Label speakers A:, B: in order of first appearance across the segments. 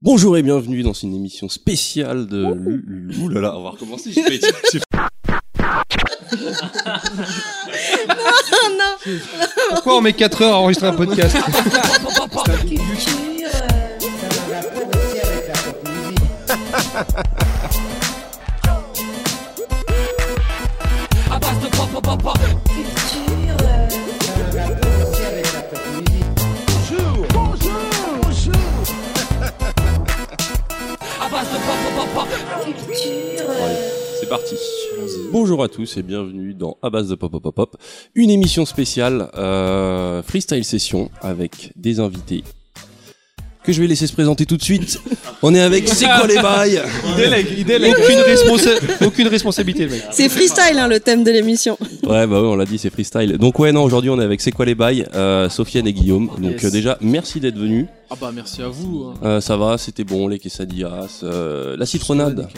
A: Bonjour et bienvenue dans une émission spéciale de. Ouh là là, on va recommencer. j'ai fait- j'ai fait-
B: Pourquoi on met 4 Oh, heures à enregistrer un podcast
A: C'est parti. Bonjour à tous et bienvenue dans À base de Pop Pop Pop Pop, une émission spéciale euh, freestyle session avec des invités que je vais laisser se présenter tout de suite. On est avec C'est quoi les bails
B: Il délègue, il délègue. Aucune, responsa- aucune responsabilité, le mec.
C: C'est freestyle hein, le thème de l'émission.
A: Ouais, bah oui, on l'a dit, c'est freestyle. Donc ouais, non, aujourd'hui on est avec C'est quoi les bails, euh, Sofiane et Guillaume. Donc
D: Yes.
A: euh, déjà, merci d'être venus.
D: Ah bah merci à vous. hein.
A: Euh, ça va, c'était bon, les quesadillas, euh, la citronade.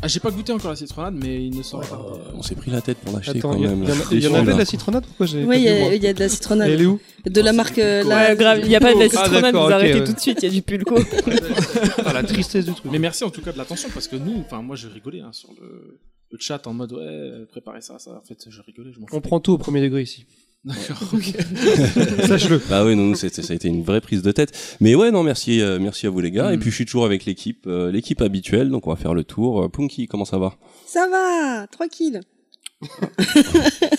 D: Ah j'ai pas goûté encore la citronade mais il ne sort pas.
A: Euh, on s'est pris la tête pour l'acheter
B: Attends,
A: quand
B: il y, en-
A: même.
B: il y en a- il y en
A: Déçu,
B: avait de
A: là.
B: la citronnade Pourquoi j'ai.
C: Oui, il y,
B: pas vu, moi
C: a- il y a de la
B: Et Elle est
C: citronnade.
B: où
C: De la marque. euh, la-
E: Ouais, grave, il n'y a pas de la
B: Ah,
E: citronnade,
B: d'accord,
E: vous
B: ok,
E: arrêtez
B: ouais.
E: tout de suite, il y a du pulco.
B: Ah, La tristesse du truc.
D: Mais merci en tout cas de l'attention parce que nous, enfin moi je rigolais hein, sur le, le chat en mode ouais euh, préparez ça ça. En fait je rigolais je m'en
B: On
D: fous.
B: prend tout au premier degré ici.
D: D'accord. ok.
B: Sache-le.
A: Bah oui, non, non, c'était- ça a été une vraie prise de tête. Mais ouais, non, merci, euh, merci à vous les gars. Et
B: Mm.
D: Mhm.
A: puis je suis toujours avec l'équipe, euh, l'équipe habituelle, donc on va faire le tour. Euh, Punky, comment ça va
C: Ça va, tranquille.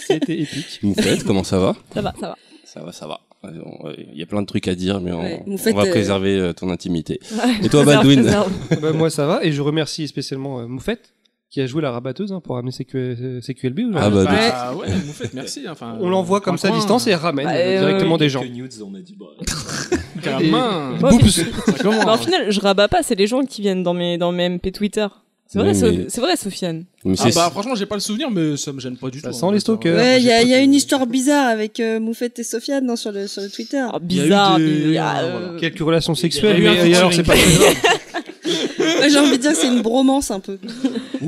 B: C'était épique.
A: Vous faites comment ça va
E: Ça va, ça va.
A: Ça va, ça va. Euh, on- euh, Il y a plein de trucs à dire, mais on,
C: Ouais, vous
A: on
C: faites,
A: va
C: euh,
A: préserver euh, ton intimité. Et toi, Baldwin
B: Bah, moi, ça va. Et je remercie spécialement euh, Moufette qui a joué la rabatteuse hein, pour ramener ses, Q- ses QLB. aujourd'hui.
A: Ah bah,
C: Ouais.
D: Bah ouais vous faites merci. hein, Enfin
B: On l'envoie comme ça à distance et elle ramène
E: Bah,
B: euh,
E: euh,
B: directement
E: oui.
B: des gens.
D: la main.
B: Et-
E: Moi,
B: Boups.
D: Ça commence.
E: Bah, au final, je rabats pas, c'est les gens qui viennent dans mes, dans mes MP Twitter. C'est vrai,
A: Oui,
E: So-
A: mais-
E: c'est vrai, Sofiane.
A: mais
D: Ah
A: c'est-
D: bah franchement j'ai pas le souvenir mais ça me gêne pas du
B: Ça
D: tout.
B: sent
D: hein,
B: les
D: je veux dire,
B: stalkers.
D: euh,
B: moi,
C: Ouais, il y, a-
D: j'ai
C: il y a
D: pas
C: une
D: de-
C: histoire bizarre avec euh, Moufette et Sofiane dans, sur, le, sur le Twitter.
E: Ah,
D: Il y a eu
E: bizarre,
D: des-
E: bizarre.
D: voilà.
E: euh,
B: Quelques relations sexuelles,
D: Il y a eu un
B: mais alors c'est pas très grave.
C: J'ai envie de dire que c'est une bromance un peu.
D: Oui,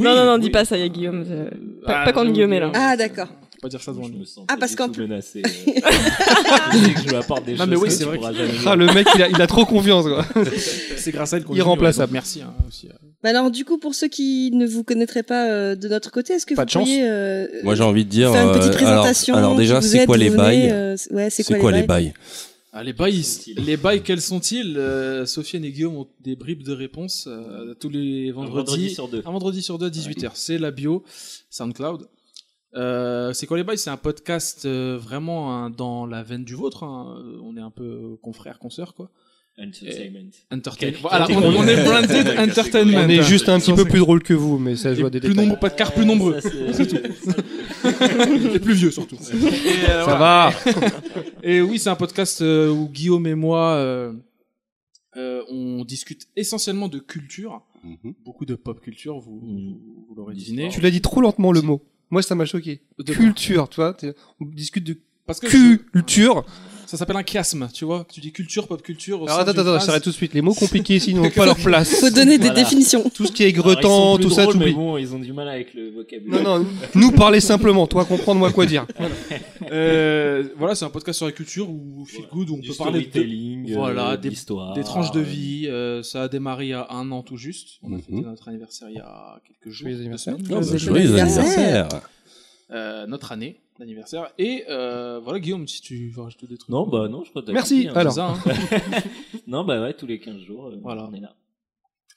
E: Non, non, non,
D: oui.
E: dis pas ça, il y a Guillaume. euh, pas-
D: Ah,
E: pas quand
D: j'avoue,
E: Guillaume est là.
C: Ah, d'accord.
D: Faut Pas dire ça devant
F: Je
D: lui.
F: me sens
C: Ah,
F: pas
C: parce
F: du
C: qu'en
F: tout
C: plus-
F: menacé. euh. Je sais que je lui apporte des
D: Non,
F: choses
D: mais oui,
F: que
D: c'est
F: tu
D: vrai
F: pourras
D: que-
F: jamais
B: Ah,
F: voir.
B: le mec, il a, il a trop confiance, quoi.
D: C'est grâce à elle qu'on
B: Irremplaçable.
D: est- Merci hein, aussi. euh.
C: Bah alors, du coup, pour ceux qui ne vous connaîtraient pas euh, de notre côté, est-ce que
B: Pas
C: vous
B: de chance.
C: pourriez euh,
A: moi j'ai envie de dire.
C: faire une
A: euh,
C: petite
A: alors-
C: présentation
A: alors, déjà,
C: qui vous
A: c'est
C: êtes,
A: quoi
C: d'où
A: les
C: vous
A: bails
C: venez, euh, Ouais, c'est
A: C'est quoi les bails
C: bails
D: Ah, les bails, les bails, quels sont-ils Euh, Sofiane et Guillaume ont des bribes de réponses euh, tous les
F: Un
D: vendredis.
F: vendredi sur deux. Ah
D: Un vendredi sur deux à 18h. C'est la bio SoundCloud. Euh, c'est quoi les bails C'est un podcast euh, vraiment hein, dans la veine du vôtre. hein. Euh, On est un peu confrères, consoeurs, quoi.
F: Entertainment.
D: Entertainment.
F: Quelle
D: Voilà, on,
F: catégorie.
D: on est branded
F: Quelle catégorie.
D: entertainment.
B: On est juste un petit peu
D: Et
B: plus drôle que vous, mais ça joue à des
D: plus
B: détails.
D: nombreux, pas de car plus nombreux.
F: Ça, c'est-
D: Les plus vieux surtout. Et, euh,
B: Ça
D: voilà.
B: va.
D: Et oui, c'est un podcast euh, où Guillaume et moi, euh, euh, on discute essentiellement de culture,
A: Mhm.
D: beaucoup de pop culture, vous,
B: Hmm.
F: Mhm.
D: vous, vous l'aurez deviné.
B: Tu l'as dit trop lentement le mot. Moi, ça m'a choqué.
D: De-
B: Culture, tu vois. t'es- On discute de
D: Parce que
B: culture.
D: ça s'appelle un chiasme, tu vois. Tu dis culture, pop culture. au
B: Alors
D: sein
B: attends,
D: d'une
B: attends,
D: phrase.
B: j'arrête tout de suite. Les mots compliqués, ici, n'ont pas leur place.
C: Faut donner des
F: Voilà.
C: définitions.
B: Tout ce qui est
F: Alors, Ah, ils sont
B: gretant,
F: plus
B: tout ça,
F: drôles, mais
B: t'oublies.
F: bon, ils ont du mal avec le vocabulaire.
B: Non, non, nous parler simplement. Toi, comprendre, moi, quoi dire.
D: Euh, voilà, c'est un podcast sur la culture où Feel Good, où on
F: Du
D: peut parler de,
F: storytelling, euh,
D: Voilà, des-
F: d'histoire,
B: Ah,
D: des tranches de vie. Euh, ça a démarré il y a un an tout juste. On a
A: Mhm.
D: fêté notre anniversaire il y a quelques jours.
B: Joyeux
D: deux
B: anniversaire.
D: semaines.
A: Non, bah,
C: c'est
A: Joyeux
C: l'anniversaire.
A: anniversaire
D: Euh, notre année d'anniversaire. Et euh, voilà, Guillaume, si tu veux rajouter des trucs.
F: Non, bah non, je crois que t'as
B: Merci.
F: compris, hein.
D: C'est
B: Alors.
D: ça, hein.
F: Non, bah ouais, tous les 15 jours, euh,
D: Voilà.
F: on est là.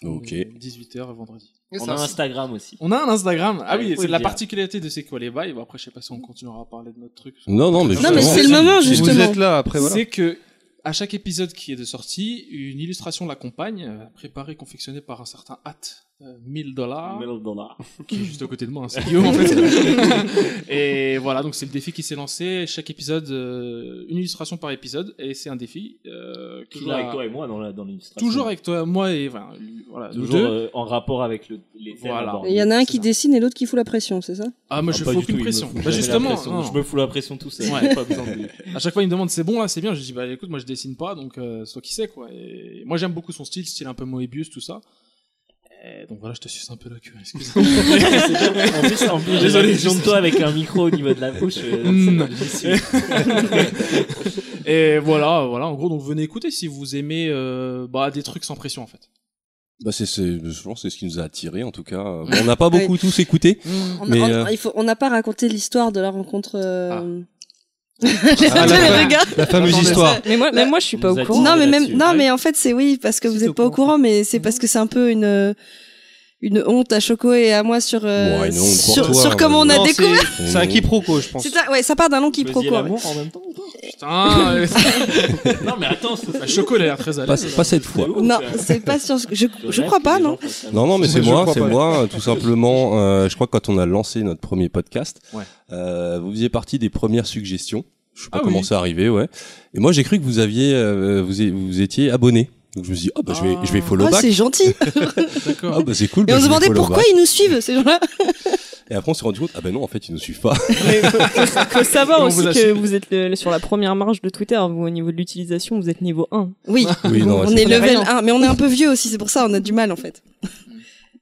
A: Ok.
D: 18h vendredi.
F: On a un Instagram aussi.
D: On a un Instagram. Ah
F: Ah, il
D: oui,
F: faut
D: c'est
F: le
D: la
F: dire.
D: particularité de c'est quoi les bails. Bon, après, je sais pas si on continuera à parler de notre truc.
A: Non, non, mais
D: Non,
C: Non, mais
A: justement,
C: c'est le moment,
B: Vous
C: justement.
B: êtes là, après, voilà.
D: C'est que à chaque épisode qui est de sortie, une illustration l'accompagne, euh, préparée, confectionnée par un certain Hat. 1000 dollars,
F: Mille dollars.
D: qui est juste à côté de moi, hein, c'est Guillaume en fait. et voilà, donc c'est le défi qui s'est lancé. Chaque épisode, euh, une illustration par épisode, et c'est un défi. euh, qu'il
F: Toujours
D: a-
F: avec toi et moi dans la- dans l'illustration.
D: Toujours avec toi, moi et voilà, lui- voilà, nous
F: Toujours
D: deux.
F: euh, en rapport avec le- les thèmes
D: Voilà. Bah,
F: abordés.
C: Il y en a un
D: C'est
C: qui
D: ça.
C: dessine et l'autre qui fout la pression, c'est ça
D: Ah, moi
F: Ah,
D: je
F: pas
D: fous
F: du
D: aucune
F: tout, il me
D: pression.
F: fout
D: Bah,
F: jamais la
D: justement,
F: pression.
D: non.
F: je me fous la pression tout seul.
D: Ouais.
F: J'ai pas besoin de-
D: À chaque fois, il me demande c'est bon là, c'est bien. Je dis bah écoute, moi je dessine pas, donc euh, soit qui sait quoi. Et moi j'aime beaucoup son style, style un peu Moebius, tout ça. Et donc voilà, je te suce un peu la queue, excuse-moi.
F: en plus, en plus,
D: Désolé,
F: désolé, de toi avec un micro au niveau de la bouche. euh,
D: Mm.
F: j'y suis.
D: Et voilà, voilà, en gros, donc venez écouter si vous aimez euh, bah, des trucs sans pression en fait.
A: Bah c'est c'est je pense que c'est ce qui nous a attiré en tout cas. Bon, on n'a pas beaucoup tous écouté.
C: On
A: Mais,
C: on-
A: euh,
C: il faut- on n'a pas raconté l'histoire de la rencontre. euh,
B: Ah, la
E: les
B: fa-
E: regards.
B: La fameuse
C: Attendez,
B: histoire.
C: ça-
E: Mais moi, même moi, je suis pas
F: Vous
E: au
F: êtes-
E: courant.
C: Non, mais même,
F: là-dessus,
C: non,
A: Ah
F: ouais.
C: mais en fait, c'est oui, parce que
B: Si,
C: vous
B: c'est
C: n'êtes
B: au
C: pas au
B: courant.
C: courant, mais c'est parce que c'est un peu une une honte à Choco et à moi sur euh,
A: Ouais, une honte pour
C: sur,
A: toi,
C: sur
A: hein,
C: comment on a
B: Non,
C: découvert.
B: c'est- C'est un quiproquo, je pense.
C: C'est ça, ouais, ça part d'un long quiproquo. ouais.
F: l'amour en même temps ou pas
D: Putain, euh,
F: Non, mais attends, ça,
D: bah, Choco, il a l'air très à
A: Pas,
D: l'aise.
A: pas cette fois.
C: Non, c'est pas sur. Je, je crois pas, non.
A: Non, non, mais c'est
B: Je
A: moi,
B: crois
A: c'est
B: pas.
A: moi, tout simplement. Euh, je crois que quand on a lancé notre premier podcast,
D: Ouais.
A: euh, vous faisiez partie des premières suggestions. Je sais pas
D: Ah
A: comment
D: oui.
A: ça arrivait, ouais. Et moi, j'ai cru que vous aviez, euh, vous, é- vous étiez abonné. Donc je me suis dit, ah bah je vais, je vais follow
C: Oh,
A: back.
C: c'est gentil.
A: Ah
D: D'accord.
A: bah c'est cool.
C: Et
A: bah,
C: on se
A: je vais
C: demandait
A: follow
C: pourquoi
A: back.
C: ils nous suivent ces gens-là.
A: Et après, on s'est rendu compte, ah bah non, en fait, ils nous suivent pas.
E: Faut savoir
D: On
E: aussi
D: vous a
E: que
D: su-
E: vous êtes le- le- sur la première marge de Twitter. Vous, au niveau de l'utilisation, vous êtes niveau 1.
C: Oui.
A: Oui, non,
C: on
A: c'est
C: est
E: clair.
C: level 1, mais on est un peu vieux aussi, c'est pour ça on a du mal en fait.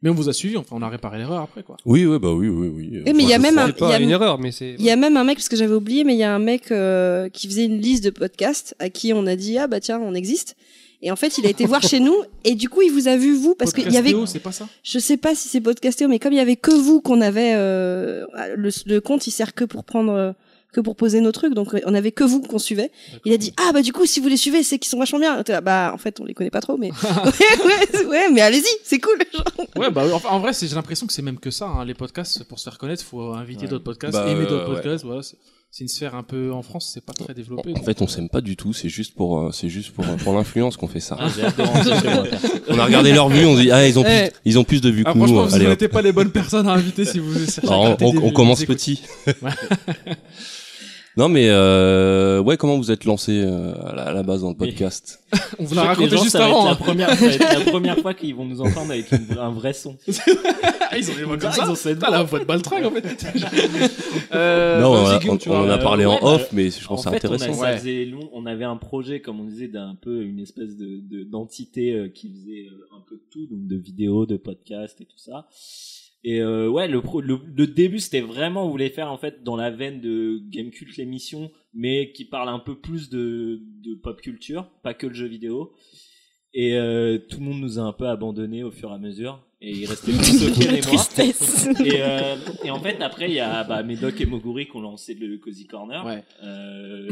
D: Mais on vous a suivi, enfin, on a réparé l'erreur après, quoi.
A: Oui, oui, bah oui, oui, oui.
C: Oui, mais il y a
A: je
C: même
A: crois.
C: un-
B: C'est pas
C: il y a-
B: une erreur, mais c'est.
C: Il y a même un mec, parce que j'avais oublié, mais il y a un mec euh, qui faisait une liste de podcasts à qui on a dit Ah bah tiens, on existe. Et en fait, il a été voir chez nous et du coup, il vous a vu vous parce qu'il y avait,
D: Podcastéo, c'est pas ça
C: je sais pas si c'est podcastéo, mais comme il y avait que vous qu'on avait, euh, le, le compte il sert que pour prendre, euh, que pour poser nos trucs, donc euh, on avait que vous qu'on suivait. Il a dit Ah bah du coup, si vous les suivez, c'est qu'ils sont vachement bien. Et t'es là, bah en fait, on les connaît pas trop, mais ouais, ouais, ouais, mais allez-y, c'est cool. genre.
D: Ouais, bah enfin, en vrai, c'est- j'ai l'impression que c'est même que ça. hein. Les podcasts, pour se faire connaître, faut inviter
F: Ouais.
D: d'autres podcasts,
A: Bah,
D: aimer
A: euh,
D: d'autres
A: ouais.
D: podcasts. Voilà, c'est c'est une sphère un peu en France, c'est pas très développé.
A: En fait, on s'aime pas du tout. C'est juste pour, euh, c'est juste pour, euh, pour l'influence qu'on fait ça.
F: Ah, j'ai hâte de rentrer chez moi.
A: On a regardé leurs vues, on se dit, ah, ils ont plus,
C: Ouais.
A: ils ont plus de vues
D: Ah,
A: que nous. hein.
D: franchement, vous
A: Allez, hop.
D: n'êtes pas les bonnes personnes à inviter si vous cherchez à
A: Alors, on,
D: gratter des-
A: on- on
D: des
A: commence
D: écoutes.
A: petit.
D: Ouais.
A: non mais euh, ouais, comment vous êtes lancé euh, à, la, à la base dans le podcast
D: On vous
F: Je
D: l'a
F: crois que les
D: raconté
F: gens,
D: juste
F: ça va être
D: avant.
F: La
D: hein.
F: première, ça va être la première fois qu'ils vont nous entendre avec une- un vrai son.
D: Ah, Ils ont les voix comme
F: Ah,
D: ça.
F: ils ont cette
D: Putain, la voix de Baltrag, en fait. Euh,
A: Non, on,
D: vas-y,
A: a-
D: Guillaume,
A: on-
D: tu
A: on
D: vois.
A: en a
F: euh,
A: parlé
F: ouais,
A: en
F: bah,
A: off, mais je pense
F: en
A: que
F: fait,
A: c'est
F: on, a-
A: intéressant.
F: ça
D: Ouais.
F: faisait long- on avait un projet, comme on disait, d'un peu une espèce de de- d'entité euh, qui faisait euh, un peu de tout, donc de vidéos, de podcasts et tout ça. Et euh, ouais, le, pro- le, le début, c'était vraiment, on voulait faire en fait dans la veine de Game Cult l'émission, mais qui parle un peu plus de, de pop culture, pas que le jeu vidéo. Et euh, tout le monde nous a un peu abandonnés au fur et à mesure. Et il restait plus Sofiane
E: La
F: et moi.
E: tristesse.
F: Et, euh, et en fait, après, il y a bah, Médoc et Moguri qui ont lancé le Cozy Corner.
D: Ouais,
F: Euh,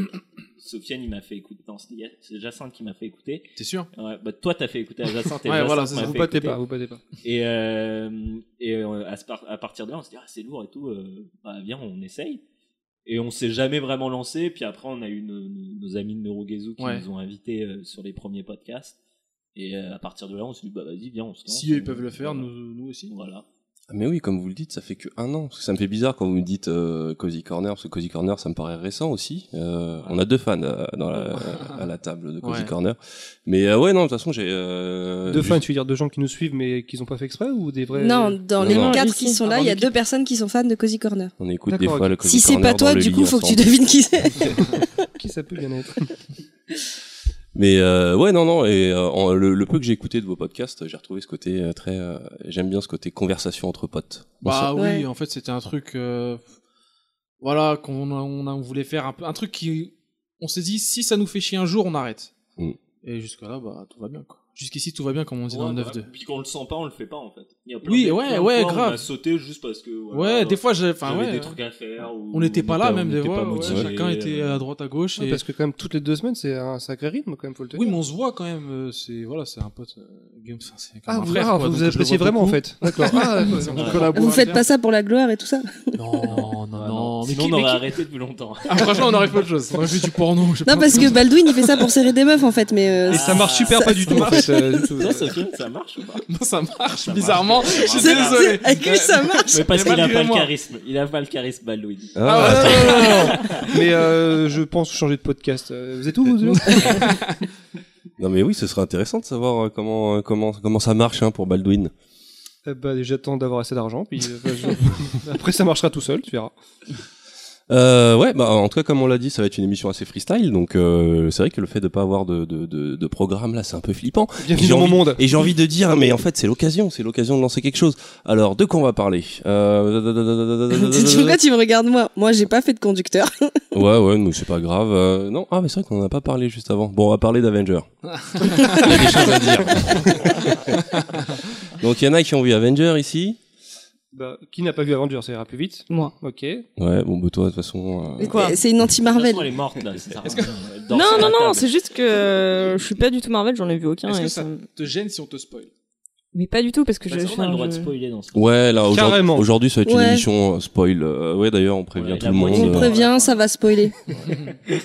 F: Sofiane, il m'a fait écouter. Non, c'est c'est Jacinthe qui m'a fait écouter.
D: t'es sûr
F: Ouais, bah, toi, t'as fait écouter à Jacinthe. Et
D: Ouais,
F: Jacinthe
D: voilà, c'est
F: m'a
D: ça.
F: fait
B: Vous pâtez
F: écouter.
B: pas, vous pâtez pas.
F: Et, euh, et euh, à, ce par- à partir de là, on s'est dit, ah, c'est lourd et tout. euh, bah, viens, on essaye. Et on s'est jamais vraiment lancé. Puis après, on a eu nos, nos- nos amis de Neurogezu qui
D: Ouais.
F: nous ont invités euh, sur les premiers podcasts. Et euh, à partir de là, on s'est dit, bah vas-y, viens, on se lance.
D: Si eux, ils
F: On-
D: peuvent le faire,
F: voilà.
D: nous, nous aussi.
F: Voilà.
A: Ah, Mais oui, comme vous le dites, ça fait que un an. Parce que ça me fait bizarre quand vous me dites euh, Cozy Corner, parce que Cozy Corner, ça me paraît récent aussi. Euh, on a deux fans euh, dans la, à la table de Cozy
D: Ouais.
A: Corner. Mais euh, ouais, non, de toute façon, j'ai euh,
B: Deux
A: j'ai-
B: fans, tu veux dire deux gens qui nous suivent mais qui n'ont pas fait exprès ou des vrais
C: Non, dans
A: Non,
C: les
A: non.
C: quatre
E: Ici,
C: qui sont là,
B: avant
C: il y a
B: l'équipe.
C: deux personnes qui sont fans de Cozy Corner.
A: On écoute des
B: D'accord,
A: fois
B: ok.
A: le Cozy
C: Si c'est
A: Corner
C: pas toi,
A: dans le
C: du
A: lit
C: coup, faut que tu
A: ensemble.
C: devines qui c'est.
B: Qui ça peut bien être
A: Mais euh, ouais, non, non. Et euh, en- le, le peu que j'ai écouté de vos podcasts, j'ai retrouvé ce côté euh, très. euh, J'aime bien ce côté conversation entre potes. On
D: Bah oui,
C: Ouais.
D: en fait, c'était un truc, euh, voilà, qu'on a- on, a- on voulait faire un peu, un truc qui, on s'est dit, si ça nous fait chier un jour, on arrête.
A: Mm.
D: Et jusque là, bah tout va bien quoi. Jusqu'ici, tout va bien comme on dit dans le
F: Ouais,
D: 9-2.
F: bah, Puis quand on le sent pas, on le fait pas en fait. Il y a plein
D: Oui,
F: de-
D: ouais,
F: plein de
D: ouais,
F: fois,
D: grave.
F: On a sauté juste parce que.
D: Ouais,
F: voilà,
D: des fois, j'ai,
F: Enfin,
D: enfin ouais,
F: des
D: ouais.
F: trucs à faire. ou
D: on n'était pas là même
F: on
D: des
F: était pas
D: fois. ouais,
F: motivés,
D: chacun
F: euh,
D: était à droite à gauche.
B: Ouais,
D: et-
B: Parce que quand même toutes les deux semaines c'est un sacré rythme quand même, faut le tenir.
D: Oui, mais on se voit quand même. euh, C'est voilà, c'est un pote. euh, Guillaume, c'est- c'est comme
B: Ah,
D: un
B: vous,
D: frère.
B: ah,
D: quoi,
B: vous
D: donc je le
B: appréciez
D: vois
B: vraiment
D: beaucoup.
B: en fait. D'accord. Ah, ouais, donc on a beau-
C: Vous faites pas ça pour la gloire et tout ça
D: Non, non,
F: Ah,
D: non. Mais
F: Sinon,
D: qui-
F: on
D: mais
F: aurait
D: qui-
F: arrêté depuis longtemps.
D: Ah, franchement, on aurait fait autre chose. On aurait fait du porno. je sais
C: Non,
D: pas.
C: parce que Baldwin, il fait ça pour serrer des meufs, en fait, mais... euh,
B: Et ça marche super
C: Ça-
B: pas du tout. en fait, euh, du tout.
F: Toi, Sophie, ça marche ou pas
D: Non, ça marche
F: Ça marche.
D: bizarrement. Je suis
F: Ça marche.
D: désolé.
C: Avec lui, ça marche
F: Mais parce
D: Mais
F: qu'il a
D: malgré
F: pas le
D: moi.
F: charisme. Il a pas le charisme, Baldwin.
A: Ah,
D: Ah, ouais, non, non, non, non.
B: Mais euh, je pense changer de podcast. Euh, Vous êtes où vous deux
A: Non mais oui, ce serait intéressant de savoir euh, comment euh, comment comment ça marche hein, pour Baldwin.
B: Eh ben, J'attends d'avoir assez d'argent. Puis euh, bah, je- après ça marchera tout seul, tu verras.
A: Euh, ouais, bah en tout cas comme on l'a dit, ça va être une émission assez freestyle, donc euh, c'est vrai que le fait de pas avoir de de, de, de programme là, c'est un peu flippant.
B: Bienvenue
A: J'ai
B: dans mon
A: envie-
B: monde.
A: Et j'ai envie de dire, mais en fait c'est l'occasion, c'est l'occasion de lancer quelque chose. Alors de quoi on va parler
C: Tu- tu- Pourquoi
A: euh...
C: tu me regardes, moi Moi, j'ai pas fait de conducteur.
A: Ouais ouais, mais c'est pas grave. euh, Non, ah mais c'est vrai qu'on en a pas parlé juste avant. Bon, on va parler d'Avenger. Il y a des choses à dire. Donc il y en a qui ont vu Avenger ici.
B: Bah, qui n'a pas vu Avenger, ça ira plus vite.
E: Moi.
B: Ok.
A: Ouais, bon, bah, toi, de toute façon. euh,
C: Mais
E: Quoi
C: C'est une anti-Marvel.
F: elle est morte là, c'est ça. Elle dort
E: Non,
F: sur la
E: non, non,
F: table.
E: c'est juste que euh, je suis pas du tout Marvel, j'en ai vu aucun.
D: Est-ce
E: et
D: que
E: ça
D: ça
E: me-
D: te gêne si on te spoil
E: Mais pas du tout, parce que
F: Bah,
E: je.
F: ça, on a le droit de
E: je-
F: spoiler dans ce
A: Ouais, là, aujourd'hui,
B: Carrément.
A: aujourd'hui, ça va être une
C: Ouais.
A: émission euh, spoil. Euh, ouais, d'ailleurs, on prévient
F: Ouais,
A: tout
F: la
A: le
F: moitié
A: monde.
C: On
F: euh,
C: prévient, ça va spoiler.
A: euh,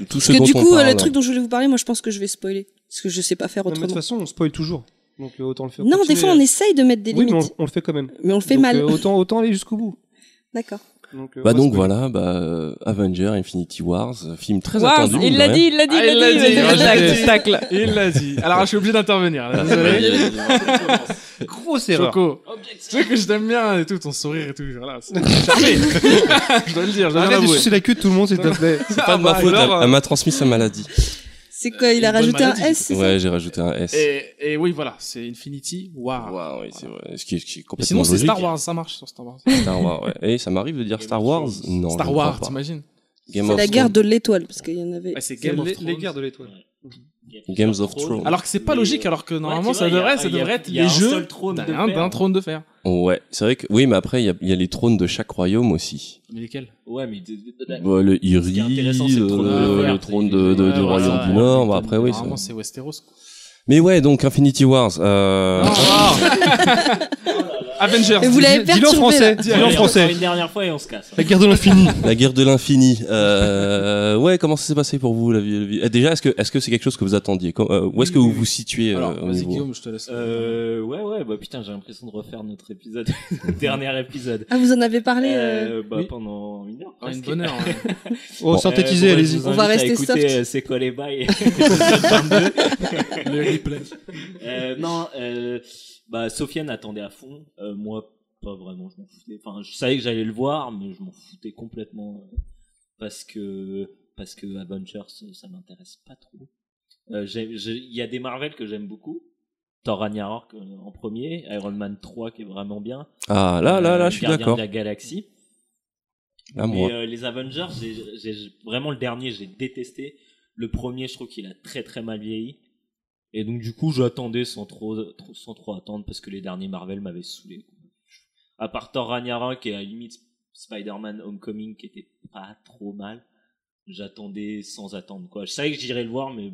A: Tout
C: Parce que du coup, euh, le truc dont je voulais vous parler, moi, je pense que je vais spoiler. Parce que je sais pas faire
B: Non, mais de toute
C: autrement.
B: façon, on spoil toujours. Donc euh, autant le faire.
C: Non, des
B: continuer.
C: fois, on essaye de mettre des
B: Oui, mais on,
C: limites.
B: on le fait quand même.
C: Mais on le fait
B: Donc,
C: mal.
B: euh, autant, autant aller jusqu'au bout.
C: D'accord.
B: Donc, euh,
A: Bah
B: on va
A: donc
B: spoiler.
A: voilà, bah, euh, Avenger, Infinity Wars, euh, film très
E: Waouh,
A: attendu.
E: il
A: mine
E: l'a
A: de
E: dit, il l'a dit,
D: Ah, il
E: il l'a
D: l'a
E: dit.
D: dit,
E: vas-y,
D: il l'a
E: tacle,
D: dit.
E: tacle.
D: Il l'a dit. Alors, je suis obligé d'intervenir. là, Désolé.
F: podcast.
B: Grosse erreur.
D: Choco. Tu sais que je t'aime bien et tout, ton sourire et tout. Voilà, c'est charmé. je dois le dire, je dois
B: Arrête de
D: l'avouer.
B: sucer la queue de tout le monde, s'il te plaît.
A: C'est pas de ma
D: bah,
A: faute, hein.
D: alors,
A: elle, elle m'a transmis sa maladie.
C: C'est quoi Il
B: Euh,
D: une
C: a
D: bonne
C: rajouté un
D: maladie.
C: S, c'est ça
A: Ouais, j'ai rajouté un S.
D: Et, et oui, voilà, c'est Infinity. Waouh.
A: Waouh, oui, c'est vrai. Ce qui est, ce qui est
D: Mais
A: complètement
D: sinon, c'est
A: logique.
D: Star Wars, ça marche sur Star Wars.
A: Star Wars, ouais. Et ça m'arrive de dire
F: Game
A: Star
F: of
A: Wars
F: Thrones.
A: Non. je
D: Star
A: ne crois
D: Wars,
A: pas.
D: t'imagines
A: Game
C: C'est
A: of
C: la guerre
A: Thrones.
C: de l'étoile, parce qu'il y en avait.
D: Bah, C'est
B: C'est
D: Game of
B: les-
D: Thrones.
B: les guerres de l'étoile.
A: Games of Thrones.
D: Alors que c'est pas
F: Mais,
D: logique,
F: euh,
D: alors que normalement
F: ouais, tu
D: ça
F: vois, il y a-
D: devrait, ça
F: il y a-
D: devrait être
F: il y a
D: les
F: un
D: jeux
F: seul trône
D: d'un d'un
F: de fer.
D: trône de fer.
A: Ouais, c'est vrai que oui, mais après il y a, il y a les trônes de chaque royaume aussi.
D: Mais lesquels
F: Ouais, mais d- d- d-
A: Bah, le
F: Ce qui
A: Iri,
F: est intéressant, c'est le
A: le,
F: trône de
A: le
F: fer,
A: trône
F: c'est-
A: de, de-
F: ouais,
A: du
F: ouais,
A: royaume
F: ouais,
A: du
F: ouais.
A: Nord. bah, après oui. ça-
D: Normalement c'est Westeros. quoi.
A: Mais ouais, donc Infinity Wars. Euh...
D: Ah. Avengers.
C: Mais vous l'avez
B: Dis- Dis-le en
C: perturbé,
B: français.
C: là.
B: Dis-le en
F: Allez, on
B: français.
F: fait Une dernière fois et on se casse.
B: La guerre de l'infini.
A: La guerre de l'infini. Euh, ouais, comment ça s'est passé pour vous la vie, la vie- Eh, Déjà, est-ce que est-ce que c'est quelque chose que vous attendiez Com- euh, Où est-ce que vous vous situez euh,
D: Alors,
A: au
D: vas-y
A: niveau
D: Guillaume, je te laisse.
F: Euh, ouais, ouais, bah putain, j'ai l'impression de refaire notre épisode, dernier épisode.
C: Ah, vous en avez parlé euh,
F: Euh, bah,
D: oui.
F: pendant une heure.
D: Ah, une
F: presque.
D: bonne heure. ouais.
B: Oh,
A: Bon.
B: synthétisez,
F: Euh, bon, bah,
B: allez-y.
F: je vous
C: On va
F: invite à
C: rester
F: écouter,
C: soft.
F: euh, C'est quoi les bails
D: Le replay.
F: Euh, non, euh, bah, Sofiane attendait à fond. Euh, moi, pas vraiment, je m'en foutais. Enfin, je savais que j'allais le voir, mais je m'en foutais complètement. euh, parce que, parce que Avengers, ça ça m'intéresse pas trop. Euh, j'ai- j'ai- Il y a des Marvel que j'aime beaucoup. Thor Ragnarok euh, en premier, Iron Man 3 qui est vraiment bien.
A: Ah là là là,
F: Euh,
A: je suis
F: Gardien
A: d'accord.
F: de la galaxie.
A: Là
F: Mais
A: moi.
F: euh, les Avengers, j'ai- j'ai- vraiment le dernier, j'ai détesté. Le premier, je trouve qu'il a très très mal vieilli. Et donc du coup, j'attendais sans trop, trop- sans trop attendre parce que les derniers Marvel m'avaient saoulé. À part Thor Ragnarok et à la limite Spider-Man Homecoming qui était pas trop mal, j'attendais sans attendre quoi. Je savais que j'irais le voir, mais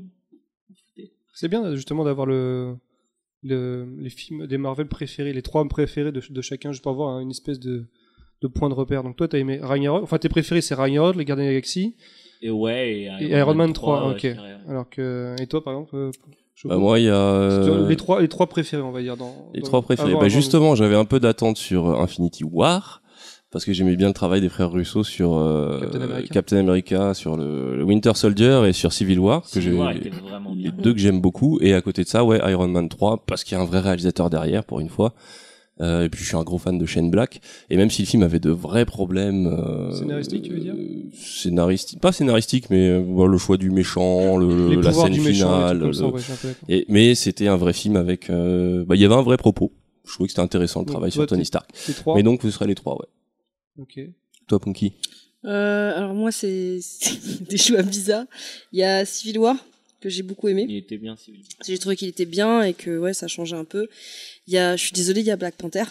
B: C'est bien justement d'avoir le, le- les films des Marvel préférés, les trois préférés de, de chacun, juste pour avoir une espèce de, de point de repère. Donc toi, t'as aimé Ragnarok. Enfin, tes préférés, c'est Ragnarok, les Gardiens de la Galaxie,
F: et ouais. Et Iron,
B: et Iron Man 3.
F: ouais,
B: ok.
F: je dirais, ouais.
B: Alors que et toi, par exemple, euh, Choco
A: Bah, moi, il y a
B: C'est toi,
A: euh,
B: les trois, les trois préférés, on va dire. Dans,
A: les
B: dans-
A: trois préférés.
B: avant-
A: bah
B: avant-
A: justement, j'avais un peu d'attente sur euh, Infinity War parce que j'aimais bien le travail des frères Russo sur euh,
B: Captain America.
A: Captain America, sur le, le Winter Soldier et sur Civil War que
F: Civil
A: j'ai-
F: War était vraiment
A: les
F: bien.
A: deux que j'aime beaucoup et à côté de ça ouais Iron Man 3 parce qu'il y a un vrai réalisateur derrière pour une fois Euh, et puis je suis un gros fan de Shane Black et même si le film avait de vrais problèmes euh,
B: Scénaristiques, tu veux dire
A: euh, scénaristique pas scénaristique mais euh, bon, le choix du méchant le,
B: les
A: la
B: pouvoirs
A: scène
B: du méchant, des
A: finale
B: trucs comme ça,
A: le-
B: ouais, je suis un peu d'accord.
A: et, mais c'était un vrai film avec euh, bah il y avait un vrai propos je trouvais que c'était intéressant le
B: Donc,
A: travail
B: toi,
A: sur Tony
B: t'es-
A: Stark
B: Les trois.
A: mais donc vous serez les trois ouais
B: Ok.
A: toi Punky
C: Euh, Alors, moi, c'est c'est des choix bizarres. Il y a Civil War, que j'ai beaucoup aimé.
F: Il était bien Civil War.
C: Parce que J'ai trouvé qu'il était bien et que ouais, ça changeait un peu. Il y a, je suis désolée, il y a Black Panther,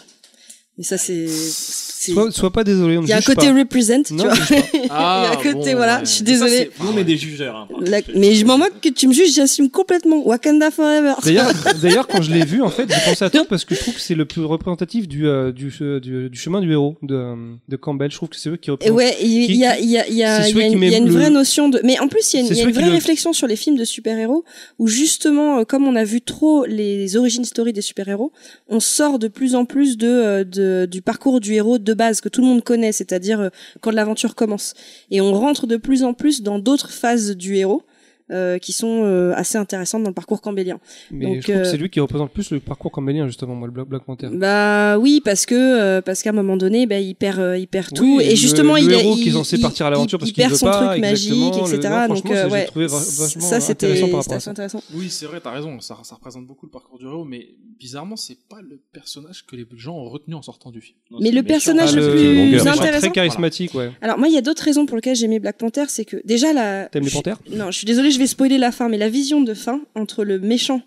C: mais ça c'est, c'est-
B: Sois, sois pas désolé. On
C: il y a un
B: juge
C: côté
B: pas.
C: represent, tu
B: Non,
C: vois.
B: on juge pas.
D: Ah,
C: il y a un côté voilà, je suis désolée.
F: Nous on est des jugeurs. hein, par
C: La-
F: contre.
C: mais je m'en moque que tu me juges, j'assume complètement. Wakanda Forever.
B: D'ailleurs, d'ailleurs, quand je l'ai vu, en fait, j'ai pensé à toi parce que je trouve que c'est le plus représentatif du, euh, du, che- du, du chemin du héros de, euh, de Campbell. Je trouve que c'est eux qui
C: Et
B: représentent.
C: ouais, il il y a, il y a, il y a,
B: C'est
C: il y
B: celui
C: a
B: qui
C: une,
B: met
C: il y a une
B: le-
C: vraie notion de. Mais en plus, il y a une,
B: C'est
C: il y a
B: celui
C: une
B: qui
C: vraie
B: le-
C: réflexion sur les films de super-héros où justement, euh, comme on a vu trop les origin story des super-héros, on sort de plus en plus de, euh, de du parcours du héros de base que tout le monde connaît, c'est-à-dire euh, quand l'aventure commence, et on rentre de plus en plus dans d'autres phases du héros. euh, qui sont euh, assez intéressantes dans le parcours cambélien.
B: Mais
C: donc,
B: je trouve
C: euh,
B: que c'est lui qui représente plus le parcours cambélien, justement, moi, le Black, Black Panther.
C: Bah oui, parce que euh, parce qu'à un moment donné, bah, il perd euh, il perd tout
B: Oui,
C: et
B: le-
C: justement
B: le
C: il est-
B: héros
C: il,
B: qui est censé
C: il-
B: partir à l'aventure
C: il-
B: parce
C: il
B: qu'il
C: perd
B: veut
C: son
B: pas,
C: truc magique,
B: exactement, le-
C: etc.
B: non,
C: donc
B: franchement,
C: euh,
B: j'ai
C: ouais,
B: trouvé va-
C: ça
B: vachement
C: c'était
B: intéressant par rapport
C: c'était
B: à
C: assez
B: ça.
C: intéressant.
D: Oui, c'est vrai, t'as raison, ça, ça représente beaucoup le parcours du héros, mais bizarrement, c'est pas le personnage que les gens ont retenu en sortant du film.
F: Non,
C: Mais
F: c'est
C: le
F: méchant.
C: personnage
A: Ah,
C: le,
A: le-
C: plus
A: longueur.
B: méchant
C: intéressant.
B: très charismatique, ouais.
C: Alors moi, il y a d'autres raisons pour lesquelles j'ai aimé Black Panther, c'est que déjà la.
B: T'aimes les
C: je-
B: panthères
C: Non, je suis désolée, je vais spoiler la fin, mais la vision de fin entre le méchant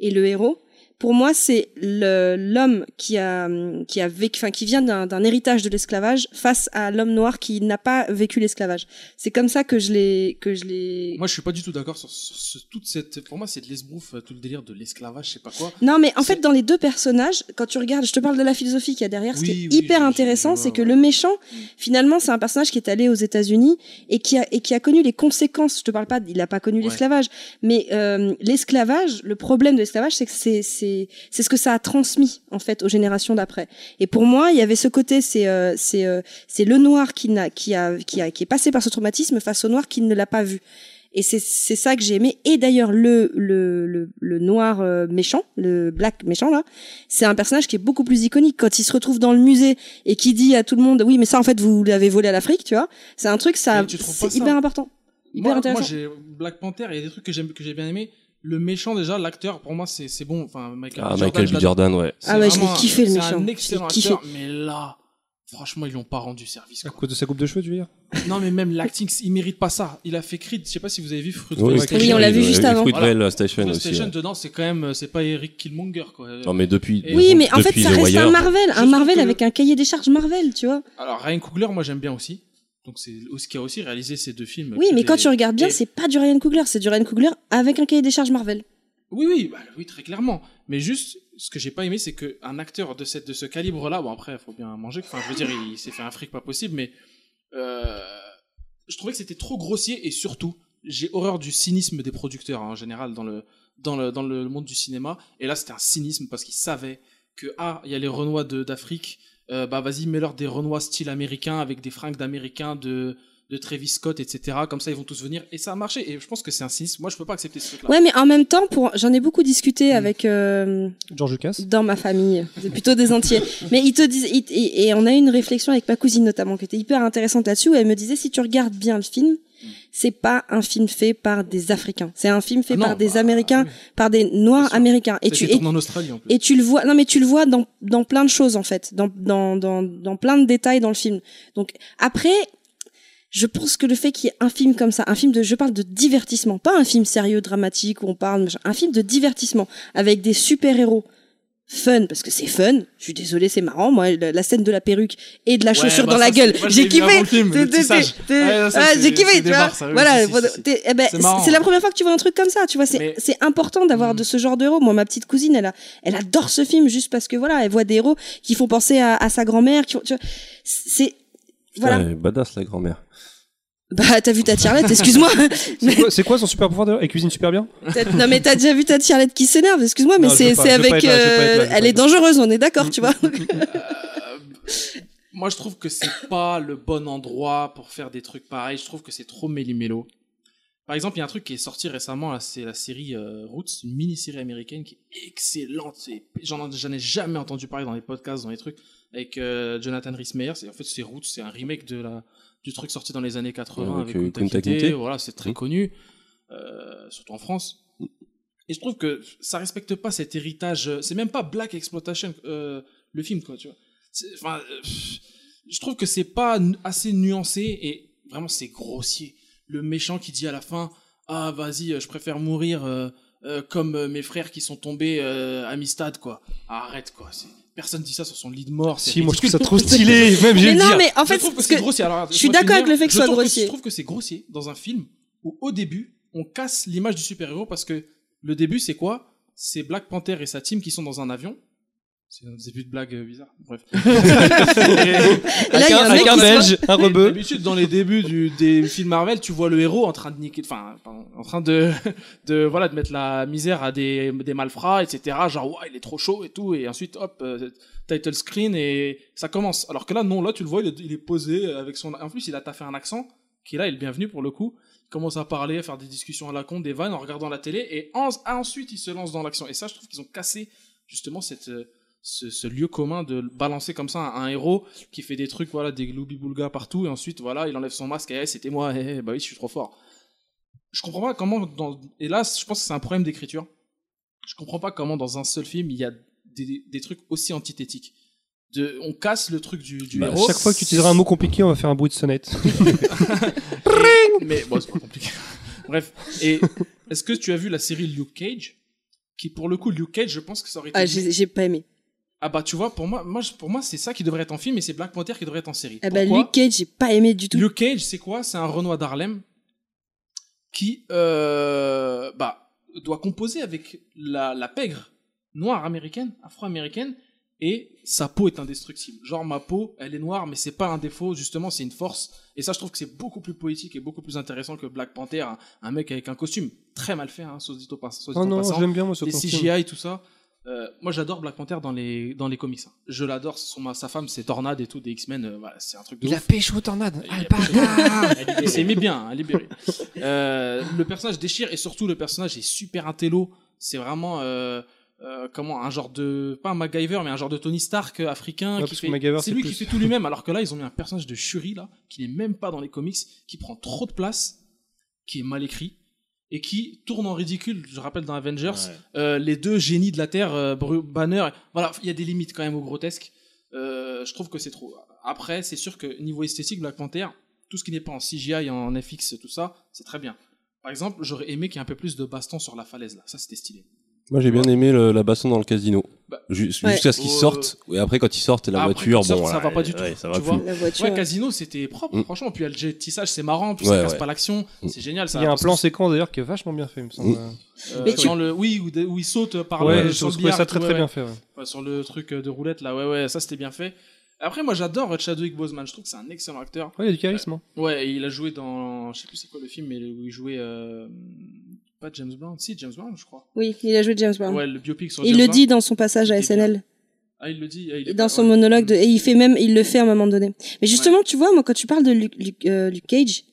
C: et le héros. pour moi, c'est le- l'homme qui a, hum, qui a vécu, enfin, qui vient d'un d'un héritage de l'esclavage face à l'homme noir qui n'a pas vécu l'esclavage. C'est comme ça que je l'ai, que je l'ai.
D: Moi, je suis pas du tout d'accord sur, sur ce- toute cette. Pour moi, c'est de l'esbrouf, euh, tout le délire de l'esclavage, je sais pas quoi.
C: Non, mais en
D: C'est-
C: fait, dans les deux personnages, quand tu regardes, je te parle de la philosophie qu'il y a derrière. ce
D: Oui,
C: qui est
D: oui,
C: hyper
D: je- je-
C: intéressant,
D: je vois,
C: c'est que
D: ouais.
C: le méchant, finalement, c'est un personnage qui est allé aux États-Unis et qui a et qui a connu les conséquences. Je te parle pas, il a pas connu
D: Ouais.
C: l'esclavage, mais euh, l'esclavage, le problème de l'esclavage, c'est que c'est c'est c'est ce que ça a transmis en fait aux générations d'après. Et pour moi, il y avait ce côté, c'est euh, c'est euh, c'est le noir qui n'a qui a qui a qui est passé par ce traumatisme face au noir qui ne l'a pas vu. Et c'est c'est ça que j'ai aimé. Et d'ailleurs, le, le, le, le noir euh, méchant, le black méchant, là, c'est un personnage qui est beaucoup plus iconique. Quand il se retrouve dans le musée et qui dit à tout le monde, oui, mais ça, en fait, vous l'avez volé à l'afrique, tu vois. C'est un truc, ça,
D: Mais tu trouves pas
C: c'est
D: ça
C: hyper important. Hyper
D: moi,
C: intéressant.
D: moi, j'ai Black Panther, il y a des trucs que j'aime, que j'ai bien aimé. Le méchant, déjà, l'acteur, pour moi, c'est c'est bon. Enfin, Michael,
A: Ah,
D: B.
A: Michael
D: je
A: B.
D: l'adore.
A: Jordan, ouais.
C: Ah ouais, je
D: C'est
C: l'ai
D: vraiment-
C: kiffé, le
D: C'est
C: méchant. Je
D: un
C: l'ai
D: excellent
C: kiffé.
D: acteur, mais là, franchement, ils l'ont pas rendu service.
B: À
D: quoi.
B: cause de sa coupe de cheveux, tu veux dire
D: non, mais même l'acting, il mérite pas ça. Il a fait Creed, je sais pas si vous avez euh, vu Fruit
A: Oui,
D: Station.
C: Oui, on l'a vu juste
A: et
C: avant.
A: Fruitvale Station
D: Fruit
A: aussi.
D: Station,
A: ouais.
D: dedans, c'est quand même, euh, c'est pas Eric Killmonger, quoi. Euh,
A: Non, mais depuis.
D: Et-
C: Oui, mais en fait,
A: depuis
C: ça
A: The
C: reste
A: Wire,
C: un Marvel, un
D: trouve
C: Marvel
D: que
C: avec un cahier des charges Marvel, tu vois.
D: Alors, Ryan Coogler, moi, j'aime bien aussi. Donc, c'est aussi qui a aussi réalisé ces deux films.
C: Oui,
D: qui
C: mais
D: étaient-
C: quand tu regardes bien,
D: et-
C: c'est pas du Ryan Coogler, c'est du Ryan Coogler avec un cahier des charges Marvel.
D: Oui, oui, bah, oui, très clairement. Mais juste, ce que j'ai pas aimé, c'est qu'un acteur de, cette, de ce calibre-là, bon après, faut bien manger, enfin, je veux dire, il, s'est fait un fric pas possible, mais euh, je trouvais que c'était trop grossier et surtout, j'ai horreur du cynisme des producteurs hein, en général dans le, dans, le, dans le monde du cinéma. Et là, c'était un cynisme parce qu'ils savaient que, ah, il y a les Renois de- d'Afrique, euh, bah vas-y, mets-leur des Renois style américain avec des fringues d'américains de de Travis Scott, etc. Comme ça, ils vont tous venir. Et ça a marché. Et je pense que c'est un cynisme. Moi, je peux pas accepter ce truc-là.
C: Ouais, mais en même temps, pour, j'en ai beaucoup discuté
D: Mm.
C: avec, euh,
B: George Lucas
C: dans ma famille, c'est plutôt des entiers. Mais ils te disent, ils- et, et on a eu une réflexion avec ma cousine notamment qui était hyper intéressante là-dessus où elle me disait si tu regardes bien le film,
D: Mm.
C: c'est pas un film fait par des Africains, c'est un film fait
D: Ah non,
C: par des
D: bah,
C: Américains,
D: oui.
C: par des Noirs
D: Bien sûr.
C: américains. Et
D: Ça a
C: tu
D: été
C: et,
D: tourné en Australie en plus.
C: et tu le vois, non mais tu le vois dans dans plein de choses en fait, dans dans dans dans plein de détails dans le film. Donc après. Je pense que le fait qu'il y ait un film comme ça, un film de, je parle de divertissement, pas un film sérieux, dramatique où on parle, machin, un film de divertissement avec des super-héros fun parce que c'est fun je suis désolée c'est marrant moi la, la scène de la perruque et de la
D: Ouais,
C: chaussure
D: bah
C: dans
D: ça,
C: la
D: c'est-
C: gueule
D: moi, je l'ai
C: j'ai
D: vu avant
C: kiffé
D: le film, le
C: T'es- t'es-
D: tissage.
C: t'es-
D: Ouais, ça,
C: ah,
D: c'est-
C: j'ai
D: c'est
C: kiffé
D: des
C: tu vois
D: barres, ça, oui,
C: voilà
D: si, si,
C: faut-
D: si.
C: t'es- eh ben,
D: C'est marrant.
C: c'est la première fois que tu vois un truc comme ça tu vois c'est
D: Mais-
C: c'est important d'avoir
D: Mm.
C: de ce genre d'héros moi ma petite cousine elle a elle adore ce film juste parce que voilà elle voit des héros qui font penser à, à sa grand-mère qui font- tu vois c'est voilà
A: Ouais, badass, la grand-mère.
C: bah t'as vu ta Charlotte excuse-moi
B: C'est quoi- C'est quoi son super pouvoir d'ailleurs Elle cuisine super bien
C: T'as- Non mais t'as déjà vu ta tirelette qui s'énerve, excuse-moi, mais
B: Non, je
C: c'est
B: veux pas-
C: c'est
B: je veux pas
C: avec...
B: être là, je veux pas être là, je veux
C: euh,
B: pas être
C: elle est
B: là.
C: dangereuse, on est d'accord, tu vois.
D: Moi, je trouve que c'est pas le bon endroit pour faire des trucs pareils. Je trouve que c'est trop méli-mélo. Par exemple, il y a un truc qui est sorti récemment, là, c'est la série euh, Roots, une mini-série américaine qui est excellente. C'est- J'en j'en ai jamais entendu parler dans les podcasts, dans les trucs, avec euh, Jonathan Rhys-Meyers. Et En fait, c'est Roots, c'est un remake de la, du truc sorti dans les années 80
A: Avec,
D: avec,
A: euh,
D: Kunta
A: Kunta
D: Kinte.
A: Kinte.
D: Voilà, c'est très
A: Mm.
D: connu, euh, surtout en France. Et je trouve que ça respecte pas cet héritage. euh, C'est même pas Black Exploitation, euh, le film, quoi, tu vois. C'est- Enfin, euh, pff, je trouve que c'est pas nu- assez nuancé et vraiment c'est grossier. Le méchant qui dit à la fin Ah, vas-y, euh, je préfère mourir euh, euh, comme euh, mes frères qui sont tombés euh, à Mistad, quoi. Arrête, quoi. c'est- Personne dit ça sur son lit de mort. Oh, c'est
B: Si, moi je trouve
D: ridicule.
B: ça trop stylé, même j'ai
C: mais
B: le
C: non,
B: dire.
C: mais en fait,
D: je trouve que
C: ce
D: c'est
C: que-
D: grossier. Alors,
C: je suis
D: laisse-moi
C: d'accord
D: finir.
C: avec le fait que
D: Je
C: ce soit
D: trouve
C: grossier.
D: Je trouve que c'est grossier dans un film où, au début, on casse l'image du super-héros parce que le début, c'est quoi C'est Black Panther et sa team qui sont dans un avion. C'est un début de blague euh, bizarre. Bref.
C: Et là, il y a un mec
B: Avec
C: qui
B: un
C: se bat.
B: belge, un rebeu.
D: D'habitude, dans les débuts du, des films Marvel, tu vois le héros en train de niquer, enfin, pardon, en train de, de, voilà, de mettre la misère à des, des malfrats, etc. Genre, ouais, il est trop chaud et tout. Et ensuite, hop, euh, title screen et ça commence. Alors que là, non, là, tu le vois, il est, il est posé avec son, en plus, il a taffé un accent qui là est le bienvenu pour le coup. Il commence à parler, à faire des discussions à la con, des vannes en regardant la télé et en- ensuite il se lance dans l'action. Et ça, je trouve qu'ils ont cassé justement cette, euh, ce, ce lieu commun de balancer comme ça un, un héros qui fait des trucs, voilà, des gloubi-boulga partout et ensuite, voilà, il enlève son masque et Eh, c'était moi, eh, eh, bah oui, je suis trop fort. Je comprends pas comment, dans... et là, je pense que c'est un problème d'écriture. Je comprends pas comment dans un seul film il y a des, des trucs aussi antithétiques. De, on casse le truc du, du
A: Bah,
D: héros.
B: Chaque fois que tu utiliseras un mot compliqué, on va faire un bruit de sonnette.
D: Mais bon, c'est pas compliqué. Bref. Et est-ce que tu as vu la série Luke Cage qui pour le coup Luke Cage, je pense que ça aurait été
C: Ah,
D: mieux.
C: j'ai j'ai pas aimé.
D: Ah bah tu vois, pour moi, moi, je- pour moi c'est ça qui devrait être en film et c'est Black Panther qui devrait être en série.
C: Ah bah,
D: Pourquoi
C: Luke Cage, j'ai pas aimé du tout.
D: Luke Cage, c'est quoi C'est un Renoir d'Harlem qui euh, bah, doit composer avec la, la pègre noire américaine, afro-américaine, et sa peau est indestructible. Genre, ma peau, elle est noire, mais c'est pas un défaut, justement, c'est une force. Et ça, je trouve que c'est beaucoup plus poétique et beaucoup plus intéressant que Black Panther, un, un mec avec un costume très mal fait, hein, soit dit au pas- soit dit
B: Oh
D: en
B: non,
D: passant
B: j'aime bien moi ce
D: les
B: costume.
D: CGI et tout ça. Euh, moi, j'adore Black Panther dans les, dans les comics. hein. Je l'adore. son- ma- Sa femme, c'est Tornade et tout, des X-Men. euh, voilà, c'est un truc de ouf.
B: pêché aux tornades.
D: Il a pêché. Il s'est mis bien, hein, libéré. Euh, le personnage déchire et surtout, le personnage est super intello. C'est vraiment. euh, euh, comment un genre de pas un MacGyver mais un genre de Tony Stark euh, africain
B: Ouais,
D: qui
B: parce que
D: fait-
B: MacGyver,
D: c'est
B: c'est
D: lui
B: plus-
D: qui fait tout lui-même alors que là ils ont mis un personnage de Shuri là qui n'est même pas dans les comics qui prend trop de place qui est mal écrit et qui tourne en ridicule je rappelle dans Avengers euh, les deux génies de la Terre, euh, Bru- Banner, voilà, il y a des limites quand même au grotesque. Euh, je trouve que c'est trop. Après, c'est sûr que niveau esthétique, Black Panther, tout ce qui n'est pas en CGI, en FX, tout ça, c'est très bien. Par exemple, j'aurais aimé qu'il y ait un peu plus de baston sur la falaise, là. Ça, c'était stylé.
A: Moi, j'ai bien aimé le- la baston dans le casino.
D: Bah,
A: Ju-
C: ouais.
A: Jusqu'à ce qu'ils
D: Euh,
A: sortent. Et après, quand ils sortent, et la
D: après,
A: voiture,
D: quand ils sortent,
A: bon.
D: ça
A: voilà,
D: va pas du tout,
A: ouais, ça va
D: tu vois.
A: plus.
C: La voiture.
D: Ouais, Casino, c'était propre,
A: Mm.
D: franchement. Puis il y a le tissage, c'est marrant. Puis
A: Ouais,
D: ça casse
A: ouais.
D: pas l'action.
A: Mm.
D: C'est génial, ça.
B: Il y a un
D: parce
B: plan
D: que,
B: séquence d'ailleurs qui est vachement bien fait, il me semble.
D: euh,
C: Mais tu-
D: dans le, oui, où, de- où il saute par
B: ouais,
D: le,
B: je
D: sur le
B: trouvais
D: billard.
B: ça
D: et
B: très
D: tout,
B: très
D: ouais,
B: bien fait. ouais.
D: Ouais, sur le truc euh, de roulette là, ouais, ouais, ça c'était bien fait. Après, moi j'adore euh, Chadwick Boseman, je trouve que c'est un excellent acteur.
B: Ouais, il y a du charisme. hein.
D: Ouais, et il a joué dans. Je sais plus c'est quoi le film, mais où il jouait. euh, Pas James Brown, si James Brown, je crois.
C: Oui, il a joué James Brown.
D: Ouais, le biopic sur
C: il
D: James
C: le
D: Brown.
C: dit dans son passage à
D: Il est bien.
C: SNL.
D: Ah, il le dit. ah, il est
C: dans
D: pas-
C: son
D: ouais.
C: monologue de- et il fait même il le fait à un moment donné mais justement tu vois moi quand tu parles de Luke, Luke- euh, Luke Cage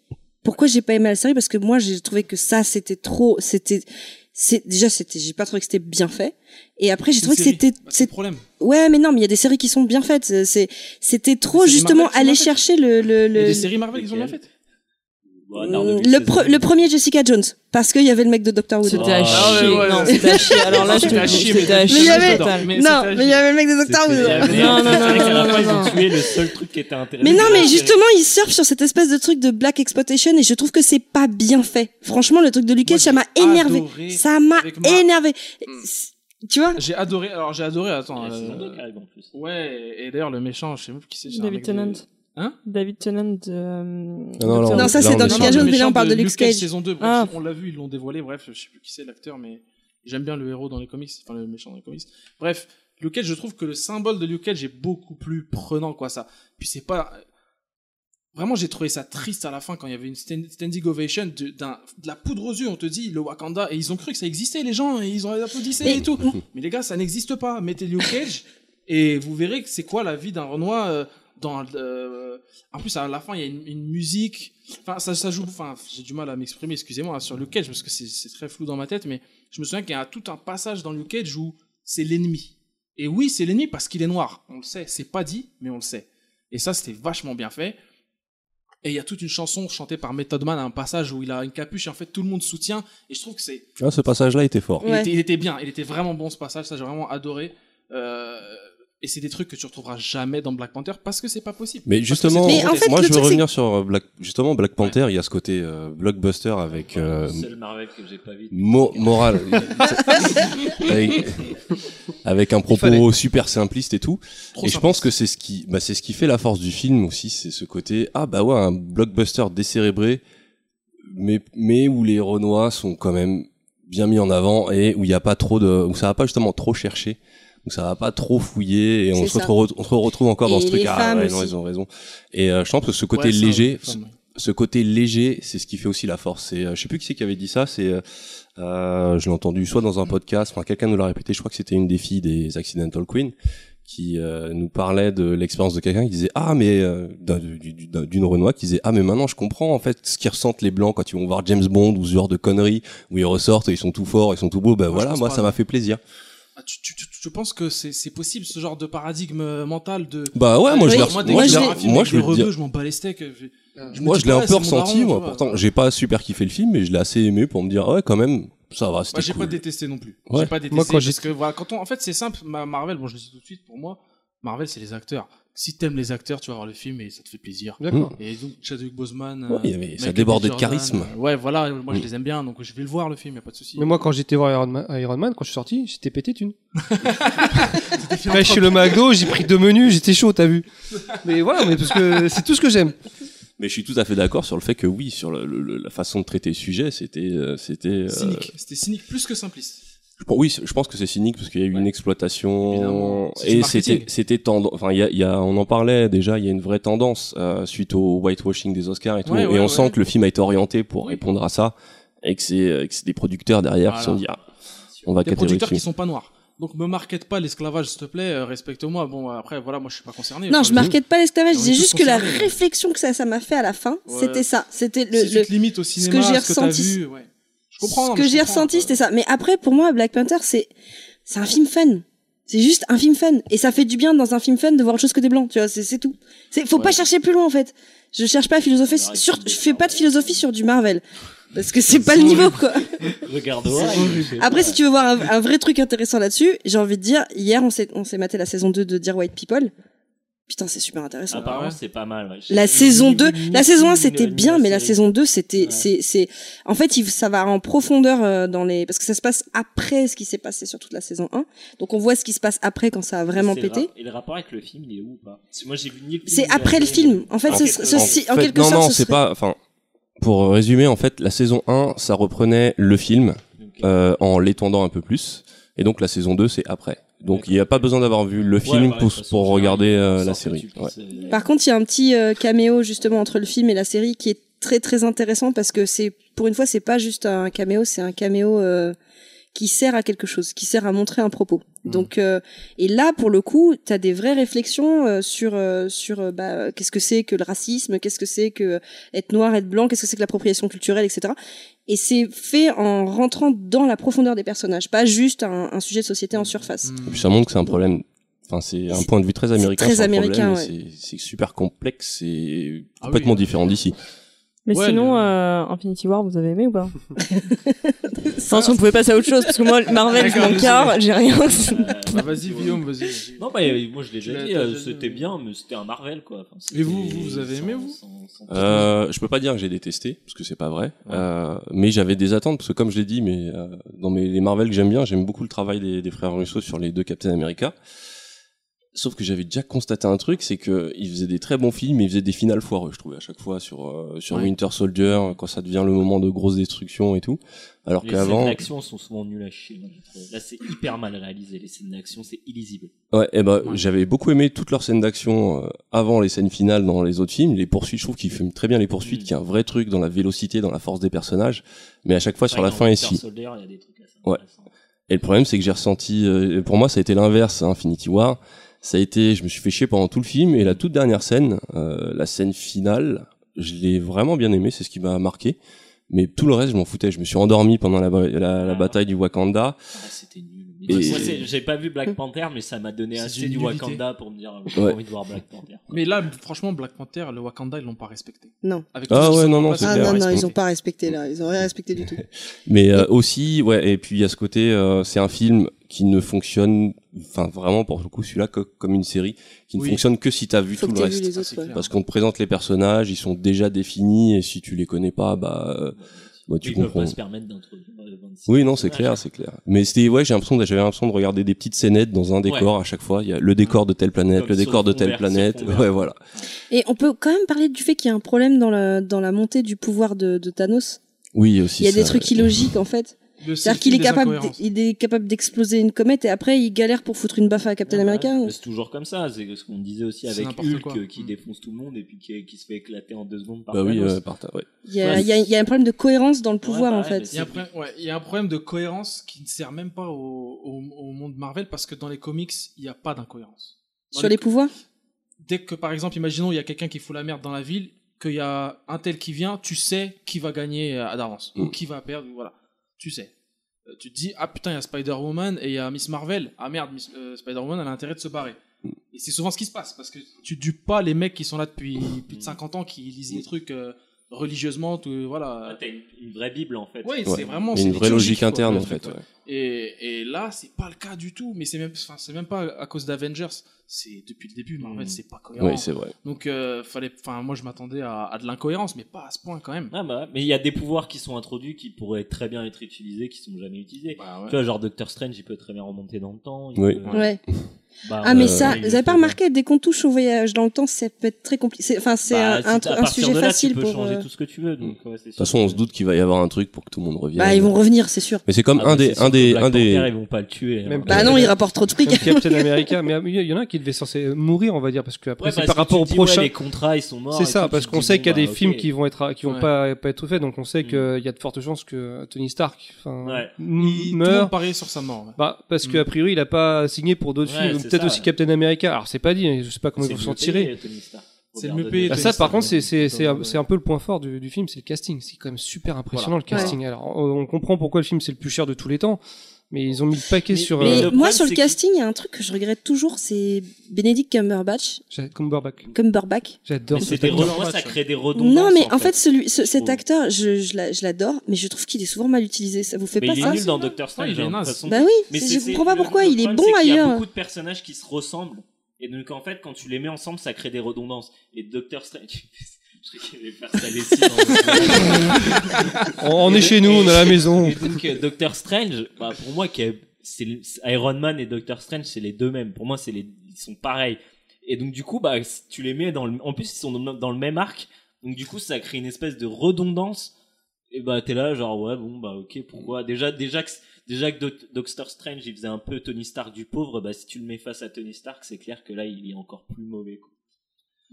C: pourquoi j'ai pas aimé la série parce que moi j'ai trouvé que ça c'était trop c'était c'est déjà c'était j'ai pas trouvé que c'était bien fait et après j'ai
D: C'est
C: trouvé que
D: une série.
C: c'était
D: Bah, C'est
C: c'est-
D: le problème.
C: ouais mais non mais il y a des séries qui sont bien faites C'est- c'est c'était trop
D: c'est des
C: justement
D: Marvel qui sont
C: aller
D: bien faites.
C: chercher le le
D: Il y a
C: le,
D: des séries Marvel qui sont bien
F: Lequel
D: faites.
C: le, pre- le premier Jessica Jones parce qu'il y avait le mec de Doctor Who
E: C'était
C: dedans.
E: à
F: Ah,
E: chier.
D: ouais, ouais,
E: non,
D: ouais.
E: c'était à chier. Alors là, je
D: C'était
E: te
D: à chier,
E: dis,
D: mais
E: c'était à
D: t'as-
E: chier.
C: Mais il y avait-
E: total.
D: Mais
C: non
D: c'était à
C: mais il y avait le mec de Doctor Who dedans.
E: Non, non, non, non, non, non.
F: tué le seul truc qui était intéressant.
C: Mais non, mais justement, il surfe sur cette espèce de truc de black exploitation et je trouve que c'est pas bien fait. Franchement, le truc de Lucas,
D: Moi,
C: ça m'a
D: j'ai
C: énervé.
D: adoré-
C: Ça m'a
D: avec ma-
C: énervé.
D: Mm.
C: C'est- Tu vois
D: J'ai adoré. Alors j'ai adoré. Attends.
F: La saison
D: euh,
F: deux qui arrive en plus.
D: Ouais, et d'ailleurs le méchant, je sais même plus qui c'est. c'est un
E: David
D: mec de-
E: Tennant.
D: Hein
E: David Tennant de. euh,
A: non,
E: Doctor
A: non,
E: Who.
C: Non, ça
A: là,
C: c'est
A: on
C: dans
A: est
D: Non,
A: sur-
C: Lucas Jones,
D: méchant
C: mais là on parle de
D: Luke
C: Luke Cage.
D: saison 2, bref,
E: Ah.
D: on l'a vu, ils l'ont dévoilé, bref, je sais plus qui c'est l'acteur, mais j'aime bien le héros dans les comics, enfin le méchant dans les comics. Bref, Luke Cage, je trouve que le symbole de Luke Cage est beaucoup plus prenant, quoi, ça. Puis c'est pas... Vraiment, j'ai trouvé ça triste à la fin quand il y avait une stand- standing ovation de, d'un- de la poudre aux yeux. On te dit le Wakanda et ils ont cru que ça existait, les gens, et ils ont applaudissé
C: Mais-
D: et tout. Mais les gars, ça n'existe pas. Mettez Luke Cage et vous verrez que c'est quoi la vie d'un Renoir euh, dans. euh, en plus, à la fin, il y a une, une musique. Enfin, ça, ça joue. Enfin, j'ai du mal à m'exprimer, excusez-moi, sur Luke Cage parce que c'est- c'est très flou dans ma tête. Mais je me souviens qu'il y a tout un passage dans Luke Cage où c'est l'ennemi. Et oui, c'est l'ennemi parce qu'il est noir. On le sait. C'est pas dit, mais on le sait. Et ça, c'était vachement bien fait. Et il y a toute une chanson chantée par Method Man à un passage où il a une capuche et en fait tout le monde soutient. Et je trouve que c'est
A: Ah, ce passage-là était fort.
C: Ouais.
D: il, était, il était bien, il était vraiment bon ce passage, ça j'ai vraiment adoré. Euh, et c'est des trucs que tu retrouveras jamais dans Black Panther parce que c'est pas possible.
A: Mais justement,
C: Mais en fait,
A: moi
C: le
A: je veux
C: truc,
A: revenir sur euh, Black, justement Black Panther. Il y a ce côté euh, blockbuster avec euh,
F: C'est le Marvel que j'ai pas vu.
A: mo- moral, avec, avec un propos
B: fallait.
A: super simpliste et tout.
D: Trop
A: et je
D: simple.
A: pense que c'est ce qui, bah, c'est ce qui fait la force du film aussi, c'est ce côté ah bah ouais un blockbuster décérébré, mais mais où les Renois sont quand même bien mis en avant et où il y a pas trop de, où ça va pas justement trop chercher, où ça va pas trop fouiller et on
C: C'est
A: se
C: ça.
A: retrouve on se retrouve encore dans
C: Et
A: ce truc
C: les
A: ah
C: femmes
A: ouais non
C: aussi.
A: ils ont raison et euh, je pense que ce côté
D: Ouais, ça,
A: léger,
D: ça,
A: ce,
D: ouais.
A: ce côté léger, c'est ce qui fait aussi la force. Et euh, je sais plus qui c'est qui avait dit ça. C'est, euh, euh, je l'ai entendu soit dans un podcast, enfin quelqu'un nous l'a répété. Je crois que c'était une des filles des Accidental Queen qui euh, nous parlait de l'expérience de quelqu'un qui disait ah mais euh, d'un- du- du- d'un- d'une Renoir qui disait ah mais maintenant je comprends en fait ce qu'ils ressentent les blancs quand ils vont voir James Bond ou ce genre de conneries où ils ressortent et ils sont tout forts, ils sont tout beaux. Ben
D: Moi, Ah, je
A: voilà,
D: pense
A: moi
D: pas,
A: ça
D: non.
A: m'a fait plaisir.
D: Ah, tu, tu, tu- tu penses que c'est c'est possible ce genre de paradigme euh, mental de.
A: Bah ouais, moi
C: Oui.
A: je l'ai,
D: Ah, moi,
A: re-
D: dès
A: moi
D: que
A: je
D: je
A: l'ai-
D: vois un film
A: moi
D: avec
A: je
D: des
A: veux dire.
D: rebeux, je m'en bats les steaks. je- je me
A: Moi,
D: dis
A: je l'ai
D: pas,
A: un peu
D: c'est mon
A: ressenti,
D: daron,
A: moi.
D: tu vois.
A: Pourtant, j'ai pas super kiffé le film, mais je l'ai assez aimé pour me dire, ouais, quand même, ça va,
D: Moi,
A: c'était
D: j'ai
A: cool.
D: pas détesté non plus.
A: Ouais.
D: J'ai pas détesté
B: Moi, quand j'ai-
D: parce que voilà, quand on, en fait, c'est simple. Ma- Marvel, bon, je le dis tout de suite, pour moi, Marvel, c'est les acteurs. si t'aimes les acteurs, tu vas voir le film et ça te fait plaisir.
F: Mm.
B: D'accord.
D: Et donc Chadwick Boseman,
A: Ouais,
D: euh,
A: il y avait- ça
D: Michael B.
A: débordait de
D: Jordan,
A: charisme.
D: euh, ouais, voilà, moi
A: Mm.
D: je les aime bien, donc je vais le voir le film, y a pas de souci.
B: Mais moi, quand j'étais voir Iron Man, Iron Man, quand je suis sorti, j'étais pété d'une. Là, chez le McDo, j'ai pris deux menus, j'étais chaud, t'as vu. Mais voilà, mais parce que c'est tout ce que j'aime.
A: Mais je suis tout à fait d'accord sur le fait que oui, sur le- le- le- la façon de traiter le sujet, c'était, euh, c'était. euh,
D: Cynique. C'était cynique plus que simpliste.
A: je pense- oui, c'est- je pense que c'est cynique parce qu'il y a eu une
D: Ouais.
A: exploitation
D: Évidemment. C'est du
A: et
D: marketing.
A: c'était, c'était tendance. Enfin, il y a, il y a- on en parlait déjà. Il y a une vraie tendance euh, suite au whitewashing des Oscars et tout.
D: Ouais,
A: et
D: ouais,
A: on
D: ouais.
A: sent que le film a été orienté pour
D: Oui.
A: répondre à ça et que c'est, euh, que c'est des producteurs derrière qui se
D: Voilà.
A: sont dit ah, on va
D: Des producteurs qui
A: catégoriser.
D: sont pas noirs. Donc me marquette pas l'esclavage, s'il te plaît, euh, respecte-moi. Bon, après, voilà, moi je suis pas concerné.
C: Non,
D: Enfin,
C: je marquais pas l'esclavage, je
D: On est
C: disais
D: tous
C: juste que la
D: concernés.
C: réflexion que ça ça m'a fait à la fin,
D: Ouais.
C: c'était ça. C'était le,
D: si tu
C: le-
D: te limites au cinéma,
C: j'ai
D: à ce que t'as
C: ressenti,
D: vu, ouais. Je comprends. non,
C: ce que
D: mais je
C: j'ai
D: comprends,
C: ressenti,
D: euh,
C: c'était ça. Mais après, pour moi, Black Panther, c'est c'est un film fun. C'est juste un film fun. Et ça fait du bien dans un film fun de voir autre chose que des blancs, tu vois, c'est c'est tout. C'est Faut pas
F: Ouais.
C: chercher plus loin, en fait. Je cherche pas à philosopher
F: Ouais,
C: sur,
F: c'est
C: je
F: des
C: fais pas de
F: Marvel.
C: philosophie sur du Marvel. Parce que c'est pas le niveau, quoi.
F: Regarde
C: Après, si tu veux voir un, un vrai truc intéressant là-dessus, j'ai envie de dire, hier, on s'est, on s'est maté la saison 2 de Dear White People. Putain, c'est super intéressant.
F: Apparemment,
D: Ouais.
F: c'est pas mal. ouais.
C: La
F: J'ai
C: saison
F: ni-
C: 2,
F: ni-
C: la
F: ni-
C: saison 1
F: ni-
C: c'était
F: ni
C: bien,
F: la
C: mais la
F: série.
C: saison 2 c'était,
F: Ouais.
C: c'est, c'est, en fait, il- ça va en profondeur euh, dans les, parce que ça se passe après ce qui s'est passé sur toute la saison 1. Donc on voit ce qui se passe après quand ça a vraiment
F: C'est le
C: pété.
F: rap- Et le rapport avec le film, il est où ou pas Parce que Moi, j'ai vu ni le film,
C: C'est
F: ni la
C: après le
F: série.
C: film. En fait,
F: En
C: ce-
F: quelque
C: ce-
F: sorte.
C: si- en
A: fait,
C: quelque
A: non,
C: sorte,
A: non,
C: ce
A: c'est
C: serait-
A: pas. Enfin, pour résumer, en fait, la saison 1, ça reprenait le film
F: Donc,
A: euh, en l'étendant un peu plus, et donc la saison 2, c'est après. Donc il n'y a pas besoin d'avoir vu Euh, le
F: ouais,
A: film
F: ouais,
A: pour,
F: de toute façon,
A: pour
F: c'est un-
A: regarder euh,
F: sorte
A: la
F: que tu
A: série.
F: puisses,
A: Ouais.
F: euh,
C: Par contre, il y a un petit euh, caméo justement entre le film et la série qui est très très intéressant parce que c'est pour une fois c'est pas juste un caméo, c'est un caméo euh, qui sert à quelque chose, qui sert à montrer un propos.
D: Mhm.
C: Donc euh, et là pour le coup, t'as des vraies réflexions euh, sur euh, sur euh, bah, euh, qu'est-ce que c'est que le racisme, qu'est-ce que c'est que euh, être noir, être blanc, qu'est-ce que c'est que l'appropriation culturelle, etc. Et c'est fait en rentrant dans la profondeur des personnages, pas juste un, un sujet de société en surface.
A: Et
D: hmm.
A: puis ça montre que c'est un problème. Enfin, c'est un
C: C'est-
A: point de vue très américain.
C: très
A: sur le
C: américain,
A: problème, et C'est c'est super complexe et
D: Ah
A: complètement
D: oui.
A: différent d'ici.
E: Mais
D: Ouais,
E: sinon,
D: mais-
E: euh, Infinity War, vous avez aimé ou pas Enfin, si on pouvait passer à autre chose, parce que moi, Marvel, je m'en carre, j'ai rien.
F: Euh,
D: Bah, vas-y, Guillaume, vas-y. vas-y.
F: Non, bah, euh, moi je l'ai
D: Tu
F: déjà
D: l'as-
F: dit,
D: t'as
F: euh,
D: déjà-
F: c'était bien, mais c'était un Marvel quoi. Enfin,
D: Et vous,
F: c'était
D: vous, vous avez aimé, vous
F: sans- sans- sans-
A: Euh, je peux pas dire que j'ai détesté parce que c'est pas vrai, Euh, mais j'avais des attentes parce que comme je l'ai dit, mais euh, dans mes, les Marvel que j'aime bien, j'aime beaucoup le travail des, des frères Russo sur les deux Captain America. Sauf que j'avais déjà constaté un truc, c'est que ils faisaient des très bons films, mais ils faisaient des finales foireux, je trouvais à chaque fois sur euh, sur
D: Ouais.
A: Winter Soldier quand ça devient le moment de grosse destruction et tout. Alors
F: Les scènes
A: qu'avant,
F: d'action sont souvent nulles à chier. moi, je trouve. Là, c'est hyper mal réalisé. Les scènes d'action, c'est illisible.
A: Ouais, eh ben,
D: Ouais.
A: j'avais beaucoup aimé toutes leurs scènes d'action euh, avant les scènes finales dans les autres films. Les poursuites, je trouve qu'ils filment très bien les poursuites,
F: Mm.
A: qu'il y a un vrai truc dans la vélocité, dans la force des personnages. Mais à chaque fois, sur
F: Ouais,
A: la
F: dans
A: fin, ils
F: Winter
A: si.
F: Soldier, il y a des trucs assez
A: Ouais.
F: intéressants.
A: Et le problème, c'est que j'ai ressenti, euh, pour moi, ça a été l'inverse, hein, Infinity War. Ça a été, je me suis fait chier pendant tout le film. Et la toute dernière scène, euh, la scène finale, je l'ai vraiment bien aimé. C'est ce qui m'a marqué. Mais tout le reste, je m'en foutais. Je me suis endormi pendant la, ba- la- la bataille du Wakanda.
F: Ah, c'était nul. Mais
A: Et-
F: moi, c'est- j'ai pas vu Black Panther, mais ça m'a donné
D: C'est
F: assez
D: d'une
F: du
D: nullité.
F: Wakanda pour me dire j'ai
A: Ouais.
F: envie de voir Black Panther.
D: Mais là, franchement, Black Panther, le Wakanda, ils l'ont pas respecté.
C: Non.
D: Avec
A: Ah
D: tout ce qui
A: ouais,
D: s'est
A: non, non,
D: passé,
A: c'est
C: Ah
A: clair,
C: non non,
A: respecté.
C: ils ont pas respecté là, ils ont rien respecté du tout.
A: Mais euh, aussi, ouais, et puis il y a ce côté, euh, c'est un film qui ne fonctionne, enfin vraiment pour le coup celui-là co- comme une série, qui ne
D: Oui.
A: fonctionne que si t'as vu
C: Faut
A: tout
C: que
A: le
C: t'aies vu
A: reste.
C: les autres.
D: c'est
C: ouais.
D: clair.
A: Parce qu'on te présente les personnages, ils sont déjà définis, et si tu les connais pas, bah, euh, bah, tu
F: Ils peuvent
A: comprends.
F: pas se permettre d'introduire euh, 26
A: Oui, non, c'est clair,
F: personnages.
A: c'est clair. Mais c'était, ouais, j'ai l'impression, de- j'avais l'impression de regarder des petites scénettes dans un décor à chaque fois. Il y a le décor de telle planète,
F: Comme
A: le
F: sur
A: décor de
F: fond
A: telle
F: vert, sur
A: planète.
F: fond vert.
A: Ouais, voilà.
C: Et on peut quand même parler du fait qu'il y a un problème dans la, dans la montée du pouvoir de, de Thanos.
A: Oui, aussi.
C: Il y a des
A: ça, euh,
C: trucs
A: ouais.
C: illogiques en fait.
D: Le
C: C'est-à-dire
D: circuit
C: qu'il est
D: des
C: capable,
D: incohérences.
C: il est capable d'exploser une comète et après il galère pour foutre une baffe à Captain
F: Ouais, bah,
C: America.
F: ouais, C'est toujours comme ça. C'est ce qu'on disait aussi
D: C'est
F: avec
D: n'importe
F: Hulk
D: quoi.
F: euh, qui
D: Mm.
F: défonce tout le monde et puis qui, qui se fait éclater en deux secondes par
A: Bah oui,
F: Thanos.
A: euh, par ta- ouais.
C: Il y, a,
F: Ouais.
C: il, y a, il y a un problème de cohérence dans le pouvoir
F: bah
C: en
F: ouais,
C: fait.
F: mais
D: Il y, a un problème, ouais, il y a un problème de cohérence qui ne sert même pas au, au- au monde Marvel parce que dans les comics, il n'y a pas d'incohérence. Dans
C: Sur les pouvoirs
D: Dès que, par exemple, imaginons, il y a quelqu'un qui fout la merde dans la ville, qu'il y a un tel qui vient, tu sais qui va gagner euh, à d'avance ou
A: Mm.
D: qui va perdre, voilà. Tu sais. Euh, Tu te dis, ah putain, il y a Spider-Woman et il y a Miss Marvel. Ah merde, Miss- euh, Spider-Woman, elle a intérêt de se barrer.
A: Mm.
D: Et c'est souvent ce qui se passe parce que tu dupes pas les mecs qui sont là depuis plus de 50 ans, qui lisent des trucs euh, religieusement, tout, euh,
F: Ah,
D: voilà.
F: T'as une, une vraie Bible en fait.
D: Oui,
A: Ouais.
D: c'est vraiment
A: Il y a
D: c'est
A: une vraie logique
D: quoi,
A: interne,
D: le
A: en
D: truc,
A: fait,
D: ouais.
A: ouais.
D: Et, et là, c'est pas le cas du tout. Mais c'est même, enfin, c'est même pas à cause d'Avengers. C'est depuis le début, Marvel,
F: Mm.
D: c'est pas cohérent.
A: Oui, c'est vrai.
D: Donc, euh, fallait, enfin, moi, je m'attendais à, à de l'incohérence, mais pas à ce point quand même.
F: Ah bah, mais il y a des pouvoirs qui sont introduits qui pourraient très bien être utilisés, qui sont jamais utilisés.
D: Bah, ouais.
F: Tu vois, genre Doctor Strange, il peut très bien remonter dans le temps. il
A: Oui.
F: peut-
C: Ouais.
F: Bah,
C: Ah mais
F: euh,
C: ça,
F: il
C: vous avez pas
F: peut-
C: remarqué dès qu'on touche au voyage dans le temps, ça peut être très compliqué. Enfin, c'est
F: Bah,
C: un,
F: si-
C: un-
F: à
C: un
F: partir
C: sujet
F: de là,
C: facile
F: tu peux
C: pour.
F: changer
C: euh,
F: tout ce que tu veux. donc, ouais, c'est Ah,
A: De toute façon, on se doute qu'il va y avoir un truc pour que tout le monde revienne.
C: Bah, ils vont revenir, c'est sûr.
A: Mais Ah bah c'est comme un des, un des, un des.
F: ils vont pas le tuer. hein.
B: Même
C: Bah
B: Captain-
C: non, ils rapportent trop de fric.
B: Comme Captain America. Mais il y en a un qui devait censé mourir, on va dire, parce que après,
F: Ouais,
B: c'est
F: parce
B: par
F: que
B: rapport
F: tu
B: au
F: te dis, ouais,
B: prochain.
F: les contrats, ils sont morts.
B: C'est
F: et
B: ça,
F: tout,
B: parce
F: tu te
B: qu'on
F: dis,
B: sait
F: bon,
B: qu'il y a des
F: bah, ok.
B: films qui vont être, qui vont
D: Ouais.
B: pas, pas être faits, donc on sait
F: Mm.
B: qu'il y a de fortes chances que Tony Stark, enfin,
F: Ouais.
B: m-
D: Il, tout le monde
B: meurt.
D: pariait sur sa mort. ouais.
B: Bah, parce
D: Mm.
B: qu'a priori, il a pas signé pour d'autres
F: Ouais,
B: films, ou
F: c'est
B: peut-être
F: ça,
B: aussi
F: ouais.
B: Captain America. Alors, c'est pas dit, hein, je sais pas comment
F: C'est
B: ils vont
F: le
B: s'en
F: mieux
B: tirer.
F: payé, Tony Stark.
D: C'est le
F: Regarde,
D: mieux payé,
B: Bah,
D: Tony
F: Tony
B: ça,
C: Ah,
F: Stark,
B: par
D: Stark,
B: contre,
F: ouais.
B: c'est- c'est c'est un,
F: Ouais.
B: c'est un peu le point fort du, du film, c'est le casting. C'est quand même super impressionnant le casting. Alors, on on comprend pourquoi le film c'est le plus cher de tous les temps, mais ils ont mis le paquet
F: Mais-
B: sur
F: mais
B: euh,
C: Mais
F: le
C: moi,
F: problème,
C: sur le
F: c'est que-
C: casting, il y a un truc que je regrette toujours, c'est Benedict Cumberbatch,
B: J'a- Cumberbatch.
C: Cumberbatch.
B: J'adore
F: Mais
B: ce
F: c'est des
B: acteur.
F: re- moi, ça crée des redondances.
C: Non, mais en fait, celui, ce- cet
F: trouve.
C: acteur, je, je l'a- je l'adore, mais je trouve qu'il est souvent mal utilisé. Ça vous fait
F: mais
C: pas
F: il est
C: ça
F: nul dans Doctor
D: Ah,
F: Strange.
D: il est
F: hein, de toute
D: naze.
F: façon.
C: Bah oui,
F: Mais
C: c'est-
F: c'est-
C: je
F: c'est-
C: comprends pas
F: le-
C: pourquoi
F: le
C: il est
F: problème,
C: bon
F: c'est qu'il y a
C: ailleurs.
F: beaucoup de personnages qui se ressemblent. Et donc, en fait, quand tu les mets ensemble, ça crée des redondances. Et Doctor Strange. Je croyais qu'il allait faire sa lessive en-
B: On, on est chez nous, on est à la maison.
F: Et donc, euh, Doctor Strange, bah, pour moi, qui est- c'est le- c'est- Iron Man et Doctor Strange, c'est les deux mêmes. Pour moi, c'est les, ils sont pareils. Et donc, du coup, bah, si tu les mets dans le, en plus, ils sont dans le- dans le même arc. Donc, du coup, ça crée une espèce de redondance. Et bah, t'es là, genre, ouais, bon, bah, ok, pourquoi? Déjà, déjà que, déjà que Doc- Doctor Strange, il faisait un peu Tony Stark du pauvre, bah, si tu le mets face à Tony Stark, c'est clair que là, il est encore plus mauvais, quoi.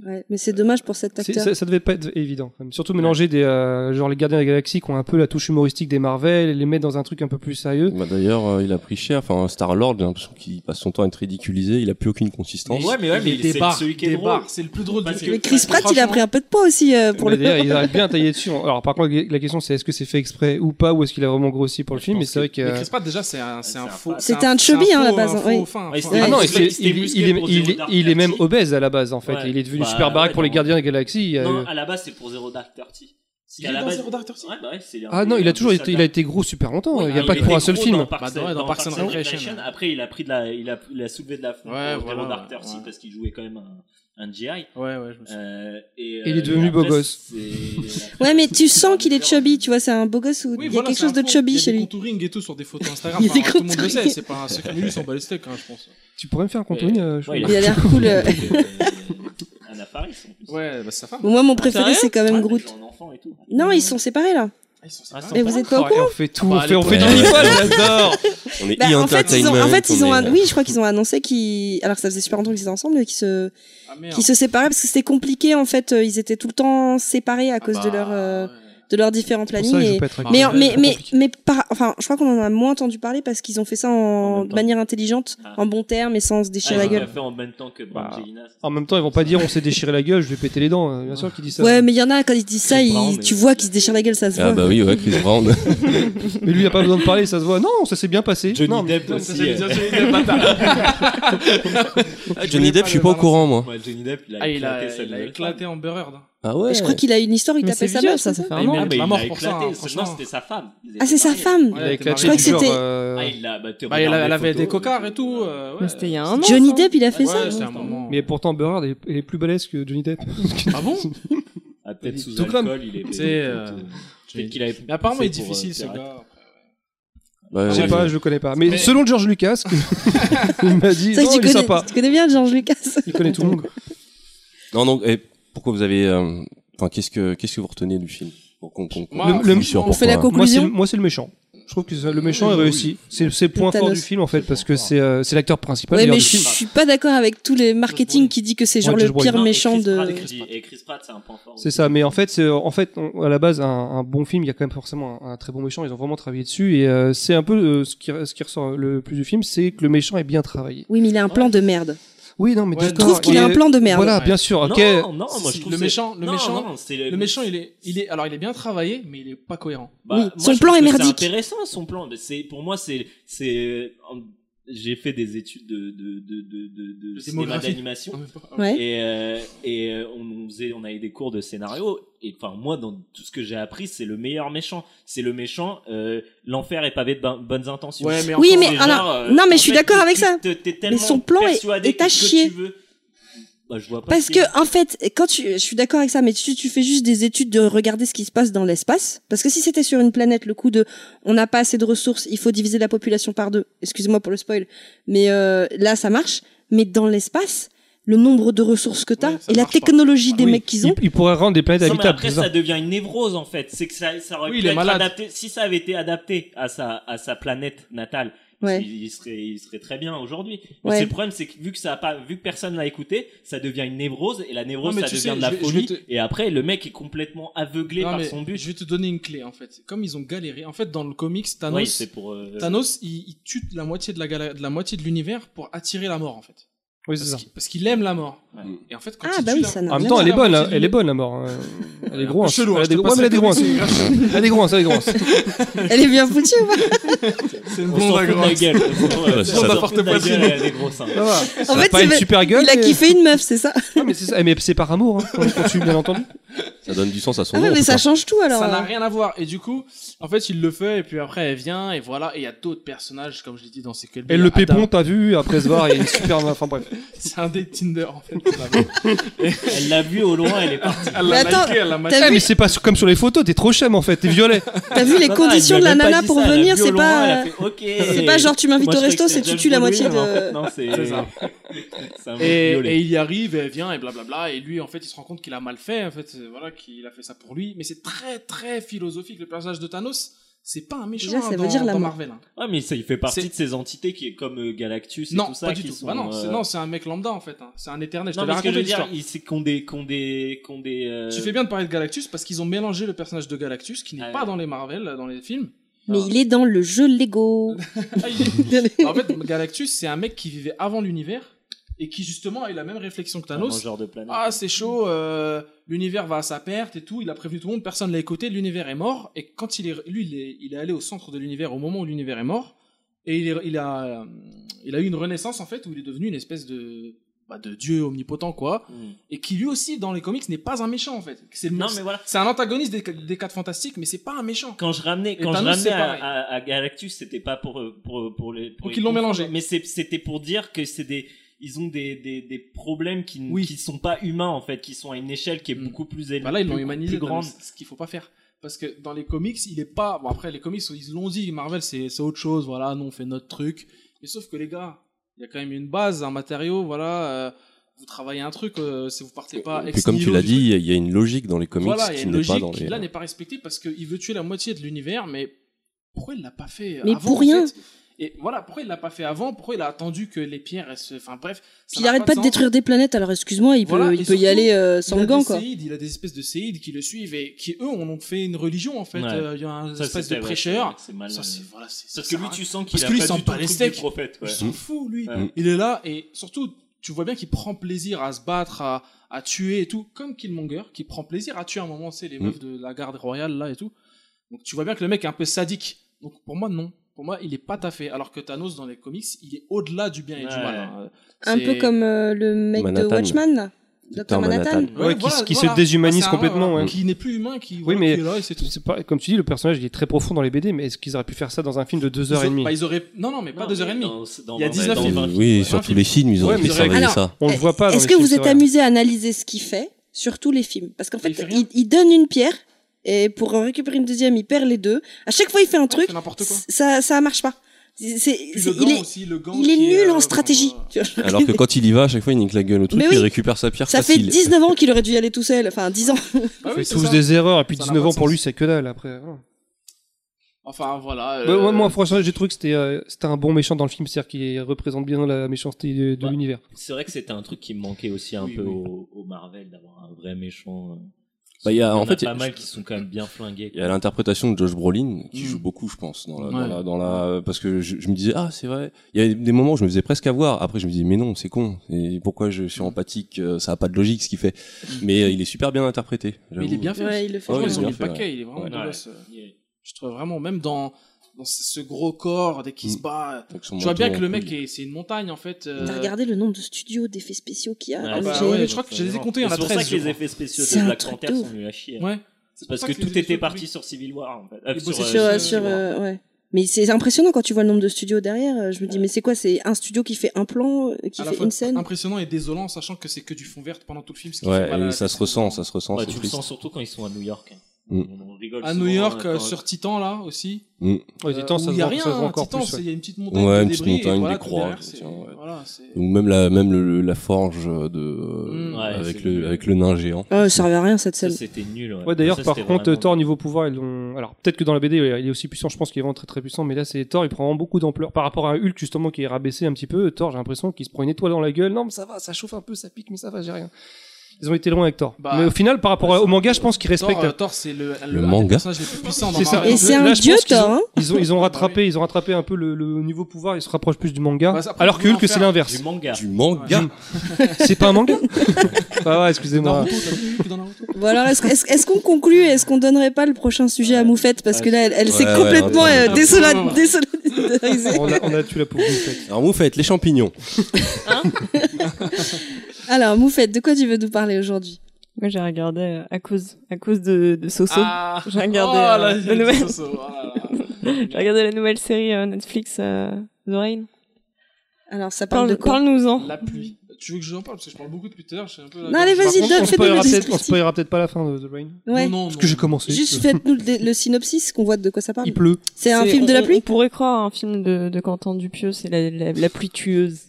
C: Ouais, mais c'est dommage pour cet
B: C'est-
C: acteur.
B: Ça, ça devait pas être évident. quand même. Surtout mélanger des euh, genre les Gardiens de la Galaxie qui ont un peu la touche humoristique des Marvel et les mettre dans un truc un peu plus sérieux.
A: Bah, D'ailleurs, euh, il a pris cher. Enfin, Star Lord, hein, j'ai l'impression qu'il passe son temps à être ridiculisé. Il a plus aucune consistance.
F: Ouais, mais ouais, mais
D: il
F: c'est
D: débarque,
F: celui qui est
D: débarque.
F: drôle.
D: C'est le plus drôle
F: Parce
D: du
F: que-
C: Mais Chris Pratt, il a pris un peu de poids aussi euh, pour
B: Mais
C: le.
B: D'ailleurs, ils arrivent bien à tailler dessus. Alors par contre, la question c'est est-ce que c'est fait exprès ou pas, ou est-ce qu'il a vraiment grossi pour le
F: Je
B: film Mais
F: pense
B: c'est vrai que
D: Mais Chris Pratt, déjà, c'est un, c'est un
F: c'est un
D: faux.
F: pas-
D: c'est
C: C'était un
D: c'est
C: chubby, hein, à la
D: faux-
C: base,
D: un
C: hein,
D: faux
C: ouais.
D: fin,
F: Ouais,
D: fin.
F: c'était-
B: Ah non,
F: Ouais,
B: et c'est-
F: c'était
B: il,
F: musclé
B: il est,
F: pour
B: il,
F: Zero
B: est-
F: Dark
B: il est même
F: Thirty.
B: obèse à la base en fait.
F: Ouais.
B: Il est devenu
F: Bah,
B: super baraque
F: ouais,
B: pour les
F: non.
B: gardiens de la galaxie. euh,
F: Non, à la base, c'est pour Zero Dark Thirty. Si
D: Il
F: à
D: est
F: la
D: dans
F: base-
D: Zero Dark Thirty
F: Ouais, bah ouais, c'est
B: Ah non, il a toujours été, il a été gros super longtemps. Oh,
D: hein,
B: il n'y a pas que pour un seul film.
D: Bah, dans- dans Parks and Recreation.
F: Après, il a pris de la, il a, il a soulevé de la fonte
D: Ouais,
F: au
D: voilà,
F: Zero Dark
D: ouais,
F: Thirty
D: ouais.
F: parce qu'il jouait quand même un, un GI.
D: Ouais, ouais, je me souviens.
F: Euh, et,
B: Il est
F: euh,
B: devenu
F: après,
B: beau gosse.
F: c'est- après,
C: Ouais, mais tu
F: c'est
C: sens
F: un
C: qu'il est
F: acteur.
C: chubby, tu vois, c'est un beau gosse ou
D: Oui,
C: il y a
D: voilà,
C: quelque
D: c'est un
C: chose de
D: faux.
C: chubby chez
D: Il y a des
C: lui.
D: contouring et tout sur des photos Instagram.
C: Il y a
D: enfin,
C: des
D: tout le monde le
C: contouring.
D: sait, c'est pas un secret. Mais lui, il s'en bat les steaks, hein, je pense.
B: Tu pourrais me faire un contenu euh, je-
F: Ouais,
C: Il a l'air cool. euh.
F: Euh, Anna Faris. en plus.
D: Ouais, bah, c'est sa femme.
C: Bon, Moi, mon préféré,
E: Sérieux
C: c'est quand même
F: Ouais,
C: Groot.
F: ils ont un enfant et tout.
C: Non, ils sont séparés là.
D: Ah, ils sont
F: Ah,
C: Mais
D: séparés.
C: vous êtes pas au
B: Oh, et
C: courant
B: on fait tout, on
D: Bah,
B: fait, on fait
A: allez,
B: du
A: ouais.
B: people, j'adore.
A: On est
C: Bah, en fait, ils ont, en fait, ils ont,
A: e-entertainment,
C: un- oui, je crois qu'ils ont annoncé qu'ils, alors que ça faisait super longtemps qu'ils étaient ensemble, qu'ils se,
D: Ah, merde.
C: qu'ils se séparaient parce que c'était compliqué en fait. euh, Ils étaient tout le temps séparés à
D: Ah,
C: cause de
D: bah,
C: leur, euh,
D: ouais.
C: de leurs différents
B: Pour ça,
C: plannings.
B: je
C: et-
B: veux pas être
C: Mais,
D: Ah,
B: raconté. C'est
C: mais, mais,
B: trop compliqué.
C: mais par, enfin, je crois qu'on en a moins entendu parler parce qu'ils ont fait ça en,
F: En même
C: de
F: temps.
C: manière intelligente,
F: Ah.
C: en bon terme et sans se
F: Ah,
C: déchirer
F: ils
C: la
F: ont
C: gueule.
F: fait en même temps que
B: Bah,
F: Brangelina.
B: En même temps, ils vont pas dire on s'est déchiré la gueule, je vais péter les dents. euh, Bien sûr qu'ils disent ça.
C: Ouais, mais il y en a quand ils disent ça,
F: C'est
C: ils-
F: marrant, mais-
C: tu vois qu'ils se déchirent la gueule, ça se
A: Ah
C: voit.
A: bah oui, ouais, Chris Brown.
B: Mais lui, il a pas besoin de parler, ça se voit. Non, ça s'est bien passé.
F: Johnny
B: non, mais-
F: Depp
D: Ça,
F: aussi.
D: c'est
F: euh,
D: bien, Johnny Depp, bâtard.
A: Johnny Depp, je suis pas au courant, moi.
F: ouais, Johnny Depp, il a
D: Ah, il a
F: éclaté sa
D: il a
F: nouvelle
D: éclaté en Heard. hein.
A: Ah
B: bah
A: ouais.
C: Je crois qu'il a une histoire où il
E: Mais c'est
C: tapait sa
E: vieux,
C: meuf.
E: ça,
C: c'est
E: ça fait
F: Ah,
E: un
F: il
E: an.
F: mérite
D: mais il
F: la
D: l'a
F: mort pour
D: éclaté,
F: ça. hein,
D: c'est-
F: franchement.
D: non,
F: c'était sa femme. Ils
C: Ah,
F: étaient
C: c'est sa
F: mariés.
C: femme.
B: Il
D: Ouais,
B: a
D: t'es
B: éclaté
D: marié.
B: le
C: Je crois que
B: joueur,
C: c'était-
B: euh,
F: Ah, il l'a, bah, tu
D: Bah, elle,
F: regardes
D: elle
F: les
D: avait des
F: photos,
D: cocards
F: tu-
D: et tout. euh, ouais.
E: Mais c'était il y a un an.
C: Johnny
E: ça.
C: Depp, il a fait ça.
D: Ouais, c'était un moment.
B: Mais pourtant, Burrard est il est plus balèze que Johnny Depp.
D: Ah bon
F: Ah, peut-être sous
B: Tout comme-
F: alcool, il est.
D: C'est, euh,
F: Peut-être qu'il avait.
D: Mais apparemment, il est
F: c'est pour,
D: difficile
F: euh,
D: ce
F: pirate.
D: gars.
A: Bah,
B: Je sais
A: ouais.
B: pas, je le connais pas. Mais,
D: Mais-
B: selon George Lucas, que- il m'a dit
C: Ça,
B: non,
C: tu,
B: il est
C: connais,
B: sympa.
C: tu connais bien George Lucas.
B: Il connaît tout le monde.
A: Non, donc, et pourquoi vous avez, euh, enfin, qu'est-ce que, qu'est-ce que vous retenez du film Pour qu'on, qu'on- qu'on-
D: Moi,
A: qu'on soit sûr,
B: on
A: pourquoi hein.
E: fait la
B: Moi,
E: con-
B: c'est
E: Conclusion
B: le- moi, c'est le méchant. Je trouve que ça- le méchant est
D: Oui, oui.
B: réussi. C'est c'est le point fort
C: Thanos.
B: du film en fait parce que c'est euh, c'est l'acteur principal
C: Ouais,
B: d'ailleurs,
C: mais
B: du
C: je
B: film.
C: suis pas d'accord avec tous les marketing
D: Brolin.
C: qui dit que c'est genre
B: Ouais,
C: le
B: Josh Brolin.
C: pire
F: Non, et
C: méchant
F: Chris
C: de.
F: Pratt, Chris- Et Chris Pratt, c'est un point fort.
B: C'est ça, mais en fait, c'est- en fait, on- à la base, un, un bon film, il y a quand même forcément un, un très bon méchant. Ils ont vraiment travaillé dessus, et euh, c'est un peu euh, ce, qui, ce qui ressort le plus du film, c'est que le méchant est bien travaillé.
C: Oui, mais il a un plan de merde.
B: Oui, non, mais
D: Ouais,
C: Je
B: d'accord.
C: trouve qu'il
B: et-
C: a un plan de merde.
B: Voilà,
D: Ouais.
B: bien sûr. Ok.
F: Non, non, moi je
D: Si,
F: trouve
D: le
F: que c'est-
D: méchant- le
F: Non,
D: méchant-
F: non, c'est le
D: Le méchant, il est, il est, alors il est bien travaillé, mais il est pas cohérent.
F: Bah,
C: Oui,
F: moi,
C: son
F: je
C: plan est
F: trouve que
C: merdique.
F: C'est intéressant son plan. Mais C'est pour moi c'est c'est euh, en- j'ai fait des études de, de, de, de, de, de cinéma
D: démographie.
F: d'animation.
C: Ouais.
F: Et, euh, et euh, on, on faisait, on avait des cours de scénario. Et enfin, moi, dans tout ce que j'ai appris, c'est le meilleur méchant. C'est le méchant. euh, L'enfer est pavé de bon- bonnes intentions.
D: Ouais, mais
C: Oui,
F: C'est
D: encore,
C: mais
F: genre,
C: alors,
F: euh,
C: non, mais
F: en
C: je suis
F: fait,
C: d'accord avec
F: tu
C: ça.
F: te- t'es tellement
C: son plan est-
F: persuadé
C: est
F: que
C: à
F: ce que
C: chier.
F: tu veux- Bah, je vois pas
C: Parce
F: ce
C: que
F: qu'il y a.
C: en fait, quand tu, je suis d'accord avec ça, mais si tu fais juste des études de regarder ce qui se passe dans l'espace, parce que si c'était sur une planète, le coup de, on n'a pas assez de ressources, il faut diviser la population par deux. Excuse-moi pour le spoil, mais euh, là ça marche. Mais dans l'espace, le nombre de ressources que t'as
D: Oui, ça
C: et la
D: marche pas.
C: technologie des
B: Oui,
C: mecs qu'ils ont,
B: Ils, ils pourraient rendre des planètes
F: Non, mais
B: habitables.
F: après,
B: c'est ça.
F: ça devient une névrose en fait. C'est que ça, ça aurait
D: Oui,
F: pu
D: il est
F: être
D: malade.
F: adapté. Si ça avait été adapté à sa, à sa planète natale,
C: Ouais.
F: il, il serait, il serait très bien aujourd'hui. Mais
C: Ouais.
F: c'est le problème, c'est que vu que ça a pas, vu que personne l'a écouté, ça devient une névrose et la névrose,
D: Non, mais
F: ça
D: tu
F: devient
D: sais,
F: de la
D: je vais- je
F: folie.
D: vais te-
F: Et après, le mec est complètement aveuglé
D: Non,
F: par
D: mais
F: son but.
D: Je vais te donner une clé en fait. Comme ils ont galéré. En fait, dans le comics,
F: Oui,
D: Thanos,
F: c'est pour. euh,
D: Thanos, il, il tue la moitié de la gala- de la moitié de l'univers pour attirer la mort en fait.
B: Oui, c'est
D: Parce
B: ça.
D: qu'il- parce qu'il aime la mort.
F: Ouais.
D: Et en fait, quand
C: ah
D: il
C: bah
D: tue
C: oui,
D: la-
C: ça n'a
B: En même
C: rien
B: temps,
C: à
B: elle est
C: voir.
B: bonne,
D: moitié
B: hein,
D: du
B: elle est
D: monde.
B: bonne la mort. hein. Elle est
D: Un peu
B: grosse.
D: chelou, hein,
B: elle a
D: je
B: des
D: te
B: grosses.
D: passe
B: Ouais, mais elle a des
D: la
B: grosses. Elle est grosse, elle est grosse.
C: Elle est bien foutue. ou pas
D: C'est une
F: on s'en
D: blonde à
F: fout de la
D: grosse.
F: gueule.
A: bah,
F: On
A: c'est
F: s'en
A: ça.
F: fout de la gueule, elle est grosse. hein.
B: Ça va.
C: En
B: Ça a
C: fait,
B: pas
C: c'est
B: une
C: vrai-
B: super gueule.
C: Il a
B: mais-
C: kiffé une meuf, c'est ça.
B: Ouais, mais c'est ça. Eh, Mais c'est par amour, hein, quand quand tu bien entendu.
A: Ça donne du sens à son
C: Ah
A: nom.
C: ouais,
A: en
C: mais
A: tout
C: ça
A: cas.
C: change tout alors. hein. euh,
D: Ça n'a rien à voir. Et du coup, en fait, il le fait, et puis après, elle vient, et voilà. Et il y a d'autres personnages, comme je l'ai dit, dans ces
B: Et le pépon, t'as vu, après se voir, il est super. Enfin bref.
D: C'est un des Tinder, en fait.
F: Elle l'a vu au loin, elle est partie.
D: elle
C: Mais
D: l'a
C: attends,
D: liké, elle l'a matché.
C: T'as
B: Eh,
C: vu-
B: mais c'est pas comme sur les photos, t'es trop chum en fait, t'es violet.
C: T'as vu les
F: Non, non,
C: conditions
F: elle
C: de
F: lui a
C: la
F: même
C: nana
F: dit
C: pour
F: ça, elle a
C: venir,
F: vu au
C: c'est
F: loin, elle
C: pas. euh,
F: a fait, OK.
C: C'est pas genre tu m'invites
F: Moi,
C: au
F: je
C: resto,
F: croyais que
C: c'est
F: c'était
C: tu tues la
F: James
C: moitié
F: Baldwin, mais en fait,
C: de.
F: Non, c'est.
D: C'est ça.
F: c'est un mec
D: Et,
F: violet.
D: et il y arrive, et elle vient, et blablabla. Et lui, en fait, il se rend compte qu'il a mal fait, en fait, euh, voilà, qu'il a fait ça pour lui. Mais c'est très, très philosophique. Le personnage de Thanos, c'est pas un méchant
C: Déjà, ça
D: hein,
C: veut
D: dans,
C: dire la
D: dans
C: mort.
D: Marvel. hein.
F: Ah mais ça, il fait
D: C'est-
F: partie de ces entités qui est comme euh, Galactus et
D: Non,
F: tout ça.
D: pas du
F: qui
D: tout.
F: sont,
D: Bah non, c'est
F: euh,
D: non, c'est un mec lambda, en fait. hein. C'est un éternel. Je
F: non,
D: te l'ai
F: mais ce que je
D: raconté
F: veux dire,
D: l'histoire.
F: ils- c'est qu'on des, qu'on des, qu'on des. euh,
D: Tu fais bien de parler de Galactus parce qu'ils ont mélangé le personnage de Galactus qui n'est
F: Ah
D: pas
F: ouais.
D: dans les Marvel, dans les films.
C: Mais il est dans le jeu Lego.
D: Ah, il est- en fait, Galactus, c'est un mec qui vivait avant l'univers et qui justement a eu la même réflexion que
F: un
D: Thanos.
F: mangeur de planète.
D: Ah, c'est chaud, euh, l'univers va à sa perte et tout. Il a prévenu tout le monde, personne l'a écouté, l'univers est mort. Et quand il est, lui, il est, il est allé au centre de l'univers au moment où l'univers est mort. Et il, est- il a, euh, il a eu une renaissance en fait où il est devenu une espèce de, bah, de dieu omnipotent quoi.
F: Mm.
D: Et qui lui aussi, dans les comics, n'est pas un méchant en fait. C'est le-
F: Non mais voilà.
D: c'est un antagoniste des, des 4 fantastiques, mais c'est pas un méchant.
F: Quand je ramenais,
D: Et
F: quand je
D: Thanos, c'est
F: ramenais à,
D: pareil.
F: à- à Galactus, c'était pas pour euh, pour pour les. Pour
D: Donc
F: les
D: ils l'ont
F: confondre,
D: mélangé.
F: Mais c'est- c'était pour dire que c'est des. Ils ont des, des, des problèmes qui ne
D: Oui.
F: qui sont pas humains en fait, qui sont à une échelle qui est
D: Mm.
F: beaucoup plus élevée.
D: Bah là, ils l'ont
F: plus-
D: humanisé,
F: plus
D: grande.
F: grande.
D: ce qu'il faut pas faire. Parce que dans les comics, il est pas. Bon, après, les comics, ils l'ont dit, Marvel, c'est c'est autre chose, voilà, nous on fait notre truc. Mais sauf que les gars, il y a quand même une base, un matériau, voilà, euh, vous travaillez un truc, euh, si vous partez pas.
A: Et puis
D: ex
A: comme tu
D: nihilo
A: l'as
D: du
A: dit,
D: truc.
A: il y a une logique dans les comics
D: voilà, il y a
A: qui
D: une
A: n'est pas
D: logique
A: dans
D: qui
A: les.
D: là n'est pas respectée parce qu'il veut tuer la moitié de l'univers, mais pourquoi il l'a pas fait
C: Mais
D: avant
C: pour
D: en
C: rien.
D: fait Et voilà, pourquoi il l'a pas fait avant Pourquoi il a attendu que les pierres, elles se. Enfin bref. ça
C: Puis il
D: n'a
C: arrête pas de
D: sens.
C: détruire des planètes, alors excuse-moi, il peut,
D: Voilà, et
C: il peut
D: surtout,
C: y aller euh,
D: il
C: sans
D: a
C: gants,
D: des
C: quoi.
D: séides, il a des espèces de séides qui le suivent et qui eux en ont fait une religion en fait.
F: Ouais.
D: Euh, il y a un
F: Ça,
D: espèce
F: c'était-
D: de
F: ouais,
D: prêcheur.
F: c'est- c'est mal,
D: ça
F: euh,
D: c'est voilà, c'est ça
F: Parce que
D: sert
F: lui,
D: à rien.
F: tu sens qu'il
D: Parce
F: a
D: que lui, il
F: pas
D: s'en
F: du tout
D: bat
F: le
D: les
F: truc
D: steaks.
F: du prophète. ouais.
D: Il s'en fout lui.
F: Ouais.
D: Il est là et surtout tu vois bien qu'il prend plaisir à se battre, à, à tuer et tout, comme Killmonger qui prend plaisir à tuer à un moment, c'est les
A: Mm.
D: meufs de la garde royale là et tout. Donc tu vois bien que le mec est un peu sadique. Donc pour moi non. Pour moi, il est pas taffé. Alors que Thanos dans les comics, il est au-delà du bien et du
F: Ouais.
D: mal. hein.
C: Un
D: C'est-
C: peu comme euh, le mec
A: Manhattan.
C: de Watchman, là. Dr.
A: Dr. Manhattan.
C: Manhattan.
B: Ouais, qui se- qui se déshumanise
D: Ah, c'est un-
B: complètement, ouais.
D: Qui n'est plus humain, qui,
B: Oui,
D: voilà,
B: mais-
D: qui est là et c'est tout.
B: C'est pas- comme tu dis, le personnage il est très profond dans les BD, mais est-ce qu'ils auraient pu faire ça dans un film de deux heures
D: Ils
B: et
D: ont-
B: demie
D: bah, ils auraient... Non, non, mais pas
F: Non,
D: deux heures et
F: mais
D: demie.
F: dans- dans-
D: Il y a
F: dans-
D: 19
F: dans
D: films.
F: vingt
A: Oui,
F: ouais.
A: sur
D: Ouais,
A: tous Euh, les films, ils
B: Ouais,
A: auraient
B: mais
A: pu
B: c'est
A: surveiller
C: vrai.
A: ça.
D: Eh,
B: On le voit pas. dans
C: Eh, Est-ce
B: les
C: que vous
B: films,
C: êtes
B: c'est vrai.
C: amusé à analyser ce qu'il fait sur tous les films Parce qu'en
D: Mais
C: fait,
D: il fait rien.
C: il, il donne une pierre et pour en récupérer une deuxième, il perd les deux. À chaque fois, il fait un
D: Ouais,
C: truc,
D: c'est n'importe quoi.
C: c- ça ça marche pas. C'est- c'est-
D: Puis
C: c'est-
D: le
C: il
D: gant
C: est
D: aussi, le gant
C: il est
D: qui
C: nul
D: euh,
C: en stratégie.
D: euh,
C: tu vois.
A: Alors que quand il y va, à chaque fois, il nique la gueule au truc,
C: Mais
A: il
C: oui.
A: récupère sa pierre
C: Ça fait
A: facile.
C: 19 ans qu'il aurait dû y aller tout seul, enfin 10 ans.
D: ah
B: Il
D: oui,
B: fait
D: c'est
B: Bah tous
D: ça.
B: des erreurs, et puis
D: Ça n'a
B: 19
D: pas
B: ans
D: de
B: pour lui,
D: sens.
B: c'est que dalle après. voilà.
D: Enfin, voilà.
B: Ouais,
D: euh,
B: ouais, moi, franchement, j'ai trouvé que c'était euh, c'était un bon méchant dans le film, c'est-à-dire qu'il représente bien la méchanceté de, de
F: Bah.
B: l'univers.
F: C'est vrai que c'était un truc qui me manquait aussi un
D: Oui,
F: peu
D: oui.
F: Au, au Marvel d'avoir un vrai méchant. euh.
A: Bah, il y a- en
F: en
A: fait,
F: fait,
A: il y a-
F: pas mal qui sont quand même bien flingués.
A: Il y a l'interprétation de Josh Brolin qui
D: Mm.
A: joue beaucoup, je pense, dans la, dans
D: Ouais.
A: la- dans la- parce que je, je me disais ah c'est vrai. Il y a des moments où je me faisais presque avoir. Après je me disais mais non c'est con. Et pourquoi je suis empathique euh, Ça a pas de logique ce qu'il fait. Mais euh, il est super bien interprété.
D: Mm. Mais il est
A: j'avoue.
D: bien fait.
C: Ouais, il le fait.
A: Ouais,
D: Franchement,
A: il est
D: ils ont
A: bien
D: mis le
A: fait,
D: paquet, il est euh, vraiment
A: Ouais.
D: beau gosse. Je trouve vraiment, même dans. dans ce- ce gros corps dès qu'il se
A: Mm.
D: bat. euh,
A: Avec son
D: Tu vois bien
A: menton
D: que
A: en
D: le mec,
A: couille.
D: est- c'est une montagne en fait. euh,
C: T'as regardé le nombre de studios d'effets spéciaux qu'il y a
F: Ouais,
C: à
D: bah
C: l'OGL?
D: ouais, je crois que je les ai
F: vraiment.
D: comptés, il y en a
F: C'est pour
D: 13,
F: ça que
D: je
F: les
D: crois.
F: effets spéciaux
C: C'est
F: de
C: un
F: Black
C: truc
F: Panther
C: de
F: sont
C: ouf.
F: nuls à chier.
D: Ouais.
F: C'est
D: pour
F: parce
D: ça
F: que
D: que les
F: tout était
D: effets
F: parti
D: produits-
F: sur Civil War en fait.
D: Et
F: Euh, sur,
D: bosser
F: euh,
C: Sur, euh,
D: Ouais,
C: sur,
D: c'est-
C: euh, ouais. Mais c'est impressionnant quand tu vois le nombre de studios derrière. euh, Je me dis, mais c'est quoi C'est un studio qui fait un plan, euh, qui
D: à la
C: fait
D: fois
C: une scène
D: impressionnant et désolant, sachant que c'est que du fond vert pendant tout le film. ce qui fait mal à
A: Ouais,
D: la
A: et ça
D: tête.
A: se ressent, ça se ressent,
F: Ouais,
A: c'est
F: tu le
A: triste.
F: sens surtout quand ils sont à New York. hein.
A: Mm.
F: On rigole
D: À
F: souvent,
D: New York,
F: euh,
D: euh,
F: quand-
D: sur Titan là aussi.
A: Mm.
B: Ouais,
D: euh,
B: Titan,
D: où
B: ça
D: il
B: se
D: y a
B: voit
D: rien.
B: ça se voit
D: hein,
B: encore
D: Titan,
B: plus.
D: c'est-
B: ouais.
D: il y a une petite montagne.
A: Ouais,
D: de
A: une petite
D: débris, et
A: montagne,
D: voilà,
A: des
D: tout
A: croix,
D: derrière,
A: tout
D: c'est-
A: ça, ouais.
D: voilà, c'est-
A: Ou même la, même le- la forge euh, de, euh,
D: Mm.
F: Ouais,
A: avec
F: c'est
A: le,
F: nul.
A: avec le nain géant.
C: Ah, Ça servait à rien cette scène.
F: Ça, c'était nul. Ouais,
B: Ouais, d'ailleurs,
F: Ça,
B: par
F: c'était
B: contre,
F: vraiment-
B: Thor, niveau pouvoir, ils l'ont. Alors, peut-être que dans la BD, il est aussi puissant, je pense qu'il est vraiment très très puissant, mais là, c'est Thor, il prend vraiment beaucoup d'ampleur. Par rapport à Hulk, justement, qui est rabaissé un petit peu, Thor, j'ai l'impression qu'il se prend une étoile dans la gueule. Non, mais ça va, ça chauffe un peu, ça pique, mais ça va, j'ai rien. Ils ont été loin avec Thor.
D: Bah,
B: mais au final, par rapport
D: ouais,
B: à-
D: ça-
B: au manga, je pense qu'ils respectent.
D: Thor, euh, Thor, c'est le,
A: Le
D: un des
A: manga.
D: personnages les plus puissants dans
B: C'est ça.
D: Marvel.
C: Et c'est
B: Là,
C: un
B: je
C: dieu,
B: pense qu'ils
C: Thor,
B: ont-
C: hein
B: Ils ont, ils ont
D: Bah
B: rattrapé,
D: oui.
B: ils ont rattrapé un peu le, le niveau pouvoir, ils se rapprochent plus du manga.
D: Bah, ça, après,
B: alors que
D: ils vont
B: Hulk,
D: en hein,
B: c'est
D: faire
B: l'inverse.
F: Du manga.
A: Du manga
B: C'est pas un manga Ah ouais, excusez-moi.
D: Naruto, t'as vu que dans Naruto
C: Bon alors, est-ce est-ce- est-ce qu'on conclut Est-ce qu'on donnerait pas le prochain sujet à Moufette Parce que là, elle, elle s'est
A: Ouais, ouais,
C: complètement
A: ouais,
C: euh,
A: ouais.
C: désola-
D: Ouais.
C: désolidarisée.
B: On a, on a tué la pauvre Moufette.
A: Alors vous faites les champignons.
C: Alors, Moufette, de quoi tu veux nous parler aujourd'hui
E: Moi, j'ai regardé euh, à cause, à cause de, de Soso.
D: Ah,
E: J'ai regardé,
D: oh,
E: euh,
D: là,
E: le
D: j'ai dit
E: nouvel-
D: Soso, oh là là.
E: J'ai regardé la nouvelle série euh, Netflix euh, The Rain.
C: Alors, ça parle
E: Parle,
C: de quoi
E: nous en
D: La pluie. Tu veux que j'en parle parce que je parle beaucoup depuis tout à l'heure. je suis un peu-
C: Non, allez,
B: Par
C: vas-y,
B: contre,
C: donne,
B: on
C: fais-nous
B: spoilera
C: le
B: peut-être- on
C: descriptif.
B: spoilera peut-être pas la fin de The Rain.
C: Ouais.
D: Non, non,
B: Parce
D: non.
B: que j'ai commencé. euh,
C: Juste faites-nous le, le synopsis, qu'on voit de quoi ça parle.
B: Il pleut.
C: C'est un
E: C'est-
C: film de
E: on-
C: la
E: on- On
C: pluie
E: pourrait croire à un film de, de Quentin Dupieux, c'est la, la, la pluie tueuse.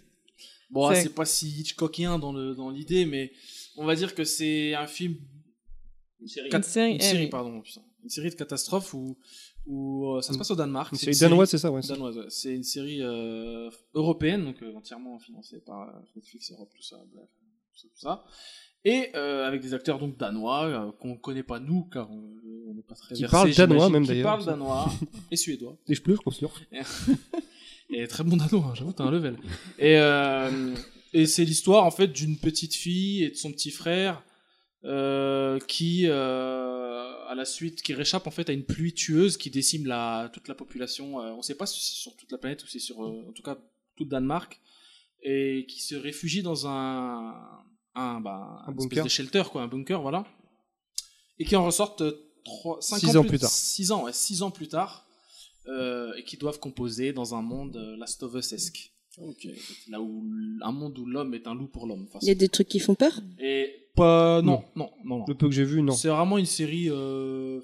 D: Bon, ah,
E: C'est-
D: c'est pas si Hitchcockien dans le- dans l'idée, mais on va dire que c'est un film
F: Une série.
E: Une série,
D: une
E: eh
D: série,
E: oui.
D: pardon, putain. une série de catastrophes où, où euh, ça se passe au Danemark.
B: Une
D: C'est
B: série
D: une série-
B: danoise, c'est ça, ouais.
D: danoise, ouais. C'est une série euh, européenne, donc euh, entièrement financée par euh, Netflix Europe, tout ça, bref, tout ça, tout ça. Et euh, avec des acteurs donc danois euh, qu'on connaît pas nous, car on on n'est pas très
B: Qui
D: versés,
B: parlent danois,
D: j'imagine,
B: même,
D: Qui
B: d'ailleurs.
D: parlent danois et suédois.
B: Et je pleure, je considère.
D: Et très bon dano, hein, j'avoue, t'as un level. Et, euh, et c'est l'histoire, en fait, d'une petite fille et de son petit frère euh, qui, euh, à la suite, qui réchappe, en fait, à une pluie tueuse qui décime la, toute la population. Euh, on sait pas si c'est sur toute la planète ou c'est sur, euh, en tout cas, tout le Danemark. Et qui se réfugie dans un, un, bah,
B: Un
D: une
B: bunker.
D: espèce de shelter, quoi, un bunker, voilà. Et qui en ressortent euh, trois, cinq
B: Six ans plus tard.
D: 6 ans, ouais, six ans plus tard euh, et qui doivent composer dans un monde euh, Last of Us-esque. Là où l- un monde où l'homme est un loup pour l'homme. enfin,
C: Il y a des trucs qui font peur
D: Et pas non non non. non.
B: Le peu que j'ai vu, non.
D: C'est vraiment une série. euh,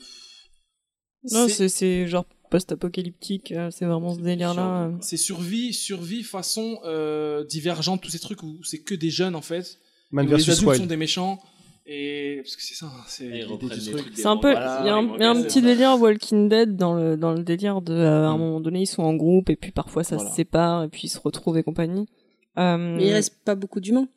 E: Non, c'est- c'est genre post-apocalyptique, euh, c'est vraiment ce délire-là. euh.
D: c'est survie survie façon euh, divergente tous ces trucs où c'est que des jeunes en fait.
B: Man
D: Et où les
B: vs
D: adultes sont
B: Wild.
D: des méchants et parce que c'est ça hein, c'est
F: Ils
D: l'idée
F: reprennent
D: du
F: des
D: truc.
F: trucs des
E: C'est un peu, il y
F: mangas,
E: a
F: des
E: un, il y a un
F: mangas,
E: petit
F: c'est-
E: délire Walking Dead dans le, dans le délire de, euh, à un
D: Mm.
E: moment donné, ils sont en groupe et puis parfois ça
D: Voilà.
E: se sépare et puis ils se retrouvent et compagnie. Euh,
C: Mais il reste pas beaucoup d'humains,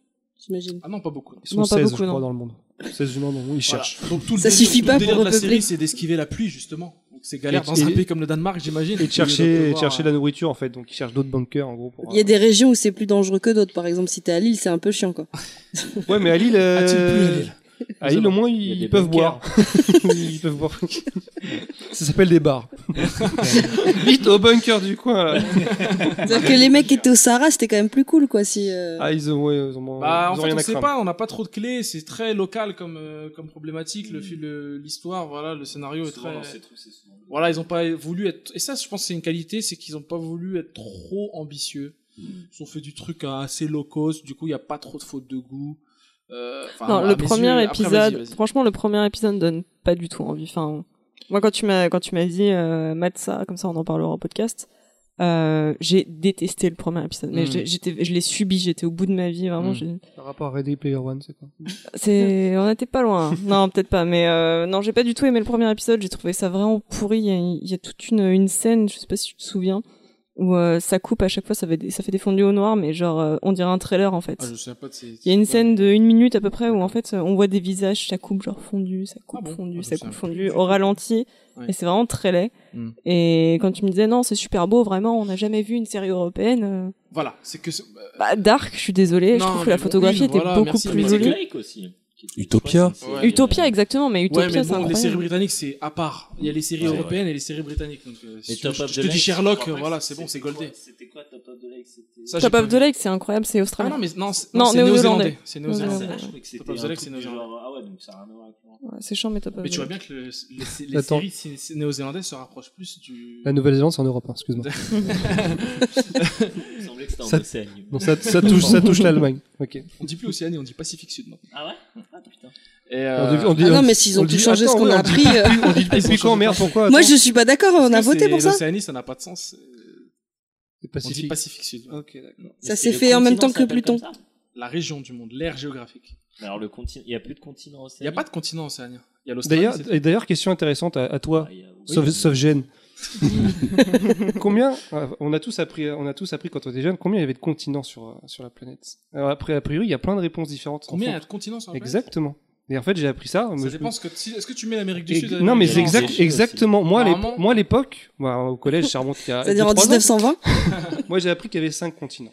C: j'imagine.
D: Ah non pas beaucoup. non.
B: Ils sont
E: Non, pas
B: 16,
E: beaucoup,
B: je crois,
E: non.
B: dans le monde. 16 humains dans le monde, ils
D: Voilà.
B: cherchent.
D: Donc tout le
C: Ça
D: délire-
C: suffit
D: tout
C: pas
D: le délire
C: pour
D: de la
C: repeupler.
D: série c'est d'esquiver la pluie justement. Donc c'est galère
B: Et-
D: dans un
B: et-
D: pays comme le Danemark j'imagine.
B: Et de chercher,
D: Ils
B: et
D: doivent
B: de hein.
D: devoir-
B: chercher la nourriture, en fait. Donc, ils cherchent d'autres bunkers, en gros. pour-
C: Il y a des régions où c'est plus dangereux que d'autres. Par exemple, si t'es à Lille, c'est un peu chiant, quoi.
B: Ouais, mais à Lille, euh,
D: A-t-il plu à Lille
B: à Lille, au moins,
F: y a
B: ils
F: des
B: peuvent
F: bunkers.
B: boire. Ils peuvent boire. Ça s'appelle des bars. Vite au bunker du coin, là.
C: C'est-à-dire que les mecs qui étaient au Sahara, c'était quand même plus cool, quoi. Si, euh,
B: Ah, ils ont, ouais, ils ont, ils
D: Bah,
B: ont
D: en fait,
B: rien
D: on
B: à
D: sait
B: craindre.
D: pas, on n'a pas trop de clés, c'est très local comme, euh, comme problématique, le fil- le- l'histoire, voilà, le scénario est
F: Souvent
D: très...
F: dans ces trucs, c'est souvent-
D: Voilà, ils ont pas voulu être... Et ça, je pense que c'est une qualité, c'est qu'ils ont pas voulu être trop ambitieux.
B: Mm.
D: Ils ont fait du truc assez low cost, du coup, il n'y a pas trop de faute de goût. Euh, enfin,
E: Non,
D: à
E: le
D: mes
E: premier
D: yeux- après,
E: épisode,
D: vas-y, vas-y.
E: franchement, le premier épisode donne pas du tout envie. Enfin, moi, quand tu m'as, quand tu m'as dit, euh, mate ça, comme ça, on en parlera au podcast. Euh, j'ai détesté le premier épisode, mais
D: Mm.
E: j'ai- j'étais, je l'ai subi, j'étais au bout de ma vie, vraiment.
D: Mm.
E: j'ai-
B: Par rapport à Ready Player One, c'est quoi
E: C'est, on n'était pas loin. non, peut-être pas, mais euh, non, j'ai pas du tout aimé le premier épisode. J'ai trouvé ça vraiment pourri. Il y a, il y a toute une, une scène, je sais pas si tu te souviens, où euh, ça coupe à chaque fois, ça fait des, ça fait des fondus au noir, mais genre, euh, on dirait un trailer en fait.
D: Ah, je sais pas de ces-
E: Il y a une
D: ces-
E: scène de une minute à peu près où en fait euh, on voit des visages, ça coupe genre fondu, ça coupe
D: Ah bon
E: fondu,
D: Ah, je
E: ça
D: sais
E: coupe
D: pas.
E: fondu, au ralenti.
D: Ouais.
E: Et c'est vraiment très laid.
D: Mm.
E: Et quand tu me disais non, c'est super beau, vraiment, on n'a jamais vu une série européenne. euh,
D: Voilà, c'est que... c'est-
E: Bah, Dark, je suis
D: Non,
E: désolée, je trouve que
D: mais
E: la
D: bon,
E: photographie
D: oui,
E: était
D: voilà,
E: beaucoup
D: merci,
E: plus
D: mais
F: Mais c'est
E: jolie.
F: Drake aussi. qui était-
A: Utopia.
F: je crois que c'est-
D: Ouais.
E: Utopia, exactement, mais Utopia,
D: Ah, ouais, mais
E: c'est
D: bon, les séries
E: incroyable.
D: britanniques, c'est à part. Il y a les séries
F: Ouais,
D: européennes et les séries britanniques. Donc, euh, si
F: Et
D: tu-
F: Top
D: je,
F: of
D: je
F: the
D: te
F: Lake,
D: dis
F: je
D: Sherlock,
F: crois
D: euh,
F: pas
D: voilà,
F: que
D: c'est bon, c'est
F: quoi-
D: goldé.
F: C'était quoi Top of the Lake C'était-
D: Ça,
E: Top
D: j'ai
E: of
D: pas
E: the
D: vu.
E: Lake, c'est incroyable, c'est
D: Ah
E: australien.
D: non, mais non, c'est
E: Non,
D: non, c'est
E: néo-zélandais.
D: néo-zélandais. C'est
F: Ah,
E: Néo-zélandais.
D: néo-zélandais.
F: ça, je croyais que c'était
D: Top of the Lake,
F: un
D: c'est
F: truc du
D: nos
F: genre, Ah ouais, donc ça a rien à voir avec nous.
E: Ouais, c'est chiant, mais Top of
D: Mais
E: the
D: tu vois bien
E: Lake.
D: que le- les, sé- les
B: Attends.
D: séries cin- cin- néo-zélandaises se rapprochent plus du.
B: La Nouvelle-Zélande, c'est en Europe, hein, excuse-moi.
F: Il me semblait que c'était en
B: Ça-
F: Océanie.
B: Non, ça, ça touche, ça touche l'Allemagne. Ok.
D: On dit plus Océanie, on dit Pacifique Sud maintenant.
F: Ah ouais Ah putain.
B: On dit-
D: Et euh,
B: on dit-
C: Ah non,
B: on-
C: mais s'ils ont
B: on
C: tout
B: dit-
C: changé ce
B: attends,
C: qu'on
B: oui,
C: a
B: on dit-
C: appris. euh,
B: On dit
D: Ils ont
B: depuis quand,
D: changé
B: merde, pourquoi
C: Moi,
B: attends.
C: je suis pas d'accord, Oh, on a
D: parce que
C: voté
D: c'est-
C: pour ça.
D: L'Océanie, ça n'a pas de sens.
B: C'est
D: euh, On dit
B: Pacifique.
D: Pacifique Sud.
B: Ok, d'accord.
C: Ça s'est fait en même temps que Pluton.
D: La région du monde, l'ère géographique.
F: Alors le continent, il y a plus de continent
D: Il
F: océanique.
D: n'y a pas de continent océanien. Il y a l'Australie.
B: D'ailleurs,
D: c'est-
B: et d'ailleurs, question intéressante à, à toi,
F: Ah, il y a- oui,
B: sauf,
F: mais-
B: sauf gêne. combien, euh, on a tous appris, on a tous appris quand on était jeune, combien il y avait de continents sur, euh, sur la planète Alors après, a priori, il y a plein de réponses différentes.
D: Combien il y a
B: En
D: de continents sur
B: fait.
D: la planète
B: Exactement. Et en fait, j'ai appris ça. mais
D: Ça
B: je-
D: dépend. ce que- si- Est-ce que tu mets l'Amérique du
B: Et-
D: Sud
B: non, mais
F: des
B: c'est
F: gens
B: exact,
F: riches aussi.
B: exactement. Moi, à l'ép-
D: Normalement-
B: moi, à l'époque, moi, au collège, ça remonte il y a
C: C'est-à-dire en
B: deux, trois ans.
C: 1920.
B: Moi, j'ai appris qu'il y avait cinq continents.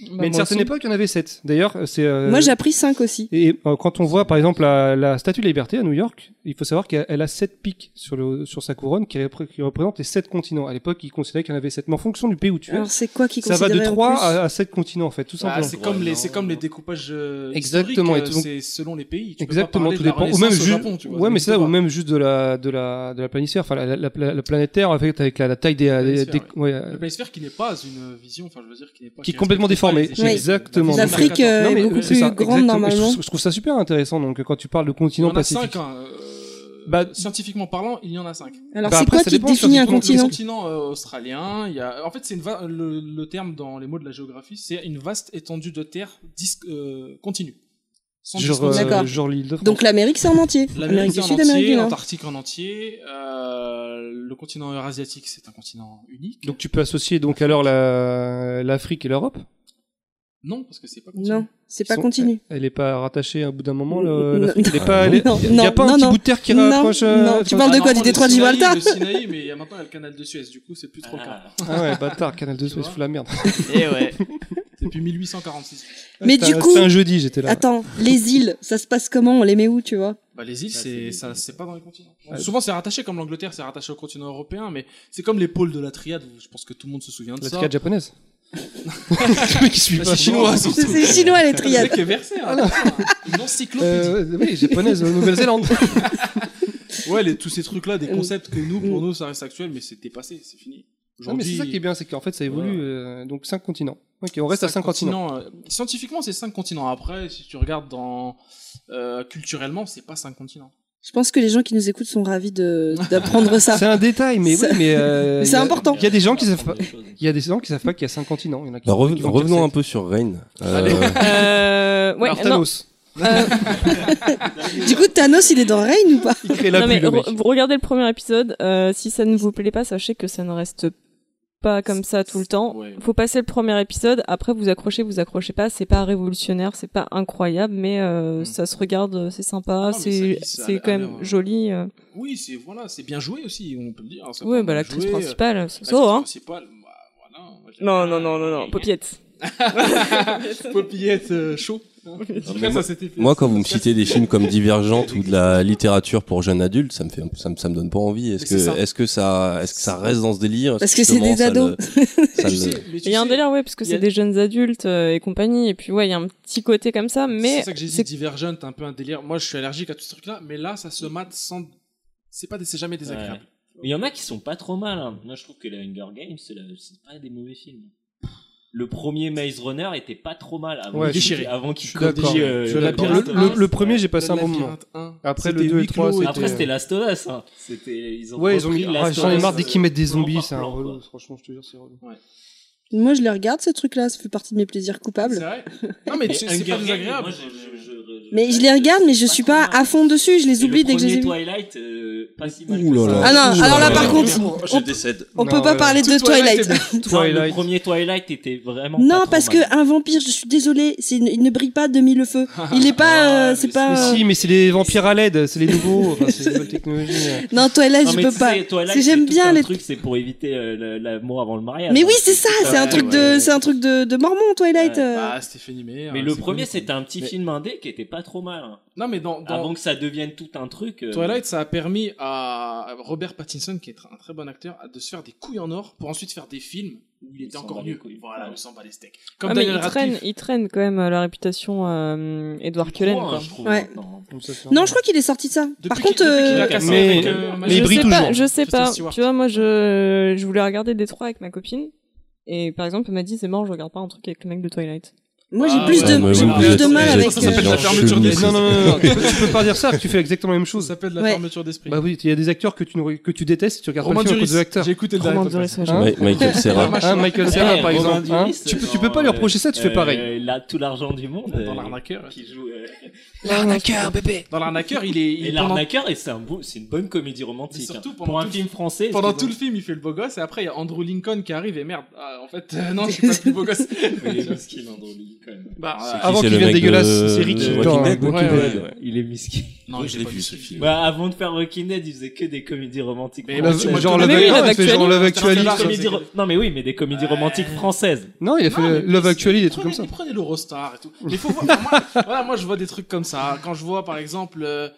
E: Bah,
B: mais à
E: moi
B: une certaine
E: aussi.
B: époque, il y en avait sept. D'ailleurs, c'est. euh,
C: Moi, j'ai appris 5 aussi.
B: Et euh, quand on voit par exemple la, la Statue de la Liberté à New York, il faut savoir qu'elle elle a sept pics sur, le, sur sa couronne qui, repré- qui représentent les sept continents. À l'époque, ils considéraient qu'il y en avait sept. Mais en fonction du pays où tu es,
C: Alors, c'est quoi qui
B: ça va de
C: considérait en
B: 3
C: plus
B: à, à 7 continents en fait, tout
D: Ah,
B: simplement.
D: c'est comme, les,
F: non,
D: c'est comme
F: non.
D: les découpages euh,
B: Exactement,
D: historiques,
B: et
D: euh,
B: tout.
D: c'est selon les pays. Tu peux pas
B: Exactement,
D: parler
B: tout
D: de la
B: dépend. Ou
D: Renaissance
B: même
D: au
B: juste,
D: Japon, tu vois,
B: ouais, mais
D: ça
B: c'est ça, ou
D: n'existe
B: même juste de la de la de la planisphère, enfin la, la, la- la planétaire avec avec la, la taille des, des,
D: planisphère,
B: des- ouais,
D: pas.
B: euh,
D: Le planisphère qui n'est pas une euh, vision, enfin je veux dire qui n'est pas
B: qui est complètement
D: respecte pas les
B: déformée.
D: échelles.
B: Exactement.
D: La vision
C: L'Afrique,
D: de la
C: euh,
D: carte.
C: est
B: mais
C: beaucoup
B: euh,
C: plus
B: ça,
C: grande,
B: exactement. Et Je
C: normalement.
B: trouve, je trouve ça super intéressant. Donc euh, quand tu parles de
D: Il y
B: continent
D: en a
B: pacifique,
D: cinq. hein, euh,
B: Bah,
D: scientifiquement parlant, il y en a cinq.
C: Alors,
B: Bah,
C: c'est
B: après,
C: quoi
B: ça
C: qui
B: dépend sur
C: définit
B: du
C: un
B: plan-
D: Le
C: continent
D: continent euh, australien, il y a... en fait, c'est une va- le, le terme dans les mots de la géographie, c'est une vaste étendue de terre dis- euh, continue. Sans
B: genre,
D: discontinuité.
C: D'accord.
B: euh, genre l'île de France.
C: Donc, l'Amérique, c'est en entier. Amérique
D: L'Amérique
C: du
D: en
C: Sud, Amérique du
D: entier,
C: Nord.
D: l'Antarctique en entier, euh, le continent eurasiatique, c'est un continent unique.
B: Donc tu peux associer donc alors la- l'Afrique et l'Europe.
D: Non, parce que c'est pas continent.
C: Non, c'est
B: Ils
C: pas
B: sont-
C: continu.
B: Elle n'est pas rattachée à un bout d'un moment.
C: Non,
B: le- Ah l'Afrique, elle est
A: non,
B: pas. Il
C: non,
B: n'y a pas
C: non,
B: un petit
C: non.
B: bout de terre qui euh,
C: Non,
B: rapproche.
C: non, tu parles de quoi, du détroit de
D: Normalement,
C: Gibraltar
D: Ah le Sinaï, Le Sinaï, mais il y a maintenant il y a le canal de Suez, du coup, c'est plus trop le cas.
F: Ah,
B: Ah ouais, bâtard, Canal de
D: Tu
B: Suez,
D: vois
B: fous la merde.
F: Et ouais.
D: Depuis 1846.
C: Mais
B: C'était
C: du
B: un-
C: coup-
B: c'était un jeudi, j'étais là.
C: Attends, les îles, ça se passe comment On les met où, tu vois
D: Bah, les îles,
F: Ah,
D: c'est
F: c'est-
D: ça, c'est pas dans les continents.
B: Ah,
D: Souvent, c'est rattaché, comme l'Angleterre, c'est rattaché au continent européen, mais c'est comme les pôles de la triade. Je pense que tout le monde se souvient de
B: La
D: ça.
B: triade japonaise. Le mec qui suit
D: Ah,
B: pas.
D: c'est chinois, surtout.
C: C'est les Chinois, Ah. les
D: Le
C: triades.
D: mec est versé. hein, putain, Une encyclopédie.
B: Euh, oui, japonaise, euh, Nouvelle-Zélande.
D: Ouais, les- tous ces trucs-là, des
C: Euh, Ah,
D: concepts que nous, pour
C: euh.
D: nous, ça reste actuel, mais c'est dépassé, c'est fini.
B: Non, mais c'est ça qui est bien, c'est qu'en fait ça évolue. euh, donc 5 continents. Ok, on reste à 5 continents.
D: euh, scientifiquement, c'est 5 continents. Après, si tu regardes dans. euh, culturellement, c'est pas 5 continents.
C: Je pense que les gens qui nous écoutent sont ravis de- d'apprendre ça.
B: C'est un détail, mais oui,
C: Ça-
B: mais. euh,
C: C'est
B: il y a-
C: important.
B: Il y a des gens qui savent pas.
F: Des choses.
B: Il y a des gens qui savent pas qu'il y a 5 continents. Il y en a qui-
A: Bah, reven-
B: qui vont dire
A: revenons un
B: sept.
A: peu sur Reign. Euh,
E: Euh, ouais,
B: Alors,
E: non,
B: Thanos.
E: euh,
C: Du coup, Thanos, il est dans Reign ou pas
B: Il crée la
E: non, mais
B: bulle, le mec.
E: re- vous regardez le premier épisode. euh, si ça ne vous plaît pas, sachez que ça ne reste pas comme ça tout le temps.
D: Ouais.
E: Faut passer le premier épisode. Après, vous accrochez, vous accrochez pas. C'est pas révolutionnaire, c'est pas incroyable, mais euh,
D: Mm.
E: ça se regarde, c'est sympa,
D: Ah non, mais
E: c'est
D: ça- ça a
E: c'est
D: l'air-
E: quand
D: a
E: même
D: l'air, euh,
E: joli. euh.
D: Oui, c'est voilà, c'est bien joué aussi, on peut le dire. hein, c'est
E: Ouais,
D: pas
E: bah
D: mal
E: l'actrice
D: joué, euh,
E: principale, c'est
D: l'actrice
E: ça, hein.
D: principale, bah, voilà, moi, j'aime
E: Non,
D: bien.
E: non, non, non, non, Popiette.
D: Popillette euh, chaud.
A: mais
D: ça, c'était fait.
A: moi, quand vous me citez des films comme Divergente ou de la littérature pour jeunes adultes, ça me fait, un peu- ça me, ça me donne pas envie. Est-ce
D: Mais c'est ça.
A: que, est-ce que ça, est-ce que ça reste dans ce délire Est-ce
C: Parce que c'est
A: justement,
C: des
A: ça
C: ados.
A: le- ça
D: Tu
A: le-
D: sais, mais tu
E: Il y a un
D: sais,
E: délire, ouais, parce que
D: il y a-
E: c'est des jeunes adultes euh, et compagnie. Et puis, ouais, il y a un petit côté comme ça,
D: C'est
E: mais
D: ça que j'ai dit,
E: c'est
D: Divergent, un peu un délire. Moi, je suis allergique à tout ce truc-là, mais là, ça se mate sans. C'est pas, c'est jamais désagréable.
F: Il y en a qui sont pas trop mal. hein. Moi, je trouve que la Hunger Games, c'est la- c'est pas des mauvais films. Le premier Maze Runner était pas trop mal avant
B: Ouais,
F: qu'il-
D: déchiré.
F: avant qu'il
B: Je suis
F: copie,
B: d'accord.
F: euh,
D: Je suis
F: la
D: d'accord.
F: Pirate
B: Le-
F: Bay.
B: le- le premier, j'ai passé un
D: Le
B: bon moment.
D: Labyrinthe 1,
B: Après,
D: c'était
B: le 2 et
D: huis
B: 3,
D: clos et
B: c'était-
F: Après, c'était Last of Us. hein. C'était, ils ont
B: Ouais, ils ont
F: repris
B: mis.
F: Last
B: ah,
F: of
B: J'en ai
F: Us, euh,
B: marre dès qu'ils mettent des
F: plan par
B: zombies, c'est un
F: plan,
B: relou.
F: quoi.
B: Franchement, je te jure, c'est relou.
C: Moi, je les regarde, ces trucs-là. Ça fait partie de mes plaisirs
D: C'est
C: coupables.
D: vrai. Non, mais
F: Et
D: c'est c'est
F: Hunger
D: pas
F: Games,
D: désagréable.
F: moi, je- je- je-
C: Mais je les regarde, mais je suis pas à fond dessus. Je les
F: Et
C: oublie
F: le
C: dès que je les ai
F: premier
C: vus.
F: Twilight, euh, pas si mal.
A: Ouh là
F: que ça.
A: là.
C: Ah non, alors là,
A: Ouais.
C: par contre,
A: je décède.
C: on
B: Non,
C: peut pas
B: ouais.
C: parler de
D: Tout Twilight
C: Twilight.
F: Non, le
B: Twilight.
F: premier Twilight était vraiment. pas
C: Non,
F: trop
C: parce que
F: mal.
C: un vampire, je suis désolée, c'est une- il ne brille pas de mille feux. Il est pas,
F: Ah,
C: euh, c'est
F: mais
B: Mais
C: pas. euh,
B: si, mais c'est les vampires à LED, c'est les nouveaux, enfin, c'est les nouvelles technologies. euh.
C: Non, Twilight,
F: Non,
C: ah, je
F: mais
C: peux
F: tu
C: pas.
F: sais, Twilight,
C: C'est- j'aime
F: tout
C: bien
F: un
C: les-
F: truc, c'est pour éviter euh, le- l'amour avant le mariage.
C: Mais
F: hein.
C: oui, c'est ça, c'est un
F: ouais,
C: truc
F: ouais,
C: de, c'est un truc de, de mormon, Twilight.
F: Ouais,
C: euh.
D: Ah, Stéphanie Meyer.
F: Mais le premier, c'était un petit
D: Mais-
F: film indé qui était pas trop mal. hein.
D: Non, mais dans, dans
F: Avant que ça devienne tout un truc. euh,
D: Twilight, ça a permis à Robert Pattinson, qui est un très bon acteur, de se faire des couilles en or pour ensuite faire des films où il
F: Il
D: était
F: s'en
D: encore
F: bat les
D: mieux.
F: couilles.
D: Voilà, il s'en bat les steaks. Comme
E: Ah, mais
D: Daniel
E: il traîne,
D: Radcliffe.
E: il traîne quand même euh, la réputation euh, Edward
F: trop,
E: Cullen.
F: hein,
E: quoi.
F: je trouve,
C: Ouais.
F: maintenant.
B: Comme ça, c'est
C: Non,
B: un-
C: je crois qu'il est sorti de ça.
D: Depuis
C: Par
D: qu'il-
C: contre,
D: depuis qu'il
C: euh,
D: a cassé
G: mais-
D: avec, euh,
G: mais il
E: je
D: Magic-
G: brille
E: sais
G: toujours.
E: Pas, je sais
D: Kristen
E: pas.
D: Stewart.
E: Tu vois, moi, je, je voulais regarder des trois avec ma copine. Et par exemple, elle m'a dit, c'est mort, je regarde pas un truc avec le mec de Twilight.
C: moi j'ai
D: Ah
C: plus
D: ouais,
C: de,
D: mais
C: j'ai
D: oui,
C: plus
D: vous
C: de
D: êtes-
C: mal
D: vous
C: avec.
D: êtes- ça s'appelle
C: euh,
D: la fermeture des-
B: Non, non, non, non, tu, peux, tu peux pas dire ça, tu fais exactement la même
D: Ça
B: chose.
D: s'appelle de la
C: Ouais.
D: fermeture d'esprit.
B: Bah oui, il y a des acteurs que tu, ne- que tu détestes, tu regardes
D: Romain
B: pas le film à cause de
D: Duris.
B: l'acteur.
D: J'ai écouté le
E: Roman
D: dernier
E: Duris,
D: podcast.
E: moi,
B: Hein
E: j'aime.
A: Ma- Michael Serra.
B: Hein, Michael Serra,
F: Ah, Ouais,
B: par
F: Romain
B: exemple. hein.
F: Duris,
B: tu, peux- tu
F: Eh, dans,
B: peux pas lui
F: euh,
B: reprocher ça, tu fais pareil.
F: Euh, il a tout l'argent du monde.
D: Dans
F: euh,
D: l'arnaqueur.
F: Qui joue. euh,
D: Dans l'arnaqueur, il est. il-
F: Et
D: pendant-
F: l'arnaqueur, et c'est un beau- c'est une bonne comédie romantique.
D: Mais surtout
F: hein.
D: pendant
F: pour un
D: tout-
F: film français.
D: Pendant
F: est-ce
D: tout le film, il fait le beau gosse, et après, il y a Andrew Lincoln qui arrive, et merde, ah, en fait, euh, non, je suis pas le plus beau gosse.
F: qu'ils ont- Il est miskin, Andrew Lincoln.
D: bah, euh,
B: Avant
A: c'est
B: qu'il
A: le
B: devienne
A: mec de-
B: dégueulasse, c'est
A: de
B: Ricky.
A: Walking
B: dans
A: Dead
B: Walking
D: Ouais,
B: Dead.
D: ouais, ouais.
F: Il est miskin.
D: non,
A: je
D: j'ai
A: l'ai
D: pas
A: vu,
D: vu
A: ce
D: ce film.
F: Bah, avant de faire Walking Dead, il faisait que des comédies romantiques.
D: Mais
B: La-
D: bon, tu vois,
B: Genre
D: tout
B: Love
D: le monde-
E: Mais oui,
B: Actually,
E: Love
B: il fait genre
E: Actually.
B: Love
F: Genre
B: Actually.
F: des
D: Star
F: comédies
B: ça.
F: ro- Non, mais oui, mais des comédies romantiques françaises.
B: Non, il a
F: ah,
B: fait Love Actually, des trucs comme ça.
D: Ils prenaient l'Eurostar et tout. Mais faut voir. moi, voilà, moi, je vois des trucs comme ça. Quand je vois, par exemple, euh,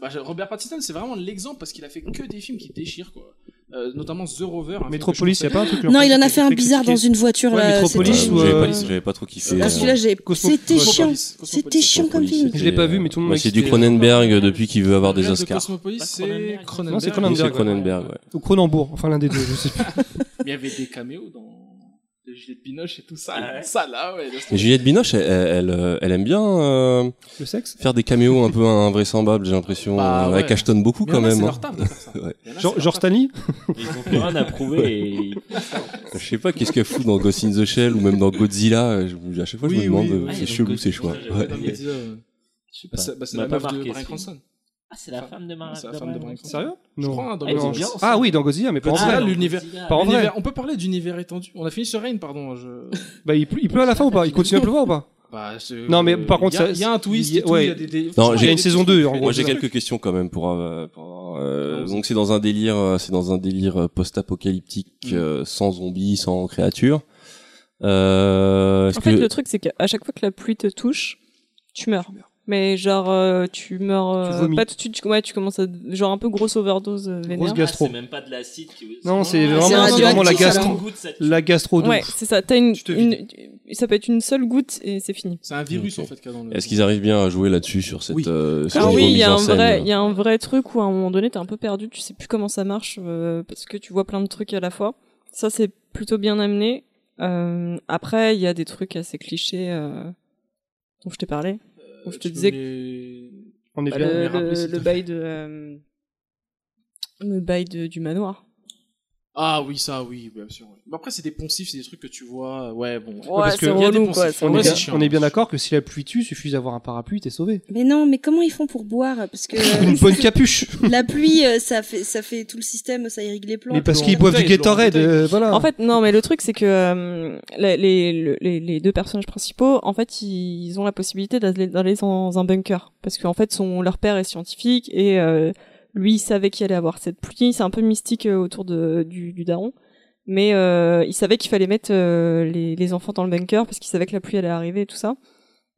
D: bah, je- Robert Pattinson, c'est vraiment l'exemple parce qu'il a fait que des films qui déchirent, quoi. Euh, notamment The Rover. un
B: Metropolis, il a
D: film
B: pas un truc
C: Non, il en a fait un
B: très
C: bizarre dans
B: critiqué.
C: une voiture
B: Ouais,
C: là.
B: Metropolis
C: c'était-
A: Ouais,
B: ou,
A: j'avais
B: euh,
A: pas- j'avais pas trop kiffé.
C: Ah,
A: euh,
C: celui-là, j'ai.
B: Cosmo-
C: C'était
D: que je me
C: chiant.
D: souviens. Cosmopolis,
C: C'était
D: Cosmopolis.
C: chiant comme
A: Cosmopolis,
C: film.
B: Je l'ai pas vu, mais tout le monde
A: Moi,
B: m'a
A: c'est du
B: excité.
A: Cronenberg euh, depuis qu'il veut avoir
D: Le
A: des
D: rêve de
A: Oscars.
D: Cosmopolis,
F: Pas
D: c'est
F: Cronenberg.
D: Bah, Cronenberg.
B: Non, c'est
A: Oui,
B: Cronenberg.
A: c'est Cronenberg, ouais.
B: Ou Cronenbourg, enfin l'un des deux, je sais plus.
D: Mais Il y avait des caméos dans le gilet de Binoche et tout ça.
F: Ah ouais.
D: Ça, là, ouais. laisse
A: Et
D: tomber.
A: Juliette Binoche, elle, elle, euh, elle aime bien euh,
B: Le sexe
A: faire des caméos un peu invraisemblables, j'ai l'impression.
D: Bah,
A: euh,
D: ouais.
A: Elle cachetonne beaucoup
D: Mais
A: quand
D: il y en a,
A: même.
D: C'est
A: hein.
D: leur table de faire ça.
A: Ouais.
D: Il y en a,
B: Genre
D: c'est
B: genre
D: leur table.
B: Stanley
F: Ils ont plus rien à prouver et
A: Je sais pas qu'est-ce qu'elle fout dans Ghost in the Shell ou même dans Godzilla. euh, je- à chaque fois, je
D: Oui,
A: me demande,
D: oui,
A: euh,
D: oui.
A: c'est
F: Ouais,
A: chelou
F: donc
A: ces choix.
F: Godzilla,
A: Ouais.
F: j'avais
D: Madame Godzilla, euh,
F: Je sais
D: bah, c'est bah, c'est
F: m'a
D: la
F: pas
D: meuf de
F: marqué,
D: Brian
F: ce
D: Cranston.
F: Ah, c'est la femme de Marin.
D: C'est la femme de Brian Cranston.
B: Sérieux
D: Je crois, hein, dans
F: Ah,
D: Godzilla.
F: ils ont bien ensemble.
B: Ah oui, dans Godzilla, mais pas en
D: Godzilla,
B: vrai.
D: le- l'univers-
B: Pas en vrai.
D: L'univers- On peut parler d'univers étendu. On a fini sur Rain, pardon. hein, Je...
B: Bah, il pleut, il pleut à la fin ou pas Il continue à pleuvoir ou pas
D: Bah, c'est-
B: Non, mais par contre,
D: il y a-
B: ça-
D: il y, a un twist.
B: il y
D: et
B: a-
D: tout,
B: ouais.
D: il y a des- des-
A: Non,
B: Il y a une saison hein, 2, en gros.
A: Moi, j'ai
B: c'est ça.
A: quelques questions quand même pour. euh, pour, euh, donc, c'est dans un délire, euh, c'est dans un délire euh, post-apocalyptique, euh, sans zombies, sans créatures. Euh, est-ce
E: En fait,
A: que-
E: le truc, c'est qu'à chaque fois que la pluie te touche, tu meurs. Mais genre, euh, tu meurs
B: Tu
E: euh,
B: vomis.
E: pas tout de suite. tu- Ouais, tu commences à genre un peu grosse overdose euh, vénère.
B: Grosse gastro.
F: Ah, C'est même pas de l'acide. qui-
B: Non, c'est
F: Ah,
B: vraiment-
C: c'est
F: non, non,
C: vraiment la
F: c'est
C: gastro.
F: un goût de cette-
B: La gastro de
E: Ouais,
B: ouf.
E: c'est ça. T'as une,
B: Tu te
E: une, ça peut être une seule goutte et c'est fini.
D: C'est un virus
A: Ok.
D: en fait qu'il y a dans le.
A: est-ce qu'ils arrivent bien à jouer là-dessus sur cette.
D: Oui.
A: euh, cette
E: Ah oui, il y,
A: mise
E: a
A: en
E: un
A: scène,
E: vrai,
A: euh,
E: il y a un vrai truc où à un moment donné, t'es un peu perdu, tu sais plus comment ça marche euh, parce que tu vois plein de trucs à la fois. Ça, c'est plutôt bien amené. Euh, après, il y a des trucs assez clichés euh, dont je t'ai parlé. Où je
D: Euh, Tu
E: te
D: peux
E: disais
D: me les-
B: On est
D: Bah,
B: bien.
D: le-
E: le,
D: les rappeler,
E: le-
D: s'il te
E: le bail de euh, le bail de- du manoir.
D: Ah oui, ça, oui, bien sûr. ouais. Mais après, c'est des poncifs, c'est des trucs que tu vois. Ouais, bon.
E: Ouais,
B: parce que
E: c'est
D: il y a des
E: relou
D: bons
E: quoi.
D: sites.
E: c'est
B: On
D: Ouais,
B: est
E: relou.
B: bien,
D: chiant.
B: on est bien d'accord que si la pluie tue, il suffit d'avoir un parapluie, t'es sauvé.
C: Mais non, mais comment ils font pour boire Parce que euh,
B: Une bonne capuche.
C: la pluie, euh, ça fait, ça fait tout le système, ça irrigue les plans.
B: Mais parce
D: en
B: qu'ils boivent du
D: bouteille, ils l'ont en
B: Gatorade,
D: bouteille.
B: euh, voilà.
E: En fait, non, mais le truc, c'est que euh, les, les, le- les, les deux personnages principaux, en fait, ils ont la possibilité d'aller d'aller dans un bunker. Parce qu'en fait, son, leur père est scientifique et euh, lui, il savait qu'il allait avoir cette pluie. C'est un peu mystique euh, autour de, du, du daron. Mais euh, il savait qu'il fallait mettre euh, les, les enfants dans le bunker parce qu'il savait que la pluie allait arriver et tout ça.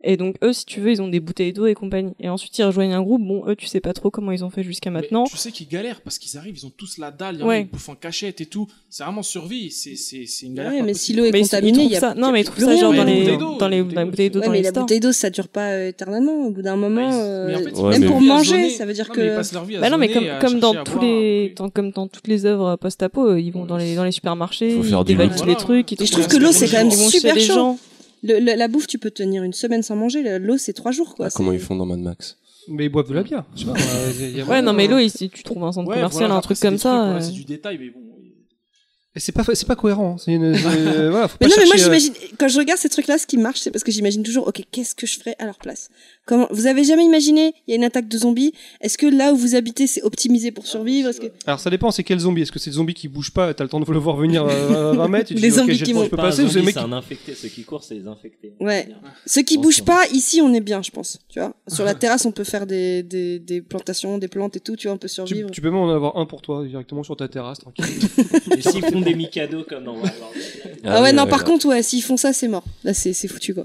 E: Et donc, eux, si tu veux, ils ont des bouteilles d'eau et compagnie. Et ensuite, ils rejoignent un groupe. Bon, eux, tu sais pas trop comment ils ont fait jusqu'à
D: Mais
E: maintenant.
D: Tu sais qu'ils galèrent parce qu'ils arrivent, ils ont tous la dalle, il y en a
E: Ouais.
D: ils bouffent en cachette et tout. C'est vraiment survie, c'est c'est- c'est une galère.
C: Ouais,
D: pas
C: mais si
D: possible.
C: l'eau est
E: Mais ils- ils
C: contaminée, il
E: trouvent
C: y a.
E: ça- non, mais ils trouvent
C: plus
E: ça
C: rien.
E: genre dans
D: Ouais,
E: les,
D: mais
E: dans les, dans les bouteilles d'eau
C: Ouais,
E: dans
C: mais
E: les
C: la
E: stores.
C: bouteille d'eau, ça dure pas euh, éternellement. Au bout d'un moment, euh,
D: Bah, Mais en
A: Ouais,
D: fait, ils passent
C: même
A: mais-
D: leur
C: pour
D: vie à
C: manger,
D: zoner.
C: ça veut dire
D: Non, mais ils
C: que.
D: passent leur vie à
E: Bah non, mais
D: zoner,
E: comme,
D: à
E: comme
D: euh, chercher
E: dans
D: à hein.
E: tous
D: boire,
E: les,
D: à
E: dans- comme dans toutes les œuvres post-apo, euh, ils vont
D: Ouais.
E: dans les, dans les supermarchés,
A: Faut faire
E: ils
A: du
E: dévalident
D: lourd.
E: les trucs. Ils
C: Et je
E: trouvent
C: trouve que
E: des
C: l'eau,
E: trucs,
C: c'est quand
E: ils
C: même
E: vont
C: super
E: chez les
C: chaud.
E: gens.
C: Le- le- la bouffe, tu peux tenir une semaine sans manger. le- L'eau, c'est trois jours,
A: ah,
C: quoi.
A: Comment
C: C'est-
A: ils font dans Mad Max
B: Mais ils boivent de la bière. Je sais pas, euh, y a- y a-
E: Ouais, non, mais l'eau, il- si tu trouves un centre
D: Ouais,
E: commercial,
D: voilà,
E: un truc
D: après, c'est
E: comme
D: des trucs,
E: ça.
D: voilà,
E: euh,
D: C'est du détail, mais bon.
B: Et C'est pas, c'est pas cohérent. C'est une, euh, voilà, faut
C: Mais
B: pas
C: non, mais moi
B: chercher, euh,
C: j'imagine quand je regarde ces trucs-là, ce qui marche, c'est parce que j'imagine toujours, ok, qu'est-ce que je ferais à leur place Comment Vous avez jamais imaginé Il y a une attaque de zombies. Est-ce que là où vous habitez, c'est optimisé
D: Ah,
C: pour survivre Est-ce que
B: Alors ça dépend, c'est quel zombie Est-ce que c'est le zombie qui bouge pas, t'as le temps de le voir venir euh, à 20 mètres et tu
C: Ou les
B: dis, ok,
C: zombies
B: j'ai
C: qui
B: le temps,
C: vont
B: je peux
F: Pas un
B: passer ou c'est le
F: zombie,
B: mec
F: c'est
B: qui-
F: un infecté. Ceux qui courent, c'est les infectés.
C: Ouais. ceux qui
F: Bon,
C: bougent
F: c'est
C: pas ici, on est bien, je pense. Tu vois, sur la terrasse, on peut faire des, des, des plantations, des plantes et tout. Tu vois, on peut
B: tu,
C: survivre.
B: tu peux même en avoir un pour toi directement sur ta terrasse, tranquille.
F: Et s'ils font des Mikado comme dans Warlord.
C: Ah, ouais, non, par
A: ouais.
C: contre, ouais, s'ils font ça, c'est mort. Là, c'est c'est foutu, quoi.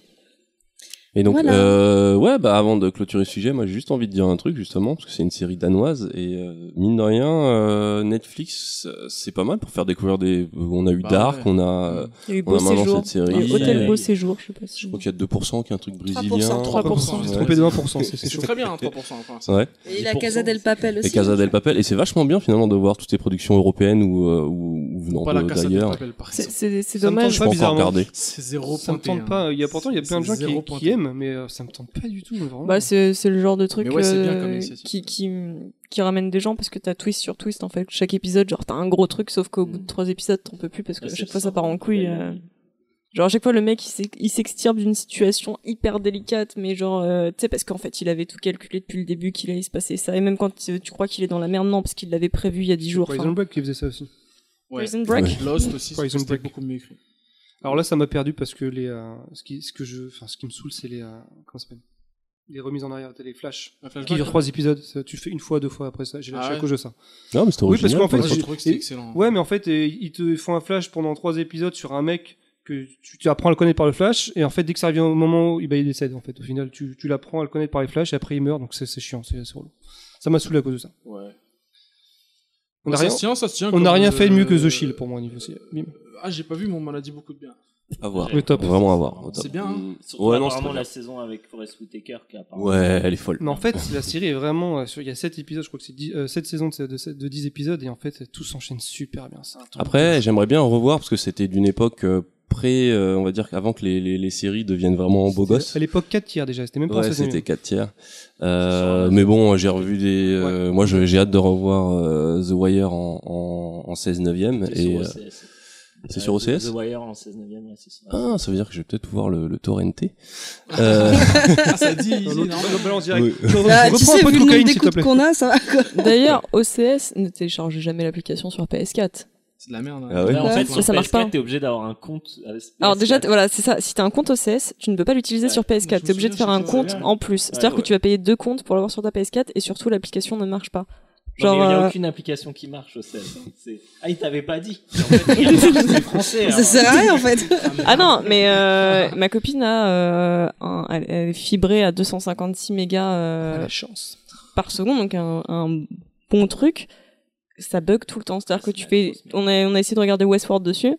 A: Et donc,
C: Voilà.
A: euh, ouais, bah avant de clôturer ce sujet, moi j'ai juste envie de dire un truc justement, parce que c'est une série danoise et euh, mine de rien, euh, Netflix, euh, c'est pas mal pour faire découvrir des. euh, On a eu
D: Bah
A: Dark,
D: ouais.
A: on a,
E: Il y a eu
A: on
E: Beau
A: a maintenant
E: Séjour.
A: cette série.
E: Il y a eu Hôtel
F: Ouais.
E: Beau Séjour, je sais pas
A: Je
E: si.
A: crois qu'il y a 2% qui est un truc brésilien.
D: 3%,
B: Je me
A: Ouais.
B: suis trompé de 1%, c'est- c'est
D: C'est
B: chaud.
D: très bien, hein, 3%. enfin, ça-
A: Ouais.
C: Et
F: 10%,
C: la Casa del Papel aussi.
A: Et Casa del Papel. Et c'est vachement bien finalement de voir toutes ces productions européennes ou, euh, ou, ou venant
D: Pas la
A: de-
D: cassade
A: d'ailleurs.
D: par
E: C'est-
D: exemple.
E: C'est c'est
B: Ça me
E: dommage.
A: Je
B: Pas
A: peux encore
B: bizarrement.
A: regarder.
D: C'est zéro
B: Ça me
D: pointé.
B: tente
D: hein.
B: pas. Il y a pourtant il y a plein de gens
D: C'est zéro
B: qui, qui
D: pointé.
B: aiment, mais euh, ça me tente pas du tout. mais vraiment.
E: Bah, c'est c'est le genre de truc
D: Oh. Mais ouais, c'est bien
E: euh,
D: comme initiative.
E: qui, qui, qui ramène des gens parce que t'as twist sur twist en fait. Chaque épisode, genre t'as un gros truc, sauf qu'au
D: Mm.
E: bout de trois épisodes, t'en peux plus parce
D: Bah,
E: que
F: Ah,
E: à
F: c'est
E: chaque fois
F: ça.
E: ça part en couille. euh. Genre à chaque fois le mec il s'ex- il s'extirpe d'une situation hyper délicate, mais genre euh, tu sais parce qu'en fait il avait tout calculé depuis le début qu'il allait se passer ça. Et même quand euh, tu tu crois qu'il est dans la merde, non parce qu'il l'avait prévu il y a dix jours.
B: Prison
E: enfin.
B: Break qui faisait ça aussi.
D: Ouais.
E: Prison Break.
A: Ouais.
D: Lost aussi,
B: Prison
D: c'était
B: Break.
D: beaucoup mieux écrit.
B: Alors là, ça m'a perdu parce que les, euh, ce qui, ce que je, enfin, ce qui me saoule, c'est les, euh, comment ça s'appelle Les remises en arrière, t'as les flashs
D: Un flashback,
B: qui durent
D: hein.
B: trois épisodes. Ça, tu fais une fois, deux fois après ça. J'ai
D: Ah
B: lâché à
D: ouais.
B: cause de ça.
A: Non, mais c'était
B: Oui, parce
A: original,
B: qu'en fait,
A: quoi.
D: Ouais,
B: j'ai-
D: je trouve que c'était
B: et-
D: excellent.
B: Ouais, mais en fait, euh, ils te font un flash pendant trois épisodes sur un mec que tu, tu apprends à le connaître par le flash, et en fait, dès que ça revient au moment où eh ben, il décède, en fait, au final, tu, tu l'apprends à le connaître par les flashs, et après il meurt, donc c'est c'est chiant, c'est c'est relou. Ça m'a saoulé à cause de ça.
D: Ouais.
B: On n'a
D: ça
B: rien,
D: se tient, ça se tient.
B: on
D: comme,
B: a rien
D: euh,
B: fait de mieux que The Shield pour moi au niveau série. Bim.
D: Ah, j'ai pas vu, mais on m'en a dit beaucoup de bien.
A: à voir.
B: Le top.
A: Vraiment à voir. au top.
D: C'est bien, hein.
F: Mm. Surtout
A: Ouais, non, c'est
F: apparemment
A: très bien.
F: la saison avec Forest Whitaker qui a
A: Ouais, elle est folle.
B: Mais en fait, la série est vraiment. euh, sur- Il y a 7 épisodes, je crois que c'est 10, euh, sept saisons de, de, sept- de 10 épisodes, et en fait, tout s'enchaîne super bien. c'est un truc-
A: Après, j'aimerais bien en revoir parce que c'était d'une époque euh, pré, euh, on va dire, avant que les, les, les séries deviennent vraiment beau gosse.
B: à l'époque 4 tiers déjà, c'était même pas en
A: Ouais,
B: saison
A: c'était
B: unique.
A: 4 tiers. Euh, mais bon, j'ai revu des. euh, Moi, je- j'ai hâte de revoir euh, The Wire en, en, en 16 neuvième. Et, euh, c'est sur OCS
F: The Wire en 16 neuvième, ouais, c'est ça.
A: ah, ça veut dire que je vais peut-être voir le, le torrenté. Euh,
D: Ah, ça dit,
B: Dans
D: il
B: l'autre-
D: dit, non.
B: dans le balance direct.
A: oui.
C: Ah, tu
B: Reprends un
C: sais,
B: peu de
C: vu le nombre
B: cocaïne, s'il te
C: d'écoutes
B: plaît.
C: qu'on a, ça va quoi.
E: D'ailleurs, OCS ne télécharge jamais l'application sur PS4.
D: C'est de la merde. hein.
A: Ah ouais.
F: Ouais, en fait,
E: Ça
F: sur
E: marche
F: PS4,
E: pas.
F: T'es obligé d'avoir un compte. euh,
E: Alors déjà,
F: PS4.
E: t- voilà, c'est ça. Si t'as un compte OCS, tu ne peux pas l'utiliser
F: Ouais.
E: sur PS4.
D: Je me
E: T'es obligé de
D: souviens,
E: faire un
D: c'était
E: compte
F: vrai.
E: en plus. C'est-à-dire
F: ouais.
E: que tu vas payer deux comptes pour l'avoir sur ta PS4 et surtout l'application ne marche pas.
F: Non,
E: Genre,
F: mais il n'y a
E: euh,
F: aucune application qui marche au 16. hein. C'est- Ah, il t'avait pas dit. En fait, regarde, c'est français.
C: Ça
F: alors.
C: sert à rien en fait.
E: Ah non, mais euh, ma copine a, euh, un- elle, elle est fibrée à 256 mégas euh,
B: Ah, chance.
E: par seconde, donc un, un bon truc. Ça bug tout le temps. C'est-à-dire que
F: C'est
E: tu
F: la
E: fais,
F: grosse
E: on
F: merde.
E: a, on a essayé de regarder Westworld dessus.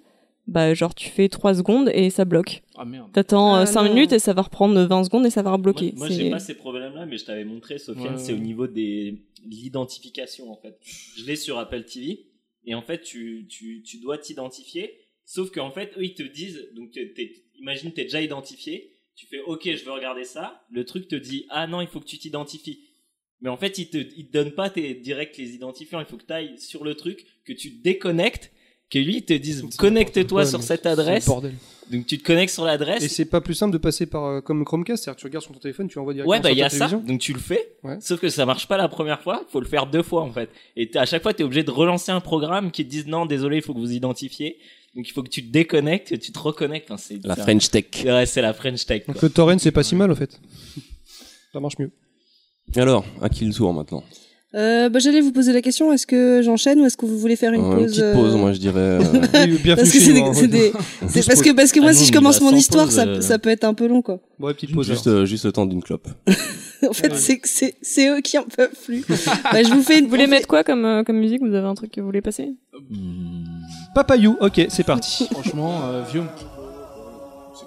E: Bah genre tu fais 3 secondes et ça bloque.
D: Ah merde.
E: T'attends
C: Ah
E: 5
C: non.
E: minutes et ça va reprendre 20 secondes et ça va
F: Moi,
E: rebloquer.
F: moi,
E: C'est-
F: j'ai pas ces problèmes-là, mais je t'avais montré, Sofiane,
D: Ouais.
F: c'est au niveau des l'identification en fait. Je l'ai sur Apple TV et en fait, tu, tu, tu dois t'identifier. Sauf qu'en fait, eux, ils te disent, donc t'es- t'es- imagine, t'es déjà identifié. Tu fais OK, je veux regarder ça. Le truc te dit Ah non, il faut que tu t'identifies. Mais en fait, ils te, ils te donnent pas tes, direct les identifiants. Il faut que tu ailles sur le truc, que tu te déconnectes, que lui, ils te disent Connecte-toi sur cette adresse. Donc tu te connectes sur l'adresse.
B: Et c'est pas plus simple de passer par euh, comme Chromecast, c'est-à-dire que tu regardes sur ton téléphone, tu envoies directement
F: Ouais, bah
B: sur
F: il y
B: ta
F: a ça,
B: télévision.
F: donc tu le fais,
B: Ouais.
F: sauf que ça marche pas la première fois, faut le faire deux fois en fait. Et t'es- à chaque fois, tu es obligé de relancer un programme qui te dise non, désolé, il faut que vous identifiez. Donc il faut que tu te déconnectes, que tu te reconnectes. Enfin, c'est,
A: la
F: c'est un-
A: French Tech.
F: Ouais, c'est la French Tech.
B: Donc
F: quoi.
B: le torrent, c'est pas si mal au fait. Ça marche mieux.
A: Alors, à qui le tour maintenant
C: Euh, bah, J'allais vous poser la question est-ce que j'enchaîne ou est-ce que vous voulez faire une
A: Euh, Une
C: pause
A: petite
C: euh,
A: pause, moi je dirais. euh,
B: Oui, bienvenue
C: Parce que
B: chez
C: c'est
B: nous,
C: des-
B: hein,
C: c'est des- c'est- parce que parce que moi
F: Ah non,
C: si je
F: mais
C: commence
F: bah,
C: mon
F: sans
C: histoire
F: pause,
C: ça,
F: euh.
C: ça peut être un peu long quoi.
B: Bon, ouais, petite pause.
A: juste,
B: alors.
A: euh, juste le temps d'une clope.
C: En fait c'est que c'est c'est eux qui en peuvent plus. Bah, je vous fais une
E: Vous voulez
C: on fait-
E: mettre quoi comme, euh, comme musique Vous avez un truc que vous voulez passer
A: euh,
B: Papayou, ok, c'est parti.
D: Franchement, euh, vieux.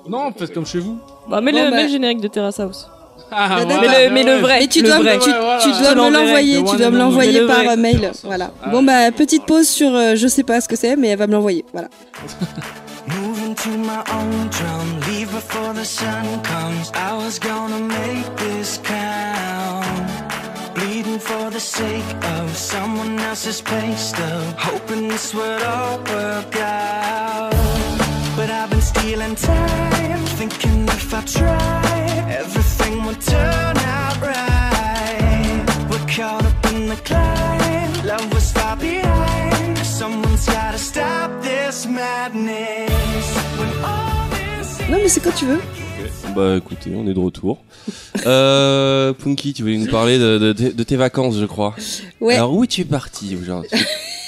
D: Non, peut-être comme chez vous.
E: Bah, mets,
C: Bon,
E: le,
C: bah-
E: mets le générique de Terrace House.
D: Ah,
C: Mais
E: Mais
D: voilà, Ah
E: le, mais
D: ouais,
E: le vrai.
C: Mais tu
E: le
C: dois,
E: vrai.
C: me- tu,
D: Ouais, voilà.
C: tu
E: Je
C: dois
E: te
C: me
E: l'enverrai.
C: l'envoyer,
D: Le
C: tu
D: one
C: dois
D: and
C: me l'envoyer
E: only.
C: par
E: Le
C: euh, mail.
D: vrai.
C: Voilà.
D: Ah
C: Bon
D: ouais.
C: bah petite pause sur euh, je sais pas ce que c'est mais elle va me l'envoyer. Voilà.
G: Moving to my own drum, leave before the sun comes. I was gonna make this count. Bleeding for the sake of someone else's pain stub. Hoping this would all work out. But I've been stealing time, thinking if I try, everything would turn out right. We're caught up in the climb, love was far behind. Someone's gotta stop this madness. When all this
C: Non mais c'est quand tu veux.
A: Bah écoutez, on est de retour. euh, Punky, tu voulais nous parler de, de- de- de tes vacances, je crois.
C: Ouais.
A: Alors où tu es parti aujourd'hui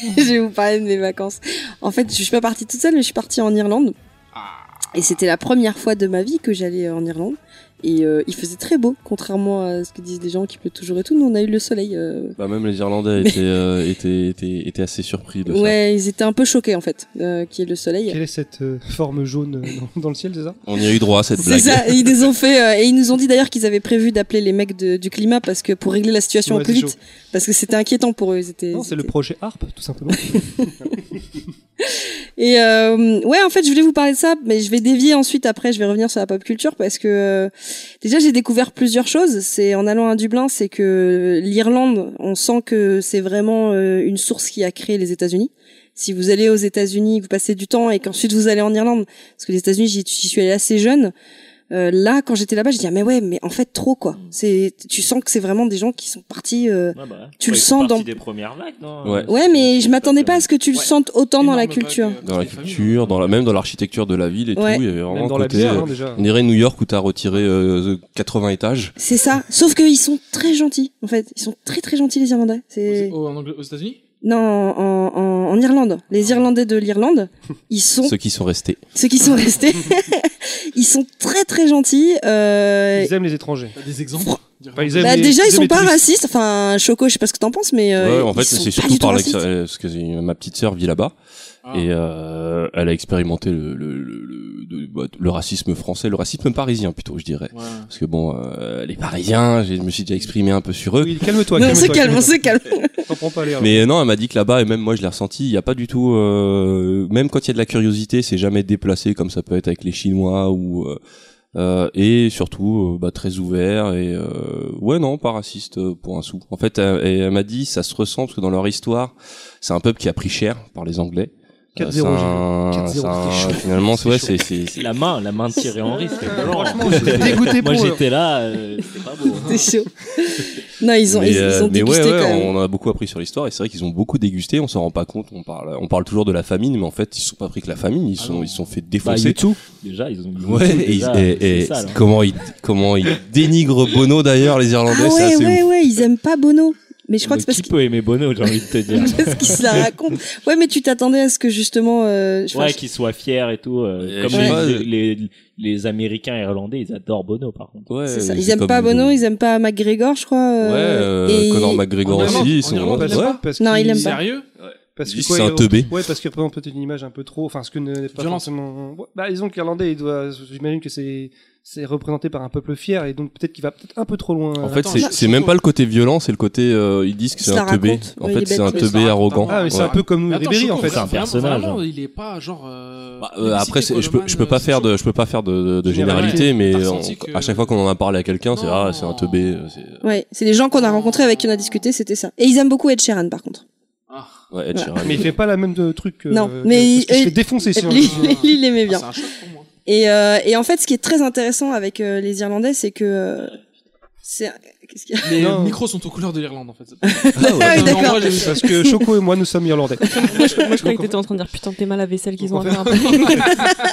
C: je vais vous parler de mes vacances. En fait, je suis pas partie toute seule, mais je suis partie en Irlande. Et c'était la première fois de ma vie que j'allais en Irlande. Et euh, il faisait très beau, contrairement à ce que disent les gens qui pleut toujours et tout. Nous, on a eu le soleil. euh,
A: Bah, même les Irlandais
C: Mais-
A: étaient, euh, étaient, étaient, étaient assez surpris de ça.
C: Ouais, ils étaient un peu choqués en fait, euh, qu'il y ait le soleil.
B: Quelle est cette euh, forme jaune euh, dans, dans le ciel, c'est ça
A: On y a eu droit à cette
C: C'est
A: blague.
C: ça, et ils nous ont fait, euh, et ils nous ont dit d'ailleurs qu'ils avaient prévu d'appeler les mecs de- du climat parce que pour régler la situation
B: Ouais,
C: au plus
B: c'est
C: vite, parce que c'était inquiétant pour eux. Ils étaient,
B: Non,
C: ils
B: c'est le
C: étaient-
B: projet ARP, tout simplement.
C: Et euh, ouais, en fait, je voulais vous parler de ça, mais je vais dévier ensuite. Après, je vais revenir sur la pop culture parce que euh, déjà j'ai découvert plusieurs choses. C'est en allant à Dublin, c'est que l'Irlande, on sent que c'est vraiment euh, une source qui a créé les États-Unis. Si vous allez aux États-Unis, vous passez du temps et qu'ensuite vous allez en Irlande, parce que les États-Unis, j'y j'y suis allée assez jeune. euh, là, quand j'étais là-bas, je dis mais ouais, mais en fait trop quoi.
D: Mm.
C: C'est, tu sens que c'est vraiment des gens qui sont partis. euh,
F: Ouais, bah,
C: Tu
F: ouais,
C: le
F: ils font
C: sens
F: partie
C: dans-
F: des premières vagues, non
A: Ouais.
C: Ouais, mais je m'attendais pas à ce que tu le
D: Ouais.
C: sentes autant dans la
D: Énorme vague,
C: culture.
D: euh,
A: Dans la
D: des familles,
A: culture, dans la, même dans l'architecture de la ville et
C: Ouais.
A: tout. Il y avait vraiment
B: Même dans
A: un
B: la
A: côté.
B: bière,
A: euh,
B: hein, déjà.
A: on dirait New York où t'as retiré euh, 80 étages.
C: C'est ça. Sauf qu'ils sont très gentils, en fait. Ils sont très très gentils, les Irlandais. C'est...
D: Aux, aux- en Angl- aux États-Unis
C: Non, en, en, en Irlande. Les
A: Ah.
C: Irlandais de l'Irlande, ils sont,
A: Ceux qui sont restés.
C: ceux qui sont restés, ils sont très très gentils. Euh...
B: Ils aiment les étrangers.
D: T'as des exemples dire-
B: Enfin, ils aiment
C: bah,
B: les-
C: déjà, ils
B: aiment
C: sont
B: les
C: pas
B: touristes.
C: racistes. Enfin, Choco, je sais pas ce que t'en penses, mais euh,
A: ouais, en
C: ils
A: fait,
C: sont
A: c'est
C: pas
A: surtout
C: du tout
A: par
C: racistes.
A: l'ex- euh, parce que j'ai- ma petite sœur vit là-bas
D: Ah.
A: et euh, elle a expérimenté le, le, le, le- de- bah, le racisme français, le racisme parisien plutôt, je dirais.
D: Ah, Ouais.
A: Parce que bon, euh, les Parisiens, j'ai- je me suis déjà exprimé un peu sur eux.
B: Oui, calme-toi.
C: Non, on se
B: calme-toi,
C: calme, on se calme.
B: calme-toi. T'en prends pas l'air.
A: Mais euh, non, elle m'a dit que là-bas, et même moi je l'ai ressenti, il n'y a pas du tout... euh, même quand il y a de la curiosité, c'est jamais déplacé comme ça peut être avec les Chinois ou... euh, euh, et surtout euh, bah, très ouvert et euh, ouais non pas raciste euh, pour un sou en fait elle, et elle m'a dit ça se ressent parce que dans leur histoire c'est un peuple qui a pris cher par les anglais Euh,
B: 4-0,
A: c'est un-
B: j'ai vu. 4-0,
A: c'est un-
B: c'était chaud.
A: finalement
B: C'était
A: ouais
B: chaud.
A: c'est c'est- c'est-
F: La main, la main de Thierry Henry, c'était blanc.
B: Euh, Franchement, j'étais dégoûté pour
F: Moi,
B: eux.
F: j'étais là, euh, c'était pas beau. hein.
C: C'est chaud. Non, ils ont,
A: mais,
C: ils, ils
A: euh,
C: ont
A: mais
C: dégusté
A: ouais, ouais,
C: quand même.
A: on en a beaucoup appris sur l'histoire et c'est vrai qu'ils ont beaucoup dégusté on s'en rend pas compte on parle on parle toujours de la famine mais en fait ils se sont pas pris que la famine ils
F: Ah
A: sont
F: non.
A: ils se sont fait
F: Bah,
A: défoncer
F: YouTube, déjà, ils ont
A: Ouais,
F: YouTube,
A: et,
F: déjà,
A: et- et
F: c'est hein. ça, là.
A: comment ils comment ils dénigrent Bono d'ailleurs les
C: Ah
A: Irlandais c'est
C: ouais,
A: assez
C: ouais,
A: ouf.
C: ouais, ils aiment pas Bono. Mais je crois que
F: Mais
C: c'est parce
F: Qui
C: qu'ils-
F: peut aimer Bono, j'ai envie de te dire
C: parce qu'ils se la racontent. Ouais, mais tu t'attendais à ce que justement, euh, je- enfin,
F: Ouais, qu'ils soient fiers et tout. euh,
A: Et
F: comme
A: je
F: les,
A: sais pas,
F: les, les- les Américains irlandais, ils adorent Bono, par contre.
A: Ouais,
C: C'est ça.
A: euh,
C: Ils
A: c'est
C: aiment
A: comme
C: pas
A: le-
C: Bono, ils aiment pas McGregor, je crois.
A: Ouais, euh,
C: euh, et-
A: Conor
D: En
A: McGregor
D: Irlande,
A: aussi, ils
D: en
A: sont-
D: Irlande,
A: ouais.
D: ils aiment pas.
B: parce
C: Non,
B: qu'ils-
C: il aime pas.
D: Sérieux
B: Parce
A: Juste,
B: quoi,
A: c'est un
B: ils-
A: teubé.
B: Ouais, parce qu'ils représentent peut-être une image un peu trop. Enfin, ce que n'est pas
D: Violente.
B: forcément. Ouais, Bah, disons que l'Irlandais, il doit. J'imagine que c'est c'est représenté par un peuple fier et donc peut-être qu'il va peut-être un peu trop loin.
C: Euh,
A: En fait,
D: Attends,
A: c'est
D: là,
A: c'est même pas le côté violent, c'est le côté euh, ils disent que
C: Ils
A: c'est
C: se
A: un
C: la
A: teubé.
C: racontent.
A: En
C: Ouais, il
A: fait,
C: est
A: c'est un
C: bête,
A: teubé
D: ouais.
A: arrogant.
B: Ah, mais c'est
A: Ouais.
B: un peu comme nous,
D: Mais attends,
B: Ribéry en
D: Choco,
B: fait.
F: c'est un
D: vraiment,
F: personnage,
D: vraiment,
F: hein.
D: il est pas genre. euh,
A: Bah, euh, après, c'est- je peux, je peux pas faire de, je peux pas faire de, de
B: Généralité.
A: généralité, mais
D: T'as
A: on-
D: ressenti que-
A: à chaque fois qu'on en a parlé à quelqu'un, c'est
D: Non.
A: ah, c'est un teubé. euh, c'est-
C: Ouais, c'est les gens qu'on a rencontrés avec qui on a discuté, c'était ça. Et ils aiment beaucoup Ed Sheeran par contre.
D: Ah,
A: Ouais, Ed
C: Voilà.
A: Sheeran.
B: Mais il fait pas la même euh, truc. euh,
C: Non,
B: que-
C: mais
B: parce qu'il
C: il-
B: se fait défoncer. sinon.
C: Lui, lui, il l'aimait
D: ah,
C: bien.
D: c'est un choc pour moi.
C: Et, euh, et en fait, ce qui est très intéressant avec euh, les Irlandais, c'est que euh, c'est qu'est-ce qu'il y a
D: Les
B: Non.
D: micros sont aux couleurs de l'Irlande en fait.
C: Ah oui,
D: Non,
C: d'accord.
D: moi, j'ai vu ça.
B: Parce que Choco et moi, nous sommes irlandais.
E: Moi, je croyais que t'étais en train de dire putain, t'es mal à vaisselle qu'ils ont
B: Donc,
E: à
B: on
E: faire
B: fait-
E: après.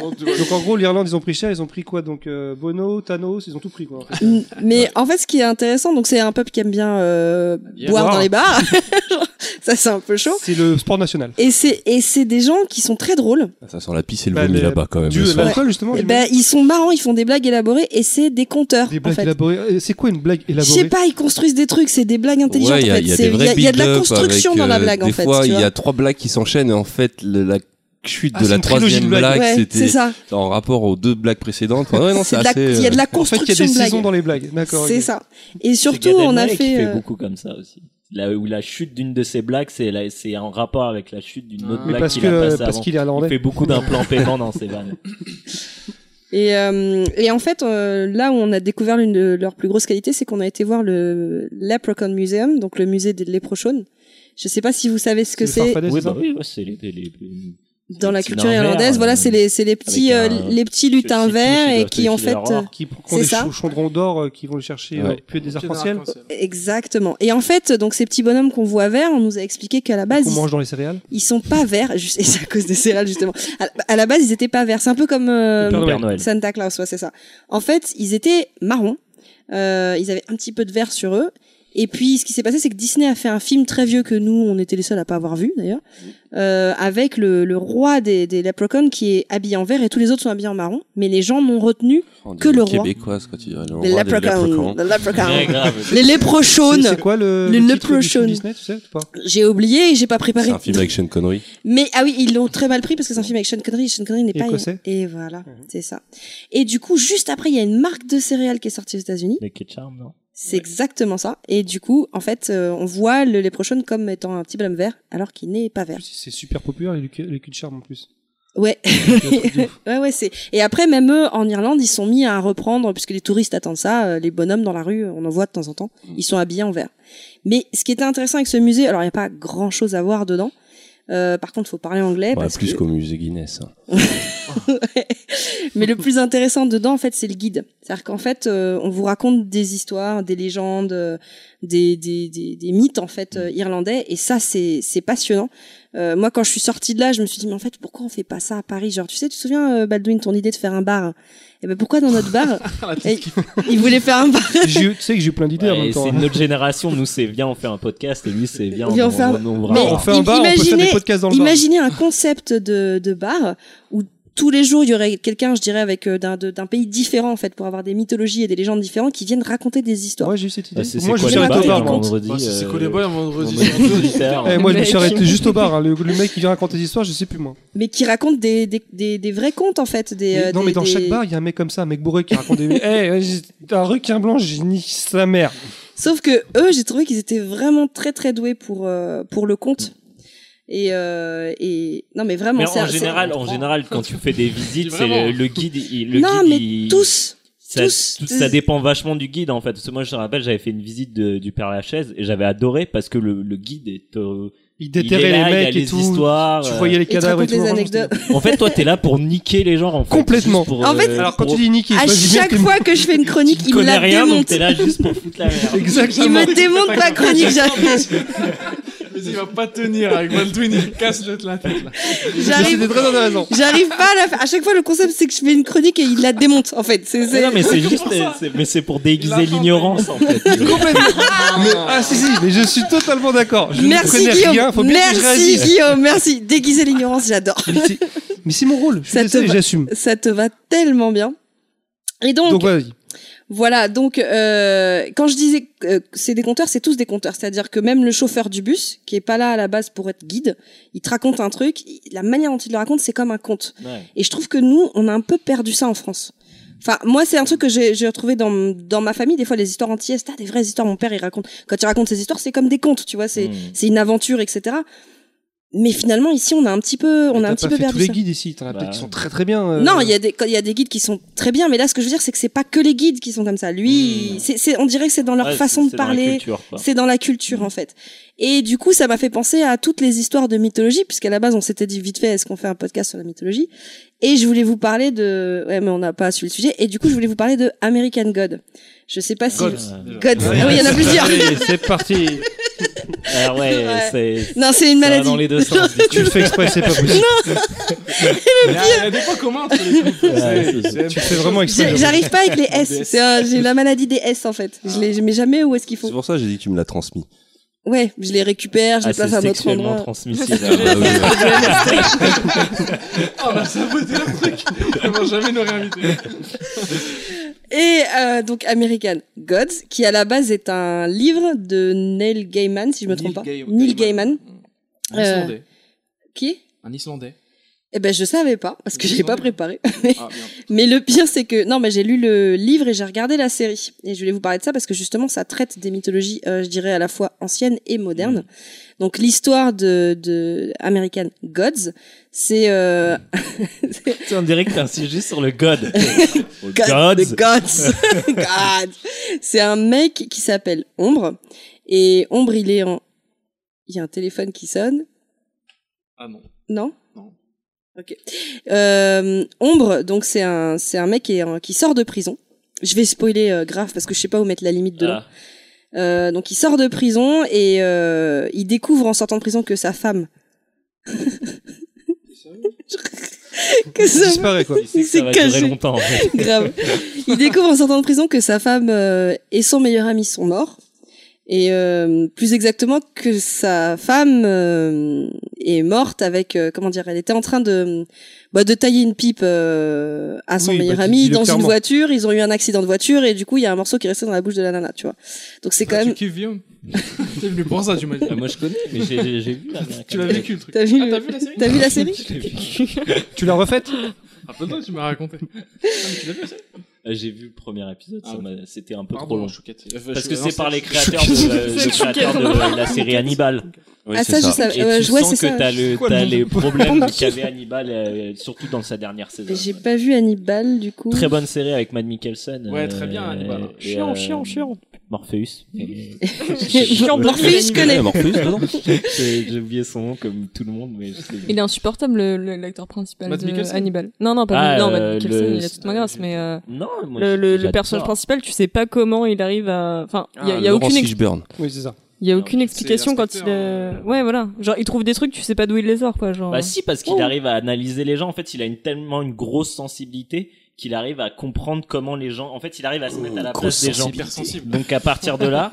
B: Donc en gros, l'Irlande, ils ont pris cher. Ils ont pris quoi Donc euh, Bono, Thanos, ils ont tout pris quoi. en fait.
C: Mm, Mais en fait, ce qui est intéressant, donc c'est un peuple qui aime bien euh,
D: Bien
C: boire
B: boire.
C: dans les bars. Genre, ça, c'est un peu chaud.
B: C'est le sport national.
C: Et c'est et c'est des gens qui sont très drôles.
A: Ça sent la pisse et le
B: Bah,
A: vomi
B: mais-
A: là-bas quand même.
B: Du
A: le soir.
B: l'alcool justement.
C: Et
B: j'imagine.
C: ben, ils sont marrants, ils font des blagues élaborées et c'est des conteurs.
B: Des
C: en
B: blagues
C: fait.
B: élaborées. Euh, C'est quoi une blague
C: Je
B: élaborée
C: sais pas, ils construisent des trucs, c'est des blagues intelligentes
A: Ouais, il y
C: en
A: a-
C: fait.
A: il y a
C: C'est-
A: des
C: il y
A: vrais
C: a- il y a de la
A: build-up
C: construction
A: avec,
C: dans la
A: euh,
C: blague en
A: des
C: fait.
A: fois,
C: tu
A: il y
C: vois.
A: a trois blagues qui s'enchaînent et en fait, le- la chute
B: Ah,
A: de
B: c'est
A: la
B: une trilogie
A: troisième
B: de blagues.
A: blague,
C: Ouais, c'est
A: c'était
C: ça.
A: en rapport aux deux blagues précédentes. Ouais, non, c'est
C: C'est de la-
A: assez, euh,
C: Il y a de la
B: En fait, il y a
C: construction
B: des
C: de
B: saisons
C: blagues.
B: dans les blagues. D'accord.
C: C'est
B: ok.
C: ça. Et surtout,
F: C'est Gad
C: on a
F: Elmaleh qui
C: fait.
F: fait
C: euh,
F: beaucoup comme ça aussi. Là où la chute d'une de ses blagues, c'est la- c'est en rapport avec la chute d'une autre
D: Ah.
B: Mais
F: blague
B: parce
F: qu'il
B: que
F: a
B: euh,
F: passée
B: parce
F: avant.
B: qu'il est
F: Il
B: irlandais.
F: fait beaucoup d'implants paiements dans ses vannes.
C: Et, euh, et en fait, euh, là où on a découvert l'une de leurs plus grosses qualités, c'est qu'on a été voir le Leprechaun Museum, donc le musée des léprochaunes. Je sais pas si vous savez ce que
B: le
C: c'est
B: farfadet,
F: Oui,
B: c'est
F: bah
B: ça
F: oui, ouais, c'est les, les, les- les-
C: dans la
F: petits
C: culture
F: nains verts,
C: irlandaise.
F: euh,
C: Voilà, c'est les, c'est les petits, euh,
F: avec un-
C: les petits lutins
F: Celui-ci,
C: verts
F: celui-ci
C: et
F: de-
C: qui en
F: celui-ci de
C: fait.
F: la
C: euh,
F: Roar.
B: Qui prend
C: C'est
B: des
C: ça.
B: chau- chaudrons d'or euh, qui vont le chercher
A: Ouais.
B: euh, puis des arcs-en-ciel
C: Exactement. Et en fait, donc ces petits bonhommes qu'on voit verts, on nous a expliqué qu'à la base,
B: qu'on
C: ils-
B: mange dans les céréales.
C: ils sont pas verts, juste- et c'est à cause des céréales justement. À, à la base, ils étaient pas verts. C'est un peu comme euh,
F: Le Père Noël. Noël.
C: Santa Claus, ouais, c'est ça. En fait, ils étaient marrons. Euh, ils avaient un petit peu de vert sur eux. Et puis, ce qui s'est passé, c'est que Disney a fait un film très vieux que nous, on était les seuls à pas avoir vu d'ailleurs, euh, avec le, le roi des, des leprechauns qui est habillé en vert et tous les autres sont habillés en marron. Mais les gens m'ont retenu
A: euh, On
C: Que
A: dirait
C: le roi.
A: Québécoise, quand tu dirais le roi
C: les
A: des
C: leprechauns,
A: leprechauns.
C: les
F: Très
C: leprechauns,
F: grave.
C: les
B: C'est-
C: leprechauns.
B: C'est quoi le,
C: Le
B: le titre du film
C: Leprechaun.
B: Disney, tu sais ou pas
C: J'ai oublié et j'ai pas
A: C'est
C: préparé.
A: un film avec Sean Connery.
C: Mais ah oui, ils l'ont très mal pris parce que c'est un film avec Sean Connery. Sean Connery n'est
B: Et
C: pas
B: écossais.
C: Et voilà, c'est ça. Et du coup, juste après, il y a une marque de céréales qui est sortie aux États-Unis.
F: Mais Ketchum, non
C: C'est exactement ça. Et du coup, en fait, euh, on voit le leprechaun comme étant un petit bonhomme vert, alors qu'il n'est pas
B: En
C: vert.
B: plus, C'est super populaire, les cu- les culs de charme en plus.
C: Ouais,
B: Il y a un truc de ouf.
C: ouais, ouais. C'est. Et après, même eux, en Irlande, ils sont mis à reprendre, puisque les touristes attendent ça. euh, les bonhommes dans la rue, on en voit de temps en temps.
A: Mm.
C: Ils sont habillés en vert. Mais ce qui était intéressant avec ce musée, alors il n'y a pas grand-chose à voir dedans. Euh, par contre, faut parler anglais.
A: Ouais,
C: parce
A: plus
C: que...
A: qu'au musée Guinness. hein.
C: Ouais. Mais le plus intéressant dedans, en fait, c'est le guide. C'est-à-dire qu'en fait, euh, on vous raconte des histoires, des légendes, euh, des, des, des, des mythes en fait
A: Mm.
C: euh, irlandais, et ça, c'est c'est passionnant. Euh, moi, quand je suis sortie de là, je me suis dit, mais en fait, pourquoi on fait pas ça à Paris Genre, tu sais, tu te souviens, euh, Baldwin, ton idée de faire un bar Et ben, pourquoi dans notre bar et- Ils voulaient faire un bar.
B: J'ai eu- Tu sais que j'ai eu plein d'idées en
F: Ouais,
B: même
F: et c'est
B: temps. hein.
F: notre génération, nous c'est viens on fait un podcast et lui c'est viens on,
C: Viens, on
F: on,
C: fait un-
F: on- on-
C: Mais
F: on-
B: On fait un
C: im-
B: bar, on peut faire des
C: imaginez-
B: podcasts dans le bar.
C: Imaginez un concept de, de bar où tous les jours il y aurait quelqu'un, je dirais, avec euh, d'un de- d'un pays différent en fait, pour avoir des mythologies et des légendes différentes qui viennent raconter des histoires.
B: Moi j'ai eu cette idée.
F: Bah, c'est-
B: moi je
F: c'est
B: me
F: quoi
B: suis
F: les
B: arrêté au
F: bars,
B: bar. moi.
F: vendredi,
D: Ouais, c'est- c'est
F: euh,
D: quoi les boys, un vendredi
F: vendredi,
D: c'est vendredi.
F: Twitter.
B: Eh, moi je me suis
E: Mec.
B: arrêté juste au bar. hein. Le, le mec qui vient raconter des histoires, je sais plus moi.
C: mais qui raconte des, des, des, des vrais contes en fait. Des,
B: Mais-
C: euh,
B: non
C: des-
B: mais dans
C: des-
B: chaque bar, il y a un mec comme ça, un mec bourré qui raconte des. Eh, j'ai- un requin blanc, j'ai ni sa mère.
C: Sauf que eux, j'ai trouvé qu'ils étaient vraiment très très doués pour, euh, pour le conte. Et, euh, et non mais vraiment,
F: Mais
C: c'est-
F: en
C: c'est-
F: général, en général, quand tu fais des visites, c'est
D: Vraiment.
F: le, le guide. il- le
C: Non,
F: guide,
C: mais
F: il-
C: tous.
F: ça,
C: tous,
F: tout-
C: tous.
F: ça dépend vachement du guide en fait. Parce que moi, je me rappelle, j'avais fait une visite de- du Père Lachaise et j'avais adoré parce que le, le guide est. euh,
B: Il
F: il est
B: déterrait
F: là,
B: les
F: il y a
B: mecs et
F: les
B: tout.
F: histoires.
B: Tu
F: euh,
B: voyais les
C: Et tu
B: cadavres et
C: racontes
B: tout.
C: des
B: vraiment, c'était-
C: anecdotes.
F: En fait, toi, t'es là pour niquer les gens en fait.
B: Complètement.
F: Juste pour,
C: En fait,
F: euh,
B: Alors quand
F: pour-
B: tu dis niquer,
C: À
B: toi, j'ai bien
C: chaque
B: que-
C: fois que je fais une chronique,
F: tu
C: il me
F: connais
C: la
F: rien, donc
C: démonte.
F: t'es là juste pour foutre la merde.
C: Il
B: Exactement.
C: me démonte ma chronique. j'a-
D: Mais il va pas tenir avec Baldwin, il casse le la tête là.
B: C'était
C: J'arrive
B: très intéressant.
C: J'arrive pas à la faire. À chaque fois, le concept, c'est que je fais une chronique et il la démonte, en fait. C'est,
F: Mais
C: c'est...
F: non, mais c'est juste, c'est- mais c'est pour déguiser l'ignorance en fait.
B: Complètement. Mais- ah si si, mais je suis totalement d'accord. Je ne
C: Merci,
B: connais
C: Guillaume.
B: rien, faut bien que je
C: merci,
B: réagisse.
C: Guillaume. Merci. Déguiser l'ignorance, j'adore.
B: Mais c'est- Mais c'est mon rôle, je suis
C: Ça te
B: désolé,
C: va.
B: j'assume.
C: Ça te va tellement bien. Et donc,
B: Donc vas-y.
C: voilà. Donc, euh, quand je disais que c'est des compteurs, c'est tous des compteurs. C'est-à-dire que même le chauffeur du bus, qui est pas là à la base pour être guide, il te raconte un truc. il- La manière dont il le raconte, c'est comme un conte.
F: Ouais.
C: Et je trouve que nous, on a un peu perdu ça en France. Enfin, moi, c'est un truc que j'ai j'ai retrouvé dans, m- dans ma famille. Des fois, les histoires antillaises, t'as des vraies histoires. Mon père, il raconte. Quand il raconte ses histoires, c'est comme des contes, tu vois. C'est
F: Mm.
C: c'est une aventure, etc. Mais finalement, ici, on a un petit peu, on a
B: T'as
C: un petit
B: pas
C: peu
B: fait tous
C: perdu
B: les
C: ça.
B: guides ici, t'en as
F: Bah,
B: peut-être qui sont très très bien. euh,
C: Non, il y a des quand il y a des guides qui sont très bien, mais là, ce que je veux dire, c'est que c'est pas que les guides qui sont comme ça. Lui,
F: Mm.
C: il- c'est c'est- on dirait que c'est dans leur
F: Ouais,
C: façon
F: c'est-
C: de
F: c'est dans la
C: parler.
F: culture, quoi. Hmm.
C: C'est dans la culture en fait. Et du coup, ça m'a fait penser à toutes les histoires de mythologie, puisqu'à la base, on s'était dit vite fait, est-ce qu'on fait un podcast sur la mythologie Et je voulais vous parler de... Ouais, mais on n'a pas suivi le sujet. Et du coup, je voulais vous parler de American God. Je sais pas si...
D: God.
C: God. Ah oui, il y en a plusieurs.
B: Allez, c'est parti.
F: Ah ouais,
C: Ouais.
F: c'est.
C: Non, c'est une
F: ça va
C: maladie.
F: dans les deux sens.
B: tu le fais exprès, c'est pas possible.
D: Il y a- il y a des points communs entre les couples.
F: Ouais, c'est-
D: C'est-
B: Tu le fais vraiment exprès.
C: J'ai-
B: j'avoue.
C: J'arrive pas avec les S.
D: Des S.
C: C'est un- J'ai la maladie des S en fait.
F: Ah.
C: Je les je mets jamais où est-ce qu'il
A: C'est
C: faut.
A: pour ça que j'ai dit que tu me l'as transmis.
C: Ouais, je les récupère, je
F: Ah,
C: les
F: c'est
C: place à un autre
F: sexuellement
C: endroit.
F: transmissible.
A: Ah, bah oui, ouais.
D: Oh, on a saboté le truc. Ils vont jamais nous réinviter.
C: Et euh, donc American Gods, qui à la base est un livre de Neil Gaiman, si je me trompe pas. Neil Gaiman. Euh,
D: Un Islandais.
C: Qui est
D: Un Islandais.
C: Eh ben je savais pas parce que
D: Ils
C: j'avais
D: sont
C: pas
D: nuls.
C: préparé.
D: Ah, merde.
C: Mais le pire c'est que non mais j'ai lu le livre et j'ai regardé la série et je voulais vous parler de ça parce que justement ça traite des mythologies euh, je dirais à la fois anciennes et modernes.
F: Mm.
C: Donc l'histoire de, de American Gods, c'est euh, c'est-
F: On dirait que t'as un sujet sur le God. Oh,
C: God, the
F: Gods.
C: Gods. God. C'est un mec qui s'appelle Ombre. Et Ombre, il est en. Il y a un téléphone qui sonne.
D: Ah non.
C: Non
D: Non.
C: Ok. Euh, Ombre, donc c'est un, c'est un mec qui, est en- qui sort de prison. Je vais spoiler euh, grave parce que je sais pas où mettre la limite de là.
F: Ah,
C: Euh, donc il sort de prison et euh, il découvre en sortant de prison que sa femme. que
B: Il
C: sa
B: disparaît quoi.
F: il sait que
C: C'est
F: ça va durer
C: caché.
F: longtemps. en fait.
C: Grave. Il découvre en sortant de prison que sa femme euh, et son meilleur ami sont morts. Et euh, plus exactement que sa femme euh, est morte avec euh, comment dire, elle était en train de bah, de tailler une pipe euh, à son
B: Oui,
C: meilleur
B: bah,
C: ami
B: dis-le
C: dans une
B: clairement.
C: voiture. Ils ont eu un accident de voiture et du coup il y a un morceau qui est resté dans la bouche de la nana, tu vois. Donc c'est quand
D: Ah,
C: même.
D: Tu kiffes Guillaume T'es venu pour ça, tu m'as dit.
F: Ah, moi, je connais, mais j'ai- j'ai j'ai vu. l'Américaine.
D: Tu l'as vécu le truc.
C: T'as vu,
D: Ah,
C: le-
D: t'as vu la série
C: t'as vu la série
F: Je l'ai vu.
B: Tu l'as refaite
D: Ah, putain, tu m'as raconté. Ah, mais tu l'as vu, ça
F: Euh, J'ai vu le premier épisode, ça
D: Ah, ok.
F: m'a- c'était un peu trop
D: Pardon,
F: long.
D: chouquette.
F: Parce que c'est par les créateurs de, la-
E: C'est
F: les créateurs de la- la série Hannibal.
A: Oui,
C: Ah
A: c'est
C: ça, je
F: Et
C: savais.
F: tu
C: ouais, je- ouais,
F: sens
C: c'est ça.
F: que t'as le,
B: quoi
F: t'as
B: le nom
F: les
B: de-
F: problèmes qu'avait Hannibal, euh, surtout dans sa dernière saison.
C: J'ai pas vu Hannibal du coup.
F: Très bonne série avec Mad Mikkelsen.
D: Ouais, très bien, Hannibal.
F: et,
E: Chiant,
F: euh,
E: chiant, chiant.
F: Morpheus. Et-
E: Chiant,
C: Morpheus, je
A: Il y
C: connais.
A: a Morpheus dedans.
F: J'ai j'ai oublié son nom comme tout le monde, mais je sais.
E: Il est insupportable, le- le- l'acteur principal
D: Matt
E: de
D: Mikkelsen
E: Hannibal. Non, non, pas
F: Ah,
E: non, Matt
F: euh,
E: Mikkelsen,
F: le-
E: il a toute ma grâce, mais euh,
F: Non, moi,
E: le, le- le
F: j'adore.
E: personnage principal, tu sais pas comment il arrive à. Enfin, il y a, il y a
A: Ah,
E: aucune,
A: Laurence
E: ex-
A: Fishburne.
B: Oui, c'est ça.
E: il y a aucune explication quand il.
D: l'inspecteur,
E: euh, Ouais, voilà. Genre, il trouve des trucs, tu sais pas d'où il les sort, quoi. Genre.
F: Bah si, parce qu'il
C: hein.
E: Oh.
F: arrive à analyser les gens. En fait, il a une, tellement une grosse sensibilité qu'il arrive à comprendre comment les gens. En fait, il arrive à se mettre à la
A: grosse
F: place des gens.
D: sensible.
F: Donc à partir de là,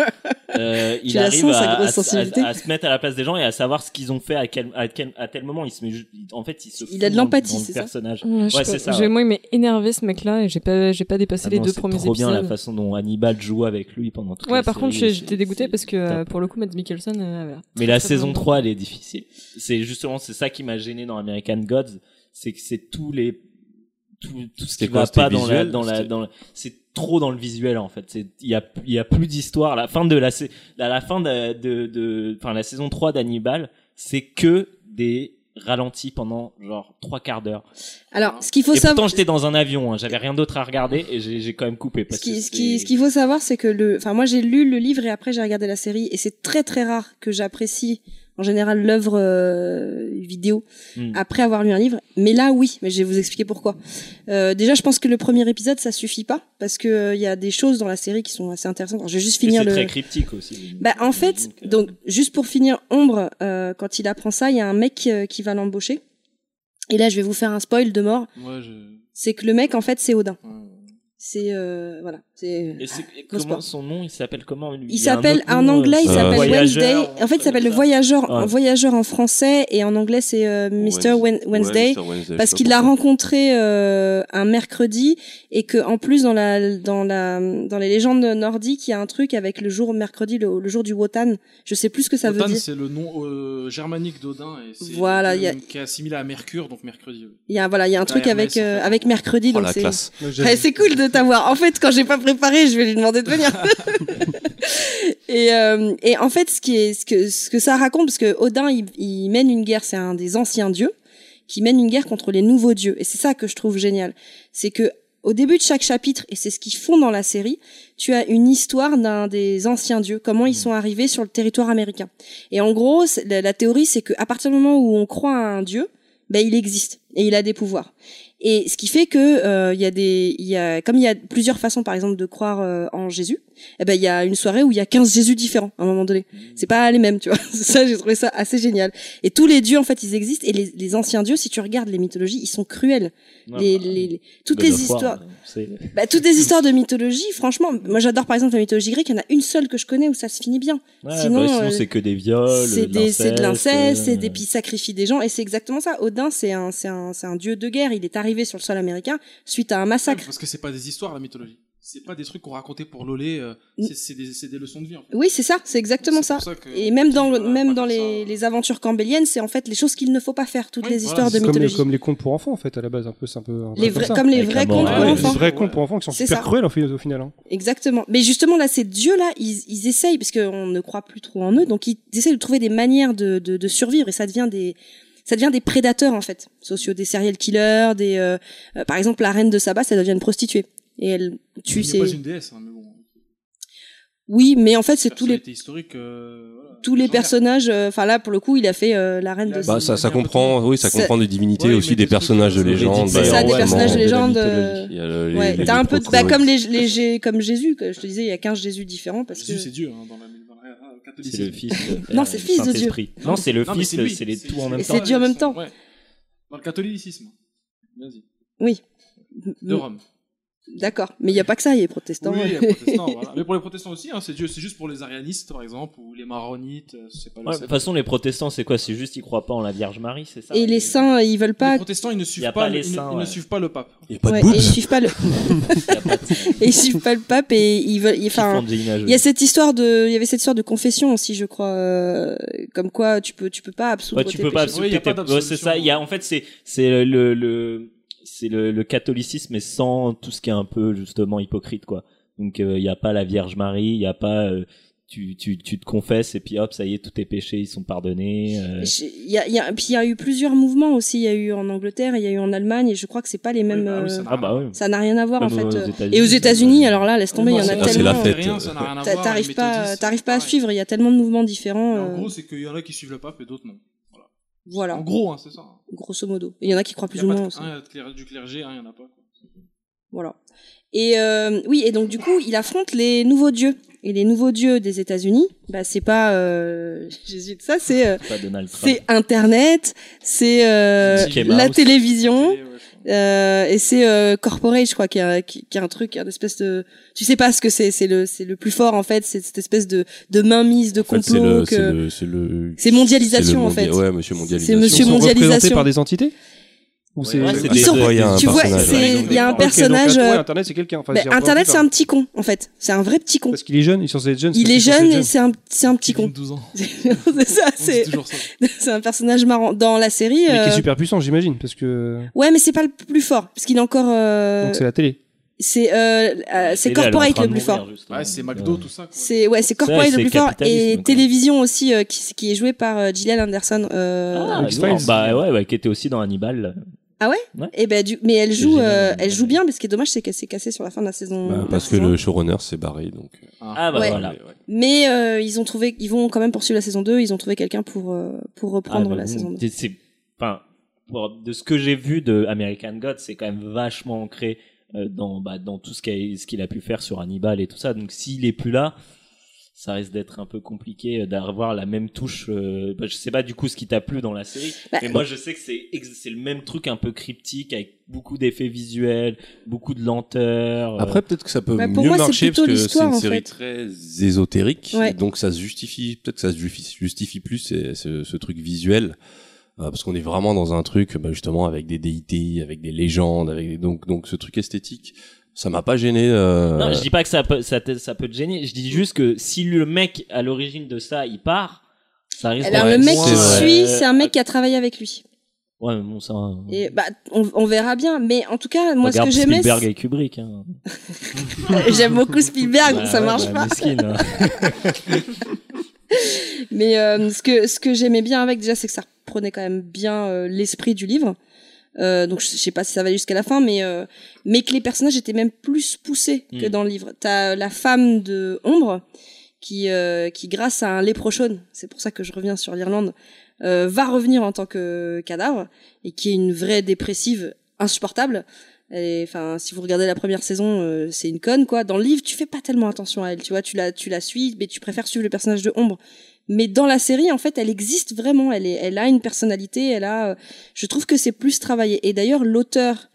F: euh, il
C: la
F: arrive
C: sens, sa
F: à,
C: grosse
F: à- à-
C: sensibilité
F: à se mettre à la place des gens et à savoir ce qu'ils ont fait à quel, à quel- à tel moment. Il se met, ju- il- en fait, il se.
C: Il
F: fout
C: a de
F: dans le-
C: l'empathie,
F: dans le
C: c'est ça
F: personnage.
E: Ouais, je sais
F: Ouais, c'est
E: pas.
F: ça,
E: J'ai-
F: ouais.
E: Moi, il m'a énervé ce mec-là et j'ai pas, j'ai pas dépassé
F: Ah
E: les
F: non,
E: deux
F: c'est
E: premiers
F: trop bien la
E: épisodes.
F: façon dont Hannibal joue avec lui pendant toute
E: Ouais,
F: la
E: par contre,
F: série.
E: j'ai- j'étais dégoûté parce que euh,
F: top.
E: pour le coup, Matt Mikkelsen euh, avait l'air
F: Mais la
E: très, très
F: saison
E: bon.
F: 3, elle est difficile. C'est justement, c'est ça qui m'a gêné dans American Gods, c'est que c'est tous les tout, tout ce
A: C'était
F: qui
A: quoi,
F: va
A: c'était
F: pas dans la
A: visuel,
F: dans la
A: c'était-
F: dans la- c'est trop dans le visuel en fait. C'est il y a il y a plus d'histoire. La fin de la sa- la, la fin de de de- enfin la saison 3 d'Hannibal, c'est que des ralentis pendant genre trois quarts d'heure.
C: Alors, ce qu'il faut
F: Et pourtant
C: savoir.
F: j'étais dans un avion, hein, j'avais rien d'autre à regarder et j'ai j'ai quand même coupé parce
C: Ce qui-
F: que
C: ce qui-
F: c'est-
C: ce qu'il faut savoir, c'est que le, enfin moi j'ai lu le livre et après j'ai regardé la série et c'est très très rare que j'apprécie en général l'œuvre euh, vidéo
F: Hmm.
C: après avoir lu un livre. Mais là oui, mais je vais vous expliquer pourquoi. Euh, déjà je pense que le premier épisode ça suffit pas parce que euh, il y a des choses dans la série qui sont assez intéressantes. Alors, je vais juste
F: et
C: finir
F: c'est
C: le.
F: très cryptique aussi.
C: Bah en fait,
F: euh,
C: donc juste pour finir, Ombre, euh, quand il apprend ça, il y a un mec euh, qui va l'embaucher. Et là je vais vous faire un spoil de mort,
D: Moi, je.
C: c'est que le mec en fait c'est Odin. C'est euh, voilà, c'est.
F: Et c'est- et
C: Grosse
F: comment
C: part.
F: son nom, il s'appelle comment lui
C: Il
F: y a un
C: s'appelle
F: autre
C: un
F: nom,
C: anglais, il
F: euh,
C: s'appelle
F: Voyageur,
C: Wednesday. En fait, il s'appelle le
F: ça.
C: voyageur,
F: Ouais.
C: en voyageur en français et en anglais c'est euh, Mr. Wen- Wednesday.
A: Ouais, Mr. Wednesday,
C: Parce
A: je sais
C: qu'il
A: pas
C: l'a
A: pourquoi.
C: rencontré euh, un mercredi et que en plus dans la dans la dans les légendes nordiques il y a un truc avec le jour mercredi le, le jour du Wotan. Je sais plus ce que ça
D: Wotan,
C: veut dire.
D: c'est le nom euh, germanique d'Odin et c'est
C: Voilà,
D: le-
C: y a-
D: qui est assimilé à Mercure, donc mercredi.
C: Il y a voilà il y a un truc
D: Hermès,
C: avec euh,
D: en fait.
C: avec mercredi
A: Oh
C: donc
A: la
C: c'est
A: classe.
B: Moi, j'ai-
C: Ouais, Eh, c'est cool de t'avoir. En fait, quand j'ai pas préparé, je vais lui demander de venir. et, euh, et en fait, ce qui est ce que ce que ça raconte, parce que Odin, il, il mène une guerre. C'est un des anciens dieux qui mène une guerre contre les nouveaux dieux. Et c'est ça que je trouve génial, c'est que au début de chaque chapitre, et c'est ce qu'ils font dans la série, tu as une histoire d'un des anciens dieux, comment ils sont arrivés sur le territoire américain. Et en gros, c'est- la, la théorie, c'est que à partir du moment où on croit à un dieu, ben il existe et il a des pouvoirs. Et ce qui fait que euh, il y a des, il y a, comme il y a plusieurs façons, par exemple, de croire euh, en Jésus, eh ben il y a une soirée où il y a 15 Jésus différents à un moment donné.
F: Mmh.
C: C'est pas les mêmes, tu vois. C'est ça, j'ai trouvé ça assez génial. Et tous les dieux, en fait, ils existent. Et les, les anciens dieux, si tu regardes les mythologies, ils sont cruels.
F: Ouais,
C: les,
F: bah,
C: les- les- toutes
F: God
C: les
F: of War,
C: histoires,
F: euh, c'est-
C: bah, toutes les histoires de mythologie, franchement, moi j'adore par exemple la mythologie grecque. Il y en a une seule que je connais où ça se finit bien.
F: Ouais, bah,
C: Sinon,
F: sinon,
C: euh,
F: c'est que des viols,
C: c'est des- c'est de l'inceste, c'est des
F: Oh, euh,
C: puis ils sacrifient des gens. Et c'est exactement ça. Odin, c'est un, c'est un, c'est un dieu de guerre. Il est arrivé sur le sol américain suite à un massacre.
D: Parce que c'est pas des histoires la mythologie. C'est pas des trucs qu'on racontait pour loler. euh, c'est- c'est des, c'est des leçons de vie. En fait.
C: Oui, c'est ça, c'est exactement
D: C'est
C: ça.
D: pour que-
C: Et même dans, le-
D: Voilà,
C: même
D: pas
C: dans
D: comme ça.
C: les, les aventures cambéliennes, c'est en fait les choses qu'il ne faut pas faire, toutes
D: Oui,
C: les
D: voilà,
C: histoires de
B: c'est comme les,
C: mythologie.
B: comme les contes pour enfants, en fait, à la base, un peu, c'est un peu. un peu
C: les
B: comme
C: vrais,
B: ça.
C: comme les
F: Avec la
C: vrais
F: mort,
C: contes
F: ouais,
C: pour
F: les
B: Les
C: enfants.
B: vrais contes pour enfants qui sont
C: C'est
B: super
C: ça.
B: cruels, au final. au final, hein.
C: Exactement. Mais justement, là, ces dieux-là, ils, ils essayent, parce qu'on ne croit plus trop en eux, donc ils essayent de trouver des manières de, de, de survivre, et ça devient des... Ça devient des prédateurs en fait, sociaux, des serial killers, des euh, euh, par exemple la reine de Saba, ça devient une prostituée et elle tue
D: Il n'est pas
C: ses.
D: une déesse, hein, mais bon.
C: Oui, mais en fait c'est tous les
D: Personnalité historique. euh, voilà.
C: tous les
D: Légendaire.
C: personnages. euh, Enfin là pour le coup il a fait euh, la reine
D: Il
C: de
D: a-
A: Bah, ça, ça comprend, oui, ça
C: Ça-
A: comprend des divinités
D: Ouais,
A: aussi,
D: mais
A: des bah,
D: des trucs,
A: personnages de
D: euh,
A: légende.
C: C'est ça, des
A: ouais,
C: personnages de
A: bon,
C: légende, euh,
A: il y a le- les-
C: Ouais,
A: les-
C: t'as un
A: les
C: peu de,
A: trop
C: bah,
A: cruels.
C: comme les, les, Jé- comme Jésus, que je te disais, il y a 15 Jésus différents parce que.
D: Jésus, c'est Dieu hein, dans la, dans la- dans le euh,
F: C'est le
D: catholicisme.
F: fils. de-
C: Non, c'est
F: du
C: fils de Dieu.
F: Saint-Esprit. Non, c'est le
D: Non, mais
F: fils,
D: lui.
F: c'est les tout en même
C: Et
F: temps.
C: c'est Dieu en même temps.
D: Ouais. Dans le catholicisme. Vas-y.
C: Oui.
D: De Rome.
C: D'accord, mais il n'y a pas que ça, il y a les protestants.
D: Oui, les protestants, voilà. Mais pour les protestants aussi, hein, c'est ju- c'est juste pour les arianistes, par exemple, ou les maronites, euh, c'est pas le
F: Ouais, de
D: c'est-
F: toute façon, les protestants, c'est quoi C'est juste ils croient pas en la Vierge Marie, c'est ça
C: Et les saints, ils veulent
D: Les
C: pas.
D: protestants, ils ne suivent
F: Y a
D: pas,
F: pas
D: le-
F: les
D: ils ne-
F: saints,
D: ils ne
F: ouais.
D: suivent pas le pape.
A: Il n'y a pas
C: ouais,
A: de boobs.
C: et ils suivent pas le,
F: Y a pas de-
C: et ils suivent pas le pape et ils veulent, ils-
F: qui
C: enfin,
F: font des images.
C: Il y a cette histoire de, il y avait cette histoire de confession aussi, je crois, euh, comme quoi tu peux, tu peux pas absolument.
F: Ouais, tu peux pas absolument.
D: Oui, y a pas
F: c'est
D: d'absolution.
F: ça. Il y a en fait c'est c'est le le c'est le, le catholicisme mais sans tout ce qui est un peu justement hypocrite quoi. Donc euh, il y a pas la Vierge Marie, il y a pas euh, tu tu tu te confesses et puis hop ça y est tous tes péchés ils sont pardonnés. euh.
C: Il y a, il y a, puis il y a eu plusieurs mouvements aussi. Il y a eu en Angleterre, il y a eu en Allemagne, et je crois que c'est pas les mêmes.
D: bah oui,
C: euh,
D: ça n'a-
F: Ah bah oui.
C: ça n'a rien à voir en
F: Comme
C: fait.
F: aux
C: euh,
F: États-Unis,
C: Et aux
F: ça-
C: États-Unis, alors là, laisse tomber, il y en a
D: ah,
A: moi, Ah, c'est
C: tellement.
A: la fête.
D: Rien, ça n'a rien à
C: T'a-
D: voir,
C: T'arrives
D: les
C: pas,
D: méthodistes,
C: t'arrives pas à
D: pareil.
C: suivre. Il y a tellement de mouvements différents.
D: Mais En
C: euh,
D: gros, c'est qu'il y en a qui suivent le pape et d'autres non.
C: voilà,
D: En gros, hein, c'est ça.
C: grosso modo. Il y en a qui croient plus
D: Il y a
C: ou
D: pas
C: moins.
D: de-
C: aussi.
D: un, cler- du clergé, hein, il y en a pas. quoi.
C: Voilà. Et euh, oui, et donc du coup, il affronte les nouveaux dieux. Et les nouveaux dieux des États-Unis, bah c'est pas euh, Jésus de ça, c'est euh,
F: C'est Pas Donald Trump.
C: c'est Internet, c'est euh,
F: Mickey
C: la
F: Mouse.
C: télévision.
D: Et, ouais, je crois.
C: Euh, et c'est euh, corporate, je crois, qui est, un- qui, qui est un truc, un espèce de, tu sais pas ce que c'est, c'est le, c'est le plus fort en fait, c'est cette espèce de, de mainmise de
A: En fait,
C: complot,
A: c'est le,
C: que-
A: c'est le, c'est le-
C: c'est mondialisation
A: c'est le
C: en fait.
A: mondia- Ouais, monsieur mondialisation.
C: C'est monsieur
B: Ils sont
C: mondialisation.
B: représentés par des entités Ou
F: Ouais,
B: c'est-
F: ouais, c'est
A: Ah,
F: des-
A: ça,
C: Ils sont-
A: ouais, il y a un
C: tu vois,
A: personnage,
C: c'est-
A: ouais.
C: il y a un
D: Ok, donc,
C: personnage.
B: Ok, donc,
C: euh,
B: ouais, Internet, c'est quelqu'un. Enfin,
C: bah,
B: j'ai
C: Internet,
B: représenté
C: c'est
B: par-
C: un petit con en fait, c'est un vrai petit con.
B: Parce qu'il est jeune, il est censé être jeune.
C: Il est jeune et c'est un, c'est un petit
D: Ils ont
C: con.
D: 12 ans.
C: c'est ça,
D: On dit
C: c'est,
D: toujours ça.
C: c'est un personnage marrant dans la série.
B: Mais qui est
C: euh,
B: super puissant, j'imagine, parce que.
C: Ouais, mais c'est pas le plus fort, parce qu'il est encore. euh,
B: Donc c'est la télé.
C: c'est euh, euh, c'est
F: Télé, elle est en
C: corporate
F: train
C: le
F: de
C: plus
F: mourir,
C: fort.
F: justement.
D: Ouais, c'est
F: Donc,
D: McDo,
F: euh,
D: tout ça. quoi.
C: C'est ouais, c'est corporate
F: c'est
C: le plus fort et
F: capitalisme, quoi.
C: télévision aussi euh, qui, qui est jouée par euh, Gillian Anderson. Euh,
F: Ah,
B: X-Files.
F: non, bah ouais, ouais, qui était aussi dans Hannibal.
C: Et ben du, mais elle joue,
F: Gillian
C: euh,
F: Anderson.
C: elle joue bien, mais ce qui est dommage c'est qu'elle s'est cassée sur la fin de la saison.
A: Bah, parce que le showrunner s'est barré, donc. euh,
F: Ah bah
C: Ouais.
F: voilà.
A: mais ouais.
C: Mais euh, ils ont trouvé, ils vont quand même poursuivre la saison 2, Ils ont trouvé quelqu'un pour euh, pour reprendre
F: Ah,
C: la
F: bah,
C: saison 2.
F: c'est- c'est- enfin, pour- de ce que j'ai vu de American God, c'est quand même vachement ancré euh, dans, bah, dans tout ce qu'a- ce qu'il a pu faire sur Hannibal et tout ça. Donc s'il est plus là, ça risque d'être un peu compliqué euh, d'avoir la même touche. euh, bah, je sais pas du coup ce qui t'a plu dans la série,
C: Bah,
F: mais moi je sais que c'est ex- c'est le même truc un peu cryptique avec beaucoup d'effets visuels, beaucoup de lenteur. euh,
A: Après, peut-être que ça peut
C: Bah, pour
A: mieux
C: moi, c'est
A: marcher
C: plutôt
A: parce que c'est
C: l'histoire,
A: une
C: en
A: série
C: fait.
A: très ésotérique.
C: Ouais.
A: Donc, ça se justifie, peut-être que ça se justifie, justifie plus c'est- ce, ce truc visuel. euh, parce qu'on est vraiment dans un truc, bah, justement, avec des déités, avec des légendes, avec des- donc, donc ce truc esthétique. Ça m'a pas gêné. euh,
F: Non, je dis pas que ça peut, ça, te- ça peut te gêner. Je dis juste que si le mec à l'origine de ça, il part, ça risque. euh,
C: Alors
A: Ouais,
C: le mec
A: c'est
C: qui
A: vrai.
C: suit, c'est un mec qui a travaillé avec lui.
F: Ouais, mais bon, ça.
C: Et bah on, on verra bien, mais en tout cas moi
F: Regarde
C: ce que j'aimais,
F: Spielberg et Kubrick. Hein.
C: c'est- j'aime beaucoup Spielberg,
F: Bah
C: Ah, ça
F: ouais,
C: marche
F: bah,
C: pas.
F: mesquine, hein.
C: Mais euh, ce que ce que j'aimais bien avec déjà, c'est que ça reprenait quand même bien euh, l'esprit du livre. Euh, donc je sais pas si ça va aller jusqu'à la fin, mais euh, mais que les personnages étaient même plus poussés que
F: Mm.
C: dans le livre. T'as euh, la femme de Ombre qui euh, qui grâce à un léprochaune, c'est pour ça que je reviens sur l'Irlande, euh, va revenir en tant que cadavre et qui est une vraie dépressive insupportable. Elle est- Enfin, si vous regardez la première saison, euh, c'est une conne quoi. Dans le livre, tu fais pas tellement attention à elle, tu vois, tu la tu la suis, mais tu préfères suivre le personnage de Ombre. Mais dans la série, en fait, elle existe vraiment. Elle, est, elle a une personnalité. Elle a. euh, Je trouve que c'est plus travaillé. Et d'ailleurs, l'auteur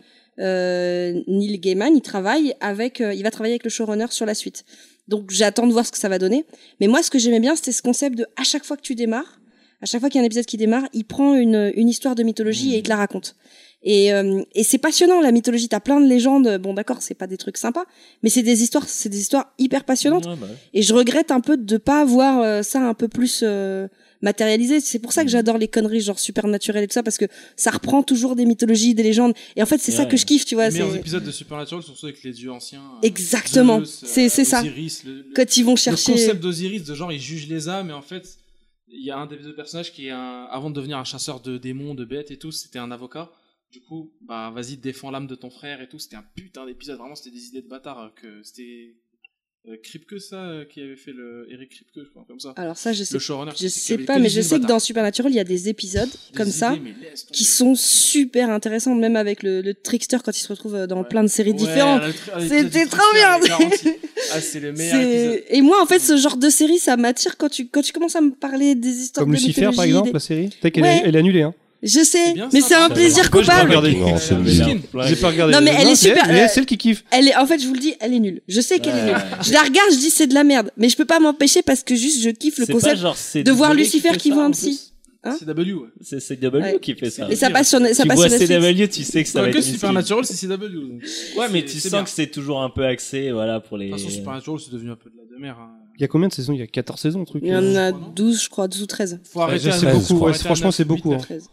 C: euh, Neil Gaiman, il travaille avec. euh, il va travailler avec le showrunner sur la suite. Donc, j'attends de voir ce que ça va donner. Mais moi, ce que j'aimais bien, c'était ce concept de à chaque fois que tu démarres, à chaque fois qu'il y a un épisode qui démarre, il prend une, une histoire de mythologie
F: Mhm.
C: et il te la raconte. Et, euh, et c'est passionnant la mythologie. T'as plein de légendes. Bon, d'accord, c'est pas des trucs sympas, mais c'est des histoires, c'est des histoires hyper passionnantes.
F: Ouais, bah ouais.
C: Et je regrette un peu de pas avoir euh, ça un peu plus euh, matérialisé. C'est pour ça
D: Mm.
C: que j'adore les conneries genre supernaturelles et tout ça parce que ça reprend toujours des mythologies, des légendes. Et en fait, c'est ça
F: Ouais.
C: que je kiffe, tu vois.
D: les
C: c'est-
D: meilleurs épisodes de Supernatural sont ceux avec les dieux anciens. euh,
C: Exactement.
D: Zeus, euh,
C: C'est- c'est ça.
D: Osiris, le- le-
C: Quand ils vont
D: Le
C: chercher.
D: concept d'Osiris, de genre, il juge les âmes, et en fait, il y a un des deux personnages qui est un- avant de devenir un chasseur de démons, de bêtes et tout, c'était un avocat. Du coup, bah, vas-y, défends l'âme de ton frère et tout. C'était un putain d'épisode. Vraiment, c'était des idées de bâtard. euh, Que c'était euh, Kripke, ça, euh, qui avait fait le Eric Kripke, je crois, comme ça.
C: Alors ça, Ah, je sais,
D: Le showrunner.
C: je
D: qui
C: sais
D: avait
C: pas,
D: que
C: mais
D: des
C: je
D: idées
C: sais
D: de
C: que
D: bâtard.
C: dans Supernatural, il y a des épisodes
D: Des
C: comme
D: idées,
C: ça
D: mais laisse tomber.
C: qui sont super intéressantes, même avec le, le trickster quand il se retrouve euh, dans
D: Ouais.
C: plein de séries
D: Ouais,
C: différentes.
D: le tr- ah, l'épisode
C: C'était
D: du
C: trop
D: transfert,
C: bien.
D: les garanties. Ah, c'est le meilleur épisode.
C: C'est- Et moi, en fait, ce genre de série, ça m'attire quand tu quand tu commences à me parler des histoires
B: Comme
C: de
B: Lucifer, par
C: mythologie,
B: exemple,
C: des-
B: la série. T'as qu'elle
C: Ouais.
B: est- elle est annulée. Hein.
C: Je sais,
D: C'est bien
C: mais
D: ça,
C: c'est un
D: ça.
C: plaisir
B: Moi, j'ai pas
C: coupable.
B: regardé.
A: Non, c'est
F: Ouais.
A: nul.
F: bah,
D: Miskin.
F: Ouais.
B: J'ai pas regardé.
C: Non, mais elle est
B: c'est
C: super-
B: elle, mais celle qui kiffe.
C: Elle est, en fait, je vous le dis, elle est nulle. Je sais qu'elle est nulle.
F: Ouais.
C: Je la regarde, je dis c'est de la merde, mais je peux pas m'empêcher parce que juste je kiffe le
F: C'est
C: concept.
F: pas genre CW
C: de voir
F: qui
C: Lucifer
F: fait
C: qui
F: ça,
C: voit un
F: en
C: psy.
F: plus
C: Hein
D: C'est W. ouais.
F: C'est CW
C: Ouais.
F: qui fait ça.
C: Et ça passe sur, ça
F: tu
C: passe
F: vois
C: sur Netflix.
F: CW, tu sais que ça va
D: Quoique
F: être Miskin.
D: Supernatural, c'est CW.
F: Ouais, mais
D: C'est-
F: tu
D: c'est
F: sens
D: bien.
F: que c'est toujours un peu axé, voilà, pour les.
D: De toute façon, Supernatural, c'est devenu un peu de la demeure. Hein.
B: Il y a combien de saisons Il y a 14 saisons, le truc.
C: Il y en
B: euh.
C: a 12, je crois, 12 ou 13.
D: Faut arrêter
B: c'est
D: à-
A: beaucoup,
D: faut
A: ouais,
D: arrêter à
B: franchement,
D: neuf,
B: c'est
D: huit,
B: beaucoup, hein.
D: neuf.
C: 13.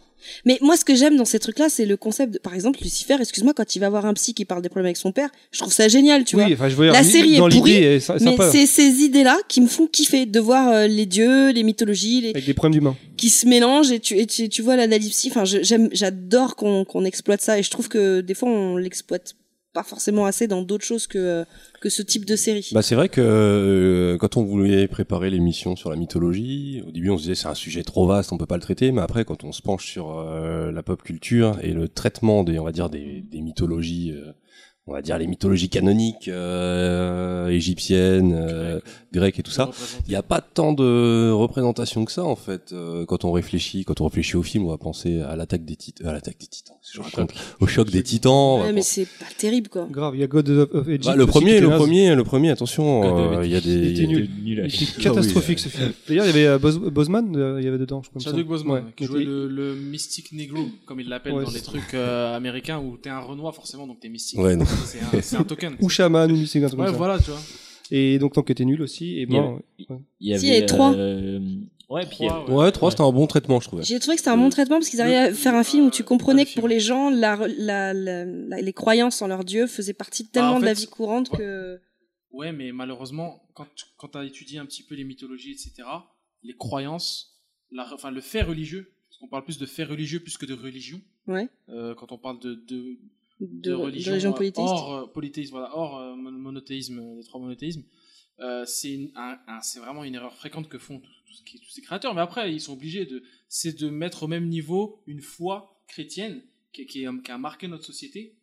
C: Mais moi, ce que j'aime dans ces trucs-là, c'est le concept de, par exemple, Lucifer, excuse-moi, quand il va voir un psy qui parle des problèmes avec son père, je trouve ça génial, tu vois.
B: Oui, enfin, je veux dire,
C: La série est
B: dans l'idée,
C: pourrie,
B: elle est
F: euh,
B: sy-
C: Mais
B: sympa.
C: c'est ces idées-là qui me font kiffer de voir euh, les dieux, les mythologies, les,
B: Avec des problèmes d'humains.
C: qui se mélangent et tu, et tu, tu vois l'analyse psy. Enfin, je- j'aime, j'adore qu'on, qu'on exploite ça et je trouve que des fois on l'exploite pas forcément assez dans d'autres choses que, euh, que ce type de série.
A: Bah c'est vrai que euh, quand on voulait préparer l'émission sur la mythologie, au début on se disait c'est un sujet trop vaste, on peut pas le traiter, mais après quand on se penche sur euh, la pop culture et le traitement des on va dire des, des mythologies, euh, on va dire les mythologies canoniques euh, égyptiennes, euh, grecques et tout ça, il n'y a pas tant de représentation que ça en fait. Euh, quand on réfléchit, quand on réfléchit au film, on va penser à l'attaque des titans, euh, à l'attaque des titans, qu'est-ce que je raconte au choc des titans. on va
C: Ouais, mais
A: penser-
C: c'est pas terrible quoi.
B: Grave, il y a God of of Egypt.
A: Bah, le
B: aussi, qui
A: premier,
B: était
A: le
B: naze.
A: premier, le premier, attention,
F: God of
A: euh, il y a des,
B: Il était
A: il y a
B: nul.
A: des-
F: nul
B: Il était
A: Ah oui,
B: catastrophique
A: euh,
B: ce film. D'ailleurs, il y avait euh, Boz- Bozeman, euh, il y avait dedans, je crois. il me
D: Chadwick
B: semble.
D: Boseman,
B: Ouais.
D: qui jouait le, le mystique negro, comme il l'appelle
B: Ouais,
D: dans les
B: c'est-
D: trucs euh, américains où t'es un renoir forcément, donc t'es mystique.
A: Ouais, non.
D: C'est un, c'est un token.
B: Ou Shaman, ou c'est un truc
D: Ouais,
B: comme ça.
D: voilà, tu vois.
B: Et donc, donc, était nul aussi. Et
F: Il y
B: bon,
F: Il y avait.
C: Si, il y avait trois.
F: euh, Ouais, puis il y
D: Trois,
F: avait-
A: Ouais, 3 c'était un bon traitement, je trouvais.
C: J'ai trouvé que c'était un bon traitement parce qu'ils arrivaient à faire un film où tu
D: Euh,
C: comprenais
D: le
C: que
D: film.
C: pour les gens, la, re- la- la- la- les croyances en leur dieu faisaient partie tellement
D: Ah, en
C: de la
D: fait,
C: vie courante
D: ouais.
C: que.
D: Ouais, mais malheureusement, quand, tu- quand t'as étudié un petit peu les mythologies, etc., les croyances, la re- enfin, le fait religieux, parce qu'on parle plus de fait religieux plus que de religion,
C: Ouais.
D: euh, quand on parle de, de,
C: De,
D: de religion,
C: de religion
D: euh,
C: polythéiste.
D: Hors euh, polythéisme, voilà, hors euh, mon- monothéisme, euh, les trois monothéismes. Euh, c'est une- un- un- c'est vraiment une erreur fréquente que font tous, tous- qui- tous ces créateurs. Mais après, ils sont obligés de, c'est de mettre au même niveau une foi chrétienne qui, qui, est- euh, qui a marqué notre société.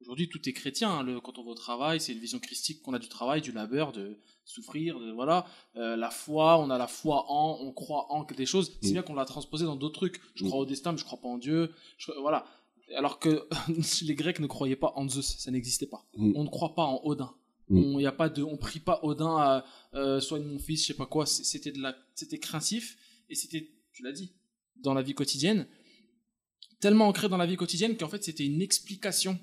D: Aujourd'hui, tout est chrétien. hein. Le, quand on va au travail, c'est une vision christique qu'on a du travail, du labeur, de souffrir, de voilà. Euh, la foi, on a la foi en, on croit en des choses. C'est
A: Mm.
D: bien qu'on l'a transposé dans d'autres trucs. Je
A: Mm.
D: crois au destin, mais je crois pas en Dieu. Je- voilà. Alors que les Grecs ne croyaient pas en Zeus, ça n'existait pas.
A: Mm.
D: On ne croit pas en Odin.
A: Mm.
D: On y a pas de, on prie pas Odin, à, euh, soigne mon fils, je sais pas quoi. C'est- C'était de la, c'était craintif et c'était, tu l'as dit, dans la vie quotidienne, tellement ancré dans la vie quotidienne qu'en fait c'était une explication,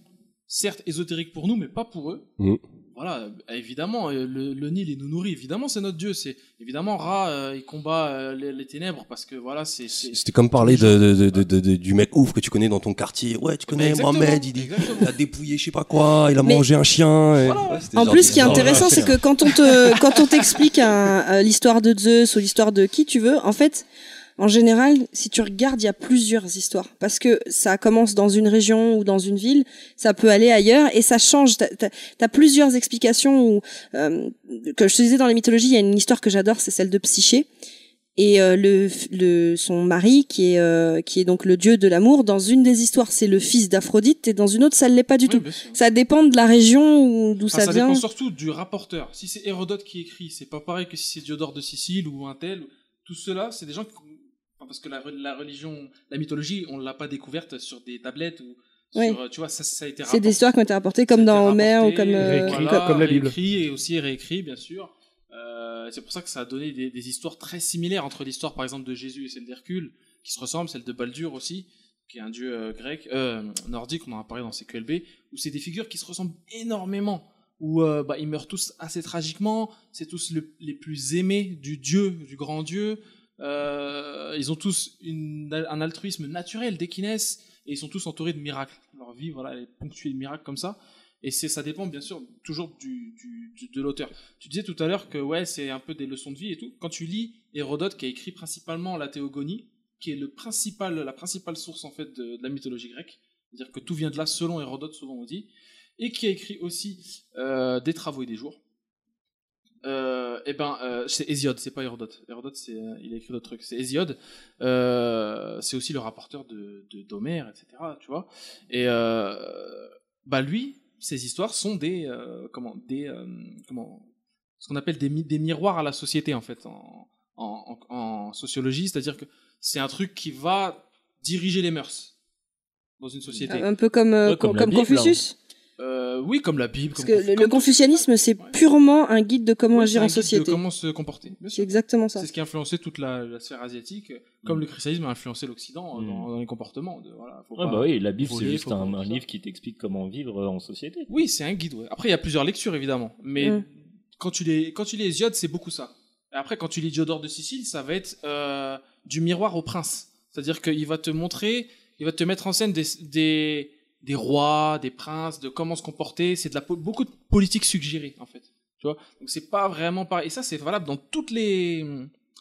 D: certes ésotérique pour nous, mais pas pour eux.
A: Mm.
D: Voilà, euh, évidemment, euh, le, le Nil il nous nourrit. Évidemment, c'est notre dieu. C'est évidemment Ra, euh, il combat euh, les, les ténèbres parce que voilà, c'est. c'est-
A: C'était comme parler de, de- de- de- de- du mec ouf que tu connais dans ton quartier. Ouais, tu connais
D: Exactement,
A: Mohamed, il, il
D: exactement.
A: a dépouillé je sais pas quoi, il a
C: Mais-
A: mangé un chien. et-
D: Voilà.
A: Ouais, c'était
C: En
A: genre
C: plus,
A: des-
C: ce qui est
A: genre,
C: intéressant,
A: ouais,
C: c'est que quand on te, quand on t'explique un- euh, l'histoire de Zeus ou l'histoire de qui tu veux, en fait, en général, si tu regardes, il y a plusieurs histoires. Parce que ça commence dans une région ou dans une ville, ça peut aller ailleurs et ça change. T'as, t'as- t'as plusieurs explications où, euh, que je te disais dans les mythologies, il y a une histoire que j'adore, c'est celle de Psyché. Et euh, le, f- le, son mari, qui est, euh, qui est donc le dieu de l'amour, dans une des histoires, c'est le fils d'Aphrodite, et dans une autre, ça ne l'est pas du
D: Oui,
C: tout.
D: bien sûr.
C: Ça dépend de la région ou d'où
D: Enfin,
C: ça,
D: Ah, ça
C: vient.
D: dépend surtout du rapporteur. Si c'est Hérodote qui écrit, c'est pas pareil que si c'est Diodore de Sicile ou un tel. Tout cela, c'est des gens qui... enfin, parce que la, re- la religion, la mythologie, on l'a pas découverte sur des tablettes ou sur,
C: Oui.
D: euh, tu vois, ça, ça a été
C: C'est
D: rapporté.
C: des histoires qui ont été rapportées comme dans Homer ou comme. euh,
B: Réécrit,
C: comme-
B: comme la Bible.
D: Écrit et aussi réécrit, bien sûr. Euh, c'est pour ça que ça a donné des, des histoires très similaires entre l'histoire, par exemple, de Jésus et celle d'Hercule, qui se ressemblent, celle de Baldur aussi, qui est un dieu euh, grec, euh, nordique, on en a parlé dans CQLB, où c'est des figures qui se ressemblent énormément, où euh, bah, ils meurent tous assez tragiquement, c'est tous le- les plus aimés du dieu, du grand dieu. Euh, ils ont tous une- un altruisme naturel dès qu'ils naissent, et ils sont tous entourés de miracles. Leur vie, voilà, elle est ponctuée de miracles comme ça. Et c'est, ça dépend bien sûr toujours du, du- du- de l'auteur. Tu disais tout à l'heure que ouais, c'est un peu des leçons de vie et tout. Quand tu lis Hérodote, qui a écrit principalement la Théogonie, qui est le principal, la principale source en fait de, de la mythologie grecque, c'est-à-dire que tout vient de là selon Hérodote, souvent on dit, et qui a écrit aussi euh, des travaux et des jours. Euh, et ben, euh, c'est Hésiode, c'est pas Hérodote. Hérodote, c'est, euh, il a écrit d'autres trucs. C'est Hésiode. euh, c'est aussi le rapporteur de, de d'Homère, etc. Tu vois. Et euh, bah lui, ces histoires sont des euh, comment des euh, comment ce qu'on appelle des, mi- des miroirs à la société en fait en, en, en- en sociologie, c'est-à-dire que c'est un truc qui va diriger les mœurs dans une société.
C: Un peu comme, euh,
F: Ouais, comme
C: co-
F: la
C: comme
F: Bible,
C: Confucius.
D: Euh, oui, comme la Bible.
C: Parce que
D: comme
C: le,
D: comme
C: le
D: tout.
C: confucianisme, c'est
D: Ouais.
C: purement un guide de comment
D: Oui, c'est
C: agir
D: un
C: en
D: guide de
C: société.
D: Comment se comporter. bien sûr.
C: C'est exactement ça.
D: C'est ce qui a influencé toute la, la sphère asiatique, comme le christianisme a influencé l'Occident euh,
F: Mm.
D: dans, dans les comportements. De, voilà, faut
F: Ouais,
D: pas-
F: bah oui, la Bible,
D: faut
F: c'est
D: voler,
F: juste
D: faut
F: un,
D: pas-
F: un livre qui t'explique comment vivre euh, en société.
D: Oui, c'est un guide. ouais. Après, il y a plusieurs lectures évidemment, mais
C: Mm.
D: quand tu lis quand tu lis Hésiode, c'est beaucoup ça. Et après, quand tu lis Diodore de Sicile, ça va être euh, du miroir au prince. C'est-à-dire qu'il va te montrer, il va te mettre en scène des, des, des rois, des princes, de comment se comporter. C'est de la po- beaucoup de politique suggérée en fait. Tu vois Donc c'est pas vraiment pareil. Et ça, c'est valable dans toutes les,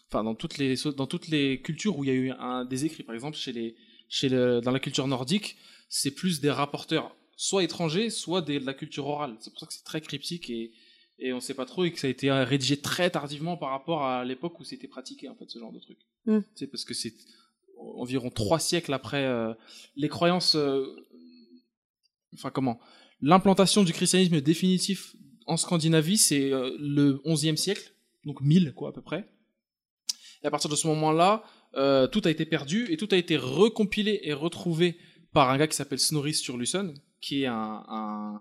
D: enfin dans toutes les so- dans toutes les cultures où il y a eu un, des écrits. Par exemple, chez les chez le, dans la culture nordique, c'est plus des rapporteurs, soit étrangers, soit des- de la culture orale. C'est pour ça que c'est très cryptique et, et on ne sait pas trop et que ça a été euh, rédigé très tardivement par rapport à l'époque où c'était pratiqué, en fait, ce genre de truc.
C: Mm.
D: C'est parce que c'est environ trois siècles après euh, les croyances. euh, enfin, comment L'implantation du christianisme définitif en Scandinavie, c'est euh, le 11e siècle, donc 1000, quoi, à peu près. Et à partir de ce moment-là, euh, tout a été perdu et tout a été recompilé et retrouvé par un gars qui s'appelle Snorri Sturluson, qui est un, un,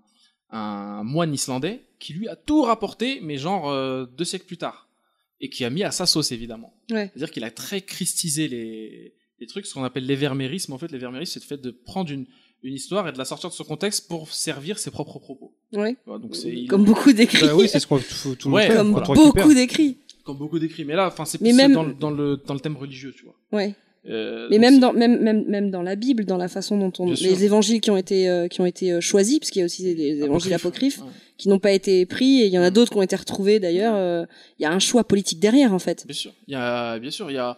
D: un moine islandais, qui lui a tout rapporté, mais genre euh, deux siècles plus tard, et qui a mis à sa sauce évidemment.
C: Ouais.
D: C'est-à-dire qu'il a très christisé les, les trucs, ce qu'on appelle l'évermérisme. En fait, l'évermérisme, c'est le fait de prendre une, une histoire et de la sortir de son contexte pour servir ses propres propos.
C: Ouais.
D: Voilà, Donc c'est il-
C: Comme beaucoup d'écrits.
B: Bah oui, c'est ce qu'on faut tout le monde
D: Ouais,
B: fait,
C: Comme
B: quand on récupère.
C: beaucoup d'écrits.
D: comme beaucoup d'écrits, mais là, enfin, c'est
C: Mais
D: plus
C: même-
D: dans, le- dans le dans le thème religieux, tu vois.
C: Ouais.
D: Euh,
C: Mais
D: donc
C: même
D: c'est-
C: dans, même, même, même dans la Bible, dans la façon dont on,
D: Bien sûr.
C: les évangiles qui ont été, euh, qui ont été euh, choisis, parce qu'il y a aussi des, des évangiles apocryphes,
D: Ouais.
C: qui n'ont pas été pris, et il y en a
D: Mm.
C: d'autres qui ont été retrouvés d'ailleurs, euh, il y a un choix politique derrière, en fait.
D: Bien sûr, il y a, bien sûr, il y a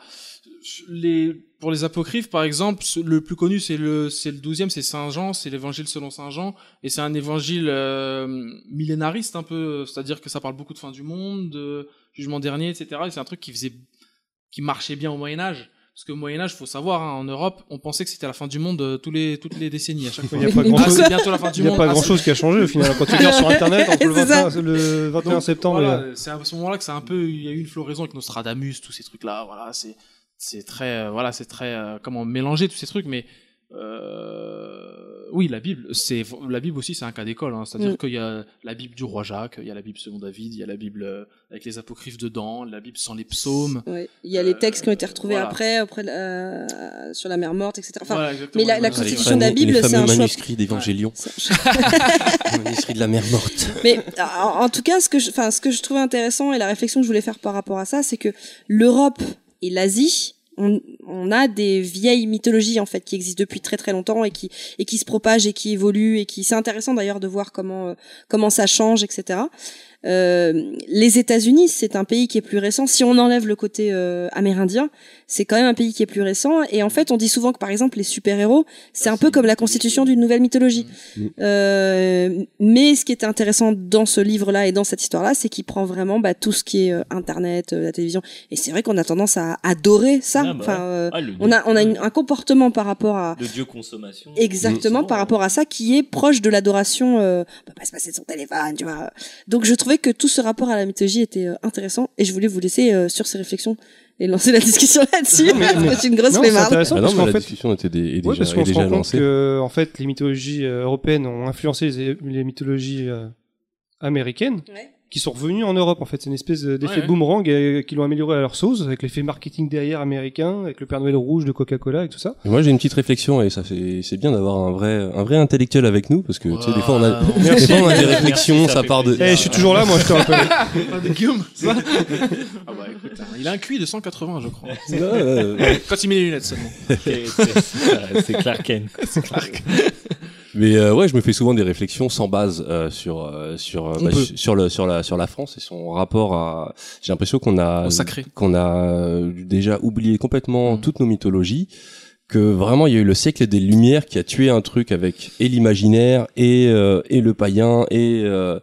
D: les pour les apocryphes par exemple, ce- le plus connu c'est le c'est le 12e, c'est Saint Jean, c'est l'évangile selon Saint Jean et c'est un évangile euh, millénariste un peu, c'est-à-dire que ça parle beaucoup de fin du monde, de jugement dernier, etc. Et c'est un truc qui faisait qui marchait bien au Moyen Âge. Parce que au Moyen Âge, faut savoir, hein, en Europe, on pensait que c'était la fin du monde euh, tous les, toutes les décennies à chaque fois.
B: Il n'y a pas
C: Mais
B: grand
D: Ah,
B: chose.
D: c'est bientôt la fin du
B: Il n'y a
D: monde.
B: pas
D: Ah,
B: grand
D: c'est-
B: chose qui a changé au final. Quand tu regardes sur internet, entre le
C: C'est ça.
B: 21, le 21
D: Donc,
B: septembre
D: voilà, c'est à ce moment-là que c'est un peu, il y a eu une floraison avec Nostradamus, tous ces trucs-là. Voilà, c'est c'est très, euh, voilà, c'est très euh, comment mélanger tous ces trucs, mais euh, oui, la Bible, c'est la Bible aussi, c'est un cas d'école. hein. C'est-à-dire
C: Mm.
D: qu'il y a la Bible du roi Jacques, il y a la Bible selon David, il y a la Bible euh, avec les apocryphes dedans, la Bible sans les psaumes.
C: Ouais. Il y a
D: Euh,
C: les textes qui ont été retrouvés
D: voilà.
C: après, après euh, sur la mer morte, etc. Enfin,
D: Voilà, exactement.
C: mais la, la
D: Voilà, les
C: constitution de la
A: fameux- les
C: Bible, c'est
A: fameux
C: un choix. Ah,
A: manuscrits d'Évangélion, Ah
C: c'est un choix-
A: le manuscrit de la mer morte.
C: Mais en, en tout cas, ce que, je, enfin, ce que je trouvais intéressant et la réflexion que je voulais faire par rapport à ça, c'est que l'Europe et l'Asie, on, on a des vieilles mythologies en fait qui existent depuis très très longtemps et qui et qui se propagent et qui évoluent et qui c'est intéressant d'ailleurs de voir comment euh, comment ça change, etc. Euh, les États-Unis, c'est un pays qui est plus récent. Si on enlève le côté euh, amérindien, c'est quand même un pays qui est plus récent. Et en fait, on dit souvent que par exemple les super-héros, c'est
F: Ah,
C: un
F: c'est
C: peu
F: une
C: comme la
F: mythologie.
C: constitution d'une nouvelle mythologie.
A: Mm.
C: Euh, mais ce qui était intéressant dans ce livre-là et dans cette histoire-là, c'est qu'il prend vraiment bah, tout ce qui est euh, Internet, euh, la télévision. Et c'est vrai qu'on a tendance à adorer ça.
F: Ah, bah
C: enfin, euh,
F: Ah, le
C: on
F: dieu-
C: a on a une- un comportement par rapport à
F: Le dieu consommation. Mm.
C: Exactement, par rapport à ça, qui est proche de l'adoration, euh, on peut pas se passer de son téléphone, tu vois. Donc je trouvais que tout ce rapport à la mythologie était euh, intéressant et je voulais vous laisser euh, sur ces réflexions et lancer la discussion là-dessus,
B: Non, mais-
C: parce que je suis une grosse
B: Non, c'est
C: flemmarde.
B: intéressant
A: Ah non,
B: parce
A: mais
B: qu'en
A: la
B: fait,
A: discussion était dé- est déjà,
B: Ouais, parce qu'on
A: est
B: se
A: déjà
B: rend compte
A: lancée.
B: que en fait, les mythologies euh, européennes ont influencé les, les mythologies euh, américaines
C: Ouais.
B: qui sont revenues en Europe. En fait, c'est une espèce euh, d'effet
D: Ouais, ouais.
B: boomerang et, qui l'ont amélioré à leur sauce avec l'effet marketing derrière américain, avec le Père Noël rouge de Coca-Cola et tout ça.
A: Et Moi, j'ai une petite réflexion et ça c'est c'est bien d'avoir un vrai un vrai intellectuel avec nous parce que tu sais des fois on a
D: Waouh.
A: des fois, on a des
F: Merci,
A: réflexions,
F: ça
A: ça
F: fait
A: part de
F: plaisir.
B: Eh, je suis toujours là, moi, je te rappelle.
D: Ah, de Guillaume, ça Ah bah écoute, hein, il a un QI de 180, je crois.
A: Ouais, ouais, ouais.
D: Quand il met les lunettes seulement.
F: C'est c'est Clark Kent.
A: Mais euh, ouais, je me fais souvent des réflexions sans base euh, sur euh, sur euh,
D: On
A: bah,
D: peut.
A: su- sur le sur la sur la France et son rapport à j'ai l'impression qu'on a
D: Au sacré.
A: qu'on a euh, déjà oublié complètement
D: Mm.
A: toutes nos mythologies que vraiment il y a eu le siècle des lumières qui a tué un truc avec et l'imaginaire et euh, et le païen et euh,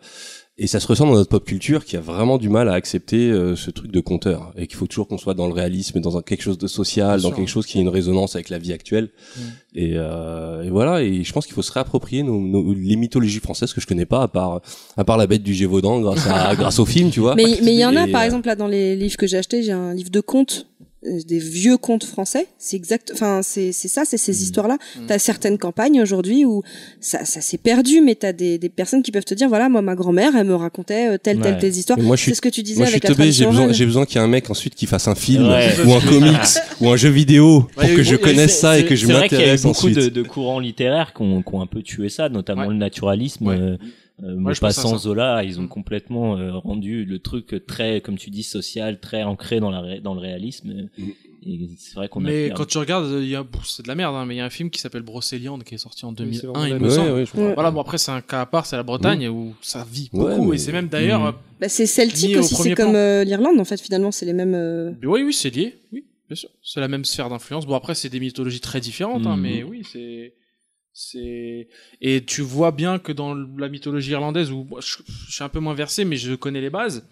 A: et ça se ressent dans notre pop culture qui a vraiment du mal à accepter euh, ce truc de conteur et qu'il faut toujours qu'on soit dans le réalisme, dans un- quelque chose de social,
D: Bien
A: dans
D: sûr.
A: quelque chose qui ait une résonance avec la vie actuelle.
D: Mm.
A: Et, euh, et voilà. Et je pense qu'il faut se réapproprier nos, nos- les mythologies françaises que je connais pas à part à part la bête du Gévaudan grâce à grâce au film, tu vois.
C: Mais mais il y en a
A: Et,
C: par
A: euh,
C: exemple là dans les livres que j'ai achetés, j'ai un livre de contes euh, des vieux contes français. C'est exact, enfin c'est c'est ça, c'est ces
A: Hmm.
F: Mhm.
C: histoires-là.
D: Mhm.
C: T'as certaines campagnes aujourd'hui où ça ça s'est perdu, mais t'as des des personnes qui peuvent te dire voilà moi ma grand-mère elle me racontait euh, telle telle
F: Ouais.
C: telle histoire.
A: Mais moi, je suis
C: C'est ce que tu disais
A: Moi, je suis
C: avec la
A: teubé, j'ai
C: tradition
A: besoin,
C: orale.
A: j'ai besoin qu'il y ait un mec ensuite qui fasse un film,
F: Ouais.
A: ou un comics, ou un jeu vidéo, pour
D: Ouais, il y a
A: que
D: eu
A: je
D: beaucoup-
A: connaisse
F: C'est-
A: ça et
F: c'est-
A: que je
F: c'est vrai qu'il y a eu
A: m'intéresse
F: beaucoup
A: ensuite.
F: de, de courants littéraires qui ont, qui ont un peu tué ça, notamment
D: Ouais.
F: le naturalisme.
D: Ouais.
F: Euh, euh, mais
D: je
F: pas
D: pense à
F: sans
D: ça.
F: Zola, ils
D: Mm.
F: ont complètement euh, rendu le truc très, comme tu dis, social, très ancré dans, la, ré- dans le réalisme.
A: Mm.
F: Et c'est vrai qu'on a
D: Mais
F: perdu.
D: quand tu regardes, il y a, pff, c'est de la merde, hein, mais il y a un film qui s'appelle Brocéliande qui est sorti en
B: Oui, c'est
D: 2001,
B: vraiment
D: il
B: de la
D: me
A: Ouais,
D: semble.
A: ouais, je comprends.
D: Voilà, bon après c'est un cas à part, c'est la Bretagne où ça vit
A: Ouais,
D: beaucoup
A: mais-
D: et c'est même d'ailleurs,
F: Mm.
D: euh,
C: Bah, c'est
D: Mis
C: celtique
D: au
C: aussi,
D: premier
C: c'est comme
D: plan.
C: euh, l'Irlande en fait finalement c'est les mêmes. euh,
D: Oui, oui, c'est lié. Oui, bien sûr. C'est la même sphère d'influence. Bon, après, c'est des mythologies très différentes, hein,
F: Mhm.
D: mais oui, c'est. C'est et tu vois bien que dans la mythologie irlandaise où moi, je, je suis un peu moins versé mais je connais les bases.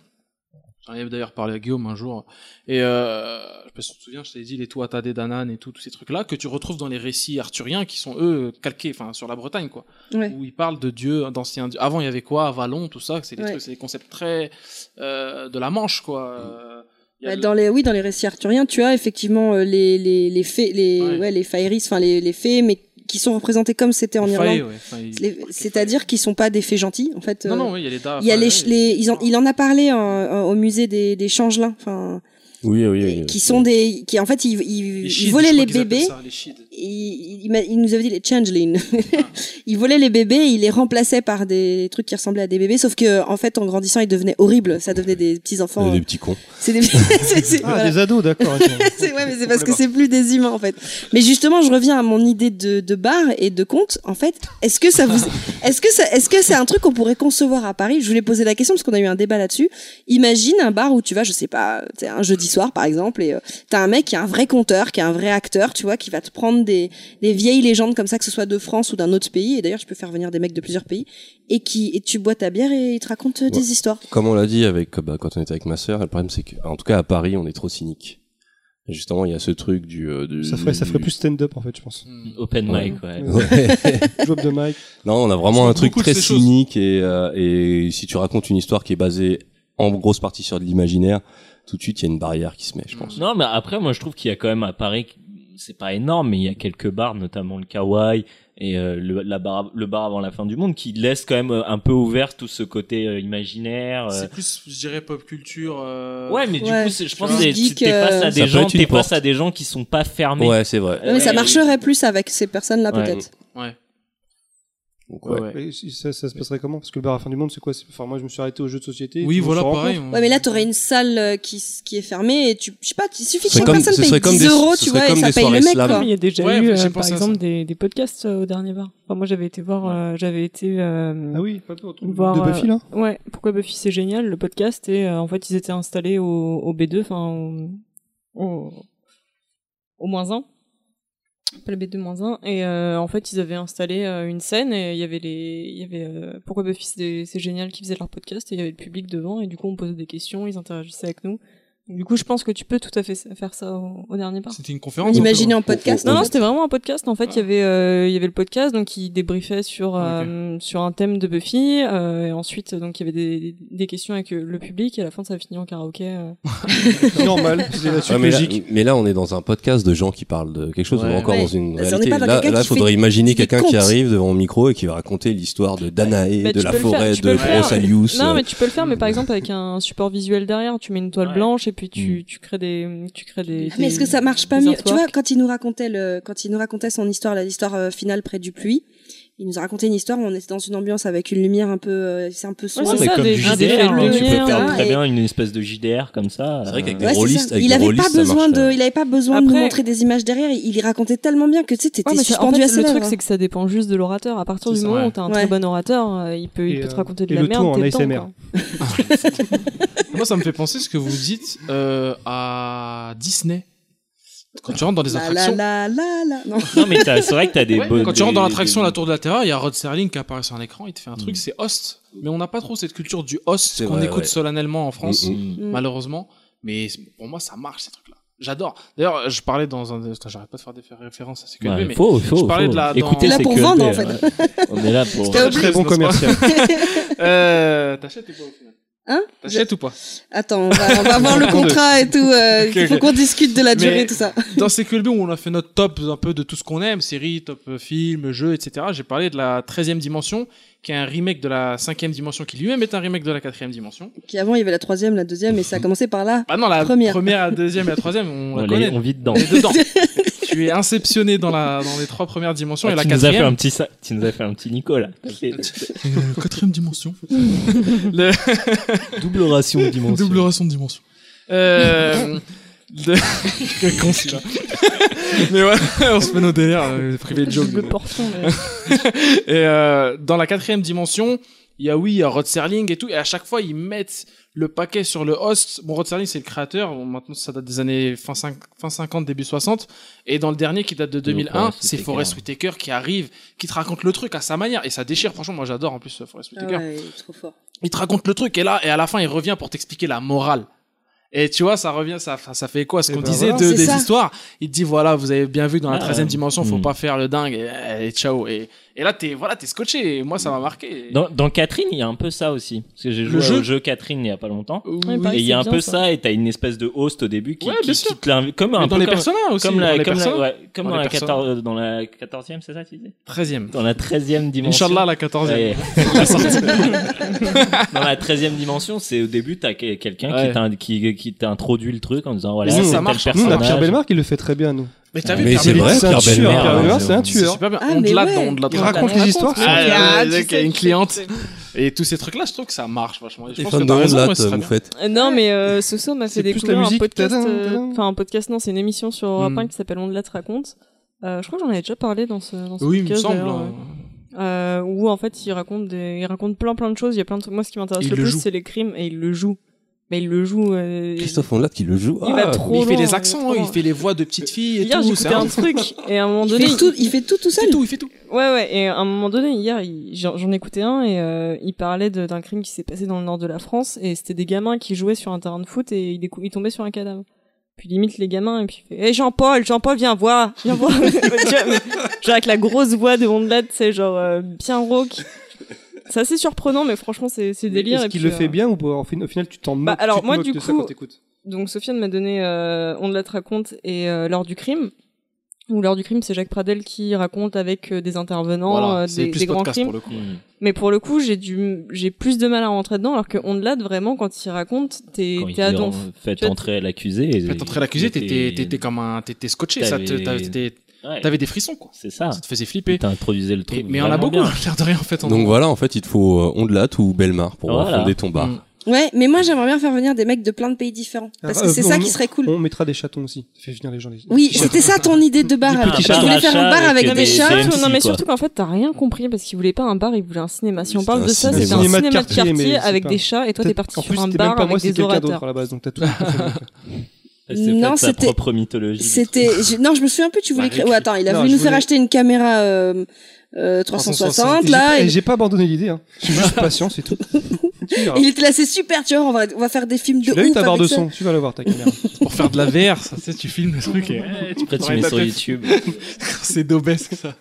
D: J'en avais d'ailleurs parlé à Guillaume un jour et euh, je sais pas si tu te souviens je t'avais dit les Tuatha des Danann et tout tous ces trucs là que tu retrouves dans les récits arthuriens qui sont eux calqués enfin sur la Bretagne quoi
C: Ouais.
D: où ils parlent de dieux d'anciens dieux. Avant il y avait quoi Avalon tout ça c'est des
C: Ouais.
D: trucs c'est des concepts très euh, de la Manche quoi. Euh, il y a
C: Bah,
D: le-
C: dans les oui dans les récits arthuriens tu as effectivement euh, les les les fées les
D: Ouais.
C: ouais, les fairies enfin les les fées mais qui sont représentées comme c'était en
D: Fae,
C: Irlande.
D: ouais, Fae.
C: Les- C'est-à-dire qu'ils sont pas des fées gentilles en fait.
D: Non,
C: euh,
D: non, oui, il y a les da-
C: Il y a
D: enfin,
C: les,
D: oui,
C: les ils en, il en a parlé hein, euh, au musée des, des changelins, enfin,
A: Oui, oui, oui.
C: qui sont des, qui en fait ils, ils,
D: les
C: ils
D: shids, je
C: volaient
D: crois
C: les
D: qu'ils appellent
C: bébés.
D: ça, les shids.
C: Ils il, nous avaient dit les changelings.
D: Ah.
C: ils volaient les bébés, ils les remplaçaient par des trucs qui ressemblaient à des bébés, sauf que en fait en grandissant ils devenaient horribles, ça devenait des petits enfants.
A: des
C: euh,
A: petits cons.
C: C'est des, c'est- c'est-
B: Ah,
C: voilà.
B: des ados, d'accord.
C: C'est- ouais, mais c'est parce que c'est plus des humains en fait. Mais justement, je reviens à mon idée de, de bar et de compte. En fait, est-ce que ça vous, est-ce que ça, est-ce que c'est un truc qu'on pourrait concevoir à Paris Je voulais poser la question parce qu'on a eu un débat là-dessus. Imagine un bar où tu vas, je sais pas, tu sais, un jeudi soir par exemple, et euh, t'as un mec qui est un vrai conteur, qui est un vrai acteur, tu vois, qui va te prendre des, des vieilles légendes comme ça, que ce soit de France ou d'un autre pays. Et d'ailleurs, je peux faire venir des mecs de plusieurs pays et qui, et tu bois ta bière et il te raconte euh,
A: Ouais.
C: des histoires.
A: Comme on l'a dit avec, bah, quand on était avec ma sœur, le problème c'est que, en tout cas à Paris, on est trop cynique. Et Justement, il y a ce truc du. euh, du-
B: Ça ferait, ça ferait plus stand-up en fait, je pense. Euh,
D: Hmm.
F: Open
A: Ouais.
F: mic, ouais.
A: Ouais.
B: Job de Mike.
A: Non, on a vraiment
D: Parce
A: un
D: que
A: truc
D: beaucoup de
A: très
D: ces choses-
A: cynique et, euh, et si tu racontes une histoire qui est basée en grosse partie sur de l'imaginaire, tout de suite il y a une barrière qui se met, je pense.
F: Non, mais après, moi, je trouve qu'il y a quand même à Paris, c'est pas énorme, mais il y a quelques bars, notamment le Kawaii et euh, le, la bar, le bar avant la fin du monde, qui laissent quand même euh, un peu ouvert tout ce côté euh, imaginaire. euh.
D: C'est plus, je dirais, pop culture. euh,
F: Ouais, mais du
C: Ouais.
F: coup, c'est- je pense
C: Plus
F: que t'es-
C: geek,
F: t'es face
C: euh,
A: Ça
F: à des
A: peut
F: gens,
A: être une
F: t'es face
A: porte.
F: à des gens qui sont pas fermés.
A: Ouais, c'est vrai.
C: Non, mais ça
F: Ouais.
C: marcherait plus avec ces personnes-là
F: Ouais.
C: peut-être.
A: Donc, ouais.
D: Ouais, ouais.
B: Et ça, ça se passerait comment Parce que le bar à la fin du monde, c'est quoi C'est- Enfin, moi, je me suis arrêté aux jeux de société.
D: Oui,
B: puis on
D: voilà,
B: se rencontre.
D: pareil. on-
C: Ouais, mais là, t'aurais une salle euh, qui, s- qui est fermée et tu, je sais pas, il suffit que
A: Ce
C: chaque
A: serait comme-
C: personne
A: ce
C: paye
A: serait
C: 10
A: comme des-
C: euros,
A: ce
C: tu
A: serait
C: vois, et
A: comme
C: ça
A: des
C: paye
A: soirées
C: le mec,
A: slam.
C: quoi.
E: Il y a déjà
D: Ouais,
E: eu,
D: j'ai
E: euh, par
D: pensé à
E: exemple,
D: ça.
E: des, des podcasts euh, au dernier bar. Enfin, moi, j'avais été voir, euh, j'avais été. euh,
B: Ah oui, pas pour ton-
E: Voir,
B: de Buffy là
E: Ouais, pourquoi Buffy c'est génial, le podcast, et euh, en fait ils étaient installés au, au B2, enfin au, au, au moins 1, pas le B2 moins 1, et euh, en fait ils avaient installé euh, une scène, et il y avait les, il y avait euh, pourquoi Buffy c'est c'est génial qui faisait leur podcast, et il y avait le public devant, et du coup on posait des questions, ils interagissaient avec nous. Du coup je pense que tu peux tout à fait faire ça au, au dernier bar.
D: C'était une
C: On
D: conférence.
C: imaginait en podcast.
E: Non,
C: en
E: non,
C: fait.
E: c'était vraiment un podcast. En fait, il y avait, euh, il y avait le podcast, donc il débriefait sur euh, sur un thème de Buffy, euh, et ensuite donc il y avait des, des questions avec euh, le public, et à la fin ça finit en karaoké. euh.
B: Normal, c'est la
A: Ouais,
B: suite
A: Ah, mais, là,
B: logique.
A: mais là, on est dans un podcast de gens qui parlent de quelque chose,
D: Ouais.
A: on est encore
C: Ouais.
A: dans une
C: Parce qu'on
A: réalité.
C: n'est pas dans
A: Là,
C: quelqu'un
A: là,
C: qui fait
A: faudrait imaginer
C: des
A: quelqu'un qui
C: contes.
A: arrive devant le micro et qui va raconter l'histoire de Danae,
E: Bah,
A: de
E: tu
A: la
E: peux le faire,
A: forêt,
E: tu peux
A: de euh,
E: le faire.
A: Brosalius.
E: Non, mais tu peux le faire, mais par exemple avec un support visuel derrière, tu mets une toile
F: Ouais.
E: blanche et puis
B: Hmm.
E: tu, tu crées des, tu crées des.
C: Ah, Mais est-ce que ça marche pas
E: Ah, des
C: mieux Tu vois,
E: artworks.
C: quand il nous racontait le, quand il nous racontait son histoire, la- l'histoire euh, finale près du pluie, il nous a raconté une histoire où on était dans une ambiance avec une lumière un peu, euh, c'est un peu sombre.
E: c'est ça,
F: comme
E: des-
F: du
E: un
F: JDR,
E: défilé
F: hein, tu peux
C: lumière,
F: faire
C: hein,
F: très
C: et-
F: bien une espèce de JDR comme ça.
A: C'est vrai qu'avec
F: euh,
A: des
C: Ouais, c'est
A: rôlistes,
C: ça.
A: avec
C: il
A: des
C: avait
A: rôlistes,
C: pas
A: ça
C: besoin
A: marche,
C: de,
A: euh.
C: il avait pas besoin de
E: Après-
C: nous montrer des images derrière. Il, il racontait tellement bien que tu sais, t'étais
E: Ouais, mais c'est- en
C: suspendu
E: fait,
C: à ses
E: le truc
C: lèvres. hein.
E: c'est que ça dépend juste de l'orateur. À partir
D: C'est
E: du
D: ça,
E: moment
D: ouais.
E: où t'as un
C: Ouais.
E: très bon orateur, euh, il peut, il
B: Et,
E: peut te
B: euh,
E: raconter de
B: et
E: la
B: le
E: merde.
B: tout en
E: t'es dedans,
B: ASMR.
E: quoi.
D: Moi, ça me fait penser ce que vous dites euh, à Disney. Quand tu rentres dans des
C: La, la,
D: attractions.
C: la, la, la. Non.
F: Non, mais t'as- c'est vrai que t'as des
D: Ouais,
F: bonnes-
D: quand tu rentres dans
F: des-
D: l'attraction
F: des-
D: La Tour de la Terreur, il y a Rod Serling qui apparaît sur un écran, il te fait un
F: Mm.
D: truc, c'est Host. Mais on n'a pas trop cette culture du Host
A: Hmm. C'est
D: qu'on
A: vrai,
D: écoute
A: ouais.
D: solennellement en France.
A: Mm, mm.
F: Mm.
C: Mm.
D: malheureusement. Mais c'est- pour moi, ça marche ces trucs-là. J'adore. D'ailleurs, je parlais dans un. Putain, J'arrête pas de faire des références à CQLB,
F: Ouais,
D: mais.
F: faut, faut,
D: parlais
F: faut.
D: de la- dans-
F: Écoutez,
D: On est
C: là pour
F: CQLB,
C: vendre, en
F: ouais. euh, On est là pour.
C: C'était
B: Très bon
D: n'est-ce pas
B: commercial.
D: Euh, T'achètes ou pas au final
C: Hein
D: T'achètes ou pas
C: Attends, on va, on va voir le contrat et tout. euh,
D: Ok,
C: Il faut
D: ok.
C: qu'on discute de la durée
D: Mais-
C: et tout ça.
D: Dans CQLB, où on a fait notre top un peu de tout ce qu'on aime, séries, top euh, films, jeux, etc., j'ai parlé de la 13e dimension, qui est un remake de la 5e dimension, qui lui-même est un remake de la 4e dimension.
C: Qui avant, il y avait la troisième, la deuxième, et ça a commencé par là.
D: Bah non, la première,
C: Première.
D: la deuxième et la troisième, on,
F: On,
D: la
F: les-
D: connaît.
F: on vit dedans.
D: On est dedans. tu es inceptionné dans, la, dans les trois premières dimensions
F: Ah,
D: et la
F: tu nous as fait
D: quatrième. Euh,
F: un petit sa- tu nous as fait un petit Nico là. T'as fait
D: quatrième dimension.
F: double ration de dimension.
D: ration de dimension. Euh. de- Quel con celui-là. mais ouais, on se met nos délires, euh, privé de joke.
E: Double portion. mais-
D: Et euh, dans la quatrième dimension, il y a oui, il y a Rod Serling et tout, et à chaque fois ils mettent le paquet sur le host. Bon, Rod Serling c'est le créateur, Bon, maintenant ça date des années fin, cinq- fin 50, début 60, et dans le dernier qui date de
F: Forest
D: 2001, c'est
F: Whitaker.
D: Forrest Whitaker qui arrive, qui te raconte le truc à sa manière, et ça déchire, franchement moi j'adore en plus euh, Forrest
C: Ah
D: Whitaker.
C: ouais, il est trop fort.
D: Il te raconte le truc, et là, et à la fin il revient pour t'expliquer la morale. Et tu vois, ça revient, ça, ça fait quoi ce
B: Eh
D: qu'on
B: ben
D: disait
C: voilà.
D: de,
C: C'est
D: des
C: ça.
D: histoires Il te dit voilà, vous avez bien vu que dans la
F: Ah,
D: 13 e dimension, faut
F: hmm.
D: pas faire le dingue et, et ciao. Et, et là, t'es voilà, t'es scotché. Et moi, ça m'a marqué.
F: Dans, dans Catherine, il y a un peu ça aussi. Parce que j'ai joué
D: jeu
F: au jeu Catherine il y a pas longtemps.
D: Ou-
E: Ouais, pareil,
F: et il y a un
E: c'est
F: peu
E: bien,
F: ça. et t'as une espèce de host au début qui,
D: Ouais,
F: qui,
D: bien
F: qui
D: sûr.
F: te l'invite comme un
D: Mais dans
F: peu
D: les
F: comme,
D: personnages aussi.
F: comme
D: dans
F: la
D: les
F: comme la
D: personnages.
F: ouais, comme
D: Dans
F: dans
D: les
F: la
D: personnes.
F: 14 dans la 14e c'est ça tu disais
D: 13e.
F: dans la 13e dimension
D: Inch'Allah, la 14e.
F: Ouais.
D: La sortie.
F: dans la 13e dimension c'est au début t'as que- quelqu'un
D: Ouais.
F: qui t'a qui, qui t'a introduit le truc en disant voilà
D: Mais ça,
F: c'est
D: ça
F: tel
D: marche. Nous,
B: Nous, on a
F: personnage.
B: Pierre Bellemare qui le fait très bien, nous.
D: Ah, Mais t'as vu,
A: Mais
D: Pierre
A: c'est
D: Bellemare,
A: vrai,
B: c'est un
A: Pierre hein.
B: tueur,
A: Bellemare.
B: Pierre Bellemare, c'est un
D: c'est
B: tueur.
D: super bien.
C: Ah,
D: on
C: mais
D: te lade
C: ouais.
D: dans, on te lade
B: Il
D: dans.
B: raconte les histoires.
D: Ah,
C: Ah,
D: il y a
C: ah,
D: un
C: tu
D: mec qui a
C: sais,
D: une
C: tu sais,
D: cliente.
C: tu sais.
D: Et tous ces trucs-là, je trouve que ça marche vachement. Et Je
A: Les
D: pense
A: fans
D: que
A: de
D: t'as raison, ouais,
A: Red
D: c'est
A: Lat,
D: très
A: vous
D: bien.
A: faites.
E: Euh, non, mais euh, Soso m'a
B: C'est
E: fait
B: plus la
E: découvrir un
B: musique,
E: podcast.
B: tadam,
E: euh,
B: tadam.
E: Enfin, un podcast, non, c'est une émission sur Europe
D: Hmm.
E: 1 qui s'appelle On de la te raconte. Euh, je crois que j'en avais déjà parlé dans ce, dans ce
D: Oui, il me
E: podcast.
D: semble. hein.
E: d'ailleurs, ouais. Euh, où en fait il raconte des... il raconte plein plein de choses. Il y a plein de trucs. Moi, ce qui m'intéresse
D: Il
E: le
D: le
E: plus,
D: joue.
E: c'est les crimes et il le joue. Mais il le joue. euh,
A: Christophe Ondelat qui le joue. Ah.
E: Il va trop
D: ah, Mais il fait
E: loin,
D: les accents, hein,
E: trop
D: il
E: loin.
D: fait les voix de petites filles et
E: Hier,
D: tout.
E: j'écoutais
D: C'est
E: un truc et à un moment
C: Il
E: donné,
C: fait tout, il fait tout tout
D: Il fait
C: seul.
D: tout, il fait tout.
E: Ouais, ouais. Et à un moment donné, hier, il- j'en j'en écoutais un et euh, il parlait de- d'un crime qui s'est passé dans le nord de la France et c'était des gamins qui jouaient sur un terrain de foot et ils, décou- ils tombaient sur un cadavre. Puis limite les gamins et puis il fait hey, Jean-Paul, Jean-Paul, viens voir, viens voir. Tu vois, mais genre avec la grosse voix de Honda, tu sais, genre euh, bien rauque. C'est assez surprenant, mais franchement, c'est c'est délire.
B: Est-ce
E: et
B: qu'il
E: puis,
B: le fait
E: euh,
B: bien ou pas Au fin- au final, tu t'en
E: Bah,
B: moques
E: alors,
B: tu te
E: moi,
B: moques
E: du
B: de ça
E: coup-
B: quand t'écoutes
E: donc Sofiane m'a donné euh, On de la te raconte et euh, L'heure du crime. Ou L'heure du crime, c'est Jacques Pradel qui raconte avec euh, des intervenants
D: Voilà,
E: euh,
D: c'est
E: des,
D: plus
E: des grands
D: podcast
E: crimes.
D: pour le coup.
F: Hmm.
E: Mais pour le coup, j'ai du, j'ai plus de mal à rentrer dedans, alors que Ondelat, vraiment, quand il raconte, t'es,
F: quand il
E: t'es à
F: dit,
E: donf.
F: en- faites
E: Tu vois,
F: entrer l'accusé et-
D: Quand t'entrais l'accusé, t'étais
F: et-
D: t'étais comme un, t'étais scotché, ça, te-
F: T'avais-
D: t'avais t'es-
F: Ouais,
D: t'avais des frissons quoi.
F: c'est ça
D: Ça te faisait flipper.
F: t'introduisais le
D: Et-
F: truc
D: mais on a
F: vraiment
D: beaucoup,
F: bien.
D: l'air de rien en fait. en-
A: Donc voilà, en fait, il te faut euh, Ondelat ou Belmar pour euh,
F: Voilà.
A: fonder ton bar.
D: Mm.
C: Ouais, mais moi j'aimerais bien faire venir des mecs de plein de pays différents. Parce
B: Ah,
C: que
B: euh,
C: c'est ça
B: on-
C: qui serait cool.
B: On mettra des chatons aussi. Fais venir les gens. les-
C: Oui, c'était ça ton idée de bar.
B: Des
C: alors.
B: petits
C: Je voulais
F: chats.
C: faire un bar avec
F: Non,
C: des
F: mais
C: chats.
F: c'est-
E: Surtout- Ah, non, mais
F: quoi.
E: surtout qu'en fait, t'as rien compris, parce qu'il voulait pas un bar, il voulait un cinéma. Si
A: Oui,
E: on
A: c'était
E: parle de
A: un
E: ça,
A: cinéma.
E: c'était un
B: Cinéma de
E: cinéma de
B: quartier, mais
E: quartier
B: c'est
E: avec
B: pas-
E: des chats, et toi,
B: T'as-
E: t'es parti
B: en
E: sur
B: plus,
E: un
B: c'était même
E: bar
B: pas moi,
E: avec
B: c'était
E: des
B: quelqu'un d'autre
E: orateurs.
B: à la base, donc t'as tout tout fait.
F: Elle s'est
C: Non,
F: faite sa
C: c'était-
F: propre mythologie du
C: C'était je- non, je me souviens plus. Tu voulais
F: Marie
C: créer. Ouais, attends, il a
B: Bah, Non,
C: voulu
B: je
C: nous faire
B: voulais-
C: acheter une caméra euh, euh, 360
B: Et j'ai
C: là.
B: pas-
C: et-
B: et j'ai pas abandonné l'idée. hein. Je suis juste patient, c'est tout. Tu verras.
C: et il était là, c'est super. Tu vois, on va on va faire des films de
B: Tu l'as eu
C: ouf
B: ta barre
C: avec
B: de
C: ça.
B: son. Tu vas la voir ta caméra.
D: Pour faire de la VR, ça, tu sais, tu filmes le truc et
F: Après, tu
D: Ouais,
F: mets
D: t'as
F: sur
D: fait-
F: YouTube.
D: c'est d'obèse ça.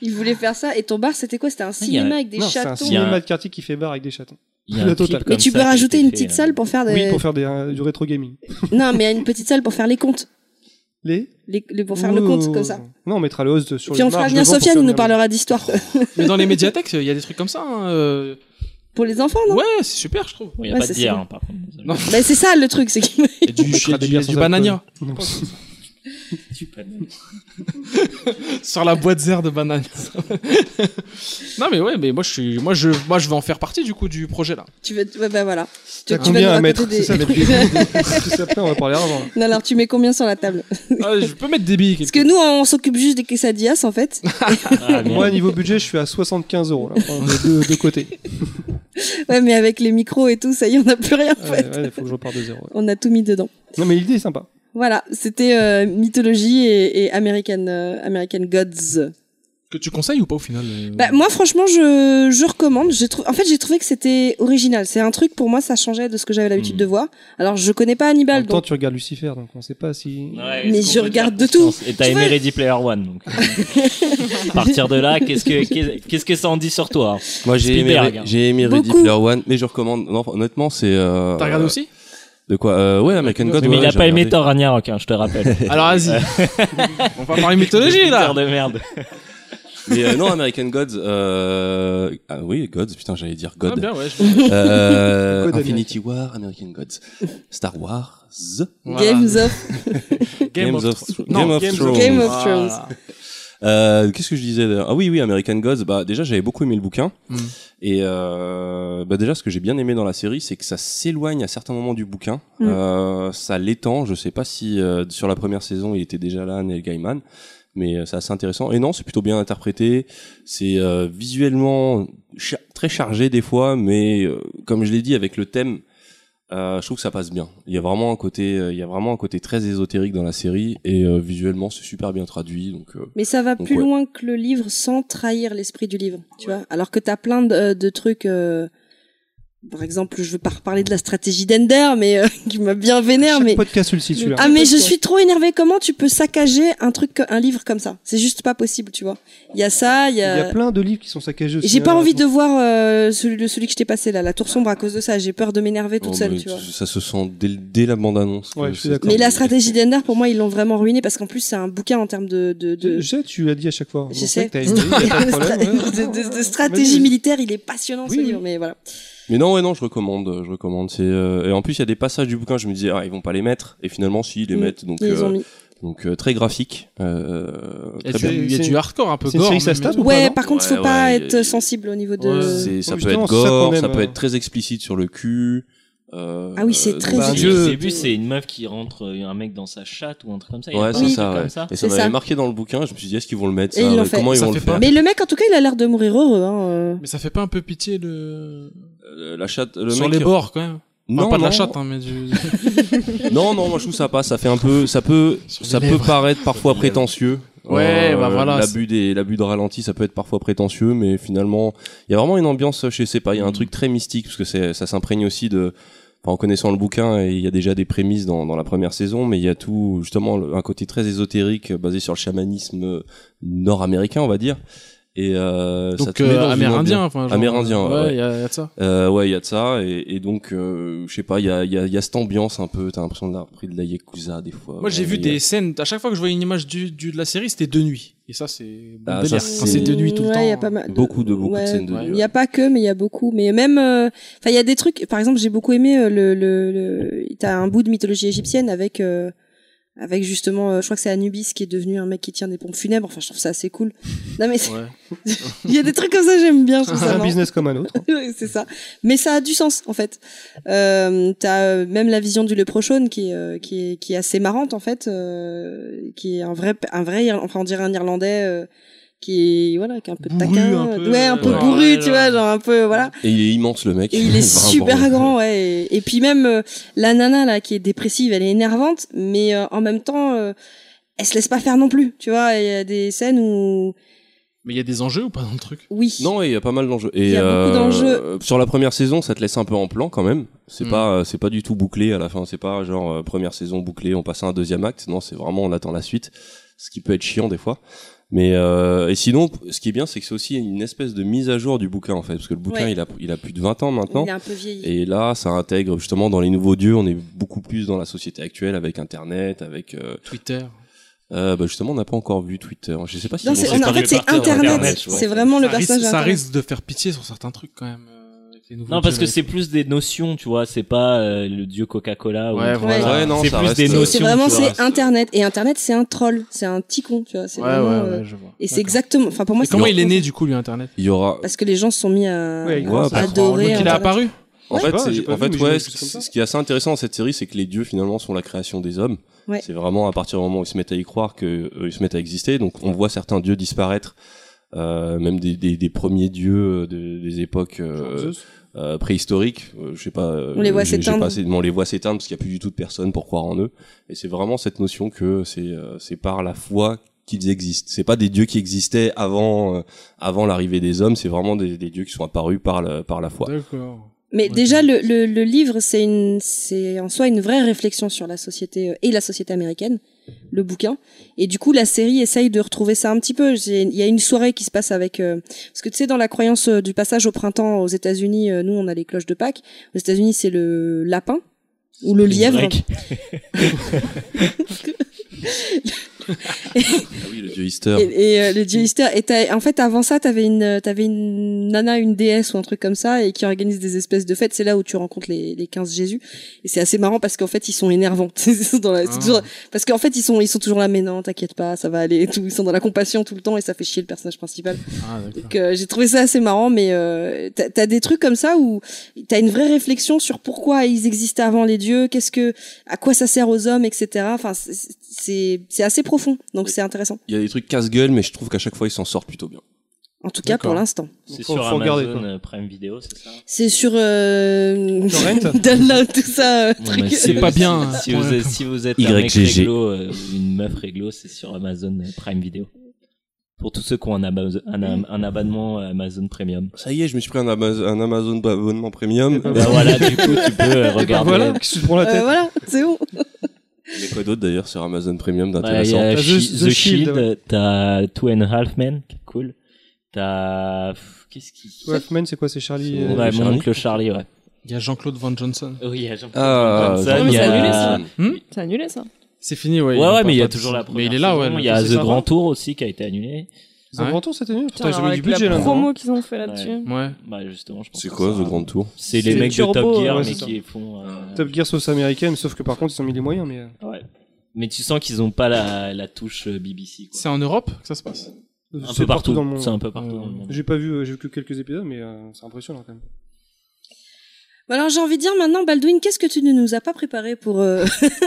C: Il voulait faire ça. Et ton bar, c'était quoi C'était un
F: il y a-
C: cinéma avec des
B: Non, c'est un
C: chatons.
F: Il y a un-
B: cinéma de quartier qui fait bar avec des chatons.
F: Il y a
B: La
F: un clip
B: totale.
F: comme
C: Mais tu
F: ça
C: peux
F: qui a
C: rajouter
F: été
C: une
F: fait,
C: petite
F: euh,
C: salle pour faire des.
B: Oui, pour faire des, euh, du rétro gaming.
C: Non, mais une petite salle pour faire les comptes.
B: Les
C: Les- les- pour faire le compte comme ça.
B: Non, on mettra le host sur
C: Puis
B: les
C: on fera
B: marches
C: venir
B: devant pour
C: Sofiane,
B: faire
C: il nous
B: venir
C: parlera d'histoire. quoi.
D: Mais dans les médiathèques, il y a des trucs comme ça. hein, euh,
C: Pour les enfants, non
D: Ouais, c'est super, je trouve.
F: Bon, Il n'y a
C: Ouais,
F: pas de
C: c'est
F: bière,
C: ça.
F: hein, par contre. désolé.
D: Non.
C: Bah, c'est ça le truc, c'est qu'il
D: Il y a
B: On
D: du,
B: mettra
D: du-
B: des bières
D: du
B: sans
D: banania.
B: alcool. Non, c'est-
F: Tu peux-
D: Sur la boîte zère de banane. non, mais ouais, mais moi je suis, moi je, moi je vais en faire partie du coup du projet là.
C: tu veux, ouais, bah voilà. Tu,
B: T'as
C: tu vas nous
B: combien à
C: raconter
B: mettre
C: des-
B: C'est ça, mettre des- Tout ça, après, on va parler avant.
C: non, alors tu mets combien sur la table
D: Ah, je peux mettre des billes.
C: Parce que nous, on s'occupe juste des quesadillas en fait.
F: Ah, merde.
B: Moi, niveau budget, je suis à 75 euros, là, de, de, de côté.
C: Ouais, mais avec les micros et tout, ça y est, on n'a plus rien en
B: Ouais,
C: fait.
B: ouais, faut que je reparte de zéro. ouais.
C: On a tout mis dedans.
B: Non, mais l'idée est sympa.
C: Voilà, c'était euh, mythologie et, et American, euh, American Gods.
D: Que tu conseilles ou pas au final euh,
B: Mm.
C: Bah, moi, franchement, je, je recommande. J'ai trou- En fait, j'ai trouvé que c'était original. C'est un truc, pour moi, ça changeait de ce que j'avais l'habitude
F: Mm.
C: de voir. Alors, je connais pas
B: En
C: Hannibal,
B: même temps,
C: donc...
B: tu regardes Lucifer, donc on sait pas si.
F: Ouais, est-ce
C: Mais
F: qu'on
C: je
F: peut
C: regarde
F: faire
C: de tout.
F: confiance Et t'as
C: Tu
F: aimé
C: vois-
F: Ready Player One, donc. à partir de là, qu'est-ce que, qu'est- qu'est-ce que ça en dit sur toi
A: Moi j'ai aimé,
F: Spielberg, hein.
A: j'ai aimé Ready
C: Beaucoup.
A: Player One, mais je recommande. Non, honnêtement, c'est. Euh,
D: T'as regardé aussi
A: De quoi euh, Ouais, American God.
F: Mais
A: ouais,
F: il a
A: j'ai
F: pas aimé
A: regardé.
F: Thor Ragnarok, hein, je te rappelle.
D: Alors vas-y. On va parler mythologie là.
F: Thor de merde.
A: Mais euh, non, American Gods. Euh... Ah oui, Gods. Putain, j'allais dire
D: Ah,
A: God.
D: bien, ouais, je-
A: Euh,
B: God
A: Infinity War, American Gods, Star Wars,
D: Voilà.
C: Games of...
A: Games of,
D: Non,
A: Game of
D: Games of- Ah.
A: Thrones.
C: Game of
D: Voilà.
C: Thrones.
A: Euh, Qu'est-ce que je disais d'ailleurs Ah oui, oui, American Gods. Bah déjà, j'avais beaucoup aimé le bouquin.
D: Mm.
A: Et euh, bah déjà, ce que j'ai bien aimé dans la série, c'est que ça s'éloigne à certains moments du bouquin.
C: Mm.
A: Euh, ça l'étend. Je sais pas si euh, sur la première saison, il était déjà là, Neil Gaiman. Mais euh, c'est assez intéressant. Et non, c'est plutôt bien interprété. C'est euh, visuellement cha- très chargé des fois, mais euh, comme je l'ai dit, avec le thème, euh, je trouve que ça passe bien. Il y a vraiment un côté, euh, il y a vraiment un côté très ésotérique dans la série et euh, visuellement, c'est super bien traduit. Donc euh,
C: Mais ça va
A: Donc,
C: plus
A: ouais.
C: loin que le livre sans trahir l'esprit du livre, tu vois. Alors que t'as plein de, euh, de trucs... euh, Par exemple, je veux pas reparler de la stratégie d'Ender, mais euh, qui m'a bien vénère,
B: Chaque
C: mais...
B: podcast, tu le cites, celui-là.
C: Ah mais je suis trop énervée. Comment tu peux saccager un truc, que- un livre comme ça C'est juste pas possible, tu vois. Il y a ça, il y
B: Il y
C: a.
B: a plein de livres qui sont saccagés aussi.
C: euh, J'ai pas
B: hein.
C: envie de voir euh, celui, le- celui que je t'ai passé là, la tour sombre à cause de ça. J'ai peur de m'énerver toute
A: Oh,
C: seule,
A: mais
C: tu vois.
A: Ça se sent dès, dès la bande-annonce. que
B: Ouais, je suis
A: c'est-
B: d'accord.
C: Mais la stratégie d'Ender, pour moi, ils l'ont vraiment ruiné parce qu'en plus c'est un bouquin en termes de de, de,
B: Je sais, tu l'as dit à chaque fois.
C: Je
B: Bon,
C: sais.
B: c'est vrai que t'as aimé, y a pas de problème, ouais.
C: de- de- de stratégie
B: Vas-y.
C: militaire. Il est passionnant ce
B: Oui, oui.
C: livre, mais voilà.
A: Mais non, ouais, non, je recommande, euh, je recommande. C'est euh, et en plus il y a des passages du bouquin, je me disais ah ils vont pas les mettre et finalement si ils les
C: Mm.
A: mettent donc
C: Ils
A: euh,
C: ont mis.
A: donc euh, très graphique. Euh,
D: Il y a
A: très bien.
B: bien.
D: du- il y a
B: C'est-
D: du hardcore un peu
B: c'est une
D: gore.
B: série que ça
D: même
B: se
D: et
B: tape
D: tout.
B: ou pas,
C: Ouais,
B: non
C: par contre,
A: Ouais,
C: faut pas
A: ouais,
C: être
A: y a-
C: sensible au niveau de.
D: Ouais,
A: C'est- ça
B: Oh,
A: peut
B: justement,
A: être
B: c'est ça qu'on
A: gore, ça,
B: aime,
A: peut
B: euh.
A: être très explicite sur le cul. euh,
C: Ah oui, c'est
A: euh,
C: très
A: donc,
B: Bah,
F: Au
A: c'est-
B: Dieu.
F: début, c'est une meuf qui rentre, euh, un mec dans sa chatte ou un truc comme ça. il y a
A: Ouais,
F: pas
A: c'est
F: un
A: ça,
F: truc
A: ouais.
F: Comme ça.
A: Et ça
C: C'est
A: m'avait
C: ça.
A: marqué dans le bouquin, je me suis dit, est-ce qu'ils vont le mettre
C: Et
A: ça
C: ils l'ont
A: Ouais, Comment
D: fait.
A: ils
D: Ça
A: vont le
D: fait pas-
A: faire
C: Mais le mec, en tout cas, il a l'air de mourir heureux. Hein. euh.
D: Mais ça fait pas un peu pitié le.
A: Euh, La chatte, le
D: Sur
A: mec
D: les
A: qui-
D: bords quand même. Enfin,
A: Non,
D: pas de la
A: non.
D: chatte, hein, mais du.
A: Non, non, moi je trouve ça passe. Ça fait un peu, ça peut,
D: Sur les
A: ça peut
D: lèvres.
A: paraître parfois prétentieux. Euh,
D: Ouais, bah voilà,
A: L'abus des, l'abus de ralenti, ça peut être parfois prétentieux, mais finalement, il y a vraiment une ambiance, je sais pas, il y a un
F: Mm.
A: truc très mystique parce que c'est, ça s'imprègne aussi de. enfin, en connaissant le bouquin, et il y a déjà des prémices dans, dans la première saison, mais il y a tout justement le- un côté très ésotérique euh, basé sur le chamanisme euh, nord-américain, on va dire. Et euh, ça
D: Donc
A: te met
D: euh,
A: dans une
D: amérindien.
A: ambiance.
D: enfin, genre,
A: Amérindien, ouais,
D: Ouais,
A: ouais.
D: il y a il y a de ça.
A: Euh, ouais, il y a de ça, et, et donc euh, je sais pas, il y a, il y, a, il y a cette ambiance un peu. T'as l'impression d'avoir pris de la yakuza des fois.
D: Moi j'ai
A: Ouais,
D: vu
A: il y a-
D: des scènes, à chaque fois que je voyais une image du, du- de la série, c'était de nuit. Et ça c'est bon
A: Ah,
D: délire.
A: ça,
D: Quand c'est de nuit tout le
C: Ouais,
D: temps.
C: y a pas mal de-
A: Beaucoup de- beaucoup de scènes de
D: nuit,
C: Il
A: ouais.
C: n'y a pas que, mais il y a beaucoup. Mais même, euh, enfin, il y a des trucs. Par exemple, j'ai beaucoup aimé euh, le, le, le- T'as un bout de mythologie égyptienne avec, euh, avec justement, euh, je crois que c'est Anubis qui est devenu un mec qui tient des pompes funèbres. Enfin, je trouve ça assez cool. Non mais c'est-
D: Ouais.
C: il y a des trucs comme ça, j'aime bien. je trouve
B: C'est
C: ça
B: un
C: marrant.
B: business comme un autre.
C: Oui, c'est ça. Mais ça a du sens en fait. Euh, T'as euh, même la vision du leprochaune qui est, euh, qui est qui est assez marrante en fait, euh, qui est un vrai un vrai Ir- enfin on dirait un Irlandais euh, qui est voilà qui est un peu
D: Bourru,
C: taquin,
D: un peu,
C: ouais un peu
D: ouais.
C: bourru,
D: Ouais,
C: tu
D: genre.
C: vois genre un peu voilà.
A: Et il est immense le mec.
C: Et il est
A: Vraiment.
C: super grand, ouais. Et, et puis même euh, la nana là qui est dépressive, elle est énervante, mais euh, en même temps, euh, elle se laisse pas faire non plus. Tu vois, il y a des scènes où
D: Mais il y a des enjeux ou pas dans le truc
C: oui.
A: Non, et il y a pas mal d'enjeux.
C: Il y a beaucoup d'enjeux.
A: Sur la première saison, ça te laisse un peu en plan quand même. C'est
D: Mm.
A: pas, euh, c'est pas du tout bouclé à la fin. C'est pas genre euh, première saison bouclée, on passe à un deuxième acte. Non, c'est vraiment on attend la suite, ce qui peut être chiant des fois. Mais euh, et sinon, p- ce qui est bien, c'est que c'est aussi une espèce de mise à jour du bouquin en fait, parce que le bouquin
C: Ouais.
A: il a, il a plus de 20 ans maintenant.
C: Il est un peu vieilli.
A: Et là, ça intègre justement dans les nouveaux dieux. On est beaucoup plus dans la société actuelle avec Internet, avec euh,
D: Twitter.
A: euh, bah justement, on n'a pas encore vu Twitter. Je sais pas si
C: Non,
A: ils
C: c'est-
A: vont
C: on a- en
A: séparer
C: fait, c'est
A: par terre,
C: Internet.
F: Internet, ouais.
C: C'est vraiment le
D: Ça, risque,
C: personnage.
D: ça
C: Internet.
D: risque de faire pitié sur certains trucs quand même. euh, avec les nouveaux
F: Non, parce que
D: jeux.
F: c'est plus des notions, tu vois. C'est pas euh, le dieu Coca-Cola. ou-
D: Ouais, voilà.
A: Ouais, non,
F: c'est
A: ça
F: plus
A: reste,
F: des
A: euh,
C: C'est-
F: notions.
C: C'est vraiment
F: tu vois.
C: c'est internet et internet c'est un troll, c'est un petit con, tu vois. c'est
D: Ouais,
C: vraiment,
D: ouais,
C: euh,
D: ouais, je vois.
C: Et c'est
D: D'accord.
C: exactement. Enfin pour moi.
D: Et
C: c'est
D: comment il est
C: vraiment-
D: né du coup lui Internet
A: Il y aura.
C: Parce que les gens se sont mis à
B: Ouais,
A: Ouais,
B: grâce à-
A: parce-
C: adorer. euh,
D: Donc il est
C: Internet.
D: apparu
A: En
B: Je sais
A: fait,
B: pas,
A: c'est-
B: j'ai pas
A: en
B: vu,
A: fait,
B: mais
A: ouais,
B: j'imagine que c'est comme
A: ce
B: ça.
A: ce qui est assez intéressant dans cette série, c'est que les dieux finalement sont la création des hommes.
C: Ouais.
A: C'est vraiment à partir du moment où ils se mettent à y croire qu'ils se mettent à exister. Donc, on voit certains dieux disparaître, euh, même des, des, des premiers dieux euh, de- des époques euh, euh, préhistoriques. Euh, je sais pas. euh,
C: On les voit
A: j'ai- j'ai
C: s'éteindre.
A: pas assez- mais On les voit s'éteindre parce qu'il n'y a plus du tout de personnes pour croire en eux. Et c'est vraiment cette notion que c'est euh, c'est par la foi qu'ils existent. C'est pas des dieux qui existaient avant euh, avant l'arrivée des hommes. C'est vraiment des, des dieux qui sont apparus par le, par la foi.
D: D'accord.
C: Mais
D: Ouais.
C: déjà, le, le, le livre, c'est une, c'est en soi une vraie réflexion sur la société euh, et la société américaine, le bouquin. Et du coup, la série essaye de retrouver ça un petit peu. J'ai- Il y a une soirée qui se passe avec, euh, parce que tu sais, dans la croyance euh, du passage au printemps aux États-Unis, euh, nous, on a les cloches de Pâques. Aux États-Unis, c'est le lapin ou le lièvre.
A: Ah oui, le dieu Easter.
C: Et, et, euh, le dieu Easter. Et t'as- en fait, avant ça, t'avais une, t'avais une nana, une déesse ou un truc comme ça, et qui organise des espèces de fêtes. C'est là où tu rencontres les, les 15 Jésus. Et c'est assez marrant parce qu'en fait, ils sont énervants. Ils sont dans la- c'est
D: Ah.
C: toujours- parce qu'en fait, ils sont, ils sont toujours là, mais non, t'inquiète pas, ça va aller et tout. Ils sont dans la compassion tout le temps et ça fait chier le personnage principal.
D: Ah, d'accord.
C: Donc, euh, j'ai trouvé ça assez marrant, mais euh, t'as t'as des trucs comme ça où t'as une vraie réflexion sur pourquoi ils existaient avant les dieux, qu'est-ce que, à quoi ça sert aux hommes, etc. Enfin, c'est- c'est c'est assez profond, donc c'est intéressant.
A: Il y a des trucs casse-gueule, mais je trouve qu'à chaque fois ils s'en sortent plutôt bien.
C: En tout cas,
D: D'accord.
C: pour l'instant.
F: C'est
B: Faut-
F: sur
B: faut regarder,
F: Amazon
B: quoi.
F: euh, Prime Video, c'est ça
C: C'est sur euh...
B: Torrent
C: Download, tout ça. euh,
F: Bon,
C: truc.
F: bah,
D: C'est
F: si-
D: pas
F: si-
D: bien,
F: Si,
D: hein,
F: vous
D: pour
F: êtes, si vous êtes un mec
A: YGG.
F: réglo, euh, ou une meuf réglo, c'est sur Amazon euh, Prime Video. Pour tous ceux qui ont un, Amaz- un, am- un abonnement Amazon Premium.
A: Ça y est, je me suis pris un, Amaz- un Amazon abonnement premium. Ah
B: bah
F: Bah voilà, du coup, tu peux euh,
B: Et ben
F: regarder.
B: voilà, qu'est-ce que tu te prends la
C: Euh,
B: tête
C: voilà, c'est bon.
A: Il y a quoi d'autre d'ailleurs sur Amazon Premium
F: Bah, il y
A: d'intéressant
F: a
B: The-
F: Shi-
B: The
F: The
B: Shield,
F: Shield,
B: ouais.
F: t'as Two and a Half Men, qui est cool. T'as. pff, Qu'est-ce qui.
B: Wolfman, c'est quoi C'est Charlie.
A: C'est-
B: euh,
F: Ouais,
A: Le
F: mon
A: Charlie.
F: oncle Charlie, ouais.
D: Il y a Jean-Claude Van Johnson.
F: Oui, il y a Jean-Paul
A: Ah,
F: Johnson,
E: mais
F: il y
E: c'est
F: a-
E: annulé, ça. C'est annulé ça.
D: C'est fini, ouais.
F: Ouais, ouais, mais il y a
D: pas-
F: toujours la première.
D: Mais il est là, ouais.
F: saison.
D: là,
F: Il y a
D: c'est
F: The
D: sympa.
F: Grand Tour aussi qui a été annulé.
B: Ils ont
D: Ouais.
B: inventé cette année Putain,
E: Putain,
B: ils avaient du
E: avec la
B: budget là. non
E: promo qu'ils ont fait là-dessus.
D: Ouais.
F: Bah justement, je pense.
A: C'est
F: que
A: quoi
F: ça-
A: The Grand Tour
F: C'est
E: C'est
F: les
E: le
F: mecs de
E: turbo,
F: Top Gear,
B: ouais,
F: mais
B: c'est
F: qui font. euh,
B: Top Gear sauce américaine, sauf que par contre, ils ont mis les moyens, mais. euh,
F: ouais. Mais tu sens qu'ils ont pas la, la touche euh, BBC. Quoi.
D: C'est en Europe que ça se passe.
F: Un
B: c'est
F: peu partout.
B: dans le monde.
F: C'est un peu partout dans le monde.
B: J'ai pas vu, euh, j'ai vu que quelques épisodes, mais euh, c'est impressionnant quand même.
C: Bon, Alors j'ai envie de dire maintenant, Baldwin, qu'est-ce que tu ne nous as pas préparé pour euh,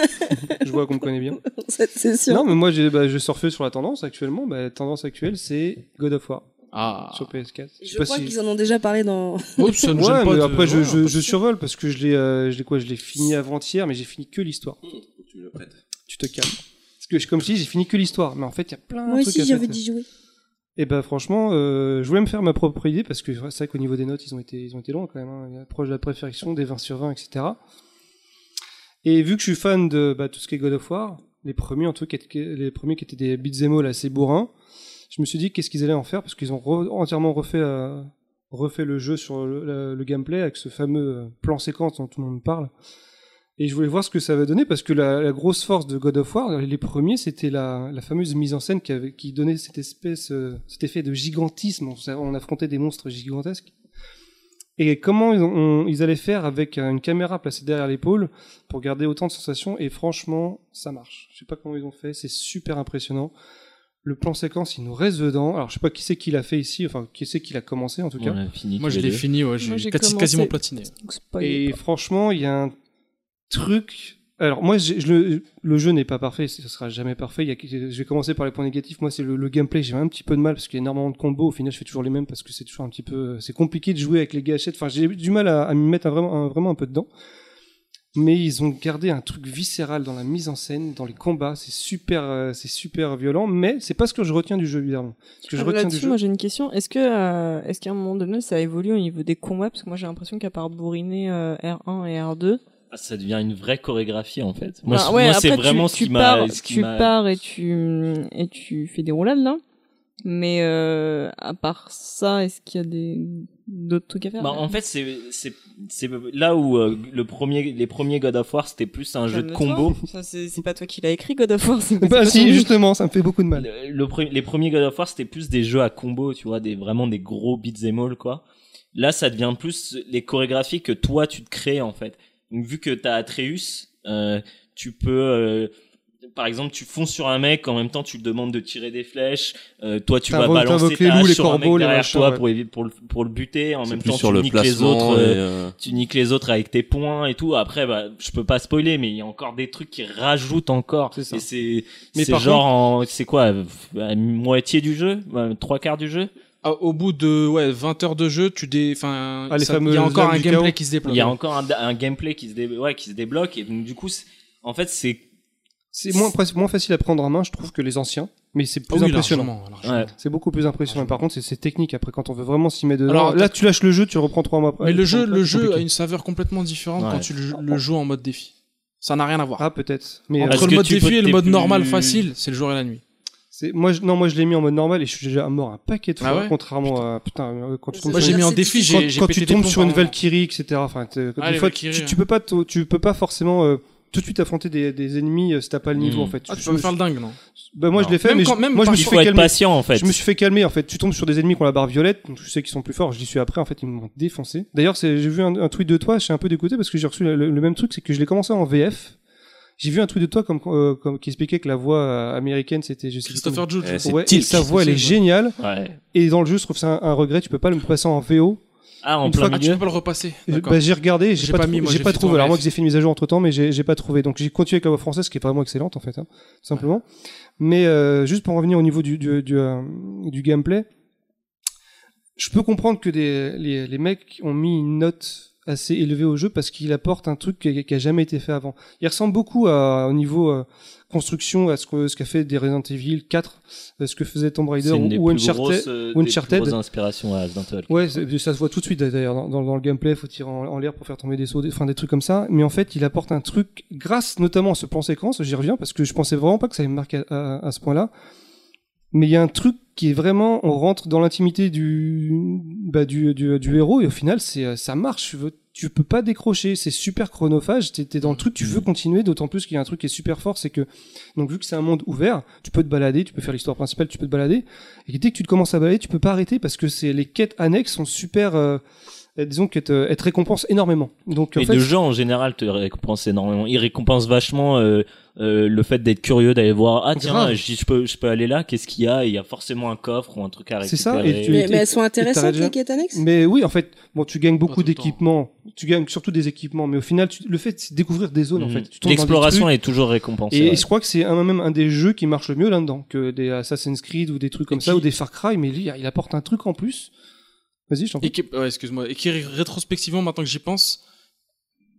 B: Je vois qu'on me connaît bien.
C: pour cette session
B: Non, mais moi, j'ai bah, je surfais sur la tendance actuellement. Bah, la tendance actuelle, c'est God of War
D: Ah.
B: sur PS4. sais
C: Je
B: pas
C: crois
B: si-
C: qu'ils en ont déjà parlé dans.
D: Ouais, ça nous
B: Ouais,
D: gêne pas
B: mais
D: de-
B: après, je,
D: ouais,
B: je,
D: pas
B: je
D: de-
B: survole parce que je l'ai, euh, je l'ai quoi, je l'ai fini avant-hier, mais j'ai fini que l'histoire. Tu te calmes. Parce que, je- comme je dis, j'ai fini que l'histoire. Mais en fait, il y a plein
C: Moi
B: de trucs Ah,
C: aussi,
B: à
C: j'ai
B: faire.
C: envie d'y jouer.
B: Et bah, franchement, euh, je voulais me faire ma propre idée parce que c'est vrai qu'au niveau des notes, ils ont été, ils ont été longs quand même. hein. Proche de la préférence, des 20 sur 20, etc. Et vu que je suis fan de bah, tout ce qui est God of War, les premiers en tout cas, les premiers qui étaient des beat'em all assez bourrins, je me suis dit qu'est-ce qu'ils allaient en faire parce qu'ils ont re- entièrement refait, euh, refait le jeu sur le, le- le gameplay avec ce fameux euh, plan séquence dont tout le monde parle. Et je voulais voir ce que ça va donner parce que la, la grosse force de God of War, les premiers, c'était la, la fameuse mise en scène qui, avait- qui donnait cette espèce, euh, cet effet de gigantisme. On, s'a- on affrontait des monstres gigantesques. Et comment ils, ont- on- ils allaient faire avec euh, une caméra placée derrière l'épaule pour garder autant de sensations Et franchement, ça marche. Je sais pas comment ils ont fait, c'est super impressionnant. Le plan séquence, il nous reste dedans. Alors je sais pas qui c'est qui l'a fait ici, enfin qui c'est qui l'a commencé en tout cas.
F: On a fini
D: Moi,
F: tous
D: je
F: les
D: l'ai
F: deux.
D: fini, ouais.
E: Moi,
D: J'ai
E: j'ai
D: quasi-
E: commencé.
D: quasiment platiné.
E: Donc, c'est pas-
B: Et franchement, il y a un truc. Alors moi, j'ai- je le, le jeu n'est pas parfait, ce sera jamais parfait. Il y a- je vais commencer par les points négatifs. Moi, c'est le, le gameplay. J'ai un petit peu de mal parce qu'il y a énormément de combos. Au final, je fais toujours les mêmes parce que c'est toujours un petit peu, c'est compliqué de jouer avec les gâchettes. Enfin, j'ai du mal à, à m'y mettre un- vraiment, un, vraiment un peu dedans. Mais ils ont gardé un truc viscéral dans la mise en scène, dans les combats. C'est super, euh, c'est super violent. Mais c'est pas ce que je retiens du jeu évidemment. Ce que je
E: Ah,
B: retiens du
E: Là-dessus,
B: jeu.
E: moi j'ai une question. Est-ce que, euh, est-ce qu'à un moment donné, ça évolue au niveau des combats Parce que moi j'ai l'impression qu'à part bourriner euh, R1 et R2,
F: Ah, Ça devient une vraie chorégraphie en fait. Moi,
E: Enfin,
F: je-
E: ouais,
F: moi,
E: après,
F: c'est
E: tu-
F: vraiment
E: tu,
F: ce qui m'a.
E: pars,
F: ce qui
E: tu
F: m'a-
E: pars et tu et tu fais des roulades là. Mais euh, à part ça, est-ce qu'il y a des d'autres trucs à faire
F: Bah, en fait, c'est c'est c'est là où euh, le premier les premiers God of War c'était plus un jeu de combo.
E: Ça, c'est c'est pas toi qui l'as écrit God of War. c'est-
B: Bah
E: c'est pas ton
B: si,
E: jeu.
B: justement, ça me fait beaucoup de mal.
F: Euh, Le, le pre- les premiers God of War c'était plus des jeux à combo, tu vois, des vraiment des gros beats et all quoi. Là, ça devient plus les chorégraphies que toi tu te crées en fait. Donc vu que t'as Atreus, euh, tu peux euh, par exemple, tu fonces sur un mec, en même temps tu lui demandes de tirer des flèches, euh, toi tu vas
B: T'invoques-
F: balancer
B: t'invoques
F: ta
B: les loups,
F: hache
B: les
F: sur un mec
B: corbeaux, les
F: derrière
B: machins,
F: toi
B: ouais.
F: pour, éviter- pour, le, pour le buter, en
A: C'est
F: même
A: plus
F: temps
A: sur
F: tu
A: le
F: niques les autres.
A: placement. et,
F: euh,
A: euh,
F: tu niques les autres avec tes poings et tout. Après, bah, je peux pas spoiler, mais il y a encore des trucs qui rajoutent encore.
B: C'est ça.
F: Et c'est,
B: Mais
F: c'est
B: par
F: genre, en- c'est quoi, euh, à moitié du jeu, Euh, trois quarts du jeu.
D: Ah, Au bout de ouais, 20 heures de jeu, tu dé... enfin,
B: Ah, les
D: ça- il y
B: fameuses
D: a encore
B: lames
D: un
B: du
D: gameplay
B: chaos.
D: qui se déploie.
F: Il y a encore un, un gameplay qui se, dé- ouais, qui se débloque et donc du coup, c'est- en fait, c'est
B: C'est moins, presque moins facile à prendre en main, je trouve, que les anciens. mais c'est
D: Oh oui,
B: plus impressionnant.
D: largement, largement.
F: Ouais.
B: C'est beaucoup plus impressionnant. Par contre, c'est- c'est technique. Après, quand on veut vraiment s'y mettre dedans.
D: Alors,
B: là, tu lâches le jeu, tu le reprends trois mois après.
D: Mais le
B: Tu
D: jeu,
B: reprends,
D: le
B: c'est
D: jeu a
B: compliqué.
D: une saveur complètement différente
F: Ouais.
D: quand tu le, le joues en mode défi. Ça n'a rien à voir.
B: Ah, peut-être. Mais
F: Parce
D: Entre
F: que
D: le mode
F: tu peux-
D: défi et le
F: t'es
D: mode
F: plus-
D: normal facile, c'est le jour et la nuit.
B: C'est- Moi, je- non, moi je l'ai mis en mode normal et je suis déjà mort un paquet de fois.
D: Ah ouais
B: contrairement à putain, euh, quand tu tombes
D: Moi
B: sur
D: j'ai
B: une-
D: mis en
C: c'est
D: défi,
B: quand,
D: j'ai j'ai
B: quand
D: pété
B: tu
D: des
B: tombes
D: plombs
B: sur
D: par
B: une
D: moment.
B: Valkyrie, etc. Enfin, t'es-
D: Ah,
B: des
D: les
B: fois,
D: Valkyries,
B: tu,
D: hein.
B: tu peux pas, t- tu peux pas forcément euh, tout de suite affronter des, des ennemis euh, si t'as pas le niveau
F: Mm.
B: en fait.
D: Ah,
B: Je
D: tu peux
B: me
D: me faire le dingue, non
B: suis- Bah, moi je l'ai fait,
D: Même
B: mais
D: quand-
B: je-
D: même
B: moi je me
D: par-
B: suis
F: Il faut
B: fait
F: être
B: calmer.
F: patient en fait.
B: Je me suis fait calmer en fait. Tu tombes sur des ennemis qui ont la barre violette, donc tu sais qu'ils sont plus forts. Je les suis après en fait, ils m'ont défoncé. D'ailleurs, c'est- j'ai vu un, un tweet de toi, je suis un peu dégoûté parce que j'ai reçu le, le même truc, c'est que je l'ai commencé en VF. J'ai vu un tweet de toi comme, euh, comme- qui expliquait que la voix euh, américaine c'était je sais plus
D: Christopher Judge.
A: Eh, c'est
B: Ouais, et
A: Tilt.
B: sa voix elle est
D: C'est ça.
B: géniale.
F: Ouais.
B: Et dans le jeu, je trouve ça un, un regret. Tu peux pas le passer en VO.
F: Ah, en
B: Une
F: plein
B: fois
D: Ah,
F: milieu.
D: tu peux pas le repasser.
B: Je-
D: D'accord.
B: bah, j'ai regardé,
D: J'ai
B: j'ai pas,
D: pas
B: trou-
D: mis, moi,
B: j'ai
D: j'ai
B: pas
D: fait
B: trouvé.
D: tout en
B: Alors moi,
D: VF.
B: que j'ai fait une mise à jour entre temps, mais j'ai j'ai pas trouvé. Donc j'ai continué avec la voix française, qui est vraiment excellente en fait, hein, tout simplement. Mais euh, juste pour en revenir au niveau du du, du, euh, du gameplay, je peux comprendre que des, les, les mecs ont mis une note assez élevée au jeu parce qu'il apporte un truc qui, qui a jamais été fait avant. Il ressemble beaucoup à, au niveau euh, construction à ce que ce qu'a fait des Resident Evil 4, euh, ce que faisait Tomb
F: C'est
B: Raider
F: une des
B: ou
F: plus
B: Uncharted.
F: grosses, euh, des
B: Uncharted.
F: plus grosses inspirations à Resident Evil.
B: Ouais, c'est- ça se voit tout de suite d'ailleurs dans, dans- dans le gameplay, faut tirer en, en l'air pour faire tomber des sauts, des, enfin, des trucs comme ça. Mais en fait, il apporte un truc grâce notamment à ce plan séquence. J'y reviens parce que je pensais vraiment pas que ça allait me marquer à, à- à ce point-là. Mais il y a un truc qui est vraiment, on rentre dans l'intimité du, bah, du, du, du héros et au final, c'est euh, ça marche. Tu, veux, tu peux pas décrocher, c'est super chronophage. T'es t'es dans le truc, tu veux continuer. D'autant plus qu'il y a un truc qui est super fort, c'est que donc vu que c'est un monde ouvert, tu peux te balader, tu peux faire l'histoire principale, tu peux te balader. Et dès que tu te commences à balader, tu peux pas arrêter parce que c'est les quêtes annexes sont super, euh, euh, disons que te, elles te récompensent énormément. Donc en
F: Et
B: fait,
F: de jeux en général te récompensent énormément. Ils récompensent vachement euh, euh, le fait d'être curieux, d'aller voir ah tiens
B: Grave.
F: j'y- je peux je peux aller là, qu'est-ce qu'il y a Il y a forcément un coffre ou un truc à récupérer.
B: C'est ça, et Mm, tu-
C: Mais, mais elles sont
B: t'arrêtes
C: intéressantes,
B: déjà
C: les quêtes annexes
B: mais oui, en fait, bon, tu gagnes
D: tout
B: beaucoup
D: le temps.
B: d'équipements, tu gagnes surtout des équipements, mais au final, tu- le fait c'est de découvrir des zones en
D: Mmh.
F: Mhm.
B: fait. Tu tombes dans des
F: L'exploration
B: trucs,
F: elle est toujours récompensée.
B: et
F: ouais.
B: je crois que c'est un, même un des jeux qui marche le mieux là-dedans, que des Assassin's Creed ou des trucs comme
D: Et
B: ça,
D: qui-
B: ou des Far Cry, mais lui, il apporte un truc en plus. Vas-y, je t'en prie.
D: Et qui, ouais, excuse-moi, et qui ré- rétrospectivement, maintenant que j'y pense,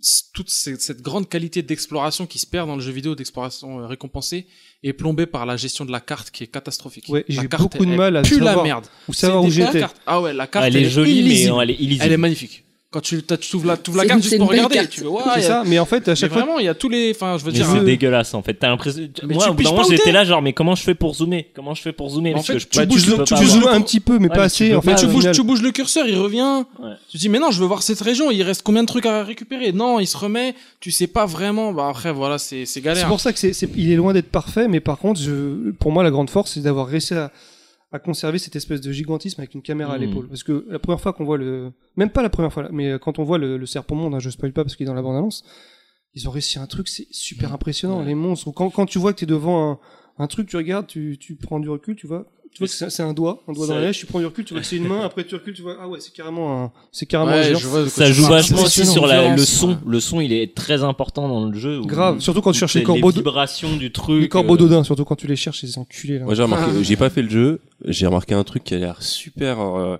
D: c- toute cette, cette grande qualité d'exploration qui se perd dans le jeu vidéo, d'exploration euh, récompensée, est plombée par la gestion de la carte qui est catastrophique.
B: Ouais,
D: La
B: j'ai eu
D: carte,
B: beaucoup de
D: elle
B: mal à
D: pue la
B: savoir
D: merde.
B: Ou
D: C'est
B: savoir
D: des
B: où
D: belles
B: j'étais.
D: cartes. Ah ouais, la carte
F: elle est jolie mais non, elle est illisible.
D: Elle est magnifique. Quand tu, t'as- tu ouvres la, tu ouvres la
C: C'est
D: carte
C: une-
D: juste
C: c'est
D: pour
C: une belle
D: regarder,
C: carte.
D: tu veux, ouais,
B: C'est
D: il y a-
B: ça, mais en fait, à
D: mais
B: chaque fois,
D: vraiment, il y a tous les, enfin, je veux
F: Mais
D: dire,
F: c'est
D: hein,
F: dégueulasse en fait. T'as l'impression.
D: Mais
F: Moi,
D: tu
F: au bout d'un
D: piges
F: moment,
D: pas ou
F: j'étais
D: t'es
F: là, genre, mais comment je fais pour zoomer Comment je fais pour zoomer
D: En
F: Parce
D: fait,
F: que je
D: tu
F: peux-
D: bouges
F: peux
D: le-
F: pas
D: tu
F: avoir-
D: zoomes
B: un petit peu, mais
F: Ouais,
B: pas
F: mais tu
B: assez.
F: peux
B: en
F: pas,
B: fait,
D: mais tu
B: au
D: bouges,
B: final.
D: tu bouges le curseur, il revient.
F: Ouais.
D: Tu dis mais non, je veux voir cette région. Il reste combien de trucs à récupérer Non, il se remet. Tu sais pas vraiment. Bah après voilà, c'est c'est
B: C'est
D: galère.
B: pour ça que c'est, c'est- il est loin d'être parfait, mais par contre, je, pour moi, la grande force, c'est d'avoir réussi à, à conserver cette espèce de gigantisme avec une caméra à
F: Mhm.
B: l'épaule. Parce que la première fois qu'on voit le, même pas la première fois, mais quand on voit le, le serpent monde, hein, je spoil pas parce qu'il est dans la bande annonce, ils ont réussi un truc, c'est
F: Hmm.
B: super impressionnant. Les monstres, ou quand, quand tu vois que t'es devant un, un truc, tu regardes, tu, tu prends du recul, tu vois. Tu vois que c'est, c'est un doigt, un doigt dans
F: Ça-
B: la neige, tu prends du recul, tu vois que c'est une main, après tu recules, tu vois, ah ouais, c'est carrément un, c'est carrément un
D: Ouais,
B: géant.
D: je vois de quoi
F: Ça
D: tu
F: joue
D: parles.
F: vachement
D: C'est
F: aussi
D: une
F: sur la- le
D: violence,
F: son.
D: ouais.
F: Le son, il est très important dans le jeu. où-
B: Grave, surtout quand tu
F: où
B: cherches les
F: t'as
B: corbeaux
F: Les
B: de-
F: vibrations du truc.
B: Les corbeaux
F: euh,
B: d'Odin, surtout quand tu les cherches, ils enculés là.
A: Moi j'ai remarqué, j'ai pas fait le jeu, j'ai remarqué un truc qui a l'air super euh,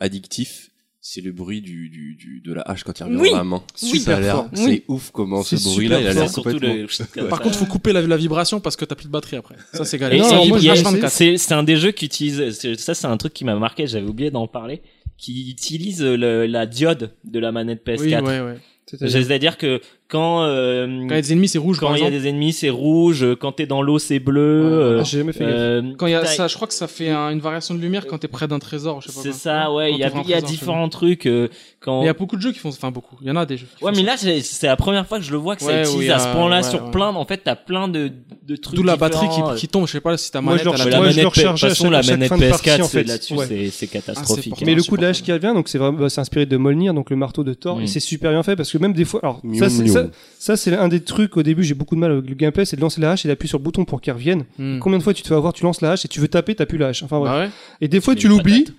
A: addictif, c'est le bruit du, du, du- de la hache quand il revient
E: Oui.
A: dans la main.
B: Oui.
A: Ça a l'air-
B: Fort.
A: c'est
B: Oui.
A: ouf comment ce
B: C'est super
A: bruit-là, il a
F: c'est
A: l'air
F: surtout
A: complètement.
F: le-
D: Par contre, faut couper la, la vibration parce que t'as plus de batterie après. Ça c'est
F: Et
D: galère.
B: Non,
F: c'est-
D: Ça,
B: moi,
D: il
F: il y a-
D: marche
B: j'ai
D: 24.
F: c'est c'est un des jeux qui utilise. c'est- Ça, c'est un truc qui m'a marqué. J'avais oublié d'en parler. Qui utilise le- la diode de la manette
D: Oui,
F: PS4.
D: ouais, ouais.
B: C'est-à-dire-
F: C'est-à-dire que quand euh,
D: Quand il y a des ennemis, c'est rouge.
F: quand
D: par
F: il y a
D: exemple.
F: des ennemis, c'est rouge. Quand t'es dans l'eau, c'est bleu.
D: Ouais,
F: euh,
B: Ah, J'ai jamais fait gaffe.
F: euh,
D: Quand il y a
F: t'as-
D: ça, je crois que ça fait un- une variation de lumière quand t'es près d'un trésor. Je sais pas
F: C'est
D: quoi.
F: ça, ouais.
D: Quand
F: Il y a,
D: t'ouvres un
F: il y a
D: trésor, je sais
F: différents trucs. euh,
D: pas.
F: quand...
D: Il y a beaucoup de jeux qui font, enfin beaucoup. Il y en a des jeux. qui
F: Ouais,
D: font
F: mais
D: ça.
F: là, c'est c'est la première fois que je le vois que
D: Ouais,
F: ça utilise
D: oui,
F: à ce
D: euh,
F: point-là
D: ouais,
F: sur
D: ouais.
F: plein. En fait, t'as plein de, de trucs.
D: D'où la batterie qui,
F: différents, euh,
D: qui tombe. Je sais pas si ta
B: Moi,
D: manette.
B: je
D: elle a
B: leur-
F: mais
D: la
F: la
B: moi, je
F: manette,
B: le
F: P- de toute
B: recharge à
F: façon,
B: chaque-
F: la
B: à chaque
F: manette
B: fin de
F: PS4,
B: partie, en
F: c'est
B: fait.
F: là-dessus,
B: Ouais.
F: c'est- c'est catastrophique.
D: Ah,
B: Mais
D: non,
B: le
D: c'est
B: coup de
D: pas
B: l'âge qui revient, donc c'est vraiment bah, c'est inspiré de Molnir, donc le marteau de Thor,
F: Mm.
B: et c'est super bien fait parce que même des fois, alors
A: Miou,
B: ça c'est
A: miou.
B: ça, ça, c'est un des trucs au début j'ai beaucoup de mal avec le gameplay, c'est de lancer la hache et d'appuyer sur le bouton pour qu'elle revienne.
D: Hmm.
B: Combien de fois tu te fais avoir, tu lances la hache et tu veux taper, t'as plus la hache. Enfin bref.
D: Ah ouais.
B: Et des fois
F: C'est
B: tu
F: une
B: l'oublies,
F: patate.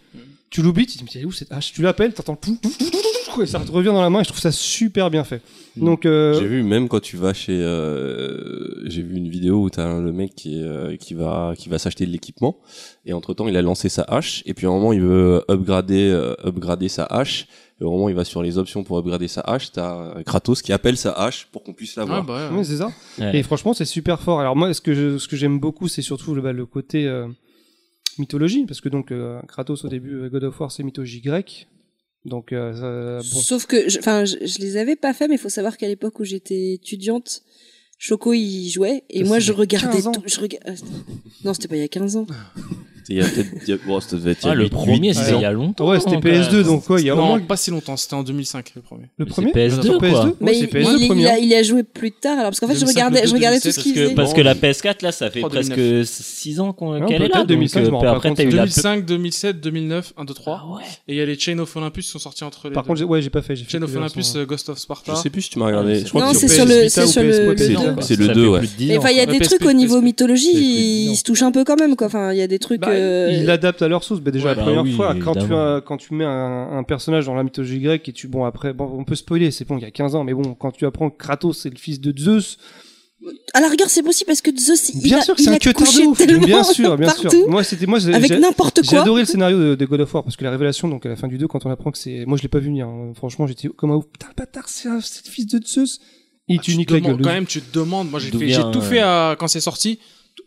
B: tu l'oublies, tu te dis mais elle est où cette hache Tu l'appelles, t'entends pouf, pouf, pouf, pouf, pouf, et ça revient dans la main et je trouve ça super bien fait.
A: Mm.
B: Donc, euh,
A: J'ai vu même quand tu vas chez, euh, j'ai vu une vidéo où t'as le mec qui est, euh, qui va qui va s'acheter de l'équipement et entre temps il a lancé sa hache et puis à un moment il veut upgrader euh, upgrader sa hache et au moment où il va sur les options pour upgrader sa hache t'as Kratos qui appelle sa hache pour qu'on puisse la voir.
D: bah
B: oui, c'est ça.
F: Ouais.
B: Et franchement, c'est super fort. Alors moi, ce que je- ce que j'aime beaucoup, c'est surtout le, bah, le côté euh, mythologie, parce que donc euh, Kratos au début, euh, God of War, c'est mythologie grecque. Donc euh, ça- bon.
C: Sauf que, je- enfin, je, je les avais pas fait, mais il faut savoir qu'à l'époque où j'étais étudiante, Choco y jouait, et
B: Ça,
C: moi
B: c'est
C: je
B: il y a
C: regardais
B: 15 ans.
C: tout. Je rega- euh, c'était- non, c'était pas il y a 15 ans.
A: Il y a peut-être, il y a- bon, ça devait être il y a
F: Ah, le
A: huit-
F: premier,
A: huit, dix
F: c'était
A: ans.
F: il y a longtemps.
B: Ouais, c'était
F: quand même.
B: PS2, donc ouais, il y a au
D: non,
B: moins
D: pas si longtemps, c'était en 2005 le premier.
B: le
F: hein. Mais
B: premier.
F: c'est PS2,
B: Sur PS2
F: quoi.
B: Ouais,
C: mais
B: c'est
C: il,
B: PS2
C: il-
B: le premier.
C: il a, il a joué plus tard, alors parce qu'en fait je
D: 2005,
C: regardais, je
D: 2002,
C: regardais tout ce
D: 2007,
C: qu'il
D: parce que-
C: faisait.
F: Parce que la PS4, là, ça fait
D: 3,
F: presque 6 ans qu'on-
B: Ouais,
F: qu'elle est là.
B: peut-être 2005,
F: donc,
B: je m'en
F: euh,
B: rends pas
F: après,
B: compte.
F: t'as eu la.
D: 2005, 2007, 2009, 1, 2, 3.
F: Ah ouais.
D: Et il y a les Chain of Olympus qui sont sortis entre les
B: Par
D: deux.
B: contre, j'ai- ouais, j'ai pas fait. j'ai fait
D: Chain
B: que
D: of
B: les versions-
D: Olympus, euh, Ghost of Sparta.
A: Je sais plus si tu m'as regardé. Ah, Je crois
C: Non,
A: que
C: c'est sur le-
B: PS Vita
C: c'est
B: ou
C: sur
B: PS,
C: le-
B: ouais, PS2,
C: le-
B: quoi.
A: C'est le
F: Ça fait
A: 2,
F: plus
A: ouais.
F: de 10
C: Mais
F: ans,
C: enfin, il y a
D: quoi.
C: des
D: PSP,
C: trucs au niveau
D: PSP.
C: mythologie,
A: C'est plus
C: ils ils se touchent un peu quand même, quoi. Enfin, il y a des trucs.
D: Bah,
C: euh,
B: Ils l'adaptent à leur sauce. mais déjà,
F: Ouais,
B: la
F: bah
B: première
F: oui,
B: fois, quand tu,
F: évidemment.
B: as- quand tu mets un, un personnage dans la mythologie grecque et tu. Bon, après, bon, on peut spoiler, c'est bon, il y a 15 ans, mais bon, quand tu apprends que Kratos, c'est le fils de Zeus.
C: À la rigueur, c'est possible parce que Zeus, il
B: Bien
C: a,
B: sûr que
C: il
B: c'est un
C: a
B: cutter
C: couché
B: de ouf.
C: tellement
B: Bien sûr, bien
C: partout,
B: sûr. Moi, c'était. Moi, j'ai-
C: avec
B: j'ai-
C: n'importe
B: J'ai
C: quoi.
B: adoré le scénario de, de God of War parce que la révélation, donc à la fin du 2, quand on apprend que c'est. Moi je l'ai pas vu venir, hein. franchement j'étais comme un ouf. Putain, le bâtard, c'est un- c'est le fils de Zeus. Et
D: Ah,
B: tu
D: te
B: niques la gueule.
D: demandes-
B: de
D: Quand
B: Zeus.
D: même, tu te demandes. Moi, j'ai
F: D'où
D: fait- j'ai
F: vient,
D: tout
F: euh,
D: fait euh, quand c'est sorti.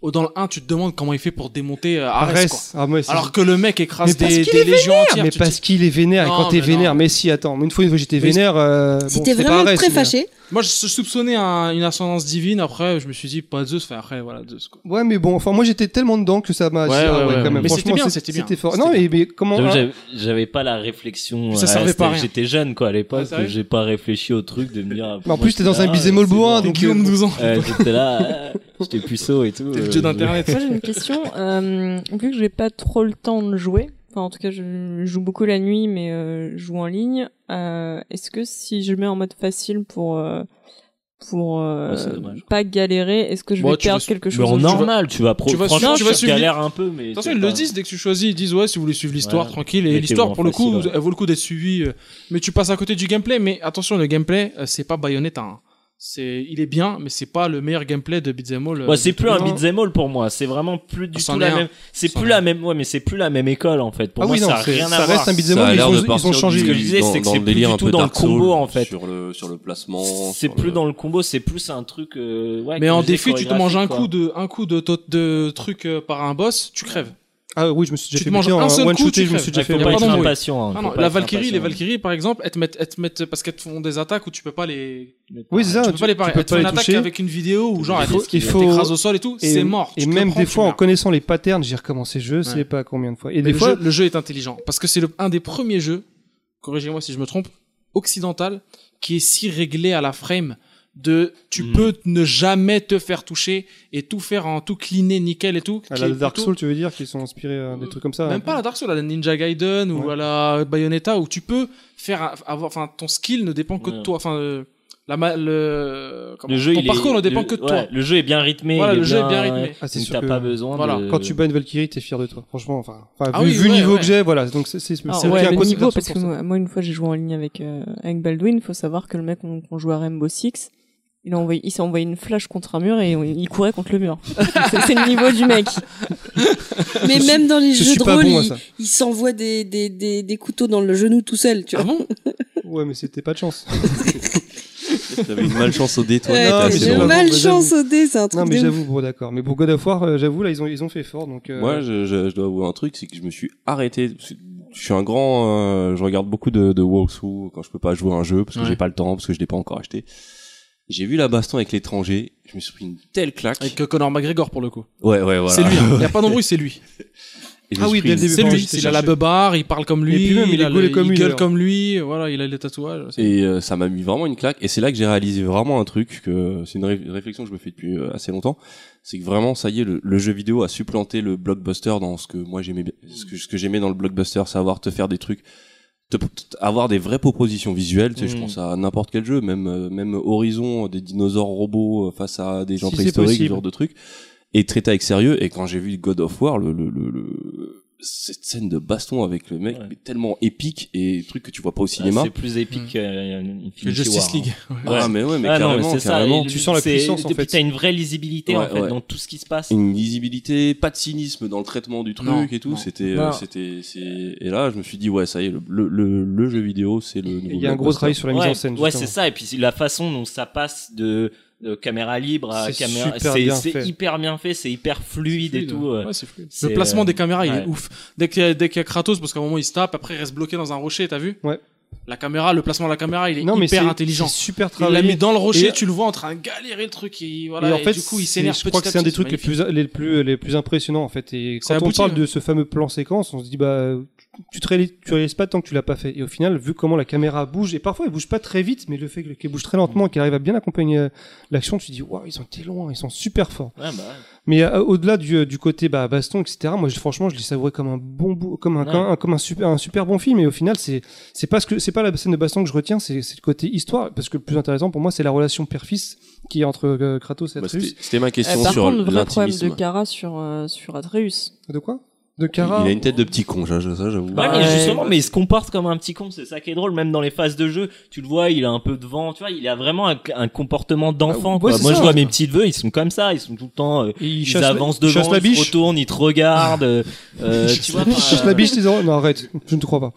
D: Au- Dans le 1, tu te demandes comment il fait pour démonter euh, Ares.
B: Arès.
D: quoi.
B: Ah, moi, c'est-
D: Alors que le mec écrase
B: Mais parce
D: des,
B: qu'il
D: des
B: est
D: légions entières.
B: mais
D: tu te
B: parce
D: dis-
B: qu'il est vénère et
D: Non,
B: quand t'es
D: mais non.
B: vénère, mais si, attends, mais une fois, une fois j'étais
D: Oui,
B: vénère. Euh,
C: Si
B: bon,
C: t'es
B: c'est pas
C: vraiment
B: Arès,
C: très
B: mais-
C: fâché,
D: Moi, je soupçonnais un- une ascendance divine. Après, je me suis dit, pas Zeus. Enfin, après, voilà, Zeus. Quoi.
B: Ouais, mais bon, enfin, moi j'étais tellement dedans que ça m'a.
D: Ouais,
B: Ah,
D: ouais, ouais,
B: quand
D: ouais.
B: même.
D: Mais c'était
B: Franchement,
D: bien,
B: c'est-
D: c'était bien.
B: C'était fort.
D: C'était
B: Non,
D: bien.
B: mais, mais comment.
F: J'avoue,
B: ah,
F: j'avais- J'avais pas la réflexion.
D: Puis ça
F: euh,
D: servait pas à
F: c'était-
D: rien.
F: J'étais jeune, quoi, à
D: Ouais,
F: l'époque.
D: c'est vrai.
F: J'ai pas réfléchi au truc de me dire.
B: Mais en plus, t'es dans un bisémol
F: bisémol
B: bourrin,
D: T'es
B: donc-
D: Guillaume 12 ans.
F: Euh, J'étais là, euh, j'étais puceau et tout.
D: T'es le
F: euh,
D: dieu
F: je-
D: d'internet.
E: Moi j'ai une question. Euh, vu que j'ai pas trop le temps de jouer, enfin en tout cas je joue beaucoup la nuit, mais euh, je joue en ligne. euh, Est-ce que si je mets en mode facile pour euh, pour euh,
F: Ouais, c'est dommage.
E: pas galérer, est-ce que je
D: Bon,
E: vais
D: tu vas
E: perdre
D: su-
E: quelque
F: Mais
E: chose
F: en
E: au jeu
F: normal, tu vas pro.
D: Tu vas
F: Franchement,
E: suivre-
F: tu
E: tu
D: vas
F: vas
D: suivre-
F: galères un peu, mais.
D: Attention,
F: c'est
D: ils le
F: pas-
D: disent dès que tu choisis, ils disent ouais, si vous voulez suivre l'histoire,
F: Ouais.
D: tranquille. Et
F: Mettez-vous
D: l'histoire,
F: en
D: pour le coup,
F: facile, ouais.
D: elle vaut le coup d'être suivie. euh, Mais tu passes à côté du gameplay. Mais attention, le gameplay, euh, c'est pas Bayonetta. hein. C'est, il est bien, mais c'est pas le meilleur gameplay de Beat'em All. euh,
F: Ouais, c'est plus un
B: Non.
F: beat'em all pour moi. C'est vraiment plus du
D: C'en
F: tout
D: est
F: la
D: un.
F: même. C'est
D: C'en
F: plus
D: est
F: la même. Ouais, mais c'est plus la même école en fait. Pour
B: Ah
F: moi,
B: oui, non,
F: ça a
B: c'est-
F: rien à
B: ça
F: voir.
B: reste un
A: Ça a
B: beat'em, ils
A: l'air
B: ont-
A: de
B: ils ont
A: partir
B: changé.
A: du-
F: Ce que je disais,
A: dans-
F: c'est que
A: dans
F: c'est
A: le
F: plus
A: délire
F: du
A: un
F: tout
A: peu
F: dans le
A: Dark Souls,
F: combo, en fait.
A: Sur le, sur le placement.
F: C'est
A: sur
F: plus
A: le-
F: dans le combo. C'est plus un truc. euh, ouais,
D: Mais
F: comme
D: en
F: je disais,
D: défi, tu te manges un
F: chorégraphique,
D: coup de, un coup de, de, de truc euh, par un boss, tu crèves.
B: Ah oui, je me suis
D: Tu
B: déjà
D: te
B: fait
D: manges
B: buter
D: un
B: en
D: seul
B: one
D: coup, tu
B: shooté, je me
D: crèves.
B: suis
F: quoi.
B: déjà
D: tu
F: Ouais,
B: fait.
F: faut
D: fais-
F: pas
D: Pardon, oui.
F: être impatient. hein,
D: Ah
F: faut
D: non,
F: pas
D: la
F: être
D: Valkyrie, les
F: impatient.
D: Valkyries, par exemple, elles te mettent, elles te mettent parce qu'elles te font des attaques où tu peux pas les,
B: Oui, c'est ça.
D: tu peux pas les parer.
B: Ah, peux
D: Elles te
B: pas
D: font une
B: les
D: attaque
B: toucher.
D: avec une vidéo où genre
B: Il
D: elles
B: faut- il
D: elles
B: faut-
D: t'écrasent au sol et tout,
B: Et-
D: c'est mort.
B: Et
D: Tu te
B: même
D: le prends,
B: des
D: tu
B: fois, en
D: meurs.
B: connaissant les patterns, j'ai recommencé le jeu,
D: Ouais.
B: c'est pas combien de fois. Et
D: Mais
B: des
D: le,
B: fois,
D: jeu, le jeu est intelligent parce que c'est le- un des premiers jeux, corrigez-moi si je me trompe, occidental qui est si réglé à la frame de tu
F: Mm.
D: peux ne jamais te faire toucher et tout faire en tout cleaner nickel et tout.
B: à
D: qui
B: la
D: est
B: Dark
D: plutôt- Mm.
B: Souls, tu veux dire, qui sont inspirés euh, des trucs comme ça.
D: Même pas à la Dark Souls, à la Ninja Gaiden ou
B: Ouais.
D: à la Bayonetta où tu peux faire un- avoir, enfin ton skill ne dépend que de
F: Ouais.
D: toi, enfin euh, la ma- le, comment-
F: Le jeu,
D: ton
F: il est-
D: parcours ne dépend
F: le-
D: que de
F: ouais,
D: toi.
F: Le jeu est bien rythmé.
D: Voilà,
F: il
D: le jeu est bien rythmé.
B: Ah, c'est
F: donc
B: sûr
F: T'as
B: que-
F: pas besoin.
D: Voilà.
F: de-
B: Quand tu bats une Valkyrie, t'es fier de toi. Franchement, enfin, enfin,
D: euh. Ah
B: vu,
D: oui,
B: vu le
D: ouais,
B: niveau
D: ouais.
B: que j'ai, voilà. Donc c'est c'est c'est
E: Ah
B: vrai
E: ouais,
B: qu'il y a
E: le
B: un côté
E: niveau,
B: Dark Souls
E: parce que
B: pour ça.
E: moi, moi, une fois j'ai joué en ligne avec euh, avec Baldwin, faut savoir que le mec on, qu'on jouait à Rainbow Six, il a envoyé, il s'est envoyé une flash contre un mur et on- il courait contre le mur. c'est c'est le niveau du mec.
C: mais même dans les
B: Je
C: jeux
B: suis
C: de
B: pas
C: rôle,
B: bon à
C: il-
B: ça.
C: il s'envoie des, des, des, des couteaux dans le genou tout seul, tu
D: Ah
C: vois.
D: bon
B: Ouais, mais c'était pas de chance.
A: T'avais une malchance au dé, toi.
C: Ouais,
A: t'étais
B: Ah,
A: assez
C: j'ai
B: bon.
A: drôle.
B: mal.
C: malchance au dé, c'est un
B: Non,
C: truc
B: mais
C: de ouf.
B: j'avoue, bon, d'accord. Mais pour God of War, euh, j'avoue, là, ils ont, ils ont fait fort. Donc, euh,
A: Moi, je, je, je dois avouer un truc, c'est que je me suis arrêté. parce que Je suis un grand, euh, je regarde beaucoup de, de walkthrough quand je peux pas jouer à un jeu parce que
D: Ouais.
A: j'ai pas le temps, parce que je l'ai pas encore acheté. J'ai vu la baston avec l'étranger, je me suis pris une telle claque.
D: Avec euh, Conor McGregor pour le coup.
A: Ouais, ouais, voilà.
D: C'est lui, hein. il y a pas d'embrouille, c'est lui.
A: Et je
B: Ah
A: me suis
B: oui,
A: pris
B: dès le
A: une-
B: début.
D: C'est
B: bon,
D: lui,
B: j'étais
D: il a
B: cherché.
D: la beubare, il parle comme lui,
B: Et puis même, il est
D: a
B: gaulé
D: le-
B: comme
D: il
B: lui,
D: gueule
B: d'ailleurs.
D: comme lui, hein. voilà, il a les tatouages.
A: Et euh, ça m'a mis vraiment une claque. Et c'est là que j'ai réalisé vraiment un truc, que c'est une ré- réflexion que je me fais depuis euh, assez longtemps, c'est que vraiment, ça y est, le, le jeu vidéo a supplanté le blockbuster dans ce que moi j'aimais, bien- ce que, ce que j'aimais dans le blockbuster, savoir te faire des trucs, te- te- avoir des vraies propositions visuelles. Tu sais, je
F: Mm.
A: pense à n'importe quel jeu, même euh, même Horizon, euh, des dinosaures robots euh, face à des gens
B: Si c'est
A: préhistoriques, ce
B: possible.
A: genre de trucs, et traité avec sérieux. Et quand j'ai vu God of War, le le le, le- cette scène de baston avec le mec
F: Ouais.
A: mais tellement épique et truc que tu vois pas au cinéma.
F: Ah, C'est plus
D: Hmm.
F: épique que euh,
D: Que
F: Infinity
D: Justice
F: War,
B: hein.
D: League.
A: Ah,
F: ouais.
A: mais ouais, mais
F: Ah non,
A: carrément,
F: c'est ça,
A: carrément.
F: et
B: Tu sens la
F: c'est-
B: puissance, en
F: depuis,
B: fait.
F: T'as une vraie lisibilité
A: Ouais,
F: en fait
A: ouais.
F: dans tout ce qui se passe.
A: une lisibilité, pas de cynisme dans le traitement du truc
D: Non,
A: et tout.
D: non.
A: C'était, euh,
F: Non.
A: c'était, c'est. Et là, je me suis dit, ouais, ça y est, le, le, le, le jeu vidéo, c'est le. nouveau
B: Il y a un gros
A: blockbuster.
B: travail sur la mise
F: ouais,
B: en scène.
F: ouais,
B: justement.
F: c'est ça. Et puis la façon dont ça passe de, de caméra libre à
B: C'est
F: caméra,
B: super
F: c'est
B: bien
F: c'est
B: fait.
F: hyper bien fait, c'est hyper fluide, et
D: Fluide. hein.
F: tout. euh,
D: Ouais, c'est fluide.
F: c'est,
D: Le placement
F: euh,
D: des caméras, il
F: ouais.
D: est ouf. Dès qu'il y, a- dès qu'il y a Kratos, parce qu'à un moment il se tape, après il reste bloqué dans un rocher, t'as vu
B: Ouais.
D: La caméra, le placement de la caméra, il est
B: Non, mais
D: hyper
B: c'est-
D: intelligent.
B: c'est super
D: Il l'a
B: travaillé.
D: mis dans le rocher,
B: Et- euh,
D: tu le vois en train de galérer le truc, et voilà.
B: et en fait,
D: du coup,
B: c'est-
D: il s'énerve
B: Je
D: petit
B: crois
D: à
B: que c'est un
D: petit,
B: des trucs les
D: magnifique.
B: plus, les plus, les plus impressionnants en fait. Et quand
D: C'est
B: on
D: abouti,
B: parle
D: hein.
B: de ce fameux plan séquence, on se dit bah tu te réalises, tu réalises pas tant que tu l'as pas fait. Et au final, vu comment la caméra bouge, et parfois elle bouge pas très vite, mais le fait qu'elle bouge très lentement, et qu'elle arrive à bien accompagner euh, l'action, tu te dis waouh ils ont été loin, ils sont super forts.
F: Ouais, bah, ouais.
B: Mais euh, au-delà du, euh, du côté bah, baston, etc. Moi, je- franchement, je l'ai savouré comme un bon bou- comme un,
F: Ouais.
B: comme un- comme un super, un super bon film. Et au final, c'est c'est pas ce que c'est pas la scène de baston que je retiens, c'est c'est le côté histoire. Parce que le plus intéressant pour moi, c'est la relation père-fils qui est entre euh, Kratos et
A: Bah,
B: Atreus.
A: c'était, c'était ma question
E: Euh, par
A: sur
E: contre, le vrai problème de
A: l'intimisme.
E: Kara sur, euh, sur Atreus.
B: de quoi De
A: Il
B: Kara.
A: a une tête de petit con, ça, ça, j'avoue.
F: Ouais, Bah, mais
E: Ouais.
F: justement, mais il se comporte comme un petit con, c'est ça qui est drôle. Même dans les phases de jeu, tu le vois, il a un peu de vent, tu vois, il a vraiment un, un comportement
B: Ah,
F: d'enfant.
B: ouais,
F: quoi.
B: c'est
F: Moi,
B: ça.
F: je vois mes petits neveux, ils sont comme ça, ils sont tout le temps, euh,
B: Et il
F: ils
B: chasse la-
F: avancent
B: il
F: devant,
B: chasse la
F: ils se
B: biche.
F: retournent, ils te regardent. euh, euh, tu vois,
B: Il
F: enfin,
B: chasse la biche, ils ont- Non, arrête, je ne te crois pas.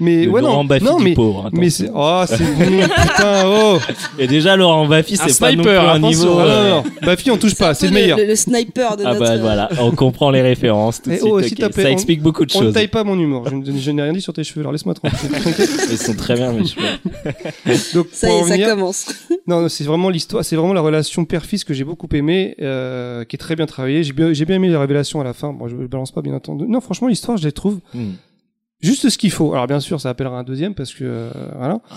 B: mais
F: le
B: ouais,
F: Laurent
B: non,
F: Baffy
B: non,
F: du
B: mais.
F: pauvre. attention.
B: Mais c'est. Oh, c'est bon, putain, oh
F: Et déjà, Laurent Baffy,
D: Un
F: c'est pas non plus
D: sniper,
F: un
D: attention.
F: niveau.
B: Non,
F: euh,
B: non, non, ma fille, on touche pas, c'est le meilleur.
C: Le, le sniper de
F: Ah
C: notre.
F: bah voilà, on comprend les références tout de
B: Et
F: suite.
B: oh, si
F: ok.
B: t'as fait-
F: Ça
B: on-
F: explique beaucoup de
B: On ne
F: choses.
B: taille pas mon humour, je, ne- je n'ai rien dit sur tes cheveux, alors laisse-moi tranquille.
F: Ils sont très bien, mes cheveux.
B: Donc,
C: Ça
B: pour
C: y
B: en
C: est, ça
B: venir-
C: commence.
B: Non, non, c'est vraiment l'histoire, c'est vraiment la relation père-fils que j'ai beaucoup aimé, euh, qui est très bien travaillée. J'ai bien, j'ai bien aimé les révélations à la fin. Bon, je ne balance pas, bien entendu. Non, franchement, l'histoire, je la trouve
F: Hmm.
B: juste ce qu'il faut. Alors, bien sûr, ça appellera un deuxième parce que euh, voilà.
F: Ah,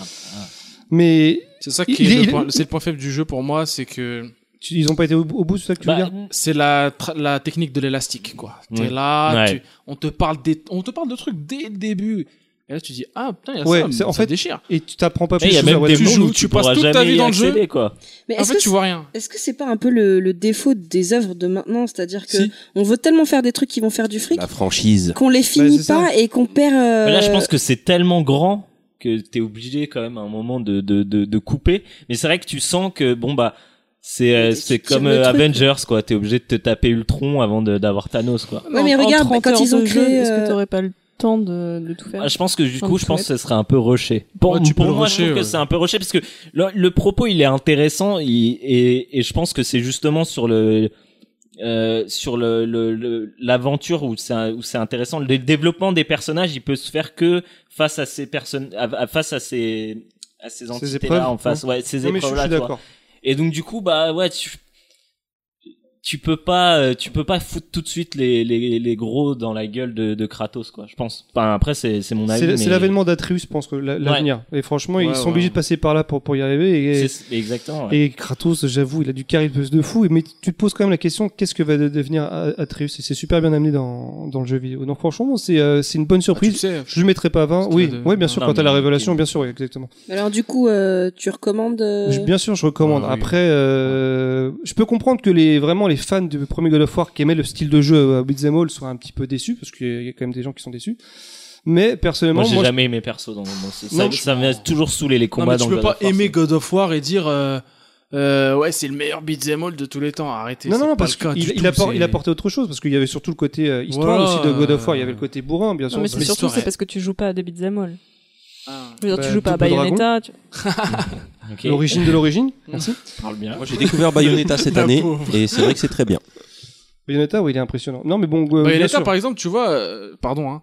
B: Mais
D: C'est ça
B: Il-
D: qui est,
B: il-
D: le point, c'est le point faible du jeu pour moi, c'est que
B: tu- ils n'ont pas été au, au bout, c'est ça que tu veux
F: Bah,
B: dire
D: c'est la, tra- la technique de l'élastique, quoi. T'es
F: Ouais.
D: là,
F: Ouais.
D: tu- on te parle des, on te parle de trucs dès le début. Et là, tu dis, ah, putain, il y a
B: Ouais,
D: ça, mais
B: c'est- en
D: ça
B: fait,
D: déchire.
B: Et tu t'apprends pas
F: Et
B: plus.
F: il y a
B: de
F: même
B: choses à
F: des
B: Watchmen.
D: Watchmen
F: moments
D: où
F: où
D: tu
F: tu
D: passes
F: pourras
D: toute ta
F: jamais
D: vie
F: y
D: dans le jeu.
F: accéder, quoi.
C: Mais
D: En
C: est-ce
D: fait,
C: que
D: tu vois rien.
C: Est-ce que c'est pas un peu le, le défaut des œuvres de maintenant C'est-à-dire que
D: Si.
C: on veut tellement faire des trucs qui vont faire du fric
A: La franchise.
C: qu'on les finit
B: Bah, c'est ça.
C: pas et qu'on perd. euh,
F: Mais Bah, là, je pense que c'est tellement grand que t'es obligé quand même à un moment de, de, de, de couper. Mais c'est vrai que tu sens que, bon, bah, c'est euh,
C: Mais tu
F: c'est
C: tires
F: comme
C: le
F: euh,
C: truc.
F: Avengers, quoi. T'es obligé de te taper Ultron avant de- d'avoir Thanos, quoi.
C: Ouais, mais
E: En- en
C: regarde,
E: 30
C: quand
E: heures
C: ils ont
E: de jeu,
C: créé,
E: Est-ce que
C: euh,
E: t'aurais pas le temps de, de tout faire
F: Ah, je pense que du
E: Sans
F: coup,
E: le
F: je pense que
E: soumettre.
F: ce serait un peu rushé. Pour,
D: Ouais, tu
F: pour
D: peux le
F: moi, je
D: rusher,
F: trouve que
D: ouais.
F: c'est un peu rushé parce que le, le propos il est intéressant il- et, et je pense que c'est justement sur le euh, sur le le- le- l'aventure où c'est un- où c'est intéressant. Le développement des personnages, il peut se faire que face à ces personnes, à- à- face à ces à ces entités
B: épreuves,
F: là en face, ouais, ces
B: Non, mais je,
F: épreuves
B: je
F: là.
B: suis d'accord.
F: Et donc du coup, bah ouais, tu tu peux pas euh, tu peux pas foutre tout de suite les les, les gros dans la gueule de, de Kratos quoi. Je pense. Enfin après c'est c'est mon avis.
B: C'est c'est
F: mais-
B: l'avènement d'Atreus, je pense, que la- l'avenir. Et franchement, ils
D: Ouais,
B: sont
D: ouais.
B: obligés de passer par là pour, pour y arriver. Et,
F: C'est- exactement. ouais.
B: Et Kratos, j'avoue, il a du charisme de fou. Mais tu te poses quand même la question, qu'est-ce que va de- devenir A- Atreus Et c'est super bien amené dans, dans le jeu vidéo. Donc franchement, c'est euh, c'est une bonne
D: Ah, tu le
B: surprise.
D: sais.
B: Je lui mettrai pas 20.
D: C'est
B: Oui,
D: toi de-
B: ouais, bien sûr,
F: Non,
B: quand t'as la
F: mais-
B: révélation, bien sûr, oui, exactement.
C: Alors du coup, euh, tu recommandes euh,
B: Je- Bien sûr, je recommande.
D: Ah, oui.
B: Après, euh, je peux comprendre que les vraiment les fans du premier God of War qui aimaient le style de jeu à Beat'em All soient un petit peu déçus, parce qu'il y a quand même des gens qui sont déçus. Mais personnellement,
F: Moi, j'ai
B: moi, je-
F: jamais aimé perso dans, dans ce- ça,
B: Non,
F: ça m'a toujours saoulé les
D: Non,
F: combats
D: mais tu
F: dans
D: peux
F: God
D: pas
F: of War,
D: aimer
F: ça.
D: God of War et dire, euh, euh, ouais, c'est le meilleur beat'em all de tous les temps. Arrêtez.
B: Non,
D: c'est
B: non, non,
D: pas
B: parce
D: le cas
B: qu'il
D: du
B: il appor-
D: tout,
B: il
D: c'est-
B: apportait autre chose, parce qu'il y avait surtout le côté euh, histoire
D: Voilà.
B: aussi de God of War, il y avait le côté bourrin, bien
E: Non,
B: sûr.
E: mais
D: c'est
E: c'est
D: une
E: surtout
D: histoire,
E: c'est
D: elle.
E: parce que tu joues pas à des beat'em all.
D: Ah.
E: Je veux dire,
B: Bah,
E: tu joues pas à
B: Double Dragon.
E: Bayonetta. tu-
F: Ok,
B: L'origine de l'origine
F: parle bien.
A: Moi, j'ai découvert Bayonetta cette
D: La
A: année
D: pauvre.
A: et c'est vrai que c'est très bien.
B: Bayonetta, oui, il est impressionnant. Non, mais bon, euh, bien
D: Bayonetta,
B: sûr.
D: par exemple, tu vois, euh, pardon, hein,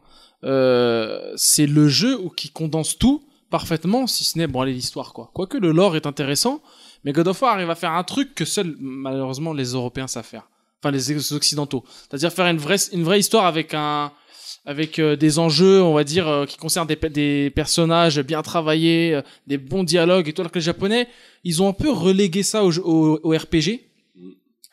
D: euh, c'est le jeu où qui condense tout parfaitement, si ce n'est bon, allez, l'histoire, quoi. Quoique le lore est intéressant, mais God of War arrive à faire un truc que seuls, malheureusement, les Européens savent faire. Enfin, les ex- Occidentaux. C'est-à-dire faire une vraie, une vraie histoire avec un, avec euh, des enjeux, on va dire, euh, qui concernent des, pe- des personnages bien travaillés, euh, des bons dialogues et tout, alors que les Japonais, ils ont un peu relégué ça au, jeu- au- au RPG.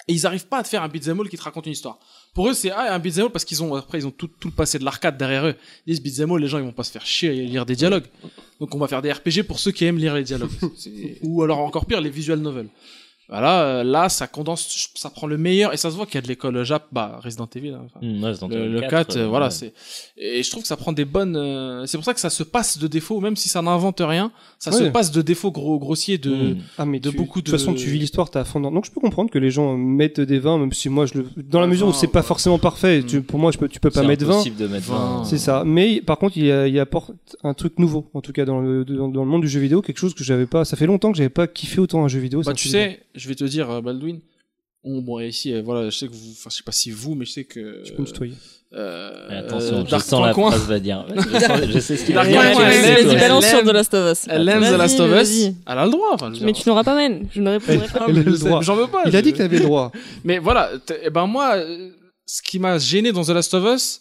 D: Et ils arrivent pas à te faire un beat'em all qui te raconte une histoire. Pour eux, c'est ah, un beat'em all parce qu'ils ont après ils ont tout, tout le passé de l'arcade derrière eux. Ils disent beat'em all, les gens ils vont pas se faire chier et lire des dialogues. Donc on va faire des RPG pour ceux qui aiment lire les dialogues. C'est- Ou alors encore pire, les visual novels. Voilà, euh, là, ça condense, ça prend le meilleur et ça se voit qu'il y a de l'école Jap, bah, Resident Evil. hein, enfin,
F: Hum, Resident
D: le,
F: Evil
D: le 4,
F: 4,
D: euh,
F: euh,
D: voilà,
F: ouais.
D: c'est. Et je trouve que ça prend des bonnes. euh, C'est pour ça que ça se passe de défauts, même si ça n'invente rien, ça se
B: Ouais.
D: passe de défauts gros, grossiers de.
F: Hum.
B: Ah, mais
D: de
B: tu-
D: beaucoup de-
B: toute façon, tu vis l'histoire, t'as à fond. dans- Donc, je peux comprendre que les gens mettent des vins, même si moi, je le. Dans la
D: Ouais,
B: mesure où
D: vin,
B: c'est pas
D: ouais.
B: forcément parfait, tu-
D: Ah, bah. Mm.
B: pour moi, je peux, tu peux pas
F: C'est
B: mettre 20.
F: impossible de mettre 20.
B: C'est ça. Mais par contre, il, y a- il apporte un truc nouveau, en tout cas dans le, dans, dans le monde du jeu vidéo, quelque chose que j'avais pas. Ça fait longtemps que j'avais pas kiffé autant un jeu vidéo.
D: Bah,
B: c'est
D: tu
B: incroyable.
D: sais, je vais te dire, euh, Baldwin. on- bon, et ici, euh, voilà, je sais que vous. Enfin, je sais pas si vous, mais je sais que.
B: Tu peux me tutoyer.
D: euh,
F: Mais attention,
D: euh,
F: je
D: Dark
F: sens la
D: Coin.
F: phrase va dire. Je, sens- je sais ce qu'il va
D: Dark Coin,
F: dire. Tu
D: ouais,
F: sais,
D: ouais,
F: toi.
E: Vas-y,
D: ouais.
E: balance
D: Elle
E: sur
D: aime-
E: The Last of Us.
D: Elle aime The
E: Vas-y,
D: Last of Us.
E: vas-y.
D: Elle a le droit. Enfin, je veux
E: Mais
D: dire.
E: tu n'auras pas mal. Je ne répondrai pas.
D: Ah,
B: Elle a
D: je
B: le
D: sais,
B: droit.
D: mais J'en veux pas.
B: Il a
D: je-
B: dit que t'avais le droit.
D: Mais voilà, t- eh ben moi, euh, ce qui m'a gêné dans The Last of Us,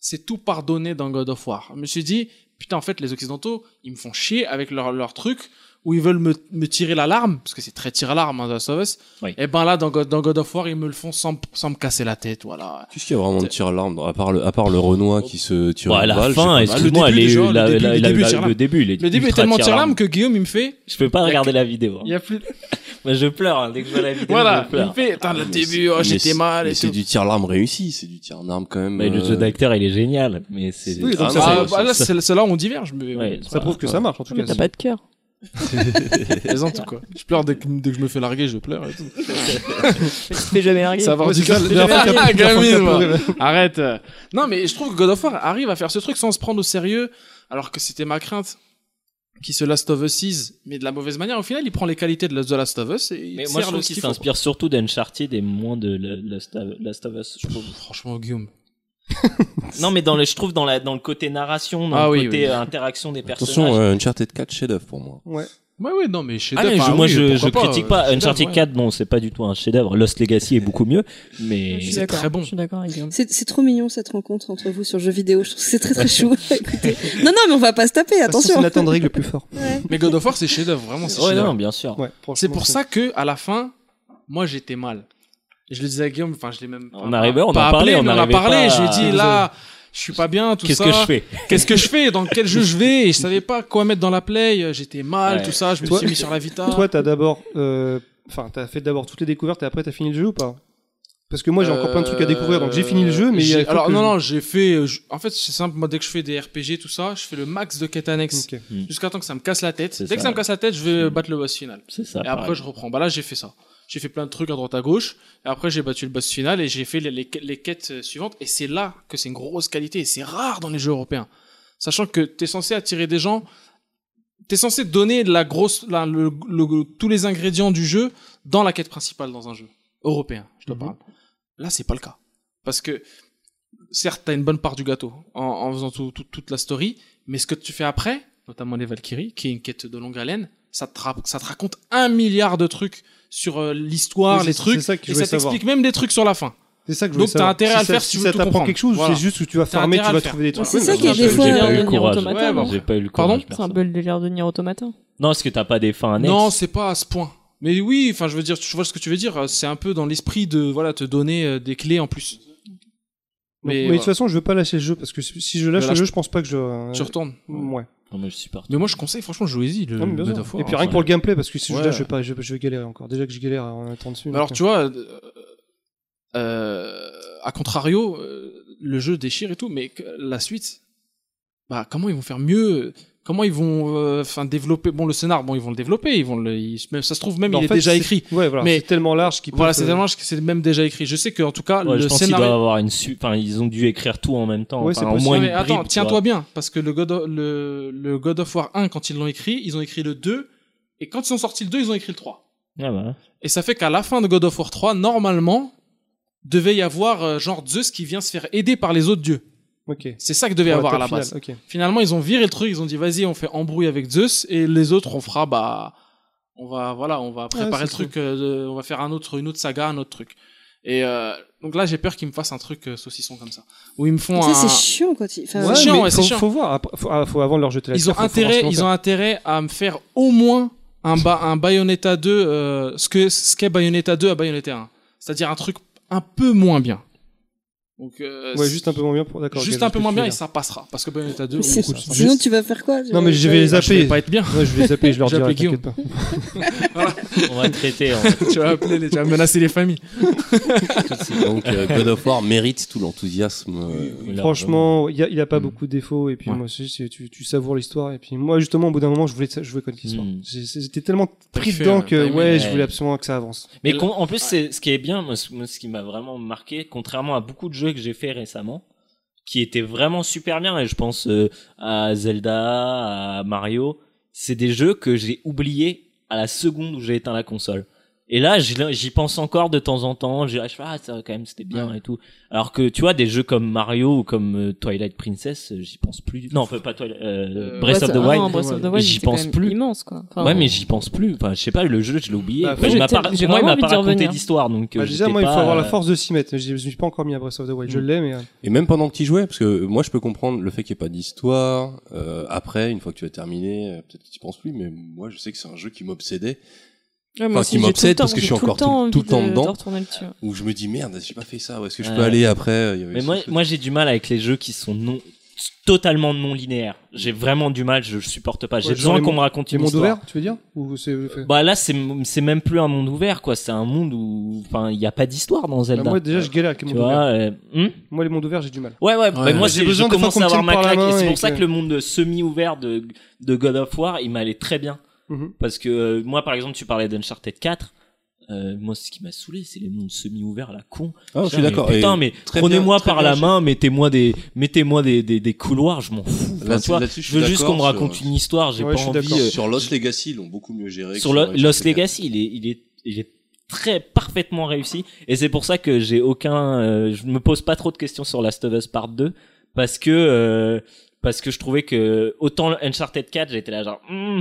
D: c'est tout pardonné dans God of War. Je me suis dit, putain, en fait, les Occidentaux, ils me font chier avec leur, leur truc où ils veulent me, me tirer l'alarme, parce que c'est très tir l'alarme, hein, The Last of Us.
F: Oui.
D: Et ben là, dans God, dans God of War, ils me le font sans, sans me casser la tête, voilà.
A: Qu'est-ce qu'il y a vraiment de tir à l'arme, à part le, à part le Renoir qui se tire
F: Bon, à
A: une
F: Bah, la
A: balle, je
F: fin,
A: sais pas. Le
F: excuse-moi,
D: début,
F: elle est
D: déjà,
F: eu
D: le
F: la-
D: début,
F: la-
D: le
F: la-
D: début,
F: la-
D: tire-larme.
F: le début, il est
D: Le début est
F: ultra
D: tellement tir
F: tire-larme.
D: l'arme que Guillaume, il me fait.
F: Je peux pas
D: y a
F: regarder la vidéo. hein.
D: Il y a plus. de-
F: Moi, je pleure hein, dès que je vois la vidéo.
D: Voilà,
F: je
D: il
F: pleure.
D: me fait. Attends, le
A: Mais
D: début,
A: c'est-
D: oh,
A: mais
D: j'étais
A: c'est-
D: mal.
A: mais
D: et
A: c'est
D: tout.
A: du tir à l'arme réussi, c'est du tir à l'arme quand même.
F: Mais le
A: euh,
F: jeu d'acteur, il est génial. Mais c'est.
A: Oui, donc
F: Ah,
A: ça,
F: non,
A: c'est-
D: Ah, bah, là, c'est c'est là où on diverge. Mais...
F: Ouais,
B: Ça prouve que ça marche en tout cas.
E: Mais t'as pas de cœur.
D: plaisante quoi. Je pleure dès que, dès que je me fais larguer, je pleure et tout.
E: Tu te fais jamais larguer.
D: Ça va
B: Ouais, c'est
D: du cœur.
B: ça, la dernière fois qu'il a-
D: Ah,
B: la dernière fois qu'il a
D: gamine,
B: pleuré,
D: moi.
B: ouais.
D: Arrête. euh. Non, mais je trouve que God of War arrive à faire ce truc sans se prendre au sérieux, alors que c'était ma crainte. Qui se Last of Us 6, mais de la mauvaise manière. Au final, il prend les qualités de The Last of Us et il
F: Mais
D: sert
F: moi, je
D: le
F: trouve
D: ce
F: qu'il
D: qu'il faut,
F: s'inspire surtout d'Uncharted et moins de la- Last of- Last of Us. je trouve.
D: quoi. Franchement, Guillaume.
F: Non, mais dans le, je trouve dans, la, dans le côté narration, dans
D: Ah
F: le
D: oui,
F: côté
D: oui.
F: euh, interaction des personnages.
A: Attention, euh, Uncharted 4 chef-d'œuvre pour moi.
B: Ouais.
D: Ouais, ouais, non, mais chez
F: Ah, mais je- moi je, je
D: euh,
F: critique pas Uncharted 4 bon c'est pas du tout un chef-d'œuvre Lost Legacy est beaucoup mieux mais
E: Je suis
D: C'est
E: d'accord.
D: très bon.
E: Je suis d'accord avec Guillaume.
C: C'est c'est trop mignon cette rencontre entre vous sur jeux vidéo. Je trouve que c'est très très chou. Écoutez. Non, non, mais on va pas se taper,
B: Ça,
C: attention.
B: C'est Nathan Drake le plus fort.
C: Ouais.
D: Mais God of War, c'est chef d'œuvre, vraiment, c'est
F: ouais
D: chef-d'œuvre.
F: Oh, non bien sûr
B: Ouais,
D: C'est
B: franchement,
D: pour ça que, à la fin, moi, j'étais mal. Et Je le disais à Guillaume, enfin, je l'ai même
F: On arrivait, on
D: pas
F: en parlait,
D: appelé,
F: on
D: mais on a
F: n'arrivait
D: parlé.
F: pas
D: Je lui
F: à- euh,
D: ai dit, là, je suis pas bien, tout
F: qu'est-ce
D: ça.
F: que je fais
D: Qu'est-ce que je fais Dans quel jeu je vais Et je savais pas quoi mettre dans la play. J'étais mal,
F: Ouais.
D: tout ça. Je me
B: Toi-
D: suis mis sur la Vita.
B: Toi, t'as d'abord. euh, Enfin, t'as fait d'abord toutes les découvertes et après t'as fini le jeu ou pas Parce que moi, j'ai encore plein de trucs à découvrir. Donc, j'ai fini le jeu, mais. il y a
D: Euh, J'ai-
B: des trucs
D: alors
B: que
D: non
B: je-
D: non, j'ai fait. euh, je- En fait, c'est simple. Moi, dès que je fais des RPG, tout ça, je fais le max de quêtes annexes
B: Ok.
D: jusqu'à temps que ça me casse la tête.
F: C'est
D: Dès que
F: ça.
D: ça me casse la tête, je vais
F: Mm.
D: battre le boss final.
F: c'est ça
D: Et après, je reprends. Bah là, j'ai fait ça. J'ai fait plein de trucs à droite à gauche. Et après, j'ai battu le boss final et j'ai fait les, les- les quêtes euh, suivantes. Et c'est là que c'est une grosse qualité. Et c'est rare dans les jeux européens. Sachant que t'es censé attirer des gens. T'es censé donner de la grosse, la- le- le- tous les ingrédients du jeu dans la quête principale dans un jeu européen. Je te
B: Mhm.
D: parle. Là, c'est pas le cas. Parce que, certes, t'as une bonne part du gâteau en, en faisant tout- tout- toute la story, mais ce que tu fais après, notamment les Valkyries, qui est une quête de longue haleine, ça te, ra- ça te raconte un milliard de trucs sur euh, l'histoire,
B: Oui,
D: les
B: c'est-
D: trucs,
B: c'est ça que je
D: et
B: voulais
D: ça
B: savoir.
D: t'explique même des trucs sur la fin.
B: C'est ça que je
D: Donc,
B: voulais
D: t'as
B: savoir.
D: intérêt à
B: Si
D: le
B: ça-
D: faire si tu veux
B: ça
D: tout
B: t'apprend
D: comprendre.
B: quelque chose,
D: Voilà.
B: c'est juste que tu vas
D: T'as
B: farmer,
D: intérêt
B: tu
D: à le
B: vas
D: faire.
B: trouver des
E: Mais
B: trucs.
E: c'est ça
B: Ouais,
E: qui est
B: mais c'est-
E: des fois
F: j'ai pas eu
E: euh,
F: le
E: Nier
F: courage.
E: Automata.
D: Ouais, bah,
F: j'ai pas eu le courage
D: Pardon
E: C'est un
F: personne.
E: peu le délire de Nier Automata.
F: non est-ce que t'as pas des fins annexes
D: Non, c'est pas à ce point. Mais oui, enfin, je veux dire, tu vois ce que tu veux dire, euh, c'est un peu dans l'esprit de, voilà, te donner euh, des clés en plus.
B: Mais,
D: Mais
B: de
D: voilà.
B: toute façon, je veux pas lâcher le jeu parce que si si je lâche
D: Mais
B: le
D: lâche-
B: jeu, je pense pas que je. euh,
D: Tu retournes.
B: Ouais.
F: non mais je suis parti
D: Mais moi, je conseille, franchement, jouez-y, le
B: Non, mais bien
D: God
B: sûr.
D: of War,
B: Et puis
D: hein.
B: rien que pour le gameplay, parce que si
D: Ouais.
B: je lâche, je vais, pas, je, je vais galérer encore. Déjà que je galère en étant dessus.
D: Mais Alors
B: donc,
D: tu vois, euh, euh, à contrario, euh, le jeu déchire et tout, mais que- la suite, bah comment ils vont faire mieux Comment ils vont, euh, enfin développer Bon, le scénar, bon, ils vont le développer, ils vont le, ils- même- ça se trouve même
F: Bah,
B: Mais en
D: il
B: fait,
D: est déjà
B: c'est-
D: écrit.
B: Ouais, voilà.
D: mais-
B: C'est tellement large qu'il peut.
D: Voilà,
B: te-
D: c'est tellement c'est même déjà écrit. Je sais que en tout cas
F: Ouais, je
D: le
F: pense qu'ils doivent
D: scénario.
F: avoir une su... enfin ils ont dû écrire tout en même temps
B: Ouais,
F: enfin,
B: c'est
F: au
B: possible.
F: moins
D: Non, mais
F: une
D: attends,
F: bribe, tu
D: tiens-toi
F: vois.
D: bien, parce que le God, of, le, le God of War 1, quand ils l'ont écrit, ils ont écrit le 2, et quand ils ont sorti le 2, ils ont écrit le 3.
F: Ah, bah.
D: Et ça fait qu'à la fin de God of War 3, normalement, devait y avoir euh, genre Zeus qui vient se faire aider par les autres dieux.
B: euh, Ok. Pour
D: C'est ça que devait y avoir à
B: top
D: la
B: finale,
D: base.
B: ok.
D: Finalement, ils ont viré le truc, ils ont dit vas-y, on fait embrouille avec Zeus et les autres on fera bah on va voilà, on va préparer
B: c'est
D: le truc euh, de- on va faire un autre une autre saga, un autre truc. Et euh, donc là, j'ai peur qu'ils me fassent un truc euh, saucisson comme ça. Où ils me font
C: Ça,
D: un
C: c'est chiant quand il. enfin,
D: Ouais, chiant,
B: mais
D: ouais,
B: faut,
D: c'est chiant.
B: faut voir. Après, Faut, ah, faut avant de leur jeter la
D: ils ont
B: pierre, faut- faut
D: intérêt,
B: voir ce
D: ils ont intérêt à me faire au moins un, ba- un Bayonetta 2, euh, ce que ce qu'est Bayonetta 2 à Bayonetta 1. C'est-à-dire un truc un peu moins bien. Donc, euh,
B: Ouais, juste un peu moins bien pour d'accord.
D: juste
B: ok,
D: un peu
B: ce que
D: moins
B: tu
D: bien
B: veux
D: et
B: dire.
D: ça passera. Parce que Bayonetta 2,
C: Mais
D: oui,
C: c'est-
D: ça- ça-
C: Sinon, tu vas faire quoi
B: Non, mais je vais les
D: ça
B: zapper.
D: va pas être bien.
B: Ouais, je vais les zapper, et je leur
D: J'ai
B: dirai,
D: appelé Guillaume.
B: t'inquiète pas.
F: On va traiter en
D: tu vas appeler, les- tu vas menacer les familles.
A: Donc euh, God of War mérite tout l'enthousiasme. euh,
B: Franchement, il y a, il a pas
F: Mm.
B: beaucoup de défauts et puis
D: Ouais.
B: moi c'est- c'est- tu, tu savoures l'histoire et puis moi justement au bout d'un moment je voulais ça- je voulais connaître l'histoire.
F: Mm.
B: J'ai- c'est- J'étais tellement pris
D: kiffé,
B: dedans
D: hein, t'as
B: que
D: aimé.
B: ouais, je
F: Ouais.
B: voulais absolument que ça avance.
F: Mais
D: Et
F: con- en plus, c'est ce qui est bien, moi, ce moi, ce qui m'a vraiment marqué, contrairement à beaucoup de jeux que j'ai fait récemment, qui étaient vraiment super bien, et je pense euh, à Zelda, à Mario, c'est des jeux que j'ai oubliés à la seconde où j'ai éteint la console. Et là, j'y j'y pense encore de temps en temps, j'y- je fais, ah, ça, quand même, c'était bien
D: Ouais.
F: et tout. Alors que, tu vois, des jeux comme Mario ou comme euh, Twilight Princess, euh, j'y pense plus. Non, pas Twilight, euh,
D: Euh,
F: Breath of the
E: Ah non,
F: Wild.
E: Breath of the
D: Mais
E: Wild,
F: j'y
E: c'était
F: pense
E: quand même
F: plus.
E: Immense quoi. Enfin,
F: Ouais, mais j'y pense plus. Enfin, je sais pas, le jeu, je l'ai oublié.
B: Bah,
F: Après,
E: faut-
F: il m'a
E: j'ai
F: pas-
E: peut-être- j'ai
F: moi, il
E: vraiment
F: m'a
E: envie
F: pas
E: d'y
F: raconté
E: revenir.
F: d'histoire, donc. euh,
B: Bah, déjà
F: j'étais
B: moi il faut
F: pas,
B: avoir la
F: euh,
B: force de s'y mettre. Je, je me suis pas encore mis à Breath of the Wild. Je
F: Mm.
B: l'ai mais euh,
A: Et même pendant que tu jouais, parce que euh, moi je peux comprendre le fait qu'il n'y ait pas d'histoire. euh, après, une fois que tu as terminé, euh, peut-être que tu penses plus, mais moi je sais que c'est un jeu qui m'obsédait.
E: Ouais, moi
A: Enfin,
E: aussi,
A: qui
E: j'ai
A: m'obsède
E: tout le
A: parce que je
E: temps-
A: suis
E: j'ai tout le
A: encore tout-
E: temps
A: tout le
E: envie
A: temps
E: de-
A: dedans.
E: de retourner dessus.
A: Où je me dis merde, j'ai pas fait ça. Où est-ce que je
F: Ouais.
A: peux aller après euh, Il y avait
F: Mais
A: ce
F: moi,
A: truc.
F: moi j'ai du mal avec les jeux qui sont non totalement non linéaires. J'ai vraiment du mal, je supporte pas. J'ai
B: Ouais, genre
F: besoin
B: les
F: qu'on
B: mon-
F: me raconte
B: les
F: une
B: mondes
F: histoire.
B: ouverts, tu veux dire ou c'est
F: Bah là, c'est c'est même plus un monde ouvert, quoi. C'est un monde où, enfin, il n'y a pas d'histoire dans
B: Bah,
F: Zelda.
B: moi déjà je galère avec les
F: tu
B: mondes ouverts.
F: vois. euh, hmm
B: Moi les mondes ouverts, j'ai du mal.
F: ouais, ouais. bah, moi,
B: J'ai
F: c'est-
B: besoin
F: je
B: des fois
F: commence
B: qu'on
F: à
B: me
F: avoir
B: tienne
F: ma
B: par la
F: claque. Et
B: main
F: c'est
B: et
F: pour ça
B: que-
F: que le monde semi ouvert de de God of War, il m'allait très bien.
B: Mhm.
F: Parce que euh, moi, par exemple, tu parlais d'Uncharted 4. Euh, moi, ce qui m'a saoulé, c'est les mondes semi-ouverts, la con.
A: Ah, je suis
F: Putain, mais
A: d'accord.
F: Putain,
A: Et
F: mais
A: très bien,
F: prenez-moi
A: très
F: par
A: bien,
F: la
A: je-
F: main, mettez-moi des, mettez-moi des, des, des couloirs, je m'en fous. Enfin,
A: Là-dessus-
F: tu vois,
A: là-dessus, je
F: je
A: suis
F: veux juste
A: d'accord
F: qu'on me raconte
A: sur-
F: une histoire. J'ai
B: Ouais,
F: pas
B: je suis
F: envie.
B: d'accord.
F: euh,
A: sur Lost Legacy, ils l'ont beaucoup mieux géré. que
F: sur Lo- Lost
A: Uncharted.
F: Legacy, il est, il est, il est très parfaitement réussi. Et c'est pour ça que j'ai aucun, euh, je me pose pas trop de questions sur Last of Us Part 2 parce que, euh, parce que je trouvais que autant Uncharted 4, j'étais là genre, Hmm,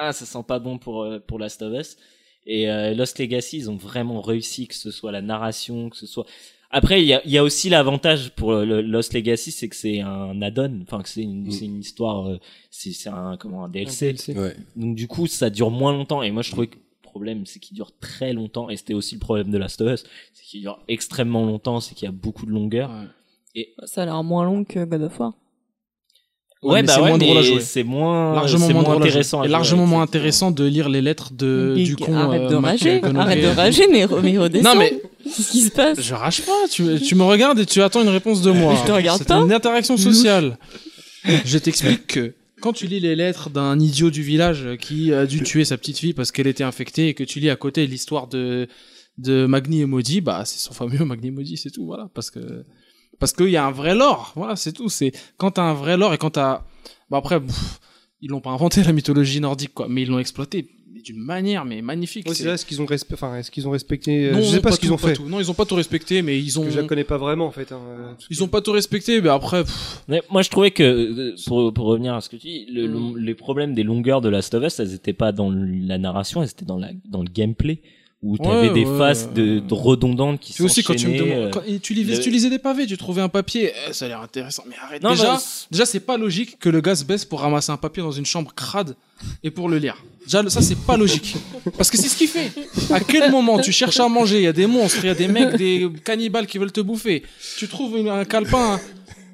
F: ah, ça sent pas bon pour euh, pour Last of Us. Et euh, Lost Legacy, ils ont vraiment réussi, que ce soit la narration, que ce soit. Après, il y a, il y a aussi l'avantage pour le Lost Legacy, c'est que c'est un add-on, enfin que c'est une,
A: Mm.
F: c'est une histoire, euh, c'est c'est un comment un DLC.
A: Ouais.
F: Donc du coup, ça dure moins longtemps. Et moi, je trouvais que le problème, c'est qu'il dure très longtemps. Et c'était aussi le problème de Last of Us, c'est qu'il dure extrêmement longtemps, c'est qu'il y a beaucoup de longueur.
E: Ça a l'air moins long que God of War.
D: Ouais, mais c'est moins drôle à jouer.
F: bah C'est moins,
D: Largement
F: c'est
D: moins, drôle à jouer.
F: intéressant. à
D: Et
F: jouer,
D: largement moins
F: exactement.
D: intéressant de lire les lettres de,
E: Mais
D: du
E: Guy,
D: con.
E: Arrête de
D: euh, Mac
E: rager,
D: McConaughey.
E: arrête de rager, mais, re- mais redescends.
D: Non, mais-
E: Qu'est-ce qui se passe
D: Je rage pas, tu, tu me regardes et tu attends une réponse de moi.
E: je te regarde
D: C'est
E: pas.
D: une interaction sociale. Je t'explique que quand tu lis les lettres d'un idiot du village qui a dû tuer sa petite fille parce qu'elle était infectée et que tu lis à côté l'histoire de, de Magni et Maudit, bah c'est son fameux Magni et Maudit, c'est tout, voilà. Parce que parce qu'il y a un vrai lore, voilà, c'est tout. C'est quand t'as un vrai lore et quand t'as. Bah après, pff, ils l'ont pas inventé la mythologie nordique, quoi, mais ils l'ont exploité mais d'une manière mais magnifique.
B: Ouais,
D: C'est-
B: c'est là ce qu'ils ont respecté enfin est-ce qu'ils ont respecté euh,
D: Non,
B: je sais
D: non,
B: pas ce qu'ils
D: tout,
B: ont fait.
D: tout. Non, ils ont pas tout respecté, mais ils ont.
B: Parce que je la connais pas vraiment en fait hein, euh, parce que-
D: Ils ont pas tout respecté, mais après, pff,
F: Mais moi, je trouvais que euh, pour, pour revenir à ce que tu dis, le-
D: Mm.
F: le- les problèmes des longueurs de Last of Us, elles étaient pas dans la narration, elles étaient dans la dans le gameplay où tu avais
D: Ouais,
F: des
D: ouais.
F: phases de, de redondantes qui
D: tu
F: euh.
D: sais
F: sont
D: aussi quand tu me demandes, quand- et tu, lis-
F: le-
D: tu lisais des pavés, tu trouvais un papier, eh, ça a l'air intéressant, mais arrête.
F: Non,
D: déjà,
F: bah,
D: déjà c'est pas logique que le gars se baisse pour ramasser un papier dans une chambre crade et pour le lire. Déjà, le- ça c'est pas logique, parce que c'est ce qu'il fait. À quel moment tu cherches à manger, il y a des monstres, il y a des mecs, des cannibales qui veulent te bouffer. Tu trouves une- un calepin.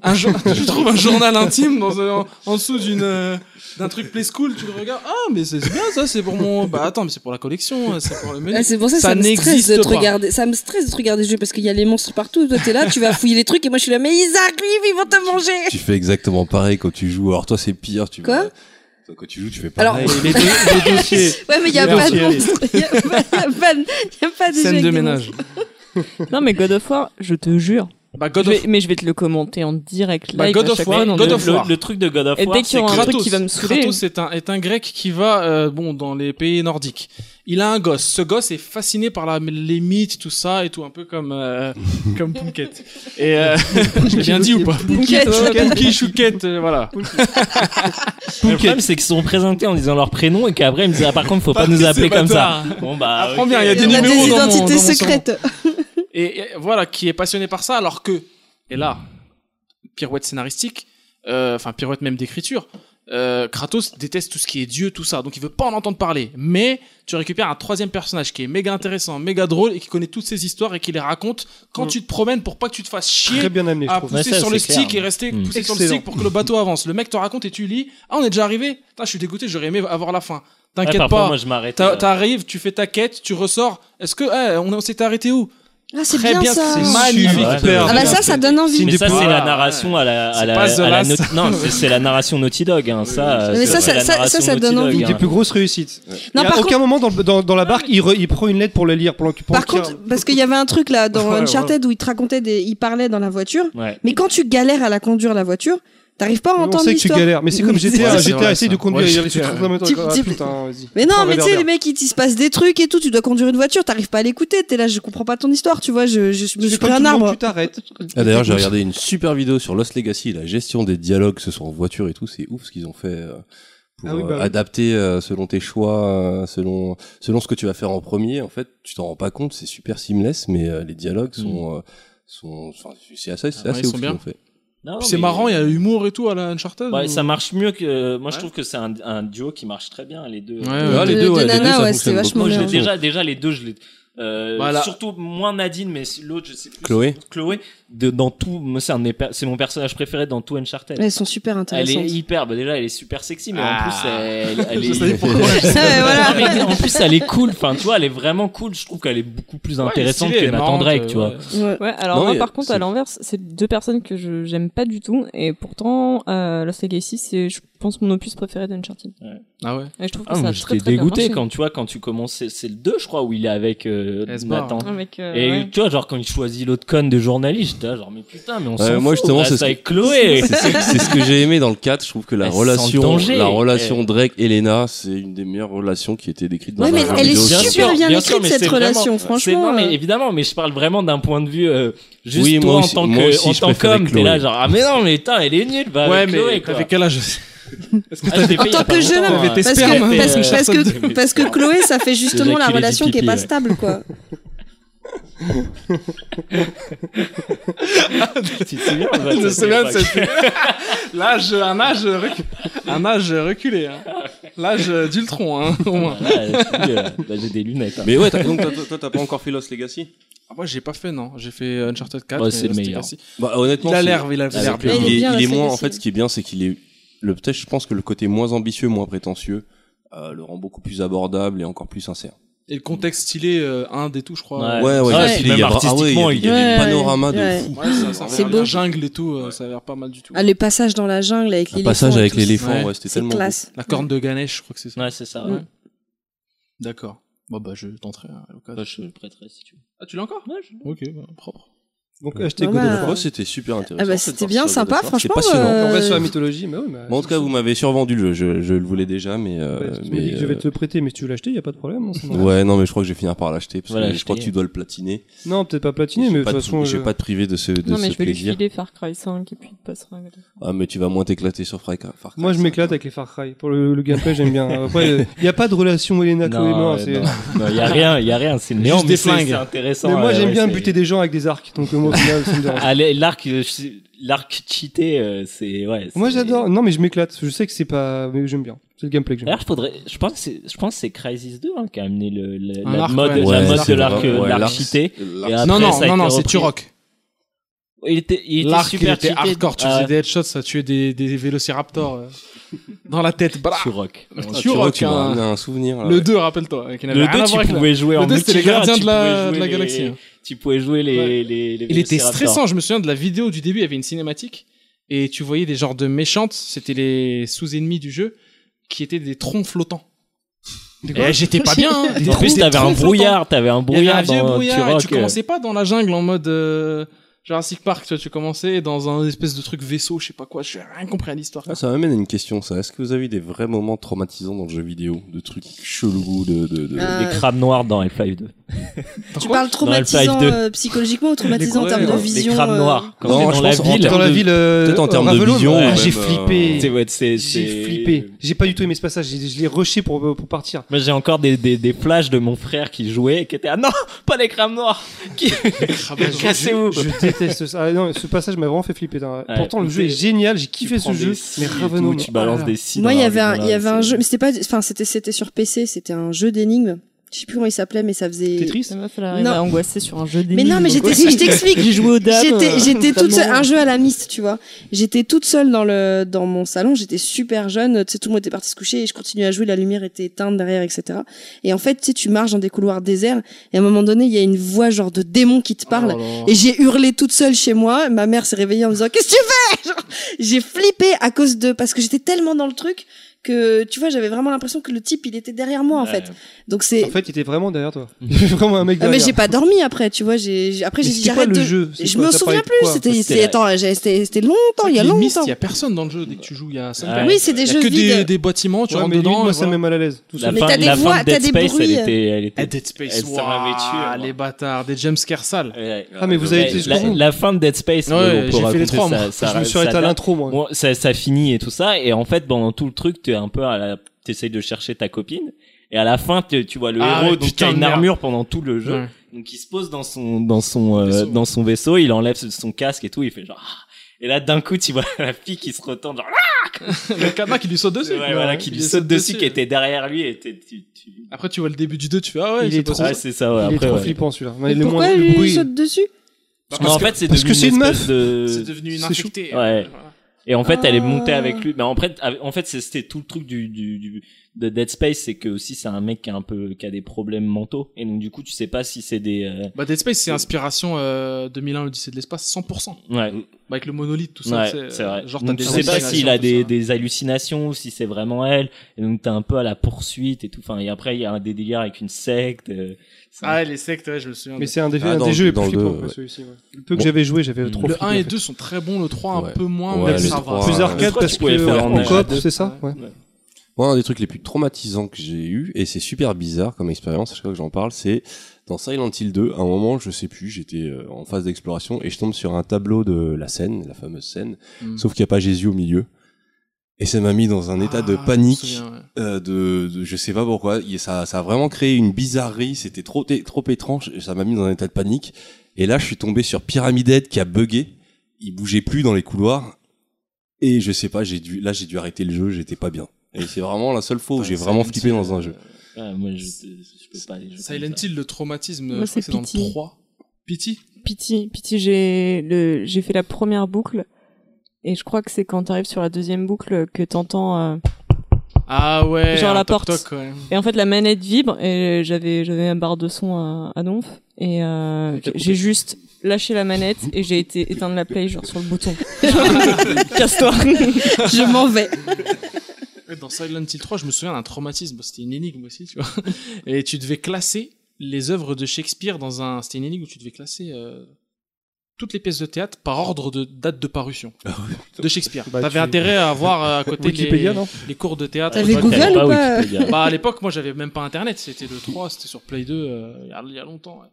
D: Un, un jour- tu trouves un journal intime dans un- en, en dessous d'une euh, d'un truc play school, tu le regardes. Ah mais c'est c'est bien ça, c'est pour mon. Bah attends, mais c'est pour la collection, c'est pour le menu.
C: Ah, c'est pour ça que ça,
D: Ça
C: me stresse de
D: n'existe
C: te
D: pas.
C: regarder. Ça me stresse de te regarder jouer parce qu'il y a les monstres partout. Toi, t'es là, tu vas fouiller les trucs et moi, je suis là. Mais ils arrivent, ils vont te manger.
A: Tu fais exactement pareil quand tu joues. Alors toi c'est pire. Tu
C: Quoi
A: Toi, Quand tu joues, tu fais
C: Alors-
A: pareil.
D: Les, deux- les dossiers.
C: Ouais, mais il y a pas
D: Merci,
C: de
D: allez.
C: monstres. Il y a pas- y a pas de- y a pas de jeu
D: Scène
C: avec
D: de
C: des
D: ménage.
E: Non, mais God of War, je te jure.
D: Bah God
E: Je vais-
D: of
E: mais je vais te le commenter en direct.
D: Bah,
E: live
D: God
E: à
D: of
E: chaque
D: War,
E: fois, dans
D: God
E: le-
D: of
F: le,
D: War.
F: le truc de God of
E: Et
F: War,
E: dès qu'il y
F: c'est
E: aura
F: que-
E: un truc qui va me saouler.
D: Kratos est un, est un grec qui va euh, bon dans les pays nordiques. Il a un gosse. Ce gosse est fasciné par la, les mythes, tout ça et tout, un peu comme euh, comme Pouquette. Et euh, je l'ai bien dit ou pas
C: Pouquette.
D: Pouki, Chouquette, euh, voilà.
F: Le problème, c'est qu'ils sont présentés en disant leur prénom et qu'après, ils me disent, ah, par contre, faut pas nous appeler comme ça. Bon, bah.
D: Apprends
F: ok.
D: Ah, bien, il y a
C: Il y
D: des
C: en a
D: numéros
C: des
D: dans mon-
C: identités
D: dans mon
C: secrètes.
D: Et, et voilà, qui est passionné par ça, alors que, et là, pirouette scénaristique, euh, enfin pirouette même d'écriture, euh, Kratos déteste tout ce qui est Dieu, tout ça, donc il veut pas en entendre parler. Mais tu récupères un troisième personnage qui est méga intéressant, méga drôle et qui connaît toutes ces histoires et qui les raconte quand
B: Mm.
D: tu te promènes pour pas que tu te fasses chier
B: Très bien amené, je
D: à
B: trouve.
D: pousser
F: Ouais, ça,
D: sur le
F: c'est
D: stick
F: clair.
D: et rester
F: Mm.
D: poussé sur le
B: Excellent.
D: stick pour que le bateau avance. Le mec te raconte et tu lis. Ah, on est déjà arrivé. Putain, je suis dégoûté, j'aurais aimé avoir la fin.
F: Ouais,
D: T'inquiète
F: parfois,
D: pas.
F: Moi, je m'arrête.
D: T'a-
F: euh,
D: T'arrives, tu fais ta quête, tu ressors. Est-ce que eh, on on s'est arrêté où
C: Ah, c'est
D: Très
C: bien,
D: bien,
C: ça.
D: c'est
B: C'est
D: magnifique.
B: super.
F: Super.
C: Ah bah ça, ça donne envie.
F: Mais ça, c'est
D: Voilà,
F: la narration à la, à
D: C'est
F: la,
D: pas The
F: à la
D: Last.
F: Naughty- non, c'est- c'est la narration Naughty Dog, hein, ça. euh,
C: Mais
F: c'est
C: ça, ça-
F: la
C: ça-
F: narration
C: ça, ça donne
F: Naughty Dog,
B: Une des
F: hein.
B: plus grosses réussites.
C: Non,
B: Et à
C: par
B: aucun
C: contre,
B: moment dans, dans, dans la barque, il, re- il prend une lettre pour la lire, pour, pour
C: par
B: le
C: contre, parce qu'il y avait un truc là dans
B: Ouais,
C: Uncharted où il te racontait des, il parlait dans la voiture.
F: Ouais.
C: Mais quand tu galères à la conduire la voiture, t'arrives pas à
B: on
C: entendre
B: sait que tu
C: l'histoire.
B: galères, mais c'est comme
C: Mais
B: GTA,
D: c'est-
B: GTA essaye de conduire
D: Ouais,
B: et il y a les
D: GTA.
B: sous-titres en même temps.
C: Type-
B: Ah,
C: type-
B: putain, vas-y.
C: Mais non,
B: Prends un
C: mais tu sais,
B: réverbère.
C: les mecs, il, il se passe des trucs et tout, tu dois conduire une voiture, t'arrives pas à l'écouter, t'es là, je comprends pas ton histoire, tu vois, je, je, je
B: Tu
C: me
B: fais
C: suis
B: comme
C: pris
B: tout
C: un
B: le monde,
C: arbre.
B: Tu t'arrêtes.
A: Ah, D'ailleurs, j'ai regardé une super vidéo sur Lost Legacy, la gestion des dialogues, que ce soit en voiture et tout, c'est ouf ce qu'ils ont fait euh, pour
B: Ah oui, bah
A: euh,
B: oui.
A: adapter euh, selon tes choix, euh, selon selon ce que tu vas faire en premier. En fait, tu t'en rends pas compte, c'est super seamless, mais euh, les dialogues sont euh, sont, enfin, c'est assez, c'est
D: Ah ouais,
A: assez
D: ils
A: ouf
D: sont
A: ce
D: bien.
A: qu'ils ont fait.
F: Non,
D: Puis C'est
F: Oh, mais-
D: marrant, il y a l'humour et tout à la Uncharted.
F: Ouais,
D: ou-
F: ça marche mieux que. euh, moi, je
D: Ouais.
F: trouve que c'est un, un duo qui marche très bien, les deux.
D: Ouais,
F: Euh,
D: ouais.
A: Ah, les
C: de-
A: deux,
C: de
A: ouais, les
C: Nana,
A: deux, ça
C: ouais,
A: fonctionne
C: c'est vachement
A: beaucoup.
F: Moi, je
C: bien.
F: l'ai déjà, déjà les deux, je l'ai. euh,
D: Voilà.
F: Surtout moins Nadine, mais l'autre, je sais plus.
A: Chloé.
F: Chloé, de, dans tout, moi, c'est un de mes per- c'est mon personnage préféré dans tout Uncharted.
C: Elles sont super
F: elle est
C: intéressantes.
F: hyper, bah déjà elle est super sexy, mais
D: Ah.
F: en plus elle, elle
D: Je
F: est.
D: savais pourquoi.
C: Ouais,
F: Non,
C: voilà.
F: mais en plus elle est cool, enfin tu vois, elle est vraiment cool. Je trouve qu'elle est beaucoup plus
D: Ouais,
F: intéressante
D: stylé,
F: que Nathan
D: marrante,
F: Drake,
D: euh,
F: tu vois.
D: ouais.
C: Ouais.
E: Ouais, alors
A: Non,
E: moi
A: mais
E: par contre
A: c'est-
E: à l'inverse, c'est deux personnes que je j'aime pas du tout et pourtant euh, Lost Legacy c'est je pense mon opus préféré d'Uncharted.
D: Ah ouais.
E: Et je trouve que
F: Ah,
E: ça
F: mais
E: a très
F: j'étais
E: très bien
F: dégoûté
E: marché.
F: quand tu vois quand tu commences c'est- c'est le 2 je crois où il est avec euh,
D: Esbar.
F: Nathan.
E: Avec, euh,
F: Et
E: ouais.
F: tu vois genre quand il choisit l'autre conne de journaliste, j'étais là, genre mais putain mais on
A: Ouais,
F: s'en
A: moi,
F: fout,
A: justement,
F: reste
A: c'est ce
F: avec Chloé.
A: C'est ce- c'est ce que j'ai aimé dans le 4, je trouve que la
F: Elle se sent le
A: relation
F: danger.
A: la relation
F: Elle-
A: Drake Elena, c'est une des meilleures relations qui était décrite dans
C: Ouais,
A: la
C: mais
A: vidéo.
C: elle est
F: Bien
C: super
F: sûr,
C: bien,
F: bien sûr,
C: écrite
F: mais
C: cette
F: c'est vraiment-
C: relation,
F: C'est non
C: franchement.
F: mais
C: euh.
F: évidemment mais je parle vraiment d'un point de vue euh, juste
A: Oui, moi
F: toi
A: aussi-
F: en tant
A: moi
F: que
A: aussi,
F: en
A: je
F: tant
A: préférais
F: qu'homme t'es là
A: Chloé.
F: genre ah mais non mais putain elle est nulle bah
D: Ouais,
F: avec Chloé
D: mais
F: quoi.
D: t'avais quel âge
F: Ah, je l'ai
C: En
F: fait il y a
C: tant
F: pas
C: que jeune
F: longtemps,
D: homme,
F: hein.
D: t'es
C: Parce
D: sperme,
C: que,
D: hein,
C: parce,
F: mais, euh,
C: parce
F: personne
C: que,
F: ne-
C: parce que Chloé, ça fait justement la
F: Le mec, il est
C: relation qui est
F: pipi,
C: pas
F: ouais.
C: stable, quoi.
F: Tu te souviens
D: Je me souviens de cette- L'âge, un âge, recu- un âge reculé. Hein. L'âge euh, d'Ultron, hein, au moins.
F: Là, j'ai des lunettes. hein.
A: Mais ouais, t'as- donc toi- toi t'as pas encore fait Lost Legacy
D: Ah, moi, j'ai pas fait, non. J'ai fait Uncharted 4.
F: Ouais,
D: mais
F: c'est le
D: Lost
F: meilleur.
D: Legacy.
A: Bah honnêtement,
D: Il a
A: c'est-
D: l'air, il a l'air
A: Avec
D: bien.
A: le-
C: Il est
A: il,
C: bien,
A: est,
C: la
A: il est moins en
C: série,
A: fait ce qui est bien c'est qu'il est le peut-être je pense que le côté moins ambitieux moins prétentieux euh, le rend beaucoup plus abordable et encore plus sincère
D: Et le contexte stylé, euh, un des tout, je crois.
F: Ouais, ouais,
A: et
F: ouais,
A: puis
F: même
A: il y a-
F: artistiquement,
A: ah ouais, il y a,
C: il
A: des
C: est-
A: panoramas
C: ouais,
A: de fou
D: Ouais, ça, ça a
C: C'est
D: l'air-
C: beau.
D: La jungle et tout, euh, ça a l'air pas mal du tout.
C: Ah, les passages dans la jungle avec
A: un
C: l'éléphant.
A: passage
C: et
A: avec
C: tout,
A: l'éléphant
D: Ouais.
A: ouais, c'était
C: C'est
A: tellement beau.
C: classe.
D: La corne de Ganesh, je crois que c'est ça.
F: Ouais, c'est ça.
C: Mm.
F: Ouais.
D: D'accord. Bon, bah, je tenterai hein, à l'occasion.
F: Toi, Bah, je te le prêterai si tu veux.
D: Ah, tu l'as encore Ok, bah, propre.
B: Donc achetez God
C: Voilà.
B: of
A: Je
B: War.
A: crois que Oh, c'était super intéressant
C: Ah bah,
A: cette
C: c'était
A: partie
C: bien
A: sur God
C: sympa,
A: of War. C'est
C: franchement,
A: passionnant.
C: euh,
B: On reste sur la mythologie, mais ouais, mais-
A: Bon, en tout cas vous m'avez survendu le jeu je, je le voulais déjà mais, euh,
B: Ouais, tu m'as dit
A: mais
B: que je vais
A: euh,
B: te le prêter, mais si tu veux l'acheter, y a pas de problème. non, c'est normal.
A: Ouais, non, mais je crois que je vais finir par l'acheter parce
F: Voilà,
A: que je crois que
F: acheter.
A: tu dois le platiner.
B: Non, peut-être pas platiné,
A: Je vais
B: mais de
A: pas
B: toute
A: te-
B: façon.
A: je vais pas te priver de ce, de
E: non
A: ce
E: mais je vais lui
A: plaisir.
E: filer Far Cry 5 et puis il passera. à côté.
A: Ah, mais tu vas moins t'éclater sur Far Cry. hein. Far Cry
B: Moi, je
A: cinq.
B: m'éclate avec les Far Cry. Pour le, le gameplay, j'aime bien. Après, il n'y a pas de relation Elena Chloé non, c'est-
F: non, non, y a rien, y a rien. C'est le
D: Juste
F: néant,
D: des
F: mais c'est
D: flingues.
F: c'est intéressant.
B: Mais moi,
F: ouais,
B: j'aime
F: ouais,
B: bien
F: c'est-
B: buter des gens avec des arcs. Donc, euh, moi, au final, ça me dérange.
F: Ah, les- l'arc, euh, je- l'arc cheaté, euh, c'est ouais.
B: Moi,
F: c'est-
B: j'adore. Non, mais je m'éclate. Je sais que c'est pas. Mais j'aime bien. C'est le gameplay que j'aime.
F: D'ailleurs, je faudrait, je pense, que c'est- je pense que c'est Crysis 2 hein, qui a amené le, le-
D: Un
F: la
D: arc,
F: mode,
D: ouais.
F: la
D: Ouais,
F: mode
D: c'est
F: de l'arc,
D: vrai,
F: euh,
A: ouais,
F: l'arc
A: l'arc-
F: cheaté.
A: l'arc-
F: Et après,
D: non, non,
F: ça a
D: non,
F: été
D: non, c'est
F: repris.
D: Turok.
F: Il était, il était
D: L'arc, il
F: super
D: était
F: cheaté.
D: hardcore. Tu
F: Ah,
D: faisais des headshots, ça tuait des, des vélociraptors euh, dans la tête. Bah,
F: Turok.
A: Ah,
D: Turok,
A: tu vois, tu
D: hein.
A: m'as ramené un souvenir. là.
D: Le 2, rappelle-toi. hein, qui n'avait
F: Le
D: rien à voir
F: deux,
D: avec
F: tu
D: la-
F: pouvais jouer
D: Le
F: en
D: deux, c'était les
F: multijoueur,
D: gardiens
F: tu
D: de la-
F: pouvais
D: de la
F: jouer
D: galaxie,
F: les-
D: hein.
F: Tu pouvais jouer les,
D: Ouais.
F: les, les
D: Il était
F: Velociraptors.
D: stressant, je me souviens de la vidéo du début, il y avait une cinématique, et tu voyais des genres de méchantes, c'était les sous-ennemis du jeu, qui étaient des troncs flottants. Eh, J'étais pas bien hein, des
F: En
D: troncs-
F: plus,
D: des
F: t'avais un
D: troncs flottants.
F: brouillard, t'avais un
D: Il y avait
F: brouillard
D: un vieux
F: dans
D: brouillard, et
F: Turok.
D: tu commençais pas dans la jungle en mode euh, Jurassic Park, tu, vois, tu commençais dans un espèce de truc vaisseau, je sais pas quoi, j'ai rien compris à l'histoire.
A: Ah, ça m'amène à une question, ça. Est-ce que vous avez eu des vrais moments traumatisants dans le jeu vidéo De trucs chelous, de. de, de...
C: Euh,
F: Des crabes noirs dans Half-Life 2.
C: Tu parles
F: Half-Life
C: traumatisant
F: 2.
C: euh, psychologiquement ou traumatisant en
B: Ouais,
C: termes de
B: ouais.
F: Des
C: vision
F: crabes
C: euh,
F: noirs. Quand
A: Non,
F: t'es
A: je
F: dans la
A: pense en
F: ville,
A: termes
B: Dans la
A: de-
B: ville. euh,
A: peut-être en termes de
B: Ravelo,
A: vision,
B: ah,
A: même,
B: j'ai
A: euh,
F: C'est-
B: flippé.
F: ouais, c'est- c'est-
B: J'ai flippé. J'ai pas du tout aimé ce passage. j'ai- Je l'ai rushé pour, pour partir.
F: Moi, j'ai encore des, des, des flashs de mon frère qui jouait et qui était Ah non, pas les crabes noirs Qui-
D: Ah bah, je-
F: Cassez-vous
B: Je déteste ça. Ah, non, ce passage m'a vraiment fait flipper. putain.
F: Ouais,
B: Pourtant, le
F: tu
B: jeu est
F: fais-
B: génial, j'ai kiffé
F: Tu
B: ce
F: prends
B: jeu.
F: des scies
B: Mais
F: et tout,
B: Ravenau,
F: tu
B: mais-
F: balances
B: ah,
F: des scies.
C: Moi,
F: dans
C: il y
F: la
C: avait un,
F: rivière,
C: il y avait
F: là,
C: un
F: c'est-
C: jeu, mais c'était pas, enfin, c'était, c'était sur PC, c'était un jeu d'énigmes. Je sais plus comment il s'appelait, mais ça faisait.
B: Tetris
E: Ça meuf, elle arrive
C: Non.
E: à angoisser sur un jeu
C: Mais
E: d'énigmes.
C: non, mais j'étais,
E: donc-
C: je t'explique.
E: J'ai joué aux dames.
C: J'étais,
E: euh,
C: j'étais toute seule,
E: notamment.
C: un jeu à la miste, tu vois. J'étais toute seule dans le, dans mon salon, j'étais super jeune, tu sais, tout le monde était parti se coucher et je continuais à jouer, la lumière était éteinte derrière, etc. Et en fait, tu sais, tu marches dans des couloirs déserts et à un moment donné, il y a une voix genre de démon qui te
B: Oh
C: parle. Et j'ai hurlé toute seule chez moi. Ma mère s'est réveillée en me disant qu'est-ce que tu fais Genre, J'ai flippé à cause de parce que j'étais tellement dans le truc que tu vois j'avais vraiment l'impression que le type il était derrière moi en
F: Ouais.
C: fait. Donc c'est
B: En fait, il était vraiment derrière toi. Il y avait vraiment un mec
C: Ah,
B: derrière.
C: mais j'ai pas dormi après tu vois j'ai j'ai- après
B: Mais
C: j'ai dit
B: c'était quoi
C: j'arrête
B: le
C: de
B: jeu C'est
C: je
B: quoi,
C: me
B: ça
C: souviens
B: parlait de
C: plus
B: quoi
C: c'était
F: C'était
C: c'était-
F: la-
C: attends j'ai- c'était c'était longtemps il y a
D: Les Myst,
C: longtemps.
D: il y a personne dans le jeu dès que tu joues. Il y a cinq
F: Ouais.
D: personnes.
C: Oui c'est des
D: Il y a
C: jeux
D: que des,
C: vides.
D: des bâtiments, tu
B: Ouais,
D: rentres
B: mais lui,
D: dedans.
B: moi,
D: et
B: ça
D: voilà.
B: m'a mal à l'aise. Tout
F: La
B: seul.
C: Mais
F: fin,
C: t'as des
F: la
C: voix,
F: fin de Dead
C: t'as des
F: Space,
C: bruits.
F: elle était. Elle était...
D: Ah, Dead Space,
F: Elle s'en
D: waouh,
F: avait tué, elle.
D: les bâtards, des jumpscares sales.
F: Ouais.
B: Ah, mais vous
F: Ouais,
B: avez été jusqu'au
F: la,
B: bout.
F: la fin de Dead Space,
D: Ouais,
F: mais
D: j'ai
F: on peut
D: fait les
F: raconter
D: trois,
F: ça-
D: moi.
F: ça-
B: Je me suis arrêté
F: ça
B: à
F: date.
B: l'intro, moi.
F: Bon, ça, ça finit et tout ça, et en fait, pendant tout le truc, t'es un peu à la, t'essayes de chercher ta copine, et à la fin, t'es- tu vois le
D: Ah ouais,
F: héros donc, qui
D: putain
F: a
D: de
F: une
D: merde.
F: armure pendant tout le jeu,
D: Ouais.
F: donc il se pose dans son dans son euh,
D: Vaisseau.
F: dans son vaisseau, il enlève son casque et tout, il fait genre, ah. et là d'un coup, tu vois la fille qui se retourne genre, ah,
D: Le cana qui lui saute dessus.
F: ouais, voilà, qui
D: Il
F: lui saute dessus, qui était derrière lui, et t'es- tu, tu...
D: Après, tu vois le début du 2, tu fais Ah ouais,
B: Il
D: c'est
B: est
D: pas
B: trop-
D: ça.
F: Ouais, c'est ça, ouais,
B: Il est
F: après,
B: trop
F: ouais.
B: flippant celui-là. Mais
C: Mais
B: le
C: pourquoi
B: moins- le
C: lui
B: bruit-
C: saute dessus
F: Mais en fait, c'est
B: parce que
F: devenu
B: c'est une meuf.
F: espèce de-
D: C'est devenu une
B: c'est
D: infectée.
F: chaud. Ouais.
D: Voilà.
F: Et en fait, elle est montée
C: Ah.
F: avec lui. Mais en fait, av- en fait, c'est- c'était tout le truc du, du, du- de Dead Space, c'est que aussi c'est un mec qui a un peu qui a des problèmes mentaux. Et donc du coup, tu sais pas si c'est des euh,
D: Bah, Dead Space, c'est inspiration euh, 2001, l'Odyssée de l'espace, 100%.
F: ouais,
D: Bah, avec le monolithe, tout ça.
F: ouais,
D: tu sais,
F: c'est
D: euh,
F: vrai.
D: Genre, t'as
F: donc,
D: des
F: tu sais pas
D: hallucinations,
F: s'il a
D: tout
F: des,
D: ça.
F: des hallucinations, ou si c'est vraiment elle. Et donc t'es un peu à la poursuite et tout. Enfin, et après il y a un des délires avec une secte. euh, c'est-
D: Ah, ouais, les sectes, ouais, je me souviens.
B: Mais
D: de-
B: c'est un des,
A: Ah,
B: un
A: dans
B: des
A: le-
B: jeux les plus
A: dans le
B: flippants,
A: deux,
B: quoi,
A: ouais.
B: celui-ci. ouais. Le peu que
A: Bon.
B: j'avais joué, j'avais trop
D: Le
B: flippé,
D: 1
B: en
D: et
B: fait.
D: 2 sont très bons, le 3
A: Ouais.
D: un peu moins,
A: Ouais,
D: mais
A: les
D: ça va.
A: trois,
B: Plus
A: ouais.
B: arcade
F: Toi, tu
B: parce
F: pouvais
B: que
F: faire
B: en
F: en
B: coop,
D: deux.
B: c'est ça ouais.
A: Moi, un des trucs les plus traumatisants que j'ai eu, et c'est super bizarre comme expérience, à chaque fois que j'en parle, c'est dans Silent Hill 2, à un moment, je sais plus, j'étais euh, en phase d'exploration, et je tombe sur un tableau de la scène, la fameuse scène,
D: Mm.
A: sauf qu'il n'y a pas Jésus au milieu. Et ça m'a mis dans un état de
D: Ah, je me
A: panique,
D: souviens, ouais.
A: euh, de, de- je sais pas pourquoi, il- ça, ça a vraiment créé une bizarrerie, c'était trop, té- trop étrange, et ça m'a mis dans un état de panique. Et là, je suis tombé sur Pyramid Head qui a bugué, il bougeait plus dans les couloirs, et je sais pas, j'ai dû, là j'ai dû arrêter le jeu, j'étais pas bien. Et c'est vraiment la seule fois où
F: Ouais,
A: oh, j'ai
F: Silent
A: vraiment flippé
F: Hill,
A: dans un
F: euh,
A: jeu.
F: ouais, moi, je, je peux pas. les jeux comme
D: Silent
F: ça.
D: Hill, le traumatisme,
E: Moi,
D: je crois que
E: c'est
D: c'est dans le
E: Pity.
D: 3. Pity
E: Pity, Pity, j'ai le, j'ai fait la première boucle. Et je crois que c'est quand t'arrives sur la deuxième boucle que t'entends. euh,
D: Ah ouais,
E: Genre
D: un
E: la
D: toc
E: porte.
D: toc, ouais.
E: Et en fait, la manette vibre et j'avais j'avais un barre de son à, à donf et euh, j'ai juste lâché la manette et j'ai été éteindre la play genre sur le bouton. Casse-toi.
C: Je m'en vais.
D: Dans Silent Hill 3, je me souviens d'un traumatisme. Bon, C'était une énigme aussi, tu vois. Et tu devais classer les œuvres de Shakespeare dans un. C'était une énigme où tu devais classer euh, toutes les pièces de théâtre par ordre de date de parution
A: Ah
D: de Shakespeare.
B: Bah,
D: T'avais
B: tu-
D: intérêt à avoir euh, à côté
B: Wikipédia,
D: les,
B: non
D: les cours de théâtre.
C: T'avais
D: Bah,
F: Ouais,
C: Google
F: t'avais
C: ou pas
F: Wikipédia.
D: Bah, à l'époque, moi, j'avais même pas Internet. C'était le 3, c'était sur Play 2, euh, il y a- il y a longtemps. ouais.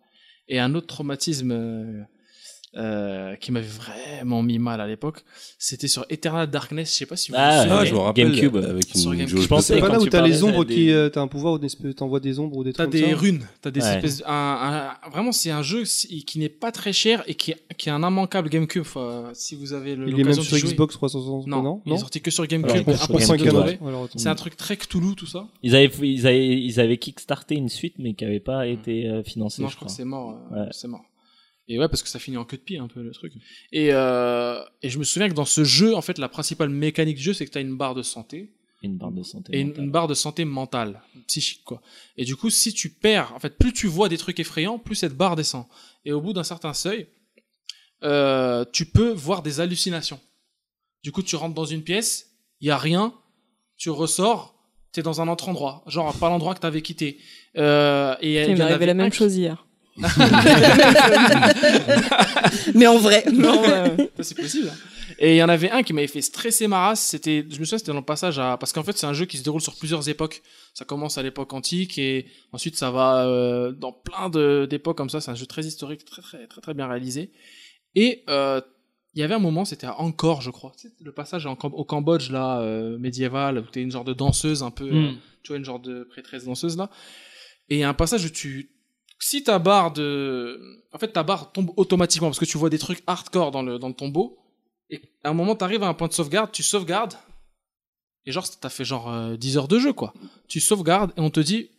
D: Et un autre traumatisme euh, euh, qui m'avait vraiment mis mal à l'époque, c'était sur Eternal Darkness. Je sais pas si vous
F: Ah,
D: vous
F: ouais.
A: Ah,
D: souvenez.
A: je me rappelle
F: GameCube.
A: avec une
D: Sur GameCube.
A: jauge
F: Je pensais
B: C'est
A: de-
F: Et
B: pas
F: quand
B: là où
F: tu
B: t'as
F: parlais,
B: les ombres
F: t'as
B: qui.
F: des-
B: euh, T'as un pouvoir ou des espèces- t'envoies des ombres ou des
D: T'as
B: trucs.
D: des
B: comme ça.
D: runes, t'as des
F: Ouais.
D: espèces. Un, un- vraiment, c'est un jeu si- qui n'est pas très cher et qui, qui est un immanquable GameCube. euh, si vous avez le-
B: Il est même
D: l'occasion de
B: sur
D: jouer.
B: Xbox 360.
D: Non,
B: Non,
D: il est sorti que sur
F: Alors,
D: GameCube.
F: je comprends
D: impossible de
F: pas qu'il y en a.
D: trouver. C'est un truc très Cthulhu, tout ça.
F: Ils avaient, ils avaient, ils avaient kickstarté une suite, mais qui avait pas été euh, financée.
D: Non, je crois que c'est mort. euh,
F: Ouais.
D: C'est mort. Et ouais, parce que ça finit en queue de pied un peu le truc. Et, euh, et je me souviens que dans ce jeu, en fait, la principale mécanique du jeu, c'est que t'as une barre de santé
F: Une barre de santé.
D: et une,
F: mentale.
D: une barre de santé mentale, psychique quoi. Et du coup, si tu perds, en fait, plus tu vois des trucs effrayants, plus cette barre descend. Et au bout d'un certain seuil, euh, tu peux voir des hallucinations. Du coup, tu rentres dans une pièce, il y a rien, tu ressors, t'es dans un autre endroit, genre pas l'endroit que t'avais quitté. Euh, et il
E: Il
D: y
E: m'est
D: en
E: arrivé
D: avait
E: la
D: un
E: même
D: qui-
E: chose hier.
C: Mais en vrai.
D: Non, ouais. Ça, c'est possible. hein. Et il y en avait un qui m'avait fait stresser ma race. C'était, je me souviens, c'était dans le passage à, parce qu'en fait, c'est un jeu qui se déroule sur plusieurs époques. Ça commence à l'époque antique et ensuite ça va euh, dans plein de- d'époques comme ça. C'est un jeu très historique, très très très très bien réalisé. Et euh, il y avait un moment, c'était à Angkor, je crois. Tu sais, le passage en Cam- au Cambodge là, euh, médiéval, où t'es une genre
B: Hmm.
D: euh, de danseuse un peu, euh, tu vois, une genre de prêtresse danseuse là. Et il y a un passage où tu si ta barre de, en fait, ta barre tombe automatiquement parce que tu vois des trucs hardcore dans le, dans le tombeau. Et à un moment, t'arrives à un point de sauvegarde, tu sauvegardes. Et genre, t'as fait genre euh, 10 heures de jeu, quoi. Tu sauvegardes et on te dit,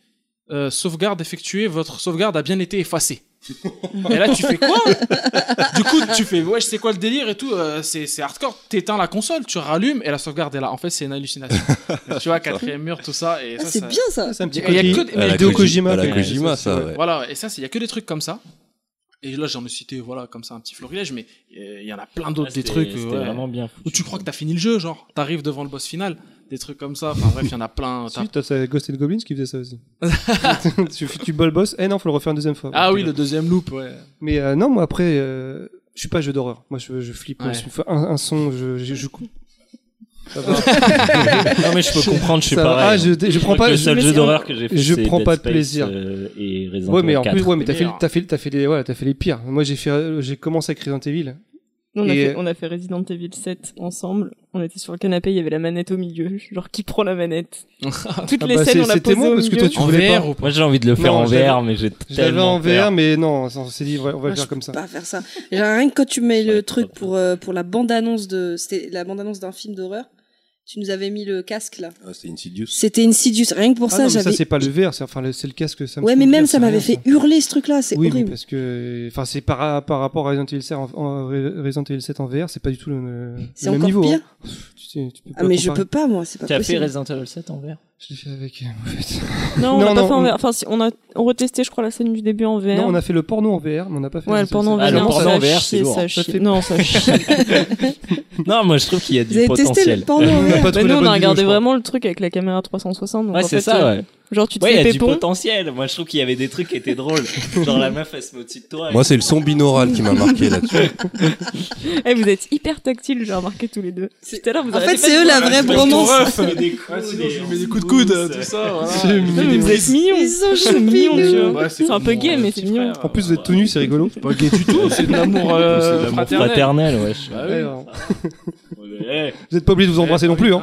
D: euh, sauvegarde effectuée, votre sauvegarde a bien été effacée. et là, tu fais quoi Du coup, tu fais, ouais, c'est quoi le délire et tout, euh, c'est c'est hardcore. T'éteins la console, tu rallumes et la sauvegarde est là. En fait, c'est une hallucination. tu vois, quatrième mur, tout ça. Et
C: Ah,
D: ça,
C: c'est
D: ça-
C: bien ça.
B: C'est un petit
D: Et il y a que
B: côté
D: des-
A: À Ah, la
D: mais
B: de
A: Koji-
B: Kojima,
A: à la
B: quoi.
A: Kojima,
B: Ouais,
A: ça, ouais.
D: Voilà, et ça, il y a que des trucs comme ça. Et là, j'en ai cité, voilà, comme ça, un petit florilège, mais euh, il y en a plein d'autres, des trucs
F: Ah, C'était
D: euh, ouais,
F: vraiment bien.
D: où tu crois que t'as fini le jeu, genre, t'arrives devant le boss final, des trucs comme ça. Enfin bref, il y en a plein. t'as-
B: Si, t'as ça, Ghost and Goblins qui faisait ça aussi. tu, tu bol boss, eh non, faut le refaire une deuxième fois.
D: Ah oui, le deuxième loop, ouais.
B: Mais euh, non, moi après, euh, je suis pas jeu d'horreur. Moi, je, je flippe.
D: Ouais.
B: Je me fais un, un son, je, je, je coupe. Ça va.
F: Non, mais je peux comprendre, je suis
B: Ça va. Ah,
F: pareil.
B: je, je prends
F: crois
B: pas.
F: que Le
B: je-
F: seul
C: mais
F: jeu
C: c'est-
F: d'horreur que j'ai fait,
B: je
F: c'est
B: prends
F: Dead
B: pas de
F: Space,
B: plaisir.
F: euh, et Resident
B: Ouais, mais en
F: Evil 4.
B: plus, ouais, mais t'as fait,
D: meilleur.
B: t'as fait, t'as fait les, voilà, t'as fait les pires. Moi, j'ai fait, euh, j'ai commencé avec Resident Evil.
E: On a,
B: Et-
E: fait, on a fait Resident Evil 7 ensemble. On était sur le canapé, il y avait la manette au milieu. Genre, qui prend la manette Toutes
B: Ah
E: les
B: bah,
E: scènes,
B: c'est-
E: on la
B: c'était
E: posée
B: moi,
E: au
B: parce que
E: milieu.
B: toi, tu
D: En
B: voulais
D: VR
B: pas.
D: ou pas
F: Moi, j'ai envie de le faire
B: Non,
F: en
B: je l'avais-
F: VR, mais j'ai
B: Je l'avais
F: tellement
B: en
F: peur.
B: VR, mais non, on s'est dit, on va, on va
C: Moi,
B: faire
C: je
B: comme ça. Ah
C: peux pas faire ça. Genre, rien que quand tu mets
F: Ouais,
C: le truc
F: pas
C: pour, euh, pour la bande-annonce de, c'était la bande-annonce d'un film d'horreur, tu nous avais mis le casque là.
A: Ah, C'était Insidious.
C: C'était Insidious. Rien que pour
B: Ah
C: ça,
B: non, mais ça,
C: j'avais.
B: c'est pas le VR, c'est enfin, le- c'est le casque. Ça me
C: Ouais,
B: fout
C: mais
B: le
C: même
B: casque,
C: ça
B: c'est
C: m'avait
B: rien,
C: fait hurler ce truc-là. C'est
B: Oui, mais
C: horrible.
B: parce que, enfin, c'est par, par rapport à Resident Evil 7 en, en- Resident Evil 7 en VR, c'est pas du tout le, le
C: C'est
B: même
C: encore
B: niveau.
C: pire.
B: hein. Tu sais, tu peux
C: Ah,
B: pas
C: mais je
B: comparer.
C: peux pas, moi. C'est pas
B: Bah,
F: Tu as fait
C: possible.
F: Resident Evil 7 en VR
B: Je l'ai fait avec. en fait.
E: Non, on
B: Non,
E: a pas
B: non,
E: fait
B: on-
E: en VR. Enfin, si, on a retesté, je crois, la scène du début en VR.
B: Non, on a fait le porno en VR, mais on n'a pas fait
E: Ouais, le
B: Resident
E: porno en
B: Evil
E: VR,
F: Ah,
B: 7.
F: le porno
E: ça
F: en VR,
E: chie,
F: c'est lourd.
E: ça
B: Ça
E: chie.
B: fait-
E: Non, ça chie.
F: Non, moi, je trouve qu'il y a
C: Vous
F: du
C: avez testé
F: potentiel.
C: le porno en
B: On n'a
C: VR
B: pas
E: Bah,
B: trouvé
E: nous,
B: la
E: on
B: bonne vidéo,
E: a regardé
B: je crois.
E: vraiment le truc avec la caméra 360. donc
F: Ouais,
E: en
F: c'est
E: fait,
F: ça,
E: euh,
F: ouais.
E: Genre, tu te
F: Ouais, il y
E: fais
F: a du
E: pépon.
F: potentiel. Moi, je trouve qu'il y avait des trucs qui étaient drôles. Genre, la meuf, elle se met au-dessus de toi.
A: Moi, c'est le son binaural qui m'a marqué là-dessus.
E: Eh, vous êtes hyper tactiles, j'ai remarqué tous les deux.
C: C'est-
E: Tout à l'heure, vous
C: En
E: arrêtez
C: fait,
E: pas
C: c'est
E: de
C: eux
E: vous-
C: la vraie bromance.
F: met des
D: Ouais,
F: coups,
D: sinon,
F: des-
D: je lui mets des coups de coude, tout ça, voilà.
B: Je lui mets
E: Mais
B: des
E: Vous êtes mignons.
C: Ils sont
E: C'est mignon, tu
C: choupinous.
E: vois. C'est un peu gay, mais c'est mignon.
B: En plus, vous êtes tout nus, c'est rigolo.
D: Pas gay du tout, c'est de l'amour euh,
F: C'est de l'amour
D: fraternel.
F: fraternel, wesh.
D: Bah oui.
B: Alors,
F: Ouais.
B: Vous êtes pas obligé de vous embrasser non plus, hein.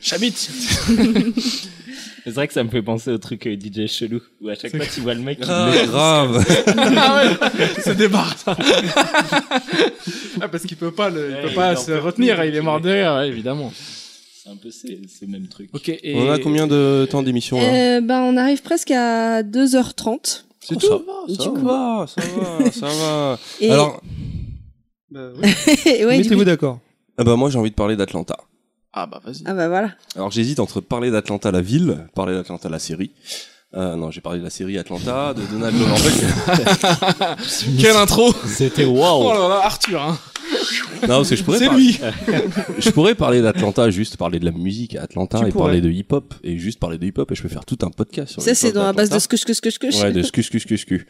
D: Chamit
F: C'est vrai que ça me fait penser au truc euh, DJ chelou, où à chaque fois tu vois le mec qui
A: Mais grave.
D: Ah ouais, c'est des barres, ça. ah, parce qu'il peut pas, le, il
F: Ouais,
D: peut pas
F: il en
D: se
F: peut
D: retenir,
F: plus,
D: il est mort de rire, ouais, évidemment.
F: C'est un peu ces, ces mêmes trucs.
D: Ok, et...
A: On a combien de temps d'émission là
C: Euh, ben, on arrive presque à 2h30.
A: C'est
C: ça
A: tout
C: Du
A: Ça
C: coup.
A: va, ça va, ça va.
C: Et...
A: Alors,
C: ouais, du
B: Mettez-vous
C: coup-
B: d'accord.
A: ah bah moi j'ai envie de parler d'Atlanta.
D: Ah bah vas-y.
C: Ah bah voilà.
A: Alors j'hésite entre parler d'Atlanta la ville, parler d'Atlanta la série. Euh, non, j'ai parlé de la série Atlanta, de Donald Lovenbeck.
D: Quelle intro
F: C'était
D: Oh
F: waouh
D: là là, Arthur, hein
A: non, parce que je pourrais,
D: C'est
A: parler-
D: lui
A: je pourrais parler d'Atlanta, juste parler de la musique à Atlanta
B: Tu
A: et
B: pourrais.
A: parler de hip-hop et juste parler de hip-hop et je peux faire tout un podcast sur
C: Ça, c'est
A: hip-hop
C: dans la base de
A: d'Atlanta.
C: ce que je, que je, que je, que je.
A: hein. Ouais, de scu scu scu scu.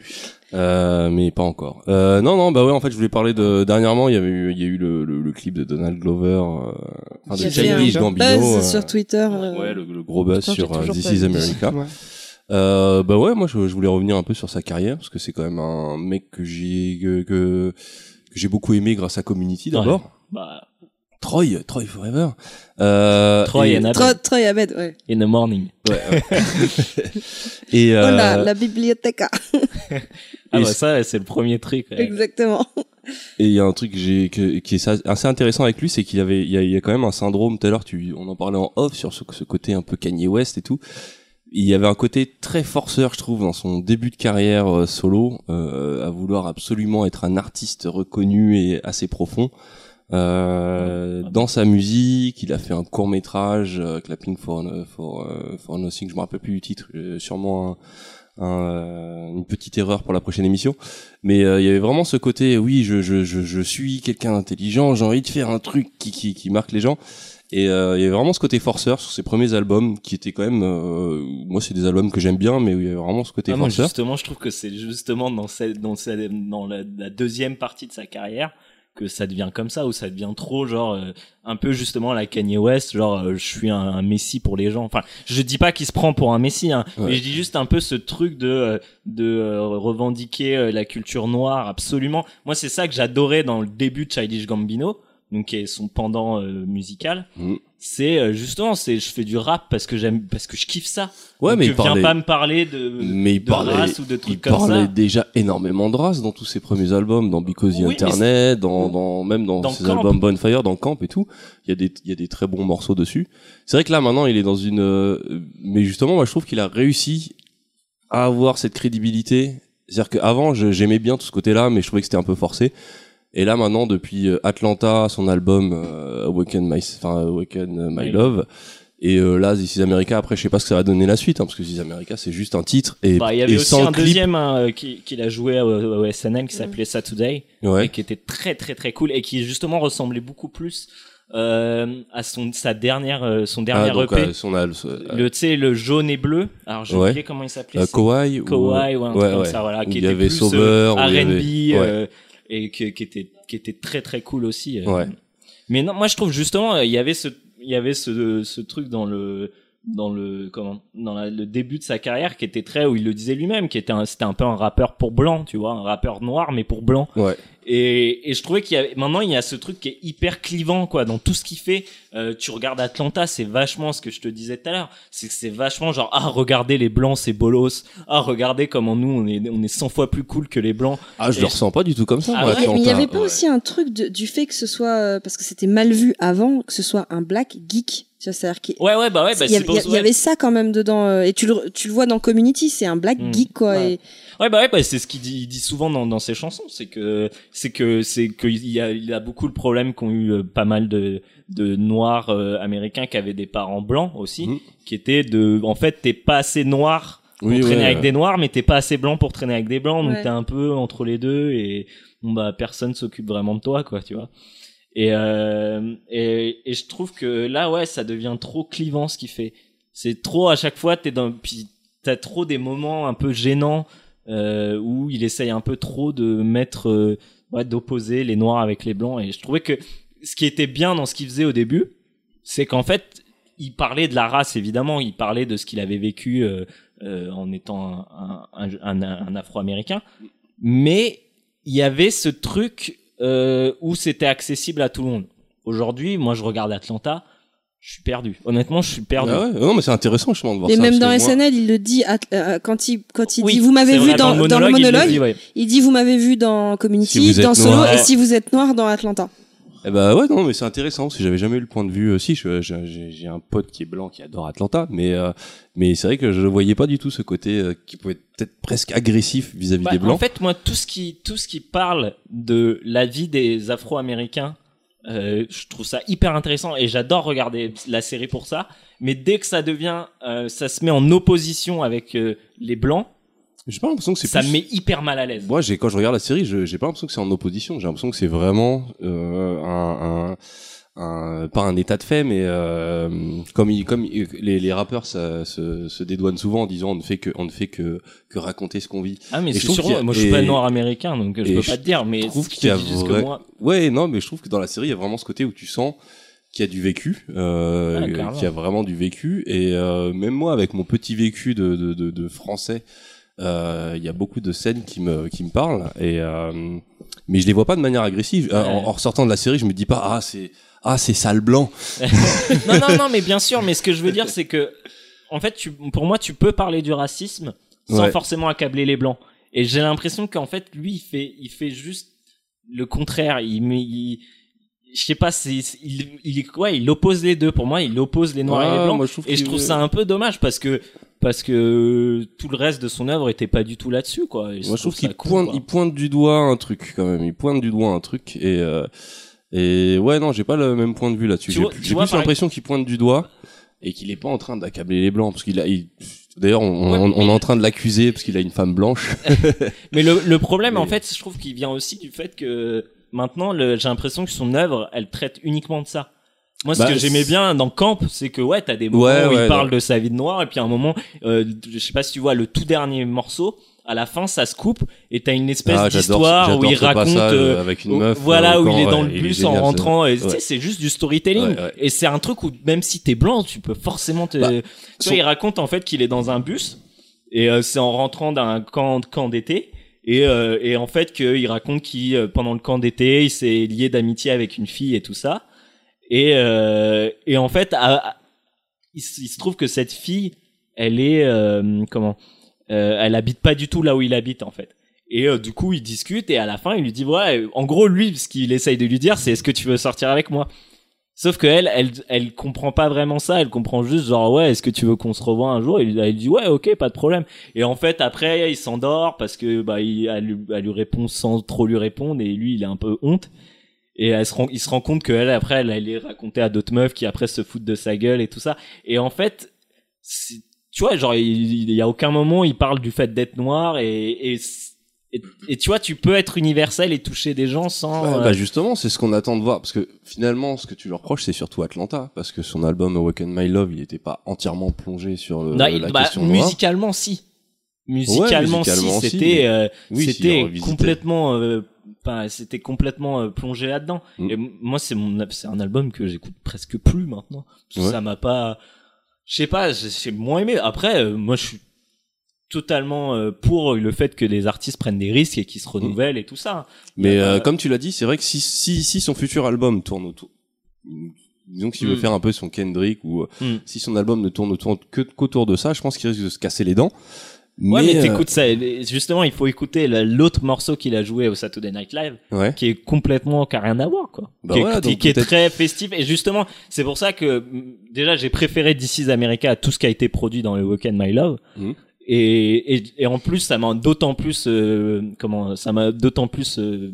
A: Euh, mais pas encore. Euh, non non, bah ouais, en fait, je voulais parler de dernièrement, il y avait eu, il y a eu le, le, le clip de Donald Glover euh, enfin, de
C: J'ai fait
A: Childish
B: un
A: Gambino
C: Buzz
A: euh,
C: sur Twitter. euh,
A: Ouais, le, le gros buzz
E: Putain, j'ai
A: sur euh,
E: toujours
A: This
E: pas vu
A: is
E: ça.
A: America.
B: Ouais.
A: Euh, bah ouais, moi je, je voulais revenir un peu sur sa carrière parce que c'est quand même un mec que j'ai que, que, que j'ai beaucoup aimé grâce à Community d'abord.
F: bah,
A: Troy, Troy Forever. Euh,
F: Troy
A: et,
F: and Abed.
C: Troy, Troy Abed, ouais.
F: In the morning.
A: et, euh,
C: Oh là, la bibliothèque,
F: Ah
A: Et
F: bah
A: c'est-
F: ça, c'est le premier truc. ouais.
C: exactement.
A: et il y a un truc que j'ai que- qui est sa- assez intéressant avec lui, c'est qu'il avait il y, a, il y a quand même un syndrome. Tout à l'heure, tu on en parlait en off sur ce, ce côté un peu Kanye West et tout. Il y avait un côté très forceur, je trouve, dans son début de carrière euh, solo, euh, à vouloir absolument être un artiste reconnu et assez profond. Euh, dans sa musique, il a fait un court métrage, euh, Clapping for, for, euh, for Nothing, je me rappelle plus du titre, euh, sûrement un- un, euh, une petite erreur pour la prochaine émission. Mais euh, il y avait vraiment ce côté, oui, je, je, je, je suis quelqu'un d'intelligent, j'ai envie de faire un truc qui, qui, qui marque les gens. Et euh, il y avait vraiment ce côté forceur sur ses premiers albums, qui étaient quand même, euh, moi c'est des albums que j'aime bien, mais où il y avait vraiment ce côté
F: Ah, moi,
A: forceur.
F: justement, je trouve que c'est justement dans, celle, dans, celle- dans la, la deuxième partie de sa carrière que ça devient comme ça, où ça devient trop genre euh, un peu justement la Kanye West, genre euh, je suis un, un messie pour les gens. Enfin, je dis pas qu'il se prend pour un messie, hein,
A: Ouais.
F: mais je dis juste un peu ce truc de euh, de euh, revendiquer euh, la culture noire absolument. Moi, c'est ça que j'adorais dans le début de Childish Gambino, donc qui est son pendant euh, musical.
A: Mhm.
F: c'est euh, justement c'est je fais du rap parce que j'aime parce que je kiffe ça.
A: Ouais,
F: Donc,
A: mais il
F: viens
A: parlait-
F: pas me parler de
A: Mais il
F: de
A: parlait,
F: race ou de trucs
A: il
F: comme
A: parlait
F: ça.
A: déjà énormément de race dans tous ses premiers albums, dans Because the
F: Oui, mais
A: Internet, dans, dans, même dans,
F: Dans
A: ses
F: Camp.
A: albums Bonfire, dans Camp et tout. Il y a des, il y a des très bons morceaux dessus. C'est vrai que là, maintenant, il est dans une, euh, mais justement, moi, je trouve qu'il a réussi à avoir cette crédibilité. C'est-à-dire qu'avant, je- j'aimais bien tout ce côté-là, mais je trouvais que c'était un peu forcé. Et là, maintenant, depuis euh, Atlanta, son album, euh, Awaken My, enfin, Awaken My
F: Oui.
A: Love, et euh, là, This is America, après, je sais pas ce que ça va donner la suite, hein, parce que This is America, c'est juste un titre et,
F: Bah, il y
A: et
F: avait aussi
A: sans
F: un
A: clip.
F: deuxième hein, euh, qui qu'il a joué au, au SNL qui s'appelait Saturday et
A: Ouais.
F: qui était très très très cool et qui justement ressemblait beaucoup plus euh, à son sa dernière euh, son
A: Ah,
F: dernier
A: donc,
F: EP.
A: euh, son al- ce- euh,
F: le tu sais le jaune et bleu. Alors j'ai
A: Ouais.
F: oublié comment il s'appelait.
A: euh,
F: c'est-
A: Kawhi ou-
F: Kawhi ou un truc
A: ouais,
F: comme
A: ouais.
F: ça voilà
A: Où
F: qui
A: il y
F: était
A: avait
F: plus,
A: Sauveur,
F: euh,
A: où il y
F: R&B
A: avait- ouais.
F: euh, et que- qui était qui était très très cool aussi euh.
A: Ouais.
F: mais non moi je trouve justement euh, il y avait ce il y avait ce ce truc dans le dans le comment dans la- le début de sa carrière qui était très où il le disait lui-même qui était un- c'était un peu un rappeur pour blanc tu vois un rappeur noir mais pour blanc
A: Ouais.
F: et, et je trouvais qu'il y avait maintenant il y a ce truc qui est hyper clivant quoi dans tout ce qu'il fait euh, tu regardes Atlanta c'est vachement ce que je te disais tout à l'heure c'est que c'est vachement genre ah regardez les blancs c'est bolos ah regardez comment nous on est on est 100 fois plus cool que les blancs
A: Ah, je
F: Et-
A: le ressens pas du tout comme ça.
F: Ah
A: moi,
F: ouais,
C: Ouais, mais il n'y
A: Atlanta.
C: avait pas
F: ouais.
C: aussi un truc de- du fait que ce soit, euh, parce que c'était mal vu avant, que ce soit un black geek. Tu vois, c'est-à-dire qu'il
F: ouais ouais bah ouais bah,
C: il y,
F: c'est
C: avait-
F: pour
C: il y avait ça quand même dedans. euh, et tu le, tu le vois dans Community, c'est un black
F: Hmm.
C: geek, quoi.
F: Ouais.
C: Et,
F: Ouais bah ouais bah c'est ce qu'il dit, il dit souvent dans, dans ses chansons, c'est que c'est que c'est qu'il y a il a beaucoup le problème qu'ont eu euh, pas mal de de noirs euh, américains qui avaient des parents blancs aussi,
A: Mhm.
F: qui étaient de en fait t'es pas assez noir pour
A: Oui,
F: traîner
A: ouais.
F: avec des noirs, mais t'es pas assez blanc pour traîner avec des blancs, donc
C: Ouais.
F: t'es un peu entre les deux et bon bah personne s'occupe vraiment de toi quoi tu vois. Et, euh, et et je trouve que là ouais ça devient trop clivant ce qu'il fait. C'est trop à chaque fois t'es dans puis t'as trop des moments un peu gênants euh, où il essaye un peu trop de mettre euh, ouais, d'opposer les noirs avec les blancs et je trouvais que ce qui était bien dans ce qu'il faisait au début c'est qu'en fait il parlait de la race évidemment il parlait de ce qu'il avait vécu euh, euh, en étant un, un- un- un afro-américain mais il y avait ce truc euh, où c'était accessible à tout le monde aujourd'hui moi je regarde Atlanta je suis perdu honnêtement je suis perdu
A: Ah ouais, Non, mais c'est intéressant, justement, de voir
C: et
A: ça.
C: même
A: parce
C: dans
A: que moi-
C: SNL, il le dit à- euh, quand il, quand il
F: Oui,
C: dit Vous m'avez
F: c'est
C: vu
F: vrai,
C: dans, dans le
F: il le
C: monologue,
F: dit, ouais.
C: il dit Vous m'avez vu dans
A: Si
C: Community,
A: vous êtes
C: dans Solo,
F: noir.
C: et si vous êtes noir dans Atlanta.
A: Eh bah ouais, non, mais c'est intéressant parce que j'avais jamais eu le point de vue. euh, si, je- je- j'ai j'ai un pote qui est blanc qui adore Atlanta, mais euh, mais c'est vrai que je ne voyais pas du tout ce côté euh, qui pouvait être peut-être presque agressif vis-à-vis
F: Bah,
A: des
F: En
A: blancs.
F: fait, moi, tout ce qui, tout ce qui parle de la vie des Afro-Américains, euh, je trouve ça hyper intéressant et j'adore regarder la série pour ça. Mais dès que ça devient, euh, ça se met en opposition avec euh, les blancs,
A: J'ai pas l'impression que c'est
F: ça
A: plus...
F: me met hyper mal à l'aise.
A: Moi, j'ai quand je regarde la série, je- j'ai pas l'impression que c'est en opposition. J'ai l'impression que c'est vraiment euh, un, un, un- pas un état de fait, mais euh, comme ils- comme ils- les, les rappeurs ça, se, se dédouanent souvent en disant on ne fait que on ne fait que que raconter ce qu'on vit.
F: Ah mais
A: Et
F: c'est
A: je trouve
F: sûr.
A: qu'il y a-
F: moi, je suis
A: et-
F: pas noir américain, donc euh, je
A: et
F: peux
A: je
F: pas te dire. Mais
A: je trouve
F: si tu
A: qu'il y a
F: te dis juste que
A: vrai-
F: moi,
A: Ouais, non, mais je trouve que dans la série, il y a vraiment ce côté où tu sens qu'il y a du vécu, euh,
F: Ah, clairement.
A: qu'il y a vraiment du vécu. Et euh, même moi, avec mon petit vécu de, de, de, de français, euh, il y a beaucoup de scènes qui me, qui me parlent. Et, euh, mais je les vois pas de manière agressive. Euh, en,
F: Ouais.
A: en ressortant de la série, je me dis pas, ah, c'est. Ah, c'est sale blanc.
F: non, non, non, mais bien sûr, mais ce que je veux dire, c'est que, en fait, tu, pour moi, tu peux parler du racisme sans
A: Ouais.
F: forcément accabler les blancs. Et j'ai l'impression qu'en fait, lui, il fait, il fait juste le contraire. Il, met- il je sais pas, c'est, c'est- il, il, ouais, il oppose les deux. Pour moi, il oppose les noirs et les
A: Ah,
F: blancs.
A: moi, je trouve
F: Et je
A: qu'il-
F: trouve ça un peu dommage parce que, parce que tout le reste de son œuvre était pas du tout là-dessus, quoi. Et
A: Moi, je trouve
F: ça
A: qu'il
F: cool,
A: pointe,
F: quoi.
A: il pointe du doigt un truc quand même. Il pointe du doigt un truc et euh, et ouais non, j'ai pas le même point de vue là-dessus.
F: Tu
A: J'ai
F: vois-
A: plus,
F: tu
A: j'ai
F: vois,
A: plus
F: par-
A: l'impression qu'il pointe du doigt et qu'il est pas en train d'accabler les blancs parce qu'il a. il- D'ailleurs, on,
F: Ouais,
A: on-
F: mais-
A: on est en train de l'accuser parce qu'il a une femme blanche.
F: Mais le, le problème,
A: Mais-
F: en fait, je trouve qu'il vient aussi du fait que maintenant, le- j'ai l'impression que son œuvre, elle traite uniquement de ça. Moi, ce
A: Bah,
F: que j'aimais
A: c'est-
F: bien dans Camp, c'est que ouais, t'as des moments
A: Ouais,
F: où
A: ouais,
F: il parle de sa vie de noir, et puis à un moment, euh, je sais pas si tu vois le tout dernier morceau, à la fin, ça se coupe, et t'as une espèce
A: Ah, j'adore-
F: d'histoire où
A: j'adore
F: il
A: ce
F: raconte,
A: passage,
F: euh,
A: euh, avec
F: où-
A: une meuf.
F: voilà,
A: euh,
F: où
A: quand,
F: il est dans
A: ouais,
F: le bus
A: génial,
F: en
A: ça.
F: rentrant, et tu
A: Ouais.
F: sais, c'est juste du storytelling,
A: Ouais, ouais.
F: et c'est un truc où même si t'es blanc, tu peux forcément te,
A: Bah,
F: tu
A: son-
F: vois, il raconte en fait qu'il est dans un bus et euh, c'est en rentrant d'un camp, camp d'été et, euh, et en fait qu'il raconte qu'il euh, pendant le camp d'été il s'est lié d'amitié avec une fille et tout ça Et, euh, et en fait, à- à- il, se il se trouve que cette fille, elle est euh, comment Euh, Elle habite pas du tout là où il habite en fait. Et euh, du coup, ils discutent et à la fin, il lui dit ouais, euh, en gros, lui, ce qu'il essaye de lui dire, c'est est-ce que tu veux sortir avec moi Sauf que elle, elle, elle comprend pas vraiment ça. Elle comprend juste genre ouais, est-ce que tu veux qu'on se revoie un jour Et lui- elle dit ouais, ok, pas de problème. Et en fait, après, il s'endort parce que bah, il, elle, lui- elle lui répond sans trop lui répondre et lui, il est un peu honte. Et elle se rend, il se rend compte qu'elle, après, elle allait raconter à d'autres meufs qui après se foutent de sa gueule et tout ça. Et en fait, c'est- tu vois, genre, il il y a aucun moment il parle du fait d'être noir et, et, et, et tu vois, tu peux être universel et toucher des gens sans.
A: Ouais,
F: euh,
A: Bah justement, c'est ce qu'on attend de voir parce que finalement, ce que tu leur reproches, c'est surtout Atlanta parce que son album Awaken My Love, il n'était pas entièrement plongé sur le,
F: Non, il-
A: euh, la
F: bah,
A: question noire.
F: musicalement si. Musicalement,
A: musicalement,
F: si,
A: si,
F: c'était
A: mais-
F: euh,
A: Oui, si,
F: c'était
A: revisité.
F: complètement euh, enfin, c'était complètement euh, plongé là-dedans.
A: Mm.
F: Et m- moi c'est mon c'est un album que j'écoute presque plus maintenant. Parce que
A: Ouais.
F: Ça m'a pas je sais pas, j'ai j'ai moins aimé. Après euh, moi je suis totalement euh, pour le fait que les artistes prennent des risques et qu'ils se renouvellent et tout ça.
A: Mais euh,
F: Euh,
A: comme tu l'as dit, c'est vrai que si, si, si son futur album tourne autour, disons que s'il veut
F: Mm.
A: faire un peu son Kendrick ou euh,
F: Mm.
A: si son album ne tourne autour que qu'autour de ça, je pense qu'il risque de se casser les dents.
F: Ouais, mais,
A: euh,
F: t'écoutes ça et justement, il faut écouter la- l'autre morceau qu'il a joué au Saturday Night Live.
A: ouais.
F: qui est complètement qui a rien à voir quoi
A: Bah
F: qui, est-
A: voilà,
F: qui-
A: donc
F: qui est
A: peut-être-
F: très festif et justement c'est pour ça que mm, déjà j'ai préféré This is America à tout ce qui a été produit dans le Weekend My Love
A: Mhm.
F: et, et et en plus ça m'a d'autant plus euh, comment ça m'a d'autant plus euh,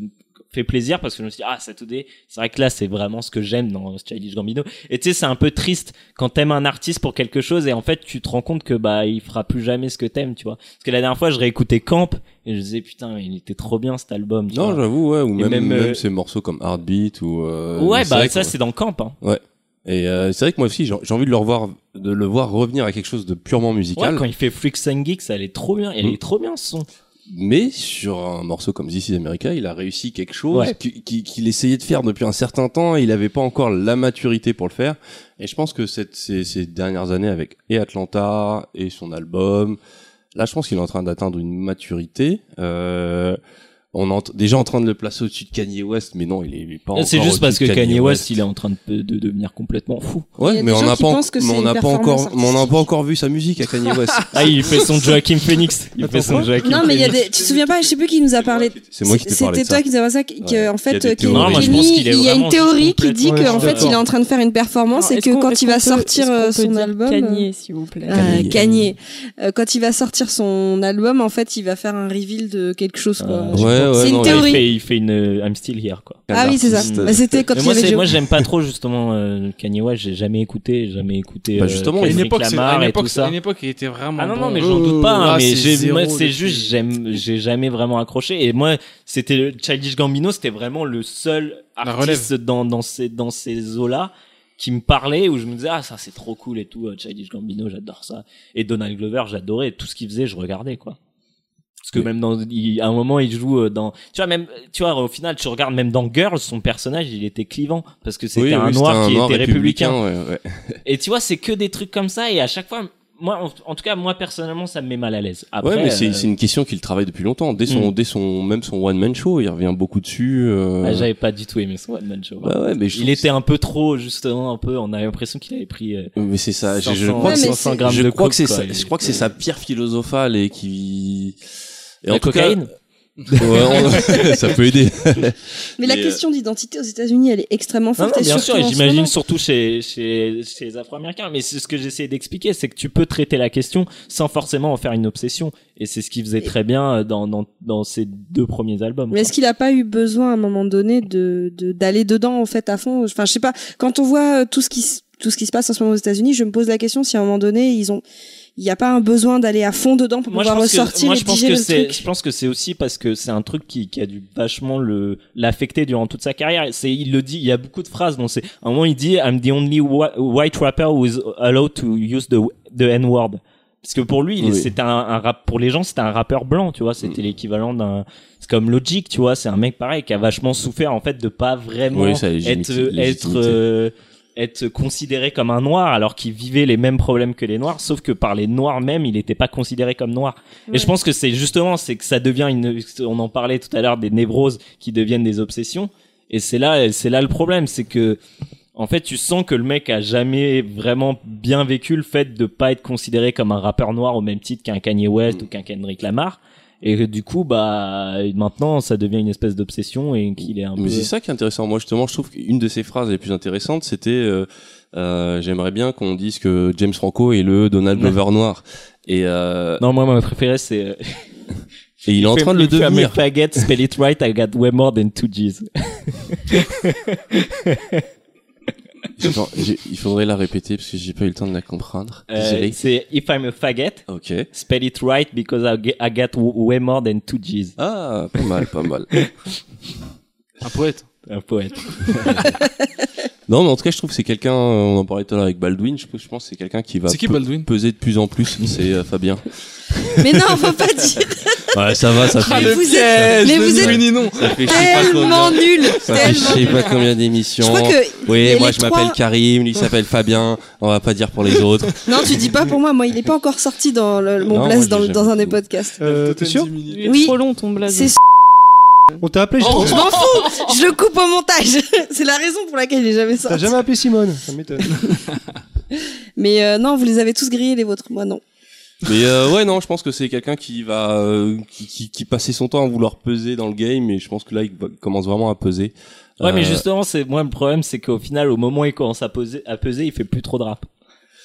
F: fait plaisir parce que je me suis dit ah Saturday c'est vrai que là c'est vraiment ce que j'aime dans Childish Gambino et tu sais c'est un peu triste quand t'aimes un artiste pour quelque chose et en fait tu te rends compte que bah il fera plus jamais ce que t'aimes tu vois parce que la dernière fois je réécoutais Camp et je disais putain il était trop bien cet album tu vois.
A: Non, j'avoue, ouais, ou
F: Et
A: même,
F: même, euh,
A: même ces morceaux comme Heartbeat ou. euh,
F: Ouais,
A: c'est
F: bah
A: vrai
F: ça
A: que-
F: c'est dans Camp. Hein.
A: Et euh, c'est vrai que moi aussi, j'ai j'ai envie de le revoir, de le voir revenir à quelque chose de purement
F: Ouais,
A: musical,
F: quand il fait Freaks and Geeks, elle est trop bien. Elle
A: Mm.
F: est trop bien ce son.
A: mais sur un morceau comme This is America, il a réussi quelque chose
F: Ouais.
A: qui- qui- qu'il essayait de faire depuis un certain temps et il n'avait pas encore la maturité pour le faire. Et je pense que cette- ces, ces dernières années avec et Atlanta et son album, là, je pense qu'il est en train d'atteindre une maturité. Euh, on est en- déjà en train de le placer au-dessus de Kanye West, mais non, il est, il est pas encore.
F: C'est juste parce que
A: au-dessus de
F: Kanye, West, il est en train de, de devenir complètement fou.
C: Il y
A: Ouais,
C: a
A: mais
C: des
A: on
C: gens
A: n'a
C: qui
A: pas, en-
C: pensent que
A: mais
C: c'est
A: on
C: une
A: n'a pas
C: performance
A: encore, mais on n'a pas
C: artistique.
A: encore vu sa musique à Kanye West.
F: Ah, il fait son Joaquin Phoenix. Il fait son Joaquin
C: Non, mais il y a
F: Phoenix.
C: des. Tu te souviens pas, je sais plus qui nous a parlé.
A: C'est moi qui t'ai parlé
C: C'était
A: de ça.
C: toi qui nous a parlé ça, que-
A: Ouais.
C: que, en
A: Il y a
C: fait,
A: des
C: euh,
A: théories. Non, moi, je
C: Kenny,
F: pense qu'il est
C: il y a une
F: vraiment
C: théorie qui dit
F: complètement-
B: Ouais, je
C: qu'en
B: suis
C: fait, il est
B: d'accord.
C: en train de faire une performance et
E: Est-ce
C: que
E: qu'on-
C: quand
E: est-ce
C: il va
E: qu'on peut-
C: sortir
E: est-ce
C: euh,
E: qu'on peut
C: son
E: dire
C: album,
E: Cagné, s'il vous plaît.
C: euh,
A: Kanye.
C: Kanye, Euh, quand il va sortir son album, en fait, il va faire un reveal de quelque chose. Quoi.
F: Euh,
A: Ouais,
C: Je pense.
A: ouais,
C: c'est une
A: non,
F: Ouais,
C: théorie.
F: il, fait, il fait une euh, I'm Still Here quoi.
C: Ah oui, c'est ça.
A: L'artiste.
C: Bah, c'était quand
F: Mais
C: il y
F: moi,
C: avait
F: c'est-
C: Joe-
F: moi j'aime pas trop justement euh, Kanye West. J'ai jamais écouté, jamais écouté.
A: Bah,
F: euh,
A: justement,
D: à une
F: Kendrick
D: époque, c'est-
F: Lamar
D: à une
F: et tout
D: époque, c'est-
F: ça.
D: à une époque, il était vraiment.
F: Ah non, non,
D: bon.
F: mais j'en doute pas, hein,
D: Ah,
F: mais
D: c'est
F: j'ai- moi,
D: zéro
F: c'est
D: depuis.
F: juste, j'aime, j'ai jamais vraiment accroché. Et moi, c'était le- Childish Gambino, c'était vraiment le seul artiste dans, dans ces, dans ces eaux-là qui me parlait, où je me disais, ah, ça, c'est trop cool et tout, euh, Childish Gambino, j'adore ça. Et Donald Glover, j'adorais, tout ce qu'il faisait, je regardais, quoi. Parce que
A: Oui.
F: même dans, il- à un moment, il joue euh, dans, tu vois, même, tu vois, au final, tu regardes même dans Girls, son personnage, il était clivant, parce que c'était
A: Oui,
F: un
A: oui,
F: noir qui était républicain.
A: ouais, ouais.
F: Et tu vois, c'est que des trucs comme ça, et à chaque fois, moi, en, en tout cas, moi personnellement, ça me met mal à l'aise. Après,
A: Ouais, mais c'est
F: euh,
A: c'est une question qu'il travaille depuis longtemps. Dès son, dès son, même son one man show, il revient beaucoup dessus. euh,
F: ah, j'avais pas du tout aimé son One Man Show.
A: bah ouais, mais je
F: Il
A: trouve que
F: était un peu trop, justement, un peu, on avait l'impression qu'il avait pris euh,
A: c'est- Mais c'est ça. Je, je
F: 500
A: crois que
C: Ouais, mais
A: c'est,
F: 500
C: c'est-
F: grammes
A: je
F: de
A: crois
F: coke,
A: que c'est
F: quoi.
A: sa, je crois que c'est sa pire philosophale et qui. Et
F: La
A: en tout cas-
F: cocaïne
A: Ouais, on- ça peut aider.
C: Mais la
A: Mais, euh,
C: question d'identité aux États-Unis, elle est extrêmement
F: Non,
C: forte.
F: non,
C: et
F: bien
C: surtout
F: sûr, et
C: en ce
F: j'imagine
C: moment.
F: surtout chez, chez, chez les Afro-Américains. Mais c'est ce que j'essayais d'expliquer, c'est que tu peux traiter la question sans forcément en faire une obsession. Et c'est ce qu'il faisait très bien euh, dans, dans, dans ses deux premiers albums.
C: Mais est-ce qu'il a pas eu besoin à un moment donné de de- d'aller dedans en fait à fond Enfin, je sais pas. Quand on voit euh, tout ce qui s- tout ce qui se passe en ce moment aux États-Unis, je me pose la question si à un moment donné ils ont il n'y a pas un besoin d'aller à fond dedans pour
F: moi je
C: pouvoir
F: pense que,
C: ressortir
F: moi,
C: et
F: je pense
C: digérer
F: que
C: le
F: c'est
C: truc.
F: je pense que c'est aussi parce que c'est un truc qui, qui a dû vachement le l'affecter durant toute sa carrière Et c'est il le dit il y a beaucoup de phrases dont c'est à un moment il dit I'm the only whi- white rapper who is allowed to use the the n word parce que pour lui il-
A: Oui.
F: c'était un, un rap pour les gens c'était un rappeur blanc tu vois c'était l'équivalent d'un c'est comme Logic tu vois c'est un mec pareil qui a vachement souffert en fait de pas vraiment
A: Oui, ça,
F: être
A: légitimité-
F: être
A: légitimité.
F: euh, être considéré comme un noir alors qu'il vivait les mêmes problèmes que les noirs sauf que par les noirs même il n'était pas considéré comme noir et je pense que c'est justement c'est que ça devient une on en parlait tout à l'heure des névroses qui deviennent des obsessions et c'est là c'est là le problème c'est que en- En fait, tu sens que le mec a jamais vraiment bien vécu le fait de pas être considéré comme un rappeur noir au même titre qu'un Kanye West
A: Mm.
F: ou qu'un Kendrick Lamar. Et que du coup, bah, maintenant, ça devient une espèce d'obsession et qu'il est un
A: Mais
F: peu.
A: c'est ça qui est intéressant. Moi, justement, je trouve qu'une de ses phrases les plus intéressantes, c'était euh, euh, J'aimerais bien qu'on dise que James Franco est le Donald
F: Ouais.
A: Glover noir. Et, euh,
F: Non, moi, ma préférée, c'est. euh,
A: et il est en train de le devenir.
F: Faggot, spell it right, I got way more than two G's.
A: Genre, j'ai- il faudrait la répéter parce que j'ai pas eu le temps de la comprendre.
F: Euh,
A: Désolé.
F: c'est if I'm a faggot,
A: Ok.
F: spell it right because I get, I got w- way more than two G's.
A: Ah, pas mal, pas mal.
D: Un poète.
F: Un poète.
A: Non, mais en tout cas, je trouve que c'est quelqu'un, euh, on en parlait tout à l'heure avec Baldwin, je pense je pense que c'est quelqu'un qui va
D: C'est qui
A: pe-
D: Baldwin
A: peser de plus en plus, c'est euh, Fabien.
C: Mais non, faut pas dire.
A: Ouais, ça va,
D: Ah,
A: ça
C: Mais
A: fait,
C: vous êtes, mais vous êtes
D: non.
A: ça fait je sais pas
C: tellement
A: combien,
C: nul.
A: ça fait je
C: Tellement.
A: sais pas combien
C: Je
A: d'émissions.
C: crois que.
A: Oui,
C: les-
A: moi
C: les
A: je m'appelle
C: trois-
A: Karim, lui il s'appelle Fabien, on va pas dire pour les autres.
C: Non, tu dis pas pour moi. Moi, il est pas encore sorti dans le-
A: Non,
C: mon
A: moi,
C: place
A: j'ai
C: dans, le-
A: jamais
C: dans un des
A: écouté.
C: podcasts.
B: Euh, T'es sûr
E: Il est
C: Oui.
E: trop long ton blaze.
C: C'est
B: On t'a appelé
C: Oh, je
B: Jérôme.
C: m'en fous. Je le coupe au montage. C'est la raison pour laquelle il est jamais
B: T'as
C: sorti.
B: jamais appelé Simone Ça m'étonne.
C: Mais euh, non, vous les avez tous grillés les vôtres. Moi, non.
A: Mais euh, ouais, non, je pense que c'est quelqu'un qui va, euh, qui, qui, qui passait son temps à vouloir peser dans le game, et je pense que là il va- commence vraiment à peser.
F: Ouais,
A: Euh,
F: mais justement, c'est, moi, le problème, c'est qu'au final, au moment où il commence à peser, à peser il fait plus trop de rap.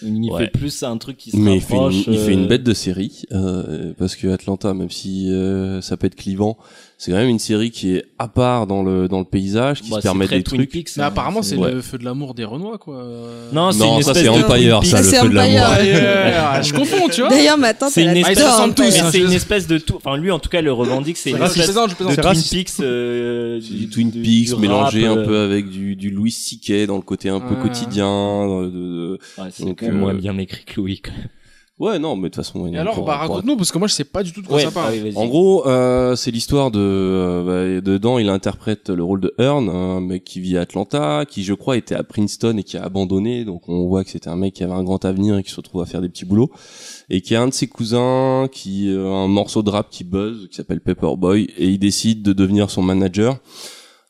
F: Il
A: Ouais.
F: fait plus un truc qui se
A: Mais il fait, une,
F: rapproche.
A: il fait une
F: euh,
A: bête de série euh, parce que Atlanta, même si euh, ça peut être clivant, c'est quand même une série qui est à part dans le dans le paysage, qui
F: bah,
A: se permet
F: c'est très
A: des
F: Twin
A: trucs.
F: Peaks,
D: Mais
F: hein,
D: apparemment, c'est
A: Ouais.
D: le feu de l'amour des Renois, quoi. Euh,
F: Non, c'est
A: non,
F: une
A: ça
F: espèce
A: c'est
F: de Twin
A: Empire, ça,
C: Ah,
A: le
C: c'est
A: feu de l'amour.
C: Empire.
D: Empire, euh, je confonds, tu vois.
C: D'ailleurs, ma tante,
F: C'est
C: elle
F: une
C: adore
F: espèce,
D: Ah, ils se ressemblent
C: Empire.
D: tous,
F: mais
D: hein.
F: c'est
D: je-
F: une espèce de tout. Enfin, lui, en tout cas, le revendique, c'est
B: C'est
F: une
D: Je
B: raciste.
F: espèce
D: plaisante, je
F: de
B: C'est
D: plaisante.
F: Twin
B: raciste.
F: Peaks, euh,
A: C'est du
F: du-
A: Twin
F: du-
A: Peaks
F: du rap,
A: mélangé un
F: euh,
A: peu avec du, du Louis C.K. dans le côté un peu
D: Ah.
A: quotidien. dans le- de- de-
F: Ouais, c'est
A: Donc,
F: quand même
A: euh,
F: moins bien écrit que Louis. quand même.
A: Ouais, non, mais de toute façon.
D: Et alors, bah, raconte-nous, parce que moi, je sais pas du tout de quoi ça parle.
F: bah oui, vas-y.
A: En gros, euh, c'est l'histoire de euh, bah, dedans, il interprète le rôle de Hearn, un mec qui vit à Atlanta, qui je crois était à Princeton et qui a abandonné. Donc on voit que c'était un mec qui avait un grand avenir et qui se retrouve à faire des petits boulots et qui a un de ses cousins qui euh, a un morceau de rap qui buzz qui s'appelle Pepperboy et il décide de devenir son manager.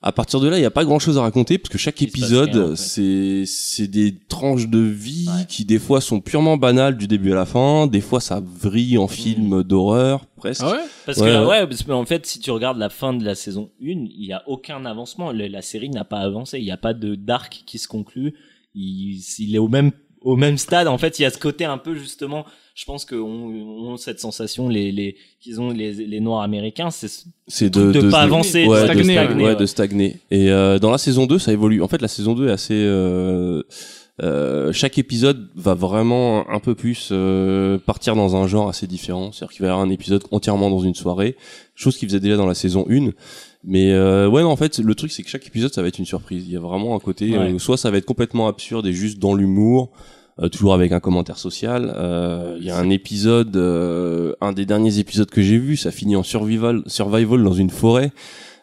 A: À partir de là, il n'y a pas grand-chose à raconter parce que chaque
F: Il se passe rien,
A: épisode,
F: en fait.
A: c'est c'est des tranches de vie
F: Ouais.
A: qui des fois sont purement banales du début à la fin, des fois ça vrille
F: Mmh.
A: en film d'horreur presque.
D: Ah ouais
F: Parce
A: Ouais,
F: que,
A: ouais.
F: ouais, parce que, en fait, si tu regardes la fin de la saison 1, il n'y a aucun avancement. Le- la série n'a pas avancé. Il n'y a pas de d'arc qui se conclut. Il, il est au même, au même stade. En fait, il y a ce côté un peu, justement, je pense qu'on on a cette sensation, les, les, qu'ils ont les, les Noirs américains, c'est ce
A: c'est de,
F: truc de,
A: de-
F: pas
A: de-
F: avancer,
A: ouais,
F: de
A: de
F: stagner.
A: stagner,
F: ouais.
A: ouais, de stagner. Et euh, dans la saison 2, ça évolue. En fait, la saison 2 est assez. euh, euh, chaque épisode va vraiment un peu plus euh, partir dans un genre assez différent. C'est-à-dire qu'il va y avoir un épisode entièrement dans une soirée, chose qu'il faisait déjà dans la saison 1. Mais euh, ouais, non, en fait, le truc, c'est que chaque épisode, ça va être une surprise. Il y a vraiment un côté,
F: Ouais.
A: euh, soit ça va être complètement absurde et juste dans l'humour, euh, toujours avec un commentaire social. Euh, Il y a un épisode, euh, un des derniers épisodes que j'ai vu, ça finit en survival, survival dans une forêt.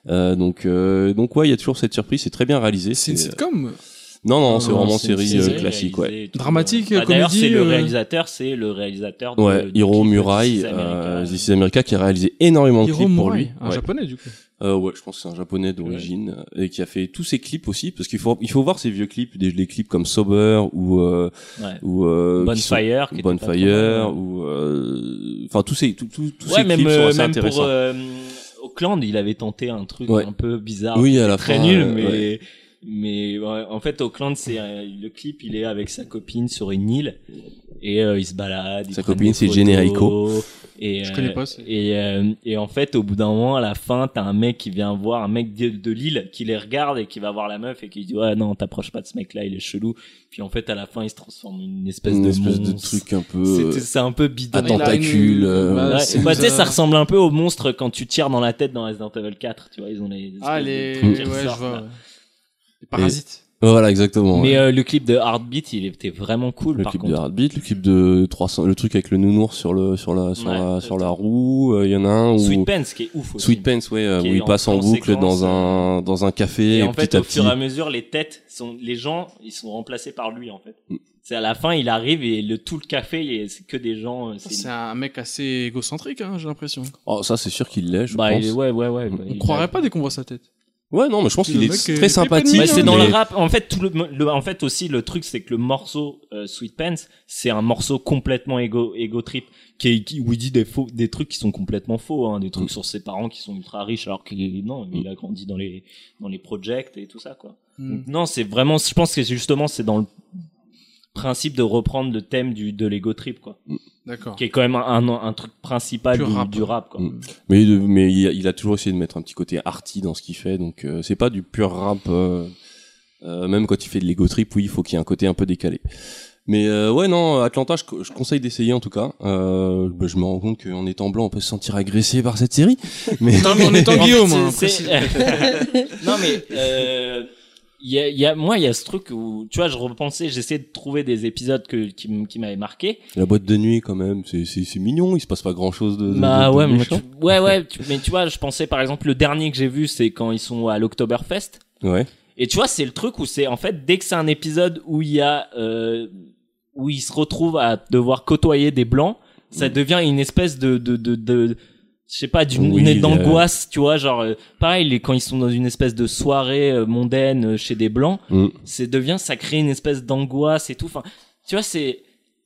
A: Euh, donc, euh, donc ouais, il y a toujours cette surprise. C'est très bien réalisé.
D: C'est une
F: euh,
A: C'est-
D: sitcom.
A: Non, non, c'est
F: Ah,
D: Non,
A: vraiment
D: c'est une
A: série
D: série
A: euh, classique, ouais.
F: réalisée et tout.
D: Dramatique,
F: Bah, D'ailleurs,
D: comédie,
F: c'est le
D: euh,
F: réalisateur, c'est le réalisateur de,
A: Ouais,
F: du
A: Hiro
F: clip de
A: Murai,
F: euh, This is America.
A: euh, This is America, qui a réalisé énormément de
D: Hiro
A: clips pour
D: Murai,
A: lui.
D: un
A: Ouais.
D: japonais, du coup.
A: Euh, ouais, je pense que c'est un japonais d'origine euh, et qui a fait tous ses clips aussi, parce qu'il faut il faut voir ses vieux clips, des, des clips comme Sober ou euh,
F: Ouais.
A: ou euh, qui sont-
F: Bonfire, qui était pas trop mal,
A: Bonfire
F: ouais.
A: ou euh, enfin tous ces tous tous tous
F: ouais,
A: ces
F: même,
A: clips sont
F: euh,
A: assez
F: même
A: intéressants.
F: pour euh, Auckland, il avait tenté un truc
A: Ouais.
F: un peu bizarre,
A: oui, à la
F: très
A: fin,
F: nul,
A: euh,
F: mais
A: ouais.
F: mais ouais, en fait Auckland, c'est euh, le clip, il est avec sa copine sur une île et euh, il se balade. il
A: Sa
F: prend des
A: copine, c'est
F: photos,
A: Generico.
F: Et,
D: Je
F: euh,
D: connais pas, c'est-
F: Et euh, et en fait, au bout d'un moment, à la fin, t'as un mec qui vient voir un mec de, de l'île qui les regarde et qui va voir la meuf et qui dit ouais non, t'approches pas de ce mec-là, il est chelou. Puis en fait, à la fin, il se transforme en une espèce
A: une
F: de
A: espèce de
F: monstre.
A: truc euh, un peu
F: C'était- C'est un peu bidon.
A: à
D: Il a une-
A: tentacules, euh,
D: Bah,
F: Ouais,
D: c'est
F: bah, tu sais,
D: ça.
F: ça ressemble un peu au monstre quand tu tires dans la tête dans Resident Evil 4. Tu vois, ils ont les.
D: Ah,
F: espèces de
D: les.
F: trucs qui
D: Ouais, je
F: ressortent,
D: vois.
F: là.
D: ouais. Les parasites.
A: voilà exactement. ouais.
F: Mais euh, le clip de Heartbeat, il était vraiment cool.
A: le
F: par
A: clip de
F: contre.
A: Heartbeat, le clip de 300, le truc avec le nounours sur le sur la sur
F: Ouais,
A: la sur la
F: exactement.
A: roue, euh, il y en a un où
F: Sweet Pence, qui est ouf. aussi.
A: Sweet Pence, ouais, euh,
F: Qui
A: où
F: est
A: il
F: en
A: passe en
F: plan
A: boucle
F: séquence, euh.
A: dans un dans un café
F: Et
A: et
F: en fait,
A: petit à
F: au
A: petit.
F: fur et à mesure, les têtes sont, les gens, ils sont remplacés par lui, en fait.
A: Mm.
F: C'est à la fin, il arrive et le tout le café, il est- c'est que des gens. euh,
D: C'est un mec assez égocentrique, hein, j'ai l'impression.
A: Oh, ça c'est sûr qu'il l'est, je
F: Bah,
A: pense.
F: il- ouais, ouais, ouais.
A: On
F: bah,
D: On
F: il-
D: croirait pas dès qu'on voit sa tête.
A: Ouais, non, mais je pense
D: Le
A: qu'il
D: mec
A: est
D: est-
A: très sympathique.
D: Bah,
F: c'est dans
A: mais-
F: le rap. En fait, tout le, le- en fait aussi le truc, c'est que le morceau euh, Sweet Pants, c'est un morceau complètement égo égo trip, qui, est- qui- où il dit des faux, des trucs qui sont complètement faux, hein, des trucs
D: Mm.
F: sur ses parents qui sont ultra riches, alors qu'il non, il a grandi dans les dans les projects et tout ça quoi.
D: Mm.
A: Mm.
F: Donc, Non, c'est vraiment. Je pense que justement, c'est dans le principe de reprendre le thème du de l'ego trip quoi,
D: D'accord.
F: qui est quand même un, un- un truc principal
D: Du
F: du,
D: rap.
F: du rap quoi.
A: Mm. Mais, il- mais il, a, il a toujours essayé de mettre un petit côté arty dans ce qu'il fait, donc euh, c'est pas du pur rap. euh, euh, même quand il fait de l'ego trip, oui, il faut qu'il y ait un côté un peu décalé. Mais euh, ouais, non, Atlanta, je, co- je conseille d'essayer en tout cas. Euh, bah, je me rends compte qu'en étant blanc, on peut se sentir agressé par cette série. Mais
D: Non, mais en étant Guillaume, hein,
F: En fait, c'est- c'est- non mais euh, il y a, il y a- moi il y a ce truc où tu vois je repensais j'essayais de trouver des épisodes que, qui, m- qui m'avaient marqué
A: la boîte de nuit, quand même, c'est- c'est c'est mignon. Il se passe pas grand chose de, de,
F: bah
A: de- de
F: ouais mais tu,
A: méchant.
F: ouais ouais tu- mais tu vois je pensais par exemple le dernier que j'ai vu c'est quand ils sont à l'Oktoberfest
A: Ouais.
F: et tu vois c'est le truc où c'est en fait dès que c'est un épisode où il y a euh, où ils se retrouvent à devoir côtoyer des blancs ça
A: Mm.
F: devient une espèce de de de, de je sais pas d'une
A: Oui,
F: une-
A: euh.
F: d'angoisse tu vois genre euh, pareil les- quand ils sont dans une espèce de soirée euh, mondaine euh, chez des blancs
A: Mm.
F: c'est devient ça crée une espèce d'angoisse et tout enfin tu vois c'est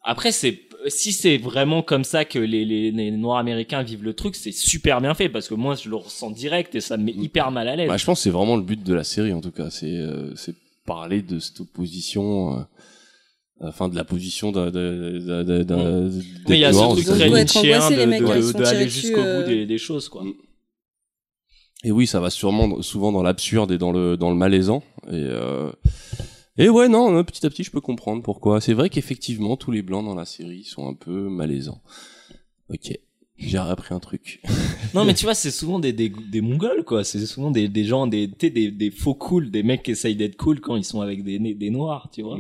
F: après c'est si c'est vraiment comme ça que les, les, les noirs américains vivent le truc c'est super bien fait parce que moi je le ressens direct et ça me met
A: Mm.
F: hyper mal à l'aise
A: Bah, je pense que c'est vraiment le but de la série, en tout cas. C'est euh, c'est parler de cette opposition, euh, enfin de la position d'un. d'un- d'un- d'un- d'être
F: Mais il y a ce
A: noir aux
F: truc
A: États-Unis.
F: très
C: doit être
F: nietzschéen
C: angoissé, les mecs,
F: de,
C: quand
F: de-
C: ils se font
F: de
C: tirer
F: aller
C: dessus,
F: jusqu'au
C: euh.
F: bout des, des choses, quoi.
A: Et oui, ça va sûrement souvent dans l'absurde et dans le dans le malaisant. Et euh, et ouais, non, euh, petit à petit, je peux comprendre pourquoi. C'est vrai qu'effectivement, tous les blancs dans la série sont un peu malaisants. Ok, j'ai appris un truc.
F: Non, mais tu vois, c'est souvent des, des, des mongols, quoi. C'est souvent des, des gens, des, tu sais, des, des faux cool, des mecs qui essayent d'être cool quand ils sont avec des, des noirs, tu vois.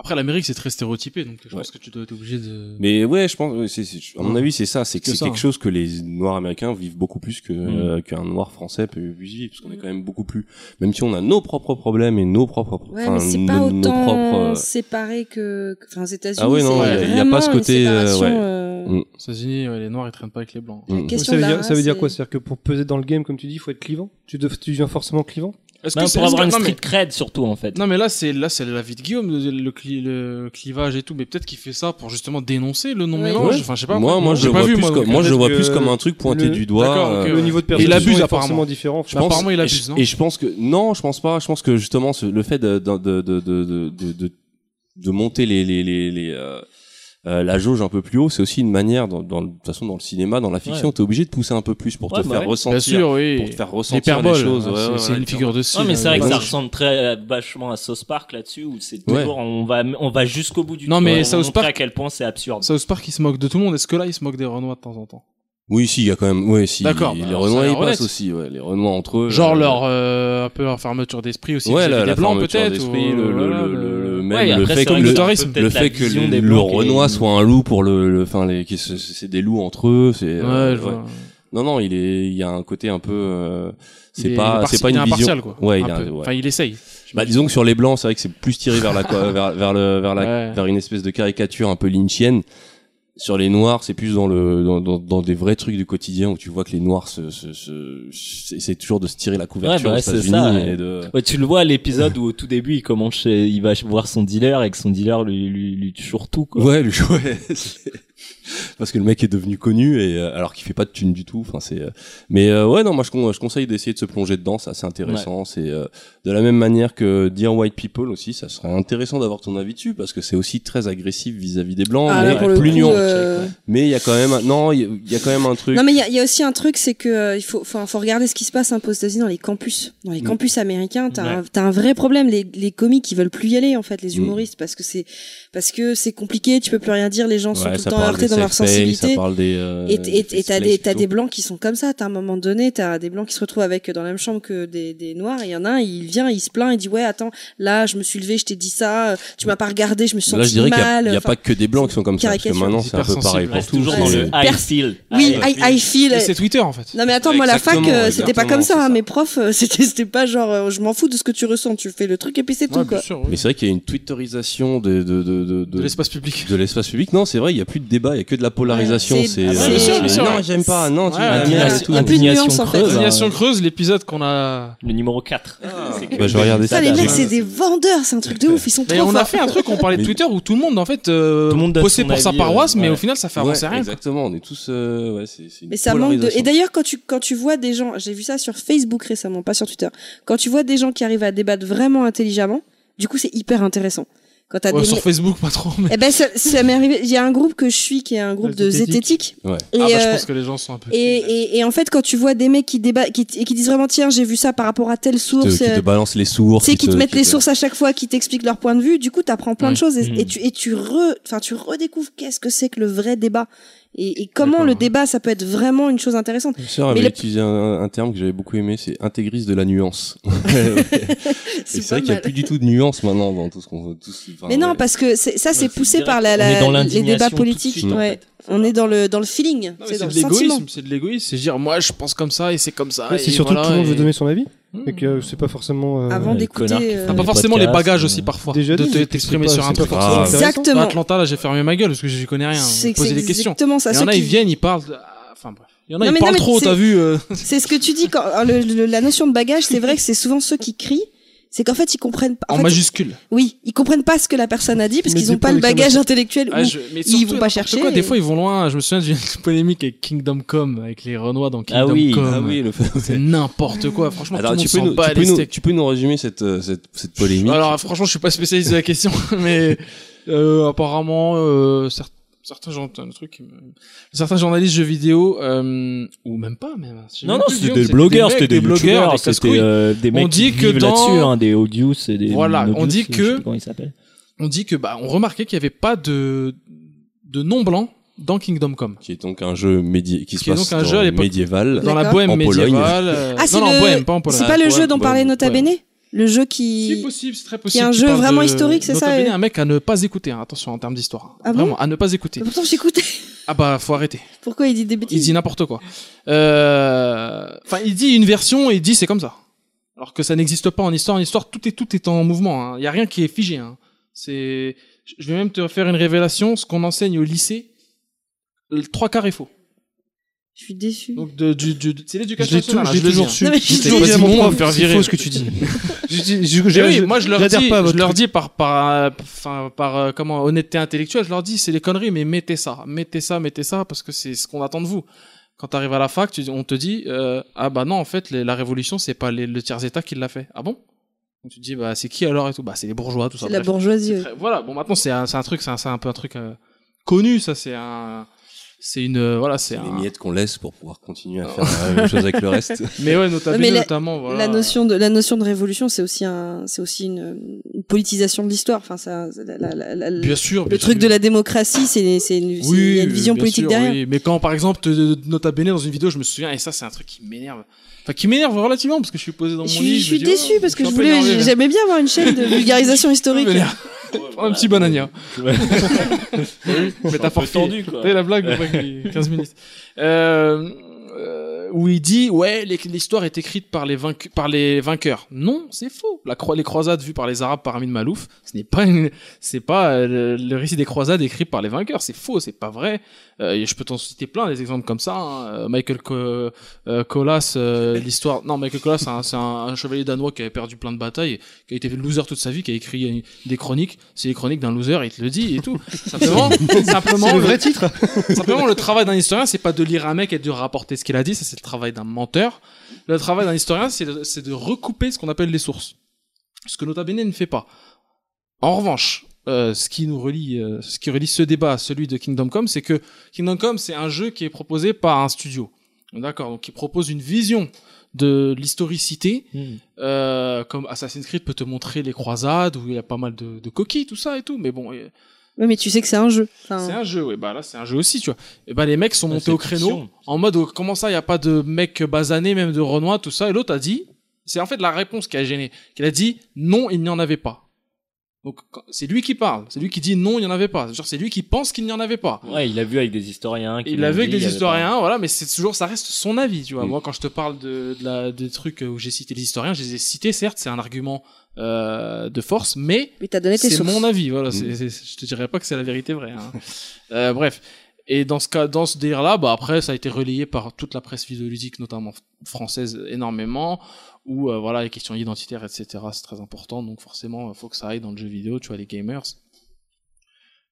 D: Après, l'Amérique, c'est très stéréotypé, donc je
A: Ouais.
D: pense que tu dois être obligé de.
A: Mais ouais, je pense, ouais, c'est- c'est- à mon avis, c'est ça. C'est que
D: Hein Que
A: c'est
D: ça,
A: quelque
D: hein. Mmh.
A: chose que les Noirs américains vivent beaucoup plus que euh, qu'un Noir français peut peut vivre, parce qu'on est
C: Mmh.
A: quand même beaucoup plus. Même si on a nos propres problèmes et nos propres,
C: Ouais,
A: enfin,
C: mais c'est
A: nos,
C: pas
A: nos
C: autant
A: propres. euh,
C: séparé que. que- Enfin, aux États-Unis.
A: Ah ouais, non,
C: c'est
A: il y a- il y a pas ce
C: vraiment une
A: côté, euh,
C: séparation,
A: ouais.
C: euh,
A: Mm.
D: Aux États-Unis, ouais, les noirs, ils traînent pas avec les blancs.
A: mm.
C: question
B: ça veut
C: de la
B: dire, ça veut dire
C: race,
B: quoi
C: c'est-
B: C'est-à-dire que pour peser dans le game, comme tu dis, il faut être clivant Tu, dev- tu deviens forcément clivant
D: Est-ce
F: Non,
D: c'est-
F: pour avoir
D: est-ce
F: une
D: que- non,
F: street
D: mais-
F: cred, surtout, en fait.
D: Non mais là c'est là c'est la vie de Guillaume le, le cli- le clivage et tout mais peut-être qu'il fait ça pour justement dénoncer le non mélange
A: Ouais.
D: enfin je sais pas
A: moi, moi,
D: j'ai
A: je le
D: pas
A: vois
D: vu
A: plus
D: moi,
A: comme,
D: donc, euh,
A: moi, je le vois
B: que
A: plus comme un truc pointé
B: le-
A: du doigt.
D: D'accord, ok,
A: euh,
B: Le niveau de
D: Et il
B: perception
D: abuse,
B: est
D: apparemment.
B: forcément différent.
A: Je pense-
D: apparemment il abuse
A: je-
D: non
A: Et je pense que non, je pense pas. Je pense que justement ce- le fait de de de de de, de, de- de monter les les les, les, euh, euh, la jauge un peu plus haut, c'est aussi une manière dans, dans le- de toute façon dans le cinéma, dans la fiction, t'es obligé de pousser un peu plus pour
F: Ouais,
A: te
F: bah
A: faire
F: ouais.
A: ressentir,
D: bien sûr oui
A: pour te faire ressentir les
D: l'hyperbole
A: choses.
D: hein,
A: ouais,
D: c'est-
A: ouais,
D: c'est
A: ouais.
D: une figure de style
F: Non, mais c'est vrai que
D: hein,
F: ça
D: ouais.
F: ressemble très euh, vachement à Sauce Park là-dessus, où c'est
A: Ouais.
F: toujours, on va, on va jusqu'au bout du
D: Non,
F: truc
D: mais
F: pour
D: South
F: montrer
D: Park-
F: à quel point c'est absurde.
D: South Park il se moque de tout le monde est-ce que là il se moque des Renois de temps en temps
A: Oui, si, il y a quand même. Ouais, si.
D: D'accord,
A: Les
D: bah, ça a
A: Renois,
D: l'air
A: ils passent
D: honnête.
A: aussi. Ouais, les Renois entre eux.
D: genre
A: euh,
D: leur euh, un peu leur fermeture d'esprit aussi
A: Ouais,
D: vis-à-vis
A: la,
D: des
A: la
D: blancs
A: fermeture
D: peut-être ou-
A: d'esprit, le, le,
D: voilà,
A: le, le, le- même
F: Ouais,
A: le
F: après,
A: fait
F: c'est
A: que
F: vrai
A: le,
F: que
D: c'est tourisme.
F: peut-être
A: le
F: la
A: fait que
F: vision
A: le,
F: des
A: le
F: Blancs qui est-
A: Renoir soit un loup pour le, le enfin les, qui se- c'est des loups entre eux, c'est euh,
D: ouais, je
A: ouais.
D: vois.
A: Non, non, il est, il y a un côté un peu, euh,
D: Il
A: c'est
D: est- il
A: pas,
D: est
A: c'est pas
D: parti- il est
A: une vision.
D: impartial, quoi
A: Ouais, il
D: Un
A: a-
D: peu.
A: ouais.
D: enfin il essaye
A: Bah, disons que sur les blancs, c'est vrai que c'est plus tiré vers la, co- vers, vers le, vers la,
D: Ouais.
A: vers une espèce de caricature un peu lynchienne. Sur les noirs, c'est plus dans le, dans, dans, dans des vrais trucs du quotidien où tu vois que les noirs se, se, se- se- essaient toujours de se tirer la couverture
F: Ouais, bah,
A: aux
F: c'est ça,
A: États-Unis
F: ouais.
A: et de.
F: Ouais, tu le vois à l'épisode où au tout début il commence, chez- il va voir son dealer et que son dealer lui, lui, lui toujours tout, quoi.
A: Ouais, le ouais. c'est- Parce que le mec est devenu connu et euh, alors qu'il fait pas de thune du tout. Enfin, c'est. euh, Mais euh, ouais, non, moi je, con- je conseille d'essayer de se plonger dedans. C'est assez intéressant. C'est euh, de la même manière que Dear White People aussi. Ça serait intéressant d'avoir ton avis dessus parce que c'est aussi très agressif vis-à-vis des blancs,
C: Ah, là,
A: mais
C: pour le
A: plus
C: coup,
A: nuancé.
C: euh,
A: Mais il y a quand même. un- Non, il y a- il y, a quand même un truc.
C: Non mais il y a- il y, a aussi un truc, c'est que euh, il faut, enfin, faut regarder ce qui se passe un peu aux États-Unis dans les campus, dans les
A: Mm.
C: campus américains. T'as un, t'as un vrai problème. Les, les comiques, ils veulent plus y aller en fait, les
A: Mm.
C: humoristes, parce que c'est, parce que c'est compliqué. Tu peux plus rien dire. Les gens sont
A: Ouais,
C: tout
A: ça
C: le temps
A: parle
C: heurtés
A: des
C: dans leur
A: sex-fails, Ça
C: sensibilité.
A: parle des. euh,
C: Et t- et
A: des
C: et t'as
A: sex-slaves
C: des t'as
A: plutôt.
C: des blancs qui sont comme ça. T'as un moment donné, t'as des blancs qui se retrouvent avec euh, dans la même chambre que des, des noirs. Il y en a un, il vient, il se plaint, il dit ouais attends, là je me suis levé, je t'ai dit ça, euh, tu m'as pas regardé, je me suis
A: Là, je
C: senti
A: dirais qu'il y a,
C: mal.
A: il y a
C: enfin,
A: pas que des blancs qui sont comme ça. Parce que
C: caricature.
A: maintenant, c'est un peu pareil
D: Hypersensible.
A: pour
F: Reste
A: tous.
F: toujours
A: c'est-
F: dans le
C: Ah,
F: high
C: c'est-
F: feel.
C: oui,
A: Ah,
F: High
C: I,
A: bah,
C: I feel.
D: Et c'est Twitter en fait
C: Non mais attends, moi la fac,
A: Exactement,
C: euh, c'était pas
A: exactement,
C: comme
A: c'est
C: ça. hein.
A: ça.
C: Mes profs, euh, c'était c'était pas genre, euh, je m'en fous de ce que tu ressens, tu fais le truc et puis c'est tout
D: Ouais, bien
C: quoi.
D: sûr
A: Mais
D: oui.
A: c'est vrai qu'il y a une twitterisation de, de, de, de,
D: de
A: de,
D: l'espace public
A: de l'espace public. Non, c'est vrai, il n'y a plus de débat, il n'y a que de la polarisation.
C: Ouais,
A: c'est euh,
C: c'est-
D: Ah, bien sûr, bien
A: c'est-
D: sûr,
A: non,
D: ouais.
A: j'aime pas. Non, tu
D: Ouais,
A: m'as
D: ouais,
A: merde
C: ouais.
A: et tout.
C: Il y a plus de nuance, en fait.
A: creuse,
D: Alignation
A: hein.
D: creuse, l'épisode qu'on a.
F: Le numéro 4.
A: Bah, je vais regarder
C: Putain,
A: ça.
C: les
A: Je-
C: mecs, c'est des vendeurs, c'est un truc de ouf, ils sont trop
D: Mais on a
C: forts.
D: fait un truc, on parlait de
A: Mais-
D: Twitter où tout le monde en fait euh,
F: Tout le monde donne
D: bossait
F: son
D: pour sa
F: avis,
D: paroisse,
F: euh,
D: mais
F: ouais.
D: au final ça fait
A: Ouais,
D: avancer rien. quoi.
A: Exactement, on est tous. euh, ouais, c'est c'est une
C: Mais ça manque de.
A: polarisation.
C: Et d'ailleurs, quand tu, quand tu vois des gens, j'ai vu ça sur Facebook récemment, pas sur Twitter, quand tu vois des gens qui arrivent à débattre vraiment intelligemment, du coup, c'est hyper intéressant. Quand t'as
D: Ouais,
C: des.
D: sur Facebook, pas trop. Mais...
C: Eh ben, ça, ça m'est arrivé. Il y a un groupe que je suis qui est un groupe de zététique.
A: Ouais.
C: Et,
D: Ah bah, je
C: euh,
D: pense que les gens sont un peu.
C: et, et, et en fait, quand tu vois des mecs qui débattent, qui, t- et qui disent vraiment, tiens, j'ai vu ça par rapport à telle
A: Te-
C: source,
A: qui te
C: euh,
A: balance les sources.
C: tu sais, qui te mettent les
A: sources
C: sources à chaque fois, qui t'expliquent leur point de vue, du coup, t'apprends plein de
D: Ouais.
C: choses et,
F: Mhm.
C: et tu, et tu, re, enfin, tu redécouvres qu'est-ce que c'est que le vrai débat. Et, et comment le débat, ça peut être vraiment une chose intéressante.
A: Ma sœur
C: Mais
A: avait
C: le-
A: utilisé un, un terme que j'avais beaucoup aimé, c'est intégriste de la nuance. Et c'est
C: pas
A: vrai qu'il n'y a
C: mal.
A: plus du tout de nuance maintenant dans tout ce qu'on veut. tout ce- enfin,
C: Mais non,
A: ouais.
C: parce que c'est- ça, c'est
F: Ouais,
C: poussé
F: direct,
C: par la,
F: on
C: la-
F: est dans
C: les
F: l'indignation
C: débats
F: tout de
C: politiques.
F: suite, en
C: ouais.
F: fait.
C: On est dans le, dans le feeling,
D: Non, mais
C: c'est
D: c'est
C: dans
D: de
C: le sentiment.
D: l'égoïsme, c'est de l'égoïsme, c'est dire moi je pense comme ça et c'est comme ça.
B: Ouais,
D: et
B: c'est surtout
D: voilà,
B: que tout le monde veut
D: et-
B: donner son avis
D: Mmh.
B: et que c'est pas forcément. euh,
C: Avant
F: les connards qui
C: d'écouter. euh,
D: T'as
F: font
D: pas
F: des
D: forcément les
F: podcasts,
D: bagages
F: euh,
D: aussi parfois
B: déjà
D: de
B: dit,
D: te-
B: c'est
D: t'exprimer
B: pas-
D: sur un
B: c'est pas
D: truc.
B: forcément
A: grave.
B: intéressant.
D: Dans
C: Exactement.
D: Atlanta, là j'ai fermé ma gueule parce que j'y connais rien.
C: C'est
D: Poser
C: c'est
D: des questions.
C: exactement ça.
D: Il y
C: Ceux
D: en a,
C: qui-
D: ils viennent, ils parlent. ah, Enfin bref. Il y en a,
C: Non,
D: ils
C: mais- non,
D: parlent
C: mais
D: trop,
C: c'est-
D: t'as vu. euh,
C: C'est ce que tu dis quand le- le- la notion de bagage, c'est vrai que c'est souvent ceux qui crient. C'est qu'en fait, ils comprennent pas. en
D: En
C: fait,
D: majuscule.
C: Oui, ils comprennent pas ce que la personne a dit parce
B: Mais
C: qu'ils ont
B: des
C: pas le
B: productions
C: bagage intellectuel.
D: Ah,
C: ou-
D: je- mais
C: ils
D: surtout,
C: vont pas
D: n'importe
C: chercher
D: Quoi,
C: et-
D: Des fois, ils vont loin. Je me souviens d'une polémique avec Kingdom Come, avec les Renois dans Kingdom
F: Ah oui,
D: Come.
A: Ah oui, le fait.
D: C'est n'importe quoi. Franchement,
A: Alors,
D: tout
A: tu
D: le
A: peux,
D: monde
A: nous,
D: s'en bat
A: tu, peux
D: les
A: nous,
D: steaks.
A: tu peux nous résumer cette, euh, cette, cette polémique
D: Alors, franchement, je suis pas spécialiste de la question, mais euh, apparemment, euh, cer- certains, gens- un truc qui me- certains journalistes jeux vidéo, euh, ou même pas, même. je sais
F: Non,
D: même
F: non,
D: plus
F: c'était
D: le nom,
F: des blogueurs,
D: mecs,
F: c'était des
D: blogueurs,
F: blogueurs,
D: des
F: c'était
D: casse-couilles.
F: euh, des mecs
D: On dit
F: qui
D: que
F: vivent
D: dans-
F: là-dessus, hein, des Odious et des
D: Voilà, on
F: Monobius,
D: dit
F: je sais
D: que-
F: plus comment ils s'appellent.
D: On dit que, bah, on remarquait qu'il y avait pas de, de nom blanc dans Kingdom Come.
A: Qui est donc un jeu médi qui se
D: Qui est
A: passe
D: donc un
A: dans
D: jeu à l'époque-
A: médiéval.
D: Dans la
C: D'accord.
D: bohème
A: En Pologne.
D: médiévale. euh,
C: Ah, c'est
D: non, non,
C: le-
D: en bohème, pas en Pologne.
C: C'est pas le
A: Ouais,
C: jeu dont
A: bon,
C: parlait
A: bon,
C: Nota
D: ouais.
C: Bene Le jeu
D: Si
C: qui.
D: possible, c'est très possible.
C: qui est un
D: Tu
C: jeu
D: parles
C: vraiment
D: de
C: historique, c'est
D: Nota
C: ça,
D: Bene,
C: euh.
D: un mec à ne pas écouter, hein, attention, en termes d'histoire.
C: Ah bon
D: Vraiment, à ne pas écouter.
C: Mais Pourtant, j'écoutais.
D: Ah bah, faut arrêter.
C: Pourquoi il dit des bêtises
D: Il dit n'importe quoi. Euh, Enfin, il dit une version et il dit c'est comme ça. Alors que ça n'existe pas en histoire. En histoire, tout est, tout est en mouvement. Il n'y a rien qui est figé. Hein. C'est... Je- Je vais même te faire une révélation. Ce qu'on enseigne au lycée, le trois quarts est faux.
C: Je suis déçu.
D: Donc de, du, du- de- c'est l'éducation
B: Je l'ai tou-
D: nationale. hein,
B: je l'ai
D: le
B: toujours
D: dis,
B: su.
C: Non, mais
B: J'ai
C: je-
B: toujours
D: C'est
B: dit à mon
D: bon,
B: prof,
D: on va faire
B: c'est
D: virer.
B: faux ce que tu dis. Je dis- je-
D: Eh oui,
B: je-
D: moi je leur
B: j'adhère
D: dis,
B: pas à
D: je
B: votre
D: leur
B: truc.
D: dis par par euh, enfin, par euh, comment honnêteté intellectuelle, je leur dis c'est des conneries mais mettez ça, mettez ça, mettez ça parce que c'est ce qu'on attend de vous. Quand t'arrives à la fac, tu- on te dit euh, ah bah non en fait les- la révolution c'est pas les- le tiers état qui l'a fait. Ah bon Donc Tu te dis bah c'est qui alors et tout bah c'est les bourgeois tout ça.
C: C'est la
D: bref.
C: bourgeoisie. ouais.
D: Très- Voilà bon maintenant c'est un, c'est un truc c'est un, c'est un peu un truc euh, connu ça c'est un c'est une euh, voilà c'est
A: C'est les
D: un Ah.
A: miettes qu'on laisse pour pouvoir continuer à faire euh, la même chose avec le reste.
D: mais ouais notamment
C: Mais la-
D: notamment voilà.
C: La notion de la notion de révolution, c'est aussi un, c'est aussi une, une politisation de l'histoire. Enfin, ça, la- la- la- la-
D: bien sûr
C: le truc de la démocratie, c'est, c'est une, c'est- il y a une vision
D: bien
C: politique
D: sûr,
C: derrière.
D: oui. Mais quand, par exemple, te- te- Nota Bene dans une vidéo, je me souviens, et ça, c'est un truc qui m'énerve. Enfin, qui m'énerve relativement, parce que je suis posé dans mon
C: Je suis,
D: lit.
C: je suis
D: me dis,
C: déçu
D: oh,
C: parce que je
D: suis un peu
C: voulais,
D: énervé, là.
C: j'aimais bien avoir une chaîne de vulgarisation historique.
D: Prends un petit banania.
F: Ouais.
D: Oui, métaphore
F: C'est un peu tendu, quoi.
D: T'as eu la blague, ou pas, qui- 15 minutes. Euh, euh, où il dit, ouais, les- l'histoire est écrite par les, vaincu- par les vainqueurs. Non, c'est faux. La croi- les croisades vues par les Arabes par Amin Malouf, ce n'est pas une- c'est pas euh, le, le récit des croisades écrit par les vainqueurs. C'est faux, c'est pas vrai. Euh, et je peux t'en citer plein des exemples comme ça. hein. Euh, Michael Co- euh, Colas, euh, l'histoire. Non, Michael Colas, c'est un, c'est un- un chevalier danois qui avait perdu plein de batailles, qui a été loser toute sa vie, qui a écrit euh, des chroniques. C'est les chroniques d'un loser, il te le dit et tout. Simplement, simplement,
B: C'est le
D: le-
B: vrai titre.
D: Simplement, le travail d'un historien, c'est pas de lire un mec et de rapporter ce qu'il a dit, ça c'est le travail d'un menteur. Le travail d'un historien, c'est de, c'est de recouper ce qu'on appelle les sources. Ce que Nota Bene ne fait pas. En revanche, euh, ce qui nous relie, euh, ce qui relie ce débat à celui de Kingdom Come, c'est que Kingdom Come, c'est un jeu qui est proposé par un studio. D'accord, donc qui propose une vision de l'historicité, euh, comme Assassin's Creed peut te montrer les croisades, où il y a pas mal de, de coquilles, tout ça et tout, mais bon, euh,
C: Oui, mais tu sais que c'est un jeu. Enfin,
D: c'est un jeu, ouais, bah là c'est un jeu aussi, tu vois. Et bah les mecs sont
F: Ah,
D: montés
F: c'est
D: au créneau
F: fiction.
D: en mode oh, comment ça, il y a pas de mec basané, même de Renoir, tout ça. Et l'autre a dit, c'est en fait la réponse qui a gêné, qu'il a dit non, il n'y en avait pas. Donc quand- c'est lui qui parle, c'est lui qui dit non, il n'y en avait pas. Genre c'est lui qui pense qu'il n'y en avait pas.
F: Ouais, il a vu avec des historiens. qui
D: Il
F: l'ont
D: l'avait avec
F: dit, il
D: des
F: y avait
D: historiens, voilà, mais c'est toujours, ça reste son avis, tu vois.
A: Mm.
D: Moi, quand je te parle de, de la, des trucs où j'ai cité les historiens, je les ai cités, certes, c'est un argument euh, de force, mais
C: Mais t'as donné tes
D: c'est
C: sources.
F: Mm.
D: mon avis, voilà. c'est- c'est- je te dirais pas que c'est la vérité vraie. hein. Euh, bref. Et dans ce cas, dans ce délire-là, bah après, ça a été relayé par toute la presse vidéoludique, notamment f- française, énormément. Où euh, voilà, les questions identitaires, etc. C'est très important. Donc forcément, euh, faut que ça aille dans le jeu vidéo. Tu vois, les gamers.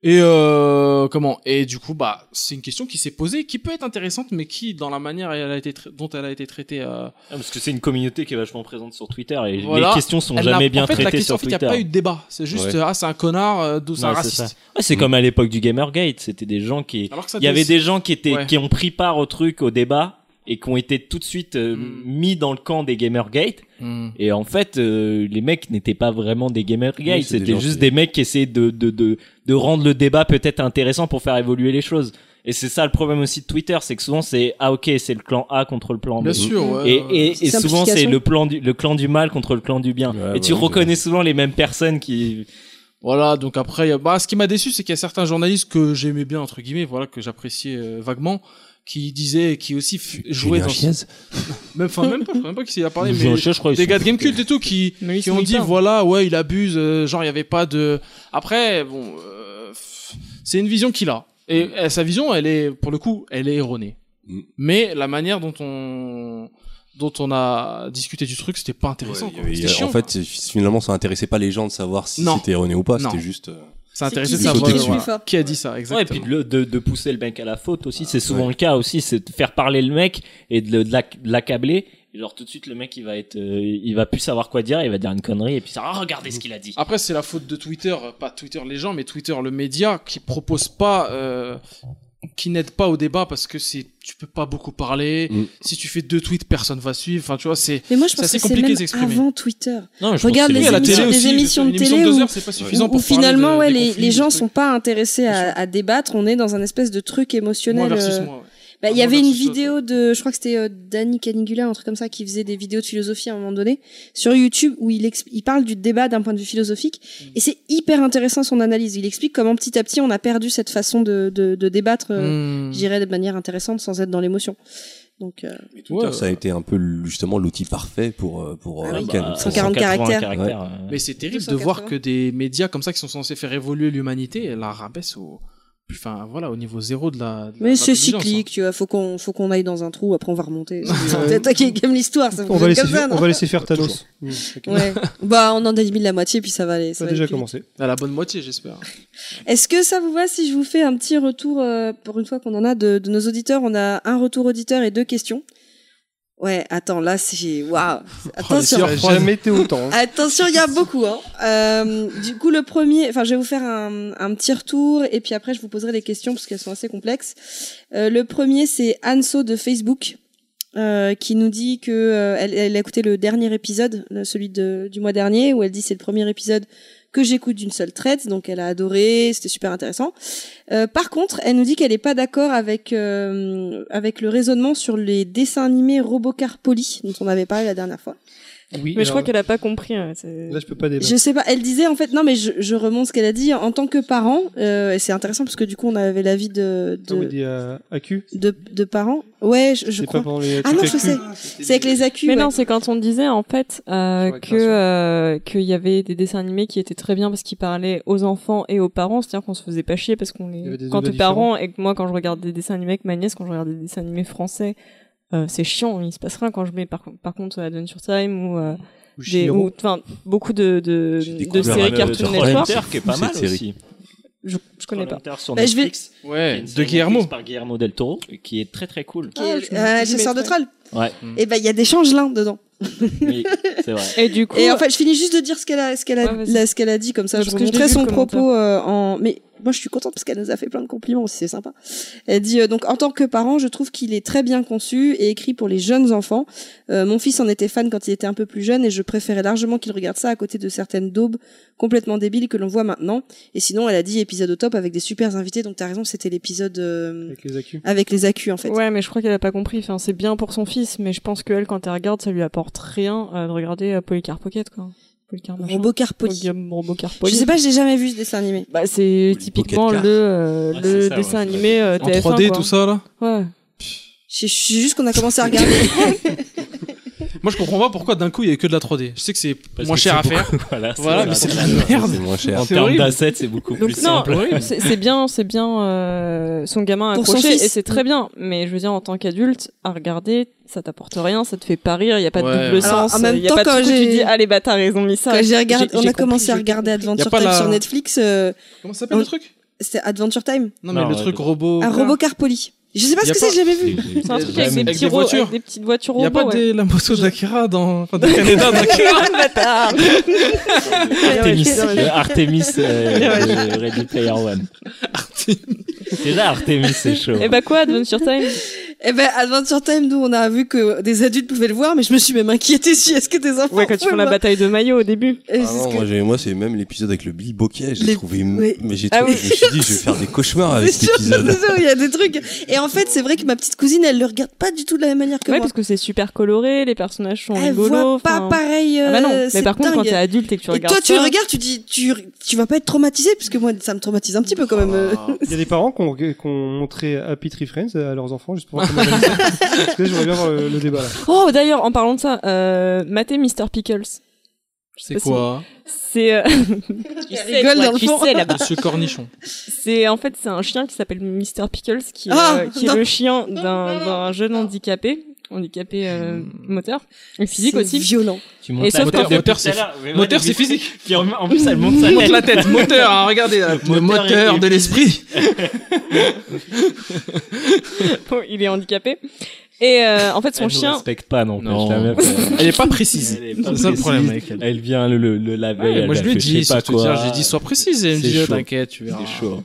D: Et euh, comment Et du coup, bah, c'est une question qui s'est posée, qui peut être intéressante, mais qui, dans la manière elle a été tra- dont elle a été traitée. euh,
F: Ah, parce que c'est une communauté qui est vachement présente sur Twitter et
D: Voilà.
F: les questions sont
D: elle
F: jamais
D: n'a-
F: bien
D: en fait, la
F: traitées
D: question,
F: sur
D: en fait, il n'y a
F: Twitter.
D: pas eu de débat. C'est juste,
F: Ouais.
D: euh, ah, c'est un connard, euh, d'où c'est un
F: Ouais, c'est
D: raciste.
F: ça. Ah, c'est
A: Mm.
F: comme à l'époque du Gamergate, c'était des gens qui
D: Alors que ça
F: il y avait
D: devait-
F: des gens qui étaient
D: Ouais.
F: qui ont pris part au truc au débat et qui ont été tout de suite euh,
D: Mm.
F: mis dans le camp des Gamergate
D: Hmm.
F: et en fait euh, les mecs n'étaient pas vraiment des Gamergate,
A: Oui, c'est des
F: c'était
A: gens
F: juste
A: qui-
F: des mecs qui essayaient de de de de rendre le débat peut-être intéressant pour faire évoluer les choses. Et c'est ça le problème aussi de Twitter, c'est que souvent c'est ah OK, c'est le clan A contre le clan B.
D: Bien sûr. ouais,
F: Et,
D: ouais.
F: et, et
C: Simplification.
F: souvent c'est le plan du le clan du mal contre le clan du bien.
A: Ouais,
F: et tu
A: bah oui,
F: reconnais souvent les mêmes personnes qui
D: Voilà, donc après, il y a- bah, ce qui m'a déçu, c'est qu'il y a certains journalistes que j'aimais bien, entre guillemets, voilà, que j'appréciais euh, vaguement, qui disaient, qui aussi f- jouaient dans. Même, enfin, même pas, je sais même pas qui s'est parlé, mais.
F: je crois, ils
D: Des
F: sont-
D: gars de Gamecult et tout qui,
E: Mais ils
D: qui
E: sont
D: ont dit,
E: hyper. hein.
D: voilà, ouais, il abuse, euh, genre, il y avait pas de. Après, bon, euh, pff, c'est une vision qu'il a. Et
F: Mm.
D: euh, sa vision, elle est, pour le coup, elle est erronée.
A: Mm.
D: Mais la manière dont on dont on a discuté du truc, c'était pas intéressant. quoi. C'était chiant.
A: euh, en fait, c'est- finalement, ça intéressait pas les gens de savoir si
D: Non.
A: c'était erroné ou pas.
D: Non.
A: C'était juste. euh,
D: ça intéressait de
A: qui saute
D: savoir
A: dessus.
D: voilà,
C: Plus fort.
D: qui a dit ça
F: Ouais, et
D: exactement.
F: puis de, le- de, de pousser le mec à la faute aussi, c'est souvent le cas aussi, c'est de faire parler le mec et de, le- de l'ac- de l'accabler. Et Genre tout de suite le mec il va être, euh, il va plus savoir quoi dire, il va dire une connerie et puis ça, ah regardez ce qu'il a dit.
D: Après, c'est la faute de Twitter, euh, pas Twitter les gens, mais Twitter le média qui propose pas, euh, qui n'aide pas au débat parce que c'est, tu peux pas beaucoup parler.
A: Mm.
D: Si tu fais deux tweets, personne va suivre. Enfin, tu vois, c'est.
C: Mais moi, je
D: C'est
C: pense
D: assez
C: que c'est
D: compliqué
C: même
D: de s'exprimer.
C: avant Twitter.
F: Non, mais je
C: Regarde
F: pense que
C: les
D: Oui,
F: c'est-
D: à la
C: émissions-
D: télé aussi.
C: des émissions
D: une
C: de
D: émission
C: télé
D: deux
C: où-
D: heures, c'est pas
C: Où,
D: suffisant
C: où
D: pour parler
C: finalement,
D: de-
C: ouais,
D: de
C: les,
D: conflits,
C: les
D: de
C: gens
D: trucs.
C: sont pas intéressés
D: Bien
C: à, à débattre. On est dans un espèce de truc
D: Moi
C: émotionnel.
D: versus
C: euh,
D: moi. ouais.
C: Bah, il y
D: Moi
C: avait une
D: versus toi,
C: vidéo de, je crois que c'était euh, Danny Caligula, un truc comme ça, qui faisait des vidéos de philosophie à un moment donné sur YouTube où il, expl- il parle du débat d'un point de vue philosophique
B: Mm.
C: et c'est hyper intéressant son analyse. Il explique comment petit à petit on a perdu cette façon de, de, de débattre, euh,
B: Mm.
D: Hmm.
C: je dirais de manière intéressante sans être dans l'émotion. Donc
B: Bah,
C: euh,
A: Mais Twitter,
D: Ouais.
A: ça a été un peu le- justement l'outil parfait pour euh, pour
C: Ah
A: euh,
C: oui.
A: Ken.
F: Bah,
C: 140
F: 180
C: caractères.
F: euh,
D: Mais c'est terrible de
C: 280.
D: voir que des médias comme ça qui sont censés faire évoluer l'humanité, la rabaisse au, enfin voilà, au niveau zéro de la. de la-
C: Mais
D: de
C: c'est
D: l'intelligence, hein.
C: cyclique, tu vois. Faut qu'on, faut qu'on aille dans un trou, après on va remonter. C'est toi qui gagne l'histoire, ça
B: On
C: fonctionne
B: va, laisser
C: comme ça,
B: faire, on
C: non
B: va laisser faire Thanos. Mmh, ok.
C: Ouais. bah, on en élimine la moitié, puis ça va aller.
B: Ça
C: Ça
B: a
C: va aller
B: déjà
C: plus vite.
B: commencé.
D: À la bonne moitié, j'espère.
C: Est-ce que ça vous va si je vous fais un petit retour, euh, pour une fois qu'on en a de, de nos auditeurs On a un retour auditeur et deux questions. Ouais, attends, là, c'est. Waouh Attention
D: les surprises.
B: Jamais été autant. hein.
C: Attention, il y a beaucoup. Hein. Euh, du coup, le premier, enfin, je vais vous faire un, un petit retour et puis après, je vous poserai des questions parce qu'elles sont assez complexes. Euh, le premier, c'est Anso de Facebook euh, qui nous dit que euh, elle, elle a écouté le dernier épisode, le- celui de, du mois dernier, où elle dit c'est le premier épisode que j'écoute d'une seule traite, donc elle a adoré, c'était super intéressant. Euh, par contre, elle nous dit qu'elle n'est pas d'accord avec euh, avec le raisonnement sur les dessins animés Robocar Poli dont on avait parlé la dernière fois.
B: Oui,
E: Mais je crois
B: alors,
E: qu'elle a pas compris. hein, c'est-
B: Là, je peux pas débattre.
C: Je sais pas. Elle disait en fait non, mais je, je remonte ce qu'elle a dit en tant que parent. euh, et c'est intéressant parce que du coup on avait l'avis de
B: Comme il
C: de,
B: dit à AQ,
C: de de parents. Ouais, je, je
B: Ah c'est pas
C: crois.
B: pendant les
C: Ah non,
B: trucs
C: je
B: AQ.
C: sais. C'est avec les accus.
E: Mais
C: ouais.
E: non, c'est quand on disait en fait
D: Sur
E: euh,
D: la
E: que
D: création.
E: euh, qu'il y avait des dessins animés qui étaient très bien parce qu'ils parlaient aux enfants et aux parents, c'est-à-dire qu'on se faisait pas chier parce qu'on
B: Il y avait des
E: les quand
B: débats
E: aux parents et que moi quand je regarde des dessins animés avec ma nièce, quand je regarde des dessins animés français, euh, c'est chiant, il se passe rien quand je mets par, con- par contre Adventure Time ou euh,
B: Ou
E: des
B: Chihiro.
E: ou enfin beaucoup de de,
A: J'ai
E: de
A: découvert
E: séries
A: le-
E: Cartoon
A: le
E: Network,
A: Trollhunter.
F: qui est pas
A: Cette
F: mal
A: série.
F: aussi.
E: je, je connais pas.
F: Trollhunter sur
C: Bah, je vais-
F: Netflix, qui est
D: Ouais.
F: une
D: De
F: série
D: Guillermo.
F: Netflix Par Guillermo del Toro, qui est très très cool.
C: Ah,
E: Ok,
C: je-
E: je me-
C: euh,
E: je
C: Chasseur de
E: mettrai.
C: trolls.
F: Ouais.
C: Et ben il y a des changes là dedans.
F: Oui, c'est vrai.
E: Et du coup,
C: Et en fait, je finis juste de dire ce qu'elle a, ce qu'elle a,
E: Ouais, vas-y.
C: la- ce qu'elle a dit comme ça.
E: Non,
C: je
E: parce
C: vous
E: que je l'ai
C: montrerai
E: vu,
C: son
E: le
C: propos euh, en. Mais moi, je suis contente parce qu'elle nous a fait plein de compliments aussi. C'est sympa. Elle dit euh, donc en tant que parent, je trouve qu'il est très bien conçu et écrit pour les jeunes enfants. Euh, mon fils en était fan quand il était un peu plus jeune et je préférais largement qu'il regarde ça à côté de certaines daubes complètement débiles que l'on voit maintenant. Et sinon, elle a dit épisode au top avec des super invités. Donc t'as raison, c'était l'épisode euh,
B: Avec les AQ.
C: avec les accus en fait.
E: Ouais, mais je crois qu'elle a pas compris. Enfin, c'est bien pour son fils, mais je pense que elle, quand elle regarde, ça lui apporte rien euh, de regarder euh, Polycar Pocket, quoi. Polycar machin.
C: Robocar Poli.
E: Polygar- Robocar
C: Je
E: Poly.
C: sais pas, j'ai jamais vu ce dessin animé.
E: Bah, c'est typiquement le,
A: Pocket
E: euh,
F: Ouais,
E: le
F: c'est ça,
E: dessin
F: ouais, c'est
E: animé euh,
D: En
E: TF1.
D: 3D,
E: quoi.
D: tout ça là.
E: Ouais.
C: Je sais juste qu'on a commencé à regarder.
D: Moi, je comprends pas pourquoi d'un coup il y a que de la 3D. Je sais que c'est
F: Parce
D: moins
F: que
D: cher à
F: c'est
D: faire.
F: beaucoup- Voilà,
D: Voilà, mais
F: ça.
D: c'est de la merde.
A: C'est moins cher. Ah
F: En
D: C'est
F: termes
D: horrible.
F: d'assets, c'est beaucoup
E: Donc
F: plus
E: non,
F: simple.
E: c'est c'est bien, c'est bien euh, son gamin
C: Pour son
E: accroché et
C: fils.
E: c'est très bien. Mais je veux dire, en tant qu'adulte, à regarder, ça t'apporte rien, ça te fait pas rire, il y a pas de
D: Ouais.
E: double
C: Alors,
E: sens.
C: en même
E: il y a
C: temps,
E: pas de
C: quand
E: truc où
C: j'ai-
E: tu dis, ah les bâtards, ils ont mis ça.
C: Quand j'ai regardé,
E: j'ai
C: on a
E: compris,
C: commencé à
E: j'ai
C: regarder
E: compris.
C: Adventure
D: Y a pas
C: Time
D: la-
C: sur Netflix. euh,
D: Comment ça s'appelle
C: Non.
D: le truc
C: c'est Adventure Time,
D: Hein Non, mais
F: Non,
D: le
F: ouais,
D: truc
F: de-
D: robot.
C: un robot carpoli. Je sais pas
D: Y
C: ce
D: a
C: que c'est,
D: pas-
C: j'ai jamais vu.
E: C'est un truc avec des,
D: Avec
E: petits
D: des
E: ro-
D: voitures.
E: avec des petites voitures
D: Il y a
E: robots.
D: pas
E: ouais.
D: des la moto d'Akira dans enfin, de Canada d'Akira
E: Bâtard.
D: Ah,
F: Artemis,
C: Ouais, ouais.
F: euh, Artemis euh, de Ready Player One. Déjà Artemis, c'est chaud.
E: Et bah quoi, Adventure Time
C: Eh ben, Adventure Time, nous, on a vu que des adultes pouvaient le voir, mais je me suis même inquiétée si est-ce que des enfants.
E: Ouais, quand tu
C: font
E: font la bataille de maillot au début.
A: Ah non, moi, j'ai- moi, c'est même l'épisode avec le Bill Bocquet. J'ai
C: Les-
A: trouvé.
C: oui.
A: Mais j'ai
E: Ah
A: trouvé-
E: oui.
A: je me suis dit, je vais faire des cauchemars avec
C: C'est
A: cet
C: sûr,
A: épisode.
C: c'est sûr, il y a des trucs. Et en fait, c'est vrai que ma petite cousine, elle le regarde pas du tout de la même manière que
E: Ouais,
C: moi.
E: parce que c'est super coloré, les personnages sont
C: elle
E: rigolos.
C: voit pas
E: enfin-
C: pareil.
E: Ah bah non,
C: euh,
E: mais
C: c'est
E: par contre,
C: dingue.
E: quand t'es adulte et que tu
C: Et
E: regardes
C: toi, tu le
E: ça-
C: regardes, tu dis, tu, tu vas pas être traumatisé, parce que moi, ça me traumatise un petit peu quand même. euh.
E: Ah,
B: Il y a des parents qui ont, qui ont montré Happy Tree Friends à leurs enfants juste pour voir comment ils réagissent. Parce que là, j'aimerais bien voir le, le débat là.
E: Oh, d'ailleurs, en parlant de ça, euh, maté Mr. Pickles.
D: C'est
E: Parce-
D: quoi
E: C'est. euh, tu
C: Elle rigole
E: toi,
C: dans le
E: tu
C: fond.
E: sais, là-bas.
D: Monsieur Cornichon.
E: C'est en fait c'est un chien qui s'appelle Mr Pickles qui est,
C: Ah,
E: euh, qui est
C: non.
E: le chien d'un d'un jeune handicapé, handicapé euh,
D: Hmm.
E: moteur et physique
C: C'est
E: aussi.
C: Violent.
F: Tu
E: montes Et la sauf
D: Moteur,
E: que-
D: moteur, c'est moteur, c'est physique.
F: En plus, elle monte sa
D: Monte
F: tête.
D: la tête, moteur, hein, regardez, là, le
F: Moteur
D: moteur
F: et-
D: de l'esprit.
E: Bon, il est handicapé et euh, en fait son
F: Elle nous
E: chien
F: respecte pas non plus.
D: Non.
F: La meuf, elle-
D: Elle est pas précise.
F: elle est pas
D: C'est ça le problème
F: précise.
D: avec elle.
F: Elle vient le, le, le laver.
D: Ouais, moi je lui ai dit,
F: pas
D: surtout, tiens,
F: quoi.
D: j'ai dit sois précise et elle me
F: C'est
D: dit
F: chaud.
D: t'inquiète, tu verras.
F: C'est chaud.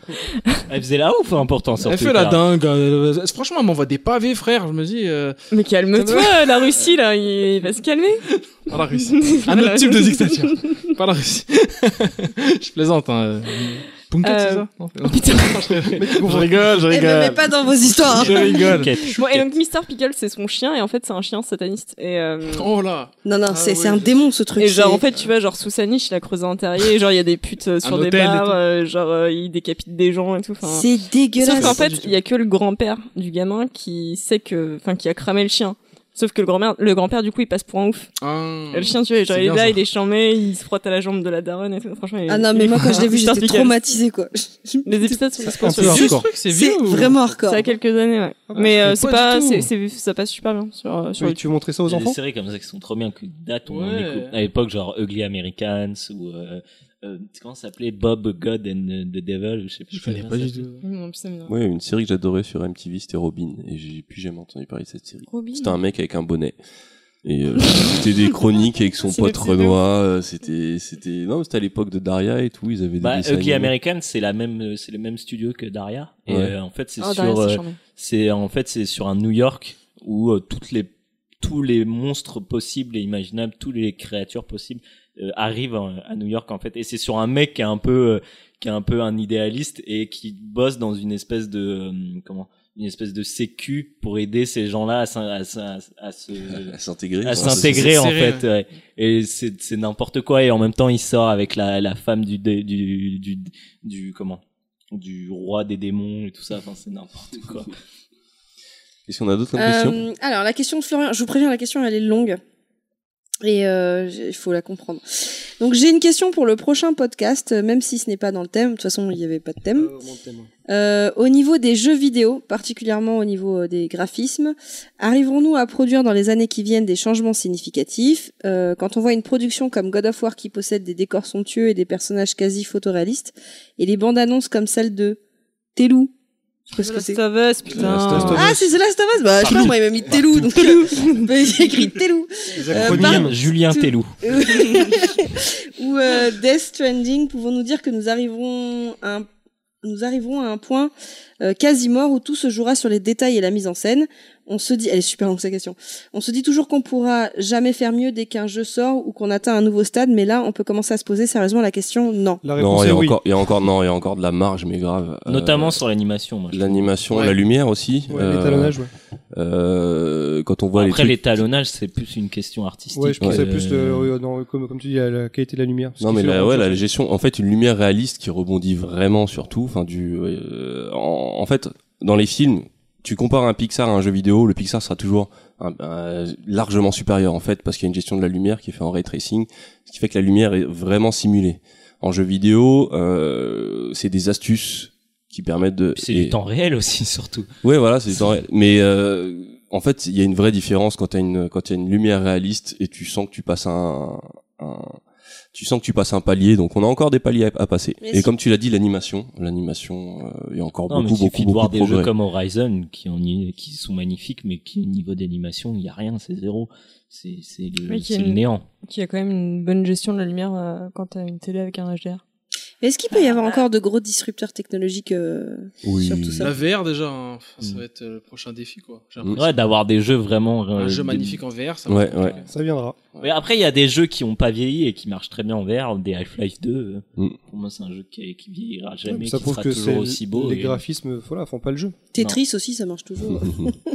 F: Elle faisait la ouf, important. sur
D: Elle fait la
F: Twitter.
D: dingue. euh, Franchement, elle m'envoie des pavés, frère. Je me dis, euh,
E: mais calme-toi la Russie là il, il va se calmer.
D: pas la Russie. Un autre type de dictature. Pas la Russie. je plaisante. Hein. Punkat,
E: Euh,
D: c'est ça Non,
E: Oh, putain.
D: Je rigole, je
C: Elle me met Eh ben, pas dans vos histoires. hein.
D: Je rigole.
F: T'inquiète.
E: Bon, et donc Mr Pickles c'est son chien et en fait c'est un chien sataniste et euh,
D: Oh là
C: Non, non, c'est
D: ouais.
C: c'est un démon, ce truc.
E: Et genre,
C: c'est-
E: en fait, tu vois, genre, sous sa niche, il a creusé un terrier, et genre, il y a des putes euh, sur des
D: hôtel et
E: bars,
D: tout.
E: euh, genre, euh, il décapite des gens et tout. enfin.
C: C'est dégueulasse.
E: Sauf qu'en
D: Pas du
E: fait,
D: tout.
E: il y a que le grand-père du gamin qui sait que, enfin, qui a cramé le chien. Sauf que le grand-père, le grand-père, du coup, il passe pour un ouf.
D: Ah.
E: Et le chien, tu vois, genre,
D: C'est
E: il est
D: bien,
E: là,
D: ça.
E: il est chambé, il se frotte à la jambe de la daronne et tout. Franchement, il est-
C: Ah non, mais moi, quand je l'ai vu,
E: Mr.
C: j'étais
E: Pickles.
C: traumatisée, quoi.
E: Les épisodes sont
D: Ah, C'est
E: disponibles.
D: vieux, ce
B: hardcore.
D: truc, c'est vieux
C: C'est
D: ou-
C: vraiment hardcore.
E: Ça a quelques années, ouais.
B: Ah bah,
E: mais
D: je
E: euh,
D: connais
E: c'est
D: pas
E: pas,
D: du tout.
E: c'est, c'est- ça passe super bien sur, euh, sur
B: Oui, tu montrais ça
F: Il
B: aux
F: y a des
B: enfants
F: séries comme ça qui sont trop bien que date on en
D: Ouais.
F: découvre. À l'époque, genre Ugly Americans ou euh, euh, comment ça s'appelait Bob God and the Devil, ou je sais plus.
D: Je connais
F: comment
D: pas
F: ça
D: du
F: s'appelait.
D: tout.
E: YouTube. Non, putain, mais non.
A: Ouais, une série que j'adorais sur MTV, c'était Robin. Et j'ai plus jamais entendu parler de cette série.
E: Robin.
A: C'était un mec avec un bonnet. Et euh, c'était des chroniques avec son
E: C'est
A: pote
E: le petit de
A: Renoir. euh, C'était, c'était, non, c'était à l'époque de Daria et tout. Ils avaient des
F: Bah,
A: dessins
F: Ugly
A: animés.
F: Americans, c'est la même, euh, c'est le même studio que Daria. Et
A: Ouais.
F: euh, en fait, c'est
E: Oh,
F: sur,
E: Daria, c'est
F: euh,
E: charmant.
F: c'est en fait c'est sur un New York où euh, toutes les tous les monstres possibles et imaginables, toutes les créatures possibles euh, arrivent en- à New York en fait. Et c'est sur un mec qui est un peu euh, qui est un peu un idéaliste et qui bosse dans une espèce de euh, comment une espèce de sécu pour aider ces gens-là à, s'in- à s'in- à se
A: À s'intégrer. quoi.
F: à s'intégrer
D: c'est
F: en
D: serré,
F: fait ouais. et c'est c'est n'importe quoi et en même temps il sort avec la la femme du dé- du du, du comment du roi des démons et tout ça enfin c'est n'importe quoi
A: Est-ce qu'on a d'autres comme questions
C: Euh, alors, la question de Florian, je vous préviens, la question elle est longue. Et euh, j'ai- il faut la comprendre. Donc, j'ai une question pour le prochain podcast, euh, même si ce n'est pas dans le thème. De toute façon, il n'y avait pas de thème. Euh, au niveau des jeux vidéo, particulièrement au niveau euh, des graphismes, arriverons-nous à produire dans les années qui viennent des changements significatifs Euh, Quand on voit une production comme God of War qui possède des décors somptueux et des personnages quasi photoréalistes, et les bandes annonces comme celle de Telou, je sais pas ce que c'est.
E: Last of Us, putain.
A: Last of Us.
C: Ah, c'est The Last of Us Bah, je sais pas, moi, il m'a mis Telou, donc euh, j'ai écrit Telou. Euh,
F: Julien,
C: pardon.
F: bah, Julien
C: Tout-
F: Tellou
C: Ou euh, Death Stranding, pouvons-nous dire que nous arriverons à un, nous arriverons à un point euh, quasi mort où tout se jouera sur les détails et la mise en scène On se dit, elle est super longue sa question, on se dit toujours qu'on pourra jamais faire mieux dès qu'un jeu sort ou qu'on atteint un nouveau stade, mais là, on peut commencer à se poser sérieusement la question non.
B: La
A: Non,
B: réponse
A: il y
B: est
A: a
B: oui.
A: encore, il y a encore, non, il y a encore de la marge, mais grave. Euh,
F: notamment sur l'animation moi, je
A: l'animation,
D: Ouais.
A: la lumière aussi.
B: Ouais,
A: Euh,
B: L'étalonnage, ouais.
A: euh, quand on voit
F: Après,
A: les trucs.
F: l'étalonnage, c'est plus une question artistique.
B: Ouais, je pensais
F: Euh,
B: plus, le, dans- comme, comme tu dis, à la qualité de la lumière. Ce
A: Non
B: qui
A: mais
B: fait
A: la,
B: vraiment
A: ouais, la
B: chose.
A: gestion, en fait, une lumière réaliste qui rebondit vraiment sur tout. Enfin, du, euh, en, en fait, dans les films, tu compares un Pixar à un jeu vidéo, le Pixar sera toujours un- un- largement supérieur en fait parce qu'il y a une gestion de la lumière qui est faite en ray tracing, ce qui fait que la lumière est vraiment simulée. En jeu vidéo, euh, c'est des astuces qui permettent de.
H: Puis C'est
A: et-
H: du temps réel aussi, surtout.
A: Ouais, voilà, c'est du temps réel. Mais euh, en fait, il y a une vraie différence quand t'as une quand t'as une lumière réaliste et tu sens que tu passes un, un- tu sens que tu passes un palier. Donc on a encore des paliers à, à passer.
C: Mais
A: et
C: si-
A: comme tu l'as dit, l'animation, l'animation, euh, il y a encore
F: Non, mais
A: beaucoup
F: il suffit
A: beaucoup
F: de
A: beaucoup
F: voir
A: de
F: des jeux
A: progrès.
F: comme Horizon qui, en y- qui sont magnifiques, mais qui, au niveau d'animation, il n'y a rien, c'est zéro. C'est c'est le,
E: Oui, qui
F: c'est
E: est-
F: le néant.
E: Qui a quand même une bonne gestion de la lumière euh, quand t'as une télé avec un HDR.
C: Mais Est-ce qu'il peut y avoir encore de gros disrupteurs technologiques euh,
A: Oui.
C: sur tout ça
D: La VR déjà, hein, enfin, ça
F: Mm.
D: va être euh, le prochain défi quoi. J'ai
A: Mm.
D: l'impression.
F: Ouais, d'avoir des jeux vraiment. euh,
D: Un jeu
F: des-
D: magnifique en VR, ça.
A: Ouais,
D: va.
A: ouais.
B: Ça viendra.
F: Mais après, il y a des jeux qui n'ont pas vieilli et qui marchent très bien en VR, des Half-Life 2. euh,
A: Mm.
F: Pour moi, c'est un jeu qui, qui vieillira jamais,
B: ça
F: qui
B: prouve
F: sera
B: que c'est
F: toujours aussi beau.
B: les
F: et-
B: graphismes, voilà, font pas le jeu.
C: Tetris aussi, ça marche toujours.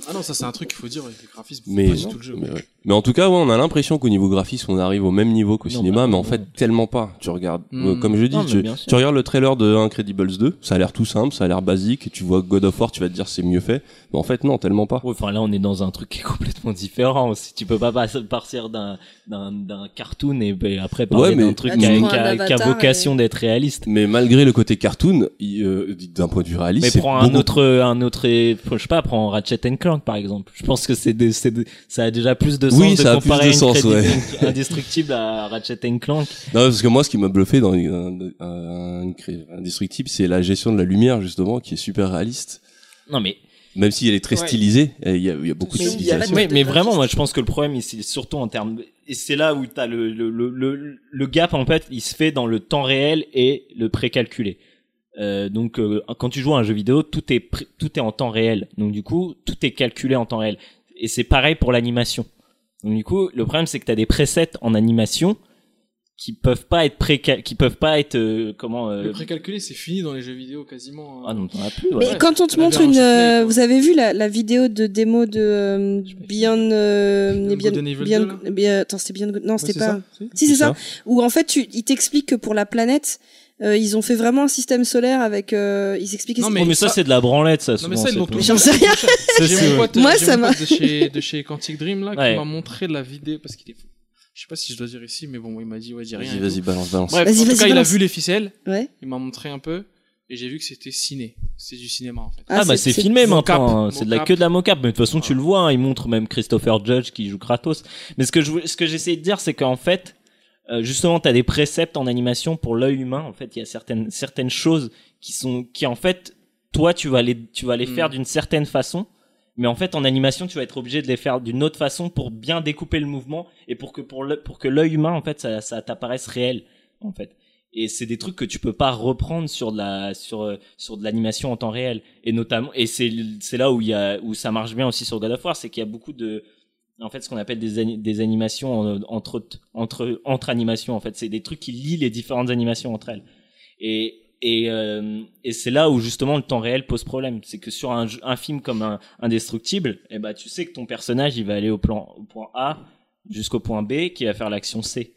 D: Ah non, ça c'est un truc qu'il faut dire, ouais, les graphismes,
A: mais,
D: pas du tout le jeu.
A: mais, ouais. Mais en tout cas, ouais, on a l'impression qu'au niveau graphisme, on arrive au même niveau qu'au
F: Non,
A: cinéma,
F: bah,
A: mais en
F: non. Hmm.
A: fait, tellement pas. Tu regardes,
D: Mm.
A: euh, comme je dis,
F: Non, mais
A: tu,
F: bien sûr.
A: tu regardes le trailer de Incredibles 2, ça a l'air tout simple, ça a l'air basique, et tu vois God of War, tu vas te dire c'est mieux fait, mais en fait, non, tellement pas.
F: Ouais, Enfin là, on est dans un truc qui est complètement différent. Si tu peux pas passer- partir d'un d'un d'un cartoon et, ben, après parler
A: Ouais, mais-
F: d'un truc
C: Là,
F: qui
C: tu
F: a,
C: prends un
F: qui a- qui a
C: avatar
F: vocation d'être réaliste.
A: Mais malgré le côté cartoon, il, euh, d'un point de vue réaliste,
F: Mais
A: c'est
F: prends un
A: beaucoup-
F: autre, un autre, je sais pas, prends Ratchet Clank par exemple. Je pense que c'est des- c'est des- ça a déjà plus de sens
A: Oui,
F: de
A: ça a plus
F: comparer
A: de sens,
F: Incredible-
A: ouais.
F: Indestructible à Ratchet Clank.
A: Non, parce que moi, ce qui m'a bluffé dans un, un, un- Indestructible, c'est la gestion de la lumière justement, qui est super réaliste.
F: Non mais,
A: Même si elle est très
F: Ouais.
A: stylisée, et il y, a- il y a beaucoup de
C: Mais il y a
A: stylisation.
C: pas de-
F: mais, mais vraiment,
C: graphisme.
F: moi je pense que le problème, il- c'est surtout en termes, de- et c'est là où t'as le le, le le le gap en fait, il se fait dans le temps réel et le précalculé. Euh, donc euh, quand tu joues à un jeu vidéo, tout est pré- tout est en temps réel. Donc du coup, tout est calculé en temps réel. Et c'est pareil pour l'animation. Donc du coup, le problème c'est que tu as des presets en animation qui peuvent pas être préca- qui peuvent pas être euh, comment euh,
D: Le précalculé, c'est fini dans les jeux vidéo quasiment.
F: Ah
D: hein.
F: non, t'en as plus. ouais.
C: Mais
D: Ouais,
C: quand on te
D: la
C: montre
D: version
C: une,
D: Shirley,
C: euh,
D: quoi.
C: vous avez vu la, la vidéo de démo de euh, Beyond, euh,
D: Beyond
C: Beyond,
D: Good and Evil
C: Beyond-
D: 2,
C: Beyond- attends, c'était Beyond Good- non,
B: Ouais,
C: c'était
B: c'est
C: pas.
B: ça, si
C: Si c'est ça. Où en fait, tu, ils t'expliquent que pour la planète, euh, ils ont fait vraiment un système solaire avec. euh, ils expliquaient.
D: Non,
F: Oh, mais, ça, c'est de la branlette ça.
D: Non mais
F: souvent,
D: ça ils
F: c'est
D: l'ont
F: pas-
D: tout.
C: J'en sais rien.
D: J'ai mon pote, euh,
C: Moi,
D: j'ai
C: ça
D: mon
C: m'a-
D: pote de chez de chez Quantic Dream là
F: Ouais.
D: qui m'a montré la vidéo parce qu'il est. Je sais pas si je dois dire ici, mais bon, il m'a dit ouais, dis rien.
A: Vas-y,
D: et
A: vas-y,
D: tout.
A: balance, balance.
D: Bref,
C: Vas-y,
D: en tout
C: vas-y,
D: cas, il a
C: balance.
D: vu les ficelles,
C: Ouais.
D: il m'a montré un peu, et j'ai vu que c'était ciné, c'est du cinéma en fait.
F: Ah, bah c'est filmé
D: mocap.
F: maintenant, hein. c'est de la
D: Mocap.
F: que de la mocap, mais de toute façon tu le vois, hein, il montre même Christopher Judge qui joue Kratos. Mais ce que je voulais- ce que j'essayais de dire c'est qu'en fait euh, justement tu as des préceptes en animation pour l'œil humain, en fait, il y a certaines certaines choses qui sont qui en fait toi tu vas les tu vas les
D: Mm.
F: faire d'une certaine façon, mais en fait en animation tu vas être obligé de les faire d'une autre façon pour bien découper le mouvement et pour que pour le, pour que l'œil humain en fait ça ça t'apparaisse réel en fait. Et c'est des trucs que tu peux pas reprendre sur de la sur euh, sur de l'animation en temps réel et notamment et c'est c'est là où il y a où ça marche bien aussi sur God of War, c'est qu'il y a beaucoup de en fait ce qu'on appelle des ani- des animations en- entre entre entre animations en fait, c'est des trucs qui lient les différentes animations entre elles. Et et, euh, et c'est là où justement le temps réel pose problème, c'est que sur un, jeu- un film comme un, indestructible, eh ben tu sais que ton personnage il va aller au plan au point A jusqu'au point B qui va faire l'action C.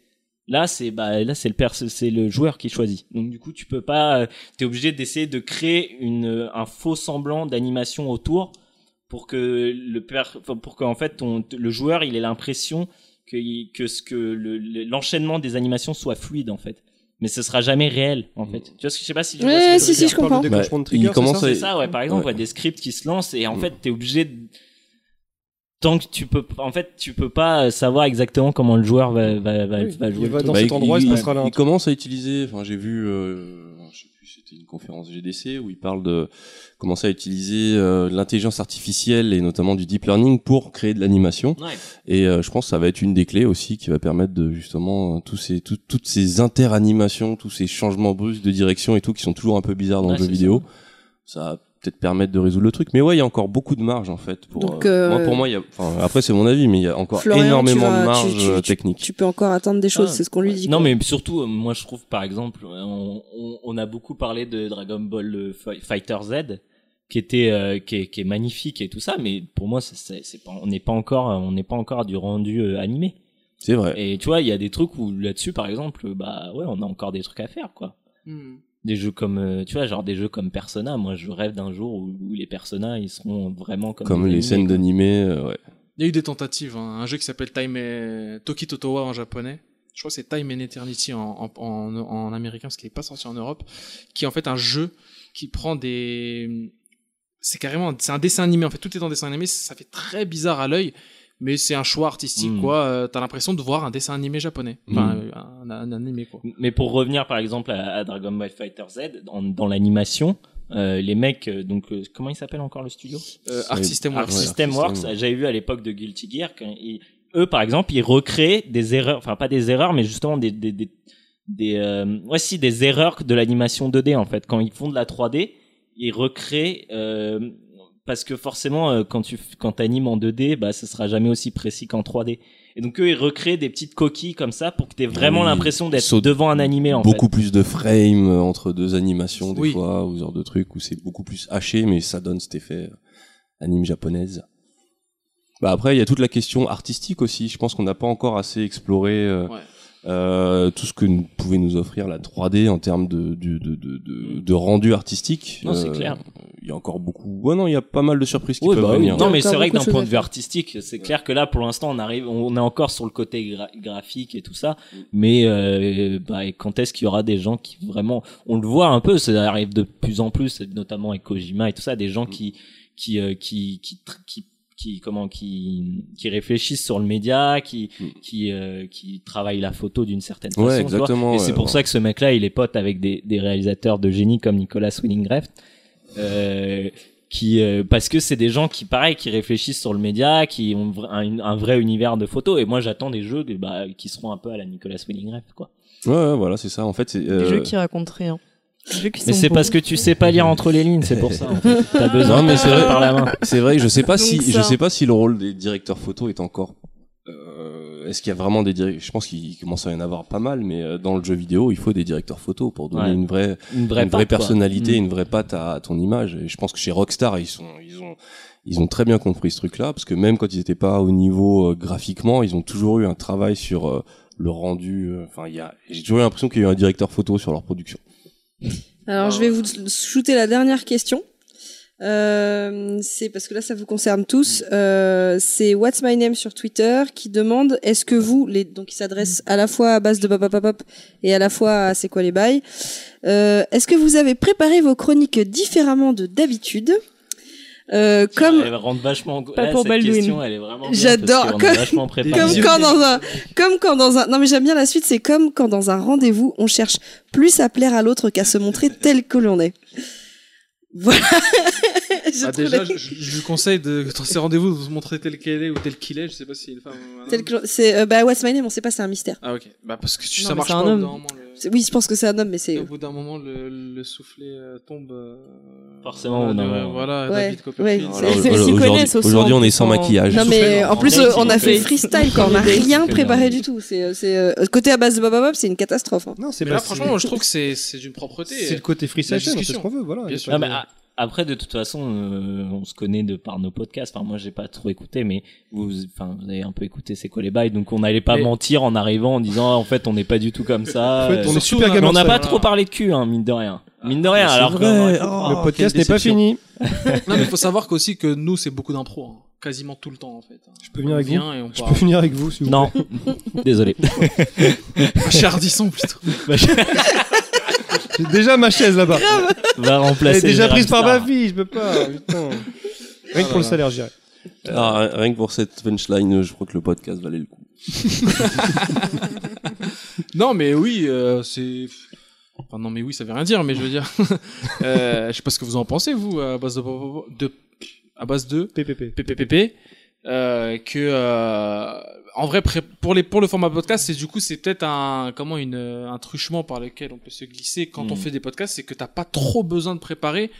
F: Là, c'est bah là c'est le perso- c'est le joueur qui choisit. Donc du coup, tu peux pas euh, t'es obligé d'essayer de créer une euh, un faux semblant d'animation autour pour que le per- enfin, pour qu'en fait ton le joueur, il ait l'impression que il- que ce que le- le- l'enchaînement des animations soit fluide en fait. Mais ce sera jamais réel en fait. Tu vois ce que je sais pas si je vois ce que
C: Ouais,
F: je veux
C: si, si,
F: dire.
C: je comprends.
B: Le déclenchement de
A: Bah,
B: trigger,
A: il commence
B: c'est ça
A: à-
F: C'est ça, ouais, par exemple,
A: Ouais.
F: ouais, des scripts qui se lancent et en
A: Mm.
F: fait, t'es obligé de... Tant que tu peux, en fait, tu peux pas euh, savoir exactement comment le joueur va, va, va,
B: Oui,
F: va jouer.
B: il va
F: le
B: dans
F: truc.
B: cet endroit, il se passera là un
A: Bah, il
B: truc.
A: commence à utiliser, enfin j'ai vu, euh, je sais plus, c'était une conférence GDC où il parle de commencer à utiliser euh, de l'intelligence artificielle et notamment du deep learning pour créer de l'animation.
F: Ouais.
A: Et euh, je pense que ça va être une des clés aussi qui va permettre de justement euh, tous ces, tout- toutes ces interanimations, tous ces changements brusques de direction et tout qui sont toujours un peu bizarres dans
F: Ouais,
A: le jeu
F: c'est
A: vidéo. Ça va peut-être permettre de résoudre le truc. Mais ouais, il y a encore beaucoup de marge en fait. Pour,
C: Donc,
A: euh, moi,
C: euh,
A: pour moi, il y a, enfin, après c'est mon avis, mais il y a encore
C: Florian, tu
A: énormément
C: vas-
A: de
C: tu-
A: marge
C: tu-
A: euh, technique.
C: Tu peux encore attendre des choses,
F: Ah,
C: c'est ce qu'on lui dit.
F: Non,
C: quoi.
F: mais surtout, euh, moi, je trouve, par exemple, euh, on, on, on a beaucoup parlé de Dragon Ball euh, Fi- Fighter Z, qui était, euh, qui, est, qui est magnifique et tout ça, mais pour moi, c'est- c'est c'est pas, on n'est pas encore, euh, on n'est pas encore à du rendu euh, animé.
A: C'est vrai.
F: Et tu vois, il y a des trucs où là-dessus, par exemple, euh, bah ouais, on a encore des trucs à faire, quoi.
D: Hmm.
F: des jeux comme euh, tu vois genre des jeux comme Persona moi je rêve d'un jour où, où les Persona ils seront vraiment comme,
A: comme
F: des
A: les
F: animés,
A: scènes
F: quoi.
A: d'animé, euh, ouais.
D: Il y a eu des tentatives. hein. Un jeu qui s'appelle Time et... Toki Totowa en japonais. Je crois que c'est Time and Eternity en, en, en, en américain parce qu'il n'est pas sorti en Europe. Qui est en fait un jeu qui prend des. C'est carrément. C'est un dessin animé. En fait, tout est en dessin animé. Ça fait très bizarre à l'œil. Mais c'est un choix artistique,
F: Mm.
D: quoi. Euh, T'as l'impression de voir un dessin animé japonais. Enfin,
F: Mm.
D: euh, un, un animé, quoi.
F: Mais pour revenir par exemple à, à Dragon Ball Fighter Z, dans, dans l'animation, euh, les mecs, euh, donc euh, comment il s'appelle encore le studio
D: Euh, Art
A: C'est-
D: System
F: Arc
D: Works.
A: Ah, ouais.
F: System
A: Arc
F: Works.
A: System.
F: J'avais vu à l'époque de Guilty Gear, quand ils- eux par exemple, ils recréaient des erreurs, enfin pas des erreurs, mais justement des des des, des euh, ouais, si, des erreurs de l'animation 2D en fait. Quand ils font de la 3D, ils recréent euh, parce que forcément, euh, quand tu f- quand t'animes en 2D, bah ce sera jamais aussi précis qu'en 3D. Et donc eux, ils recréent des petites coquilles comme ça pour que t'aies vraiment
A: Oui.
F: l'impression d'être
A: Saut-
F: devant un animé en fait.
A: beaucoup plus de frames euh, entre deux animations des
D: Oui.
A: fois ou ce genre de trucs où c'est beaucoup plus haché mais ça donne cet effet euh, anime japonaise. Bah après il y a toute la question artistique aussi. Je pense qu'on n'a pas encore assez exploré euh,
D: Ouais.
A: euh, tout ce que nous, pouvait nous offrir la 3D en termes de de, de, de, de- de rendu artistique.
F: Non, c'est
A: Euh,
F: clair.
A: Il y a encore beaucoup. Ouais non il y a pas mal de surprises qui
F: Oui,
A: peuvent
F: bah oui.
A: venir.
F: Non,
C: Il y a
F: mais
C: encore
F: c'est vrai que d'un
C: beaucoup de
F: point
C: choses à
F: de vue artistique, c'est clair que là, pour l'instant, on arrive, on est encore sur le côté gra- graphique et tout ça. Mais euh, bah, et quand est-ce qu'il y aura des gens qui vraiment, on le voit un peu, ça arrive de plus en plus, notamment avec Kojima et tout ça, des gens qui qui euh, qui qui tr- qui qui comment qui qui réfléchissent sur le média, qui
A: Mm.
F: qui euh, qui travaillent la photo d'une certaine
A: Ouais,
F: façon. tu vois.
A: exactement.
F: Et
A: ouais.
F: c'est pour ça que ce mec-là, il est pote avec des, des réalisateurs de génie comme Nicolas Winning euh, qui euh, parce que c'est des gens qui, pareil, qui réfléchissent sur le média, qui ont vra- un, un vrai univers de photos. Et moi, j'attends des jeux bah, qui seront un peu à la Nicolas Winning quoi.
A: Ouais, ouais, voilà c'est ça en fait. c'est,
E: Des
A: euh,
E: jeux qui racontent rien. Des jeux qui
F: Mais
E: sont
F: c'est
E: beaux.
F: parce que tu sais pas lire entre les lignes, c'est pour ça. en fait. T'as besoin
A: Non, mais
F: de
A: c'est vrai.
F: par la main.
A: C'est vrai que je sais pas
E: Donc
A: si
E: ça.
A: je sais pas si le rôle des directeurs photo est encore. euh, Est-ce qu'il y a vraiment des directeurs Je pense qu'il commence à y en avoir pas mal, mais euh, dans le jeu vidéo, il faut des directeurs photo pour donner
F: Ouais.
A: une vraie,
F: Une vraie,
A: une vraie
F: patte, quoi.
A: personnalité,
F: Mm.
A: une vraie patte à, à ton image. Et je pense que chez Rockstar, ils sont ils ont ils ont très bien compris ce truc-là parce que même quand ils étaient pas au niveau euh, graphiquement, ils ont toujours eu un travail sur euh, le rendu. euh, Enfin, il y a j'ai toujours eu l'impression qu'il y a eu un directeur photo sur leur production.
C: Alors, je vais vous shooter la dernière question. Euh, c'est parce que là, ça vous concerne tous. Euh, c'est What's My Name sur Twitter qui demande est-ce que vous, les, donc il s'adresse à la fois à base de papapapap et à la fois à c'est quoi les bails, euh, est-ce que vous avez préparé vos chroniques différemment de d'habitude Euh, comme
F: Elle rentre vachement.
E: Pas
F: là,
E: pour
F: cette
E: Baldwin.
F: question, elle est vraiment. bien,
C: J'adore.
F: parce qu'on
C: Comme-
F: est vachement préparé.
C: comme quand dans un comme quand dans un non mais j'aime bien la suite c'est comme quand dans un rendez-vous on cherche plus à plaire à l'autre qu'à se montrer tel que l'on est voilà Je
D: Bah,
C: trouve
D: déjà,
C: la-
D: je, je- je lui conseille de, dans ses rendez-vous, de vous montrer tel qu'elle est ou tel qu'il est. Je sais pas si une femme ou un
C: tel
D: homme.
C: que l'on- c'est euh, bah what's my name on sait pas c'est un mystère
D: Ah, ok. Bah, parce que tu,
E: Non,
D: ça
E: mais
D: marche
E: c'est
D: pas
E: un
D: au bout
E: homme.
D: d'un moment. le-
C: C'est- oui je pense que c'est un homme mais c'est
D: Au bout d'un moment, le, le soufflet euh, tombe. euh,
F: Forcément,
D: voilà,
F: au bout d'un
D: le-
F: moment.
D: Voilà,
C: Ouais,
D: David
C: ouais,
D: Copperfield.
A: Alors,
E: c'est- ils
A: aujourd'hui-
E: connaissent aussi,
A: Aujourd'hui, on est
E: en-
A: sans maquillage.
C: non mais en
F: en
C: plus
F: fait,
C: euh, on a
F: ils
C: fait
F: ont
C: freestyle quand on n'a rien préparé du tout c'est euh, c'est euh, côté à base de Baba Bob c'est une catastrophe hein.
B: Non, c'est
D: Mais
B: pas
D: là, franchement, je trouve que c'est c'est d'une propreté.
B: c'est le côté free
D: la
B: session, c'est ce
D: discussion.
B: qu'on veut, voilà.
D: Bien
B: y a
D: sûr.
B: pas
F: Non,
B: de-
F: mais ah. a- après, de toute façon, euh, on se connaît de par nos podcasts. Enfin, moi, j'ai pas trop écouté, mais vous, enfin, vous avez un peu écouté c'est quoi les bails. Donc, on n'allait pas
D: Mais-
F: mentir en arrivant en disant, Ah, en fait, on n'est pas du tout comme ça.
B: En fait, on
F: Euh,
B: est super
F: mais
B: gamin.
F: on n'a
B: ça,
F: pas
B: voilà.
F: trop parlé de cul, hein, mine de rien. Mine de rien,
A: c'est
F: alors que-
A: vrai.
B: Oh, Le podcast n'est pas fini.
D: Non, mais il faut savoir qu'aussi que nous, c'est beaucoup d'impro. hein. Quasiment tout le temps, en fait. Je
B: peux venir avec
D: vous et on
B: Je
D: part.
B: peux finir avec vous, si vous
F: Non, désolé.
D: Chez Ardisson, plutôt.
B: J'ai déjà ma chaise là-bas.
F: Va
B: Elle est
F: remplacer.
B: déjà
F: Gérard
B: prise par
F: Star.
B: ma fille, je peux pas. Putain. Rien que pour le salaire, je dirais.
A: Ah, rien que pour cette punchline, euh, je crois que le podcast valait le coup.
D: Non, mais oui, euh, c'est. Enfin, non, mais oui, ça veut rien dire, mais je veux dire. euh, je sais pas ce que vous en pensez, vous, à base de. de- à base de.
B: PPP.
D: PPPP. Euh, que euh, en vrai pré- pour les pour le format podcast c'est du coup c'est peut-être un comment une euh, un truchement par lequel on peut se glisser quand on
F: Mm.
D: fait des podcasts c'est que t'as pas trop besoin de préparer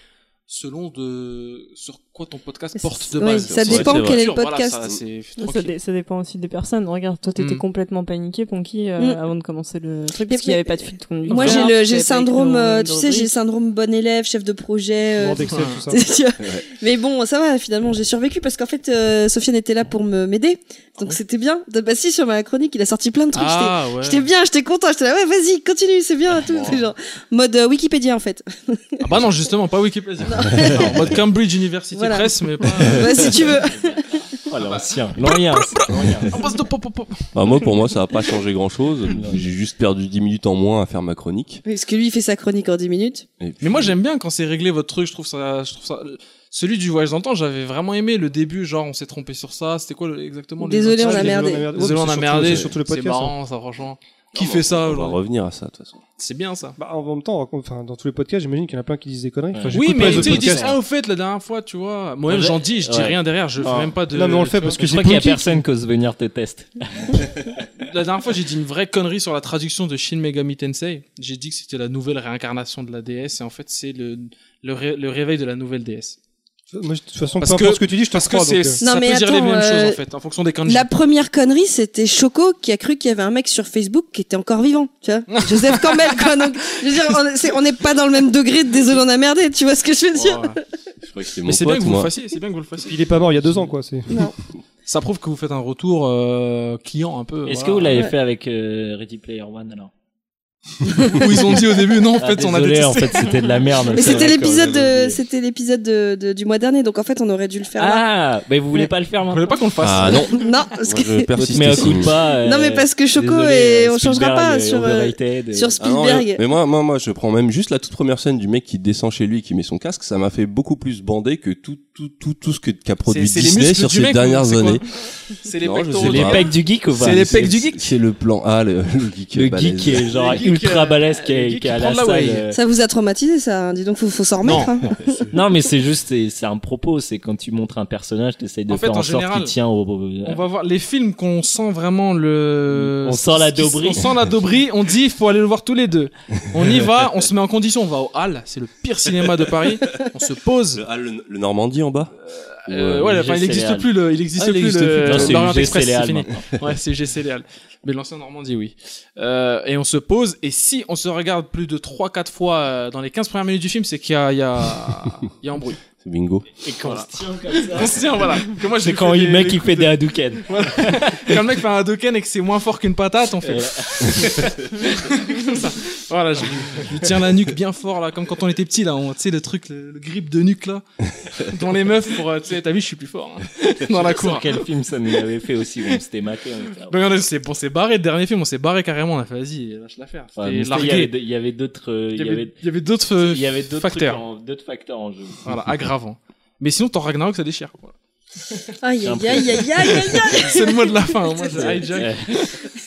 D: selon de sur quoi ton podcast
C: Mais
D: porte
C: c'est-
D: de
C: oui,
D: base
C: ça
D: C'est vrai,
C: dépend
D: c'est vrai.
C: quel est le
D: Voilà,
C: podcast.
D: ça, c'est
E: Ça,
D: tranquille.
E: dé- ça dépend aussi des personnes. Regarde, toi, t'étais
D: Mm.
E: complètement paniqué, Ponky, euh,
C: Mm.
E: avant de commencer le truc,
C: Mais-
E: parce qu'il n'y avait pas de fuite conduite.
C: moi j'ai
E: Voilà,
C: le
E: tu
C: j'ai le
E: savais pas
C: syndrome
E: écrire dans-
C: euh, tu
E: dans
C: sais
E: le
C: j'ai le
E: truc.
C: syndrome bon élève chef de projet euh,
B: Bord d'Excel, tout ça.
C: Tu vois. Mais bon, ça va, finalement, j'ai survécu parce qu'en fait, euh, Sofiane était là pour me m'aider.
F: Ah
C: Donc c'était bien. Bah si, sur ma chronique, il a sorti plein de trucs. j'étais-
D: ah ouais
C: J'étais bien, j'étais content, j'étais là, ouais, vas-y, continue, c'est bien, tout. C'est genre, mode euh, Wikipédia, en fait.
D: ah bah non justement pas Wikipédia Non, en mode Cambridge University
C: Voilà.
D: Press mais pas
C: Bah, si tu veux.
F: Oh, l'ancien. L'ancien.
D: On passe de pop, pop, pop.
A: Bah, moi, pour moi, ça n'a pas changé grand chose. J'ai juste perdu 10 minutes en moins à faire ma chronique.
C: Parce que lui, il fait sa chronique en 10 minutes.
A: Et puis-
D: Mais moi j'aime bien quand c'est réglé votre truc, je trouve ça, je trouve ça. Celui du voyage dans le temps, j'avais vraiment aimé le début, genre on s'est trompé sur ça. C'était quoi le- exactement le-
C: Désolé, on
D: Ah,
C: a
D: j'ai-
C: merdé.
D: Désolé, on a merdé.
B: Surtout le
D: C'est
B: podcast. hein.
D: marrant ça, franchement. Qui fait ça
A: On va
D: aujourd'hui
A: revenir à ça, de toute façon.
D: C'est bien ça.
B: Bah, en même temps, on raconte- enfin, dans tous les podcasts, j'imagine qu'il y en a plein qui disent des conneries. Enfin,
F: Ouais.
B: j'écoute
D: Oui,
B: pas
D: mais
B: les
D: tu
B: autres
D: sais, ils disent
B: podcasts.
D: ah au fait là dernière fois, tu vois. Moi
F: Ouais.
D: j'en dis, je dis
F: Ouais.
D: rien derrière, je fais
F: Ah.
D: même pas de.
B: Non, mais on le fait
D: tu vois.
B: parce que
F: Je
B: j'ai
F: crois qu'il y a
B: politique.
F: personne qui ose venir te tester.
D: La dernière fois, j'ai dit une vraie connerie sur la traduction de Shin Megami Tensei. J'ai dit que c'était la nouvelle réincarnation de la déesse et en fait, c'est le, le, ré- le réveil de la nouvelle déesse.
B: Moi, je- de toute façon, peu
D: Parce que-
B: importe ce que tu dis, je te
D: Parce que
B: crois.
D: c'est,
B: donc, euh,
D: ça
C: Non,
D: peut
C: mais
D: dire les
C: attends,
D: mêmes
C: euh,
D: choses en fait, en fonction des kanji.
C: La première connerie, c'était Choco qui a cru qu'il y avait un mec sur Facebook qui était encore vivant, tu vois. Joseph Campbell, quoi. Donc, je veux dire, on- c'est- on n'est pas dans le même degré de désolé, on a merdé, tu vois ce que je veux
D: Oh,
C: dire
D: ouais.
A: Je crois que c'est mon
D: Mais c'est
A: pote,
D: bien que vous le
A: moi.
D: fassiez, c'est bien que vous le fassiez.
B: euh, Il est pas mort il y a deux ans, quoi. C'est
D: Ça prouve que vous faites un retour euh, client un peu.
F: Est-ce que vous
D: voilà.
F: l'avez
C: Ouais.
F: fait avec euh, Ready Player One alors
D: Où ils ont dit au début, non, en
F: Ah,
D: fait, on a
F: désolé,
D: détesté.
F: en fait, c'était de la merde.
C: Mais
F: C'est
C: c'était
F: vrai
C: l'épisode,
F: qu'on avait
C: de-
F: oublié.
C: c'était l'épisode de- de- du mois dernier, donc en fait, on aurait dû le faire là.
F: Ah, mais vous voulez
C: Ouais.
F: pas le faire
D: Vous
F: maintenant
D: voulez pas qu'on le fasse
A: Ah non,
C: Non, parce
A: moi, je
C: que...
A: persiste.
F: Mais un
A: ici.
F: coup de pas. euh,
C: non, mais parce que Choco
F: désolé,
C: et
F: euh,
C: on changera
F: Spielberg
C: pas
F: est
C: sur, euh,
F: overrated, euh,
C: sur
A: Ah non,
C: Spielberg.
A: mais- mais moi, moi, moi, je prends même juste la toute première scène du mec qui descend chez lui et qui met son casque. Ça m'a fait beaucoup plus bander que tout, tout, tout, tout ce que qu'a produit
D: c'est les
A: Disney
D: muscles
A: sur
D: du
A: ces
D: mec ou
A: dernières
D: c'est quoi
A: années.
D: C'est les
A: Non, je
D: pectoraux.
A: sais
F: C'est les
A: pas.
F: pecs du geek ou pas
D: C'est les pecs du geek.
A: C'est le plan A, le, le geek.
F: Le
A: balèze.
F: geek qui est genre
D: Le geek, euh,
F: ultra balèze qui
D: le
F: est
D: geek
F: qui est à
D: qui
F: la
D: prend de la
F: salle.
D: wave.
F: euh,
C: Ça vous a traumatisé, ça. hein. Dis donc, faut, faut s'en remettre. hein.
F: Non, mais c'est juste, c'est c'est un propos. C'est quand tu montres un personnage, t'essayes de
D: En fait,
F: faire
D: en
F: en sorte
D: général,
F: qu'il tient au. Ah, au-
D: On va voir les films qu'on sent vraiment le.
F: On sent la daubrie.
D: On sent la daubrie. On dit, faut aller le voir tous les deux. On y va, on se met en condition. On va au Hall, c'est le pire cinéma de Paris. On se pose.
A: Le, ah, le- le Normandie en bas.
D: Euh,
F: Ouais,
D: ouais,
F: le
D: enfin, il
F: G
D: n'existe
F: Céréales.
D: plus le, il existe
A: Ah, il
D: plus
A: existe plus.
D: le.
F: Non, c'est
D: l'Orient
F: UG
D: Express, c'est
F: Céréales,
D: fini.
F: maintenant.
D: Ouais, c'est G Céréales. Mais l'ancien Normandie, oui. Euh, et on se pose. Et si on se regarde plus de 3-4 fois euh, dans les 15 premières minutes du film, c'est qu'il y a, il y a, il y a un bruit.
A: C'est bingo.
F: Et quand
D: Voilà. On se tient, voilà. Que moi, j'ai
F: C'est quand
D: fait
F: le
D: des-
F: mec
D: des
F: il
D: coups
F: fait
D: de-
F: des Hadouken.
D: Quand le mec fait un Hadoken et que c'est moins fort qu'une patate, on fait.
F: Euh,
D: Comme ça. Voilà, je, je lui tiens la nuque bien fort là, comme quand on était petit là, on- tu sais le truc, le, le grip de nuque là, dans les meufs pour, euh, tu sais, t'as vu, je suis plus fort hein, dans la cour.
F: Sur quel film ça nous avait fait aussi où on s'était maté on était là,
D: Donc on s'est bon, on s'est barré, le dernier film, on s'est barré carrément, on a fait vas-y, lâche l'affaire.
F: ouais. Ouais,
D: Et
F: mais c'était- Il y
D: largué.
F: avait de- il y avait d'autres. euh,
D: Il y
F: avait-
D: avait, il y avait d'autres, euh,
F: Il y avait d'autres trucs
D: facteurs,
F: en- d'autres facteurs en jeu.
D: voilà, aggravants. Mais sinon, ton Ragnarok, ça déchire. quoi.
C: hein. Aïe, aïe, aïe, aïe, aïe, Bah, aïe, aïe.
D: C'est le mot de la fin. hein, Moi, j'ai hijack.
F: Euh,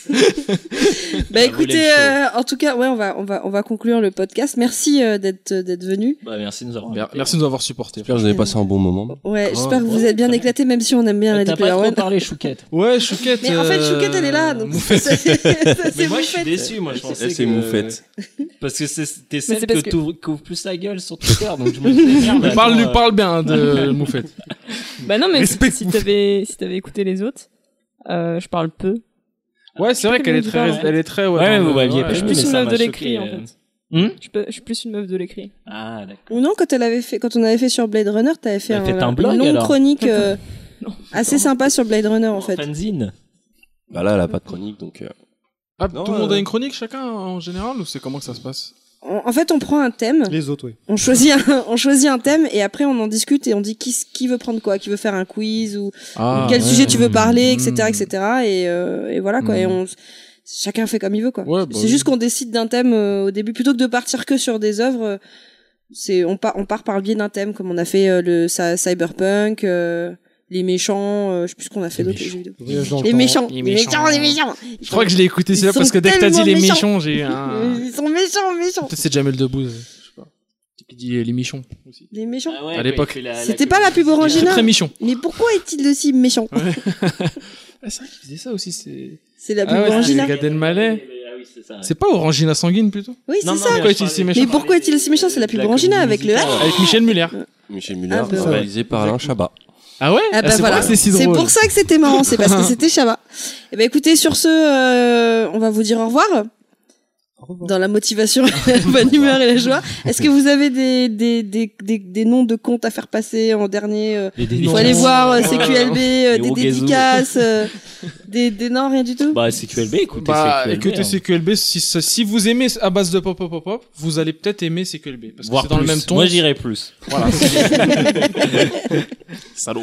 C: Bah
F: Ça voulait
C: écoutez,
F: le show.
C: euh, en tout cas, ouais, on va, on va, on va conclure le podcast. Merci euh, d'être, d'être venu.
F: bah, merci de nous avoir
D: Mer-
F: invités.
D: Merci de nous avoir supportés.
A: J'espère que vous avez passé un bon moment.
C: Ouais,
F: Oh,
C: j'espère que vous
F: ouais,
C: êtes bien
F: très bien.
C: éclatés, même si on aime bien
F: Euh,
C: la
F: T'as
C: Deep
F: pas trop
C: One.
F: parlé, Chouquette.
D: Ouais, Chouquette.
C: Mais en fait,
D: euh,
C: Chouquette, elle est là, donc ça, ça, c'est
F: Mais
C: c'est
F: moi,
C: vous
F: je suis
C: faites.
F: déçu. Moi, je pensais
A: Elle, Eh, c'est
F: que-
A: moufette.
F: Parce que c'est- c'était
E: c'est
F: celle
E: parce
F: que
E: que-
F: t'ouvres- qui ouvre plus sa gueule sur Twitter. donc je me disais, merde,
D: Mais
F: attends,
D: Parle, lui,
F: euh,
D: parle bien hein, de Moufette.
E: Bah non, mais si si t'avais si t'avais écouté les autres, euh, je parle peu.
D: Ouais, c'est vrai qu'elle est
E: Je sais
D: très,
E: pas comment
D: elle est très.
F: Ouais, mais
D: dans
F: vous
D: le-
F: m'aviez pas
E: Je suis
F: Ouais,
E: plus
F: mais
E: une
F: ça
E: meuf
F: m'a
E: de l'écrit
F: choqué,
E: en
F: euh.
E: fait.
F: Hmm
E: Je peux- je suis plus une meuf de l'écrit.
F: Ah, d'accord.
C: Ou non, quand, elle avait fait, quand on avait fait sur Blade Runner, t'avais fait,
F: Elle
C: un,
F: fait un
C: une
F: blog,
C: longue
F: alors
C: chronique euh,
E: Non.
C: assez sympa sur Blade Runner en fait.
F: Fanzine.
A: Bah là, elle a pas de chronique, donc. euh,
D: Ah,
A: Non,
D: tout le monde
A: euh,
D: a une chronique chacun en général ou c'est comment que ça se passe
C: On- en fait, on prend un thème,
B: les autres, oui.
C: on choisit un, on choisit un thème et après on en discute et on dit qui, s- qui veut prendre quoi, qui veut faire un quiz ou
D: Ah
C: quel sujet tu veux parler, etc.
D: Hmm.
C: etc. Et, euh, et voilà quoi.
D: Mm.
C: Et on, s- chacun fait comme il veut quoi.
D: Ouais, bah
C: c'est
D: oui.
C: juste qu'on décide d'un thème euh, au début plutôt que de partir que sur des œuvres. euh, C'est on part on part par le biais d'un thème comme on a fait euh, le cy- cyberpunk, euh, les méchants, euh, je sais plus ce qu'on a fait d'autres jeux vidéo.
B: Voyage dans le
C: Les
B: temps.
C: méchants,
D: Les
C: les méchants,
D: méchants.
C: les méchants.
D: Je crois que je l'ai écouté c'est là
C: Ils
D: parce
C: sont
D: que dès que t'as dit les
C: tellement
D: méchants, j'ai eu un.
C: Ils sont méchants, méchants.
D: Peut-être c'est Jamel Debbouze, je sais pas. Qui dit les michons aussi.
C: Les méchants.
D: À l'époque.
C: C'était pas la pub
D: C'est
C: Orangina
D: très michon.
C: Mais pourquoi est-il aussi méchant
D: Ah, c'est vrai qu'il faisait ça aussi. C'est
C: C'est la pub
D: Ah ouais,
C: Orangina.
D: c'est Gad Elmaleh.
F: Ah oui, c'est ça.
D: c'est pas Orangina Sanguine plutôt
C: Oui, c'est
F: Non, non,
C: ça.
F: mais
D: Pourquoi
F: je
D: est-il si
F: parlais-
D: méchant
C: Mais pourquoi est-il si méchant C'est la pub
F: De la
C: Orangina avec le.
F: comédie musicale.
D: Avec Michel Muller.
A: Michel Muller,
C: Ah, bah, ouais.
A: réalisé par Alain Chabat.
D: Ah ouais
C: Ah bah
D: C'est pour
C: voilà.
D: ça que c'est si
C: C'est
D: drôle.
C: pour ça que c'était Eh marrant, c'est parce que c'était Shabba. Et ben écoutez, sur ce, euh, on va vous dire au revoir.
B: Au revoir.
C: dans la motivation, la bonne humeur et la joie. Est-ce que vous avez des, des, des, des, des noms de comptes à faire passer en dernier euh,
F: Les
C: Il
F: dédicaces.
C: faut aller voir euh, CQLB, euh,
F: Les
C: des
F: Wogazoo.
C: dédicaces, euh, des, des... Non, rien du tout
F: Bah, CQLB, écoutez
D: Bah,
F: CQLB.
D: écoutez
F: hein.
D: CQLB, si, ça- si vous aimez à base de pop pop pop pop, vous allez peut-être aimer CQLB parce que
F: Voir
D: c'est dans le
F: plus.
D: même ton.
F: Moi, j'irais plus.
D: Voilà, c'est Salaud.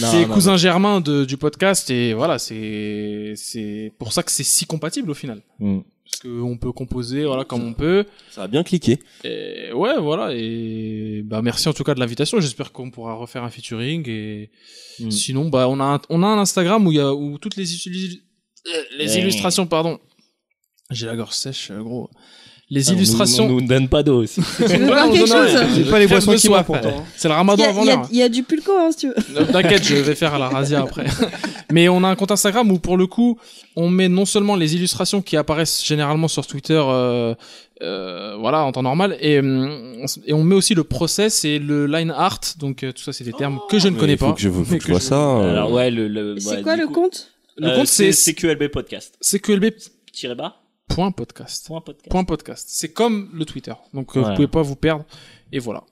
F: Non,
D: c'est
F: non,
D: cousin germain de- du podcast et voilà, c'est c'est pour ça que c'est si compatible au final.
F: Hmm.
D: Parce qu'on peut composer voilà comme on peut.
A: Ça a bien cliqué.
D: Et ouais, voilà. Et bah merci en tout cas de l'invitation. J'espère qu'on pourra refaire un featuring. Et
F: Mm.
D: sinon, bah on a un, on a un Instagram où il y a où toutes les illu- euh, les
F: Eh.
D: illustrations, pardon. J'ai la gorge sèche, euh, gros. Les
F: Ah, on nous-
D: illustrations.
F: On nous donne pas d'eau aussi.
C: Tu veux boire
D: Ouais,
C: quelque
D: non, non,
C: chose
D: ouais.
B: J'ai pas les
D: Crève
B: boissons
D: de
B: qui
D: soif,
B: manquent, pourtant. hein.
D: C'est le
C: Il y
D: ramadan
C: a-
D: avant
C: il y,
D: l'heure.
C: a- il y a du pulco, hein, si tu veux.
D: Ne- T'inquiète, je vais faire à la razzia après. Mais on a un compte Instagram où, pour le coup, on met non seulement les illustrations qui apparaissent généralement sur Twitter, euh, euh, voilà, en temps normal, et, hum, on s- et on met aussi le process et le line art. Donc, euh, tout ça, c'est des termes que je ne
A: Mais
D: connais
A: Oh. il faut
D: pas.
A: que je, faut
D: Mais
A: que je
D: que
A: vois
D: je-
A: ça. euh,
F: Alors, ouais, euh, le. le
C: C'est quoi le compte
D: Le compte, c'est
F: CQLB podcast.
D: cqlb.podcast.
F: Tirez bas, point podcast.
D: Point podcast. C'est comme le Twitter. Donc, euh, vous
F: Voilà.
D: pouvez pas vous perdre. Et voilà.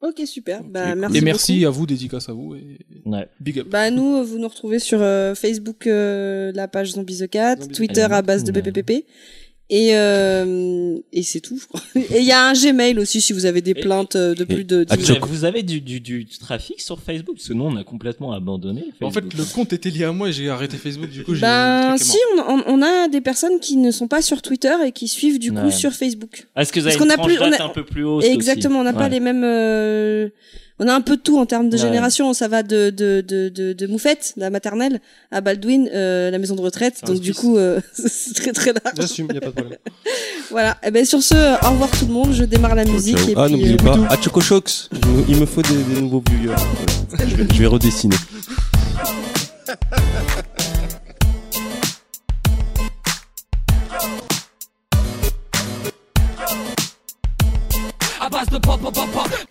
C: Ok, super. Bah, merci
D: et merci
C: beaucoup.
D: à vous, dédicace à vous. Et
F: Ouais.
D: big up.
C: Bah, nous, euh, vous nous retrouvez sur euh, Facebook, euh, la page Zombie the Cat,
D: Zombie the
C: Twitter
F: Cat. Mmh.
C: à base de
F: Ouais.
C: BPPP. Et, euh, et c'est tout, je crois. Et il y a un Gmail aussi si vous avez des
F: Et-
C: plaintes euh, de
A: et-
C: plus de
A: Ah,
C: 10
F: Vous,
A: Atchok.
F: avez, vous avez du, du, du trafic sur Facebook Parce que nous, on a complètement abandonné.
D: En fait, le
F: Facebook.
D: compte était lié à moi et j'ai arrêté Facebook. Du coup, j'ai. le
C: Ben
D: truc est mort.
C: si, on, on- on a des personnes qui ne sont pas sur Twitter et qui suivent du coup
F: Ouais.
C: sur Facebook.
F: Ah, Est-ce que vous
C: parce
F: avez
C: qu'on
F: une
C: a plus-
F: tranche d'âge
C: on a-
F: un peu plus haute aussi
C: Exactement, on n'a pas
F: Ouais.
C: les mêmes. euh, On a un peu de tout en termes de
F: Ouais.
C: génération. Ça va de de de de, de Moufette, la maternelle, à Baldwin, euh, la maison de retraite.
F: Ça
C: Donc
F: reste
C: du
F: Ah, plus.
C: coup, euh, c'est très très large.
B: J'assume, y a pas de problème.
C: Voilà. Et ben sur ce, au revoir tout le monde. Je démarre la musique
A: ciao.
C: et
A: ah,
C: puis.
A: n'oubliez
C: euh,
A: pas. Ah, Choco Chocs, il me- Il me faut des, des nouveaux viewers. Voilà. Je vais- je vais redessiner.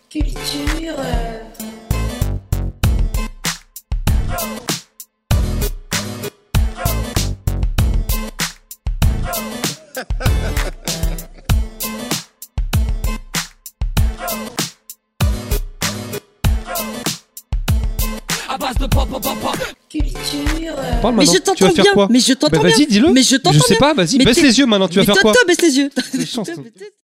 I: Culture. euh, Culture. euh,
B: Parle maintenant.
C: Mais je
B: Tu vas
C: t'entends
B: faire
C: bien.
B: quoi
C: Mais je
B: Bah,
C: t'entends bien.
B: vas-y, dis-le.
C: Mais je t'entends
B: Je sais
C: bien.
B: pas, vas-y,
C: Mais
B: baisse
C: t'es-
B: les yeux maintenant, tu vas
C: Mais
B: faire quoi
C: toi, toi, baisse les yeux.
B: C'est une chance, toi.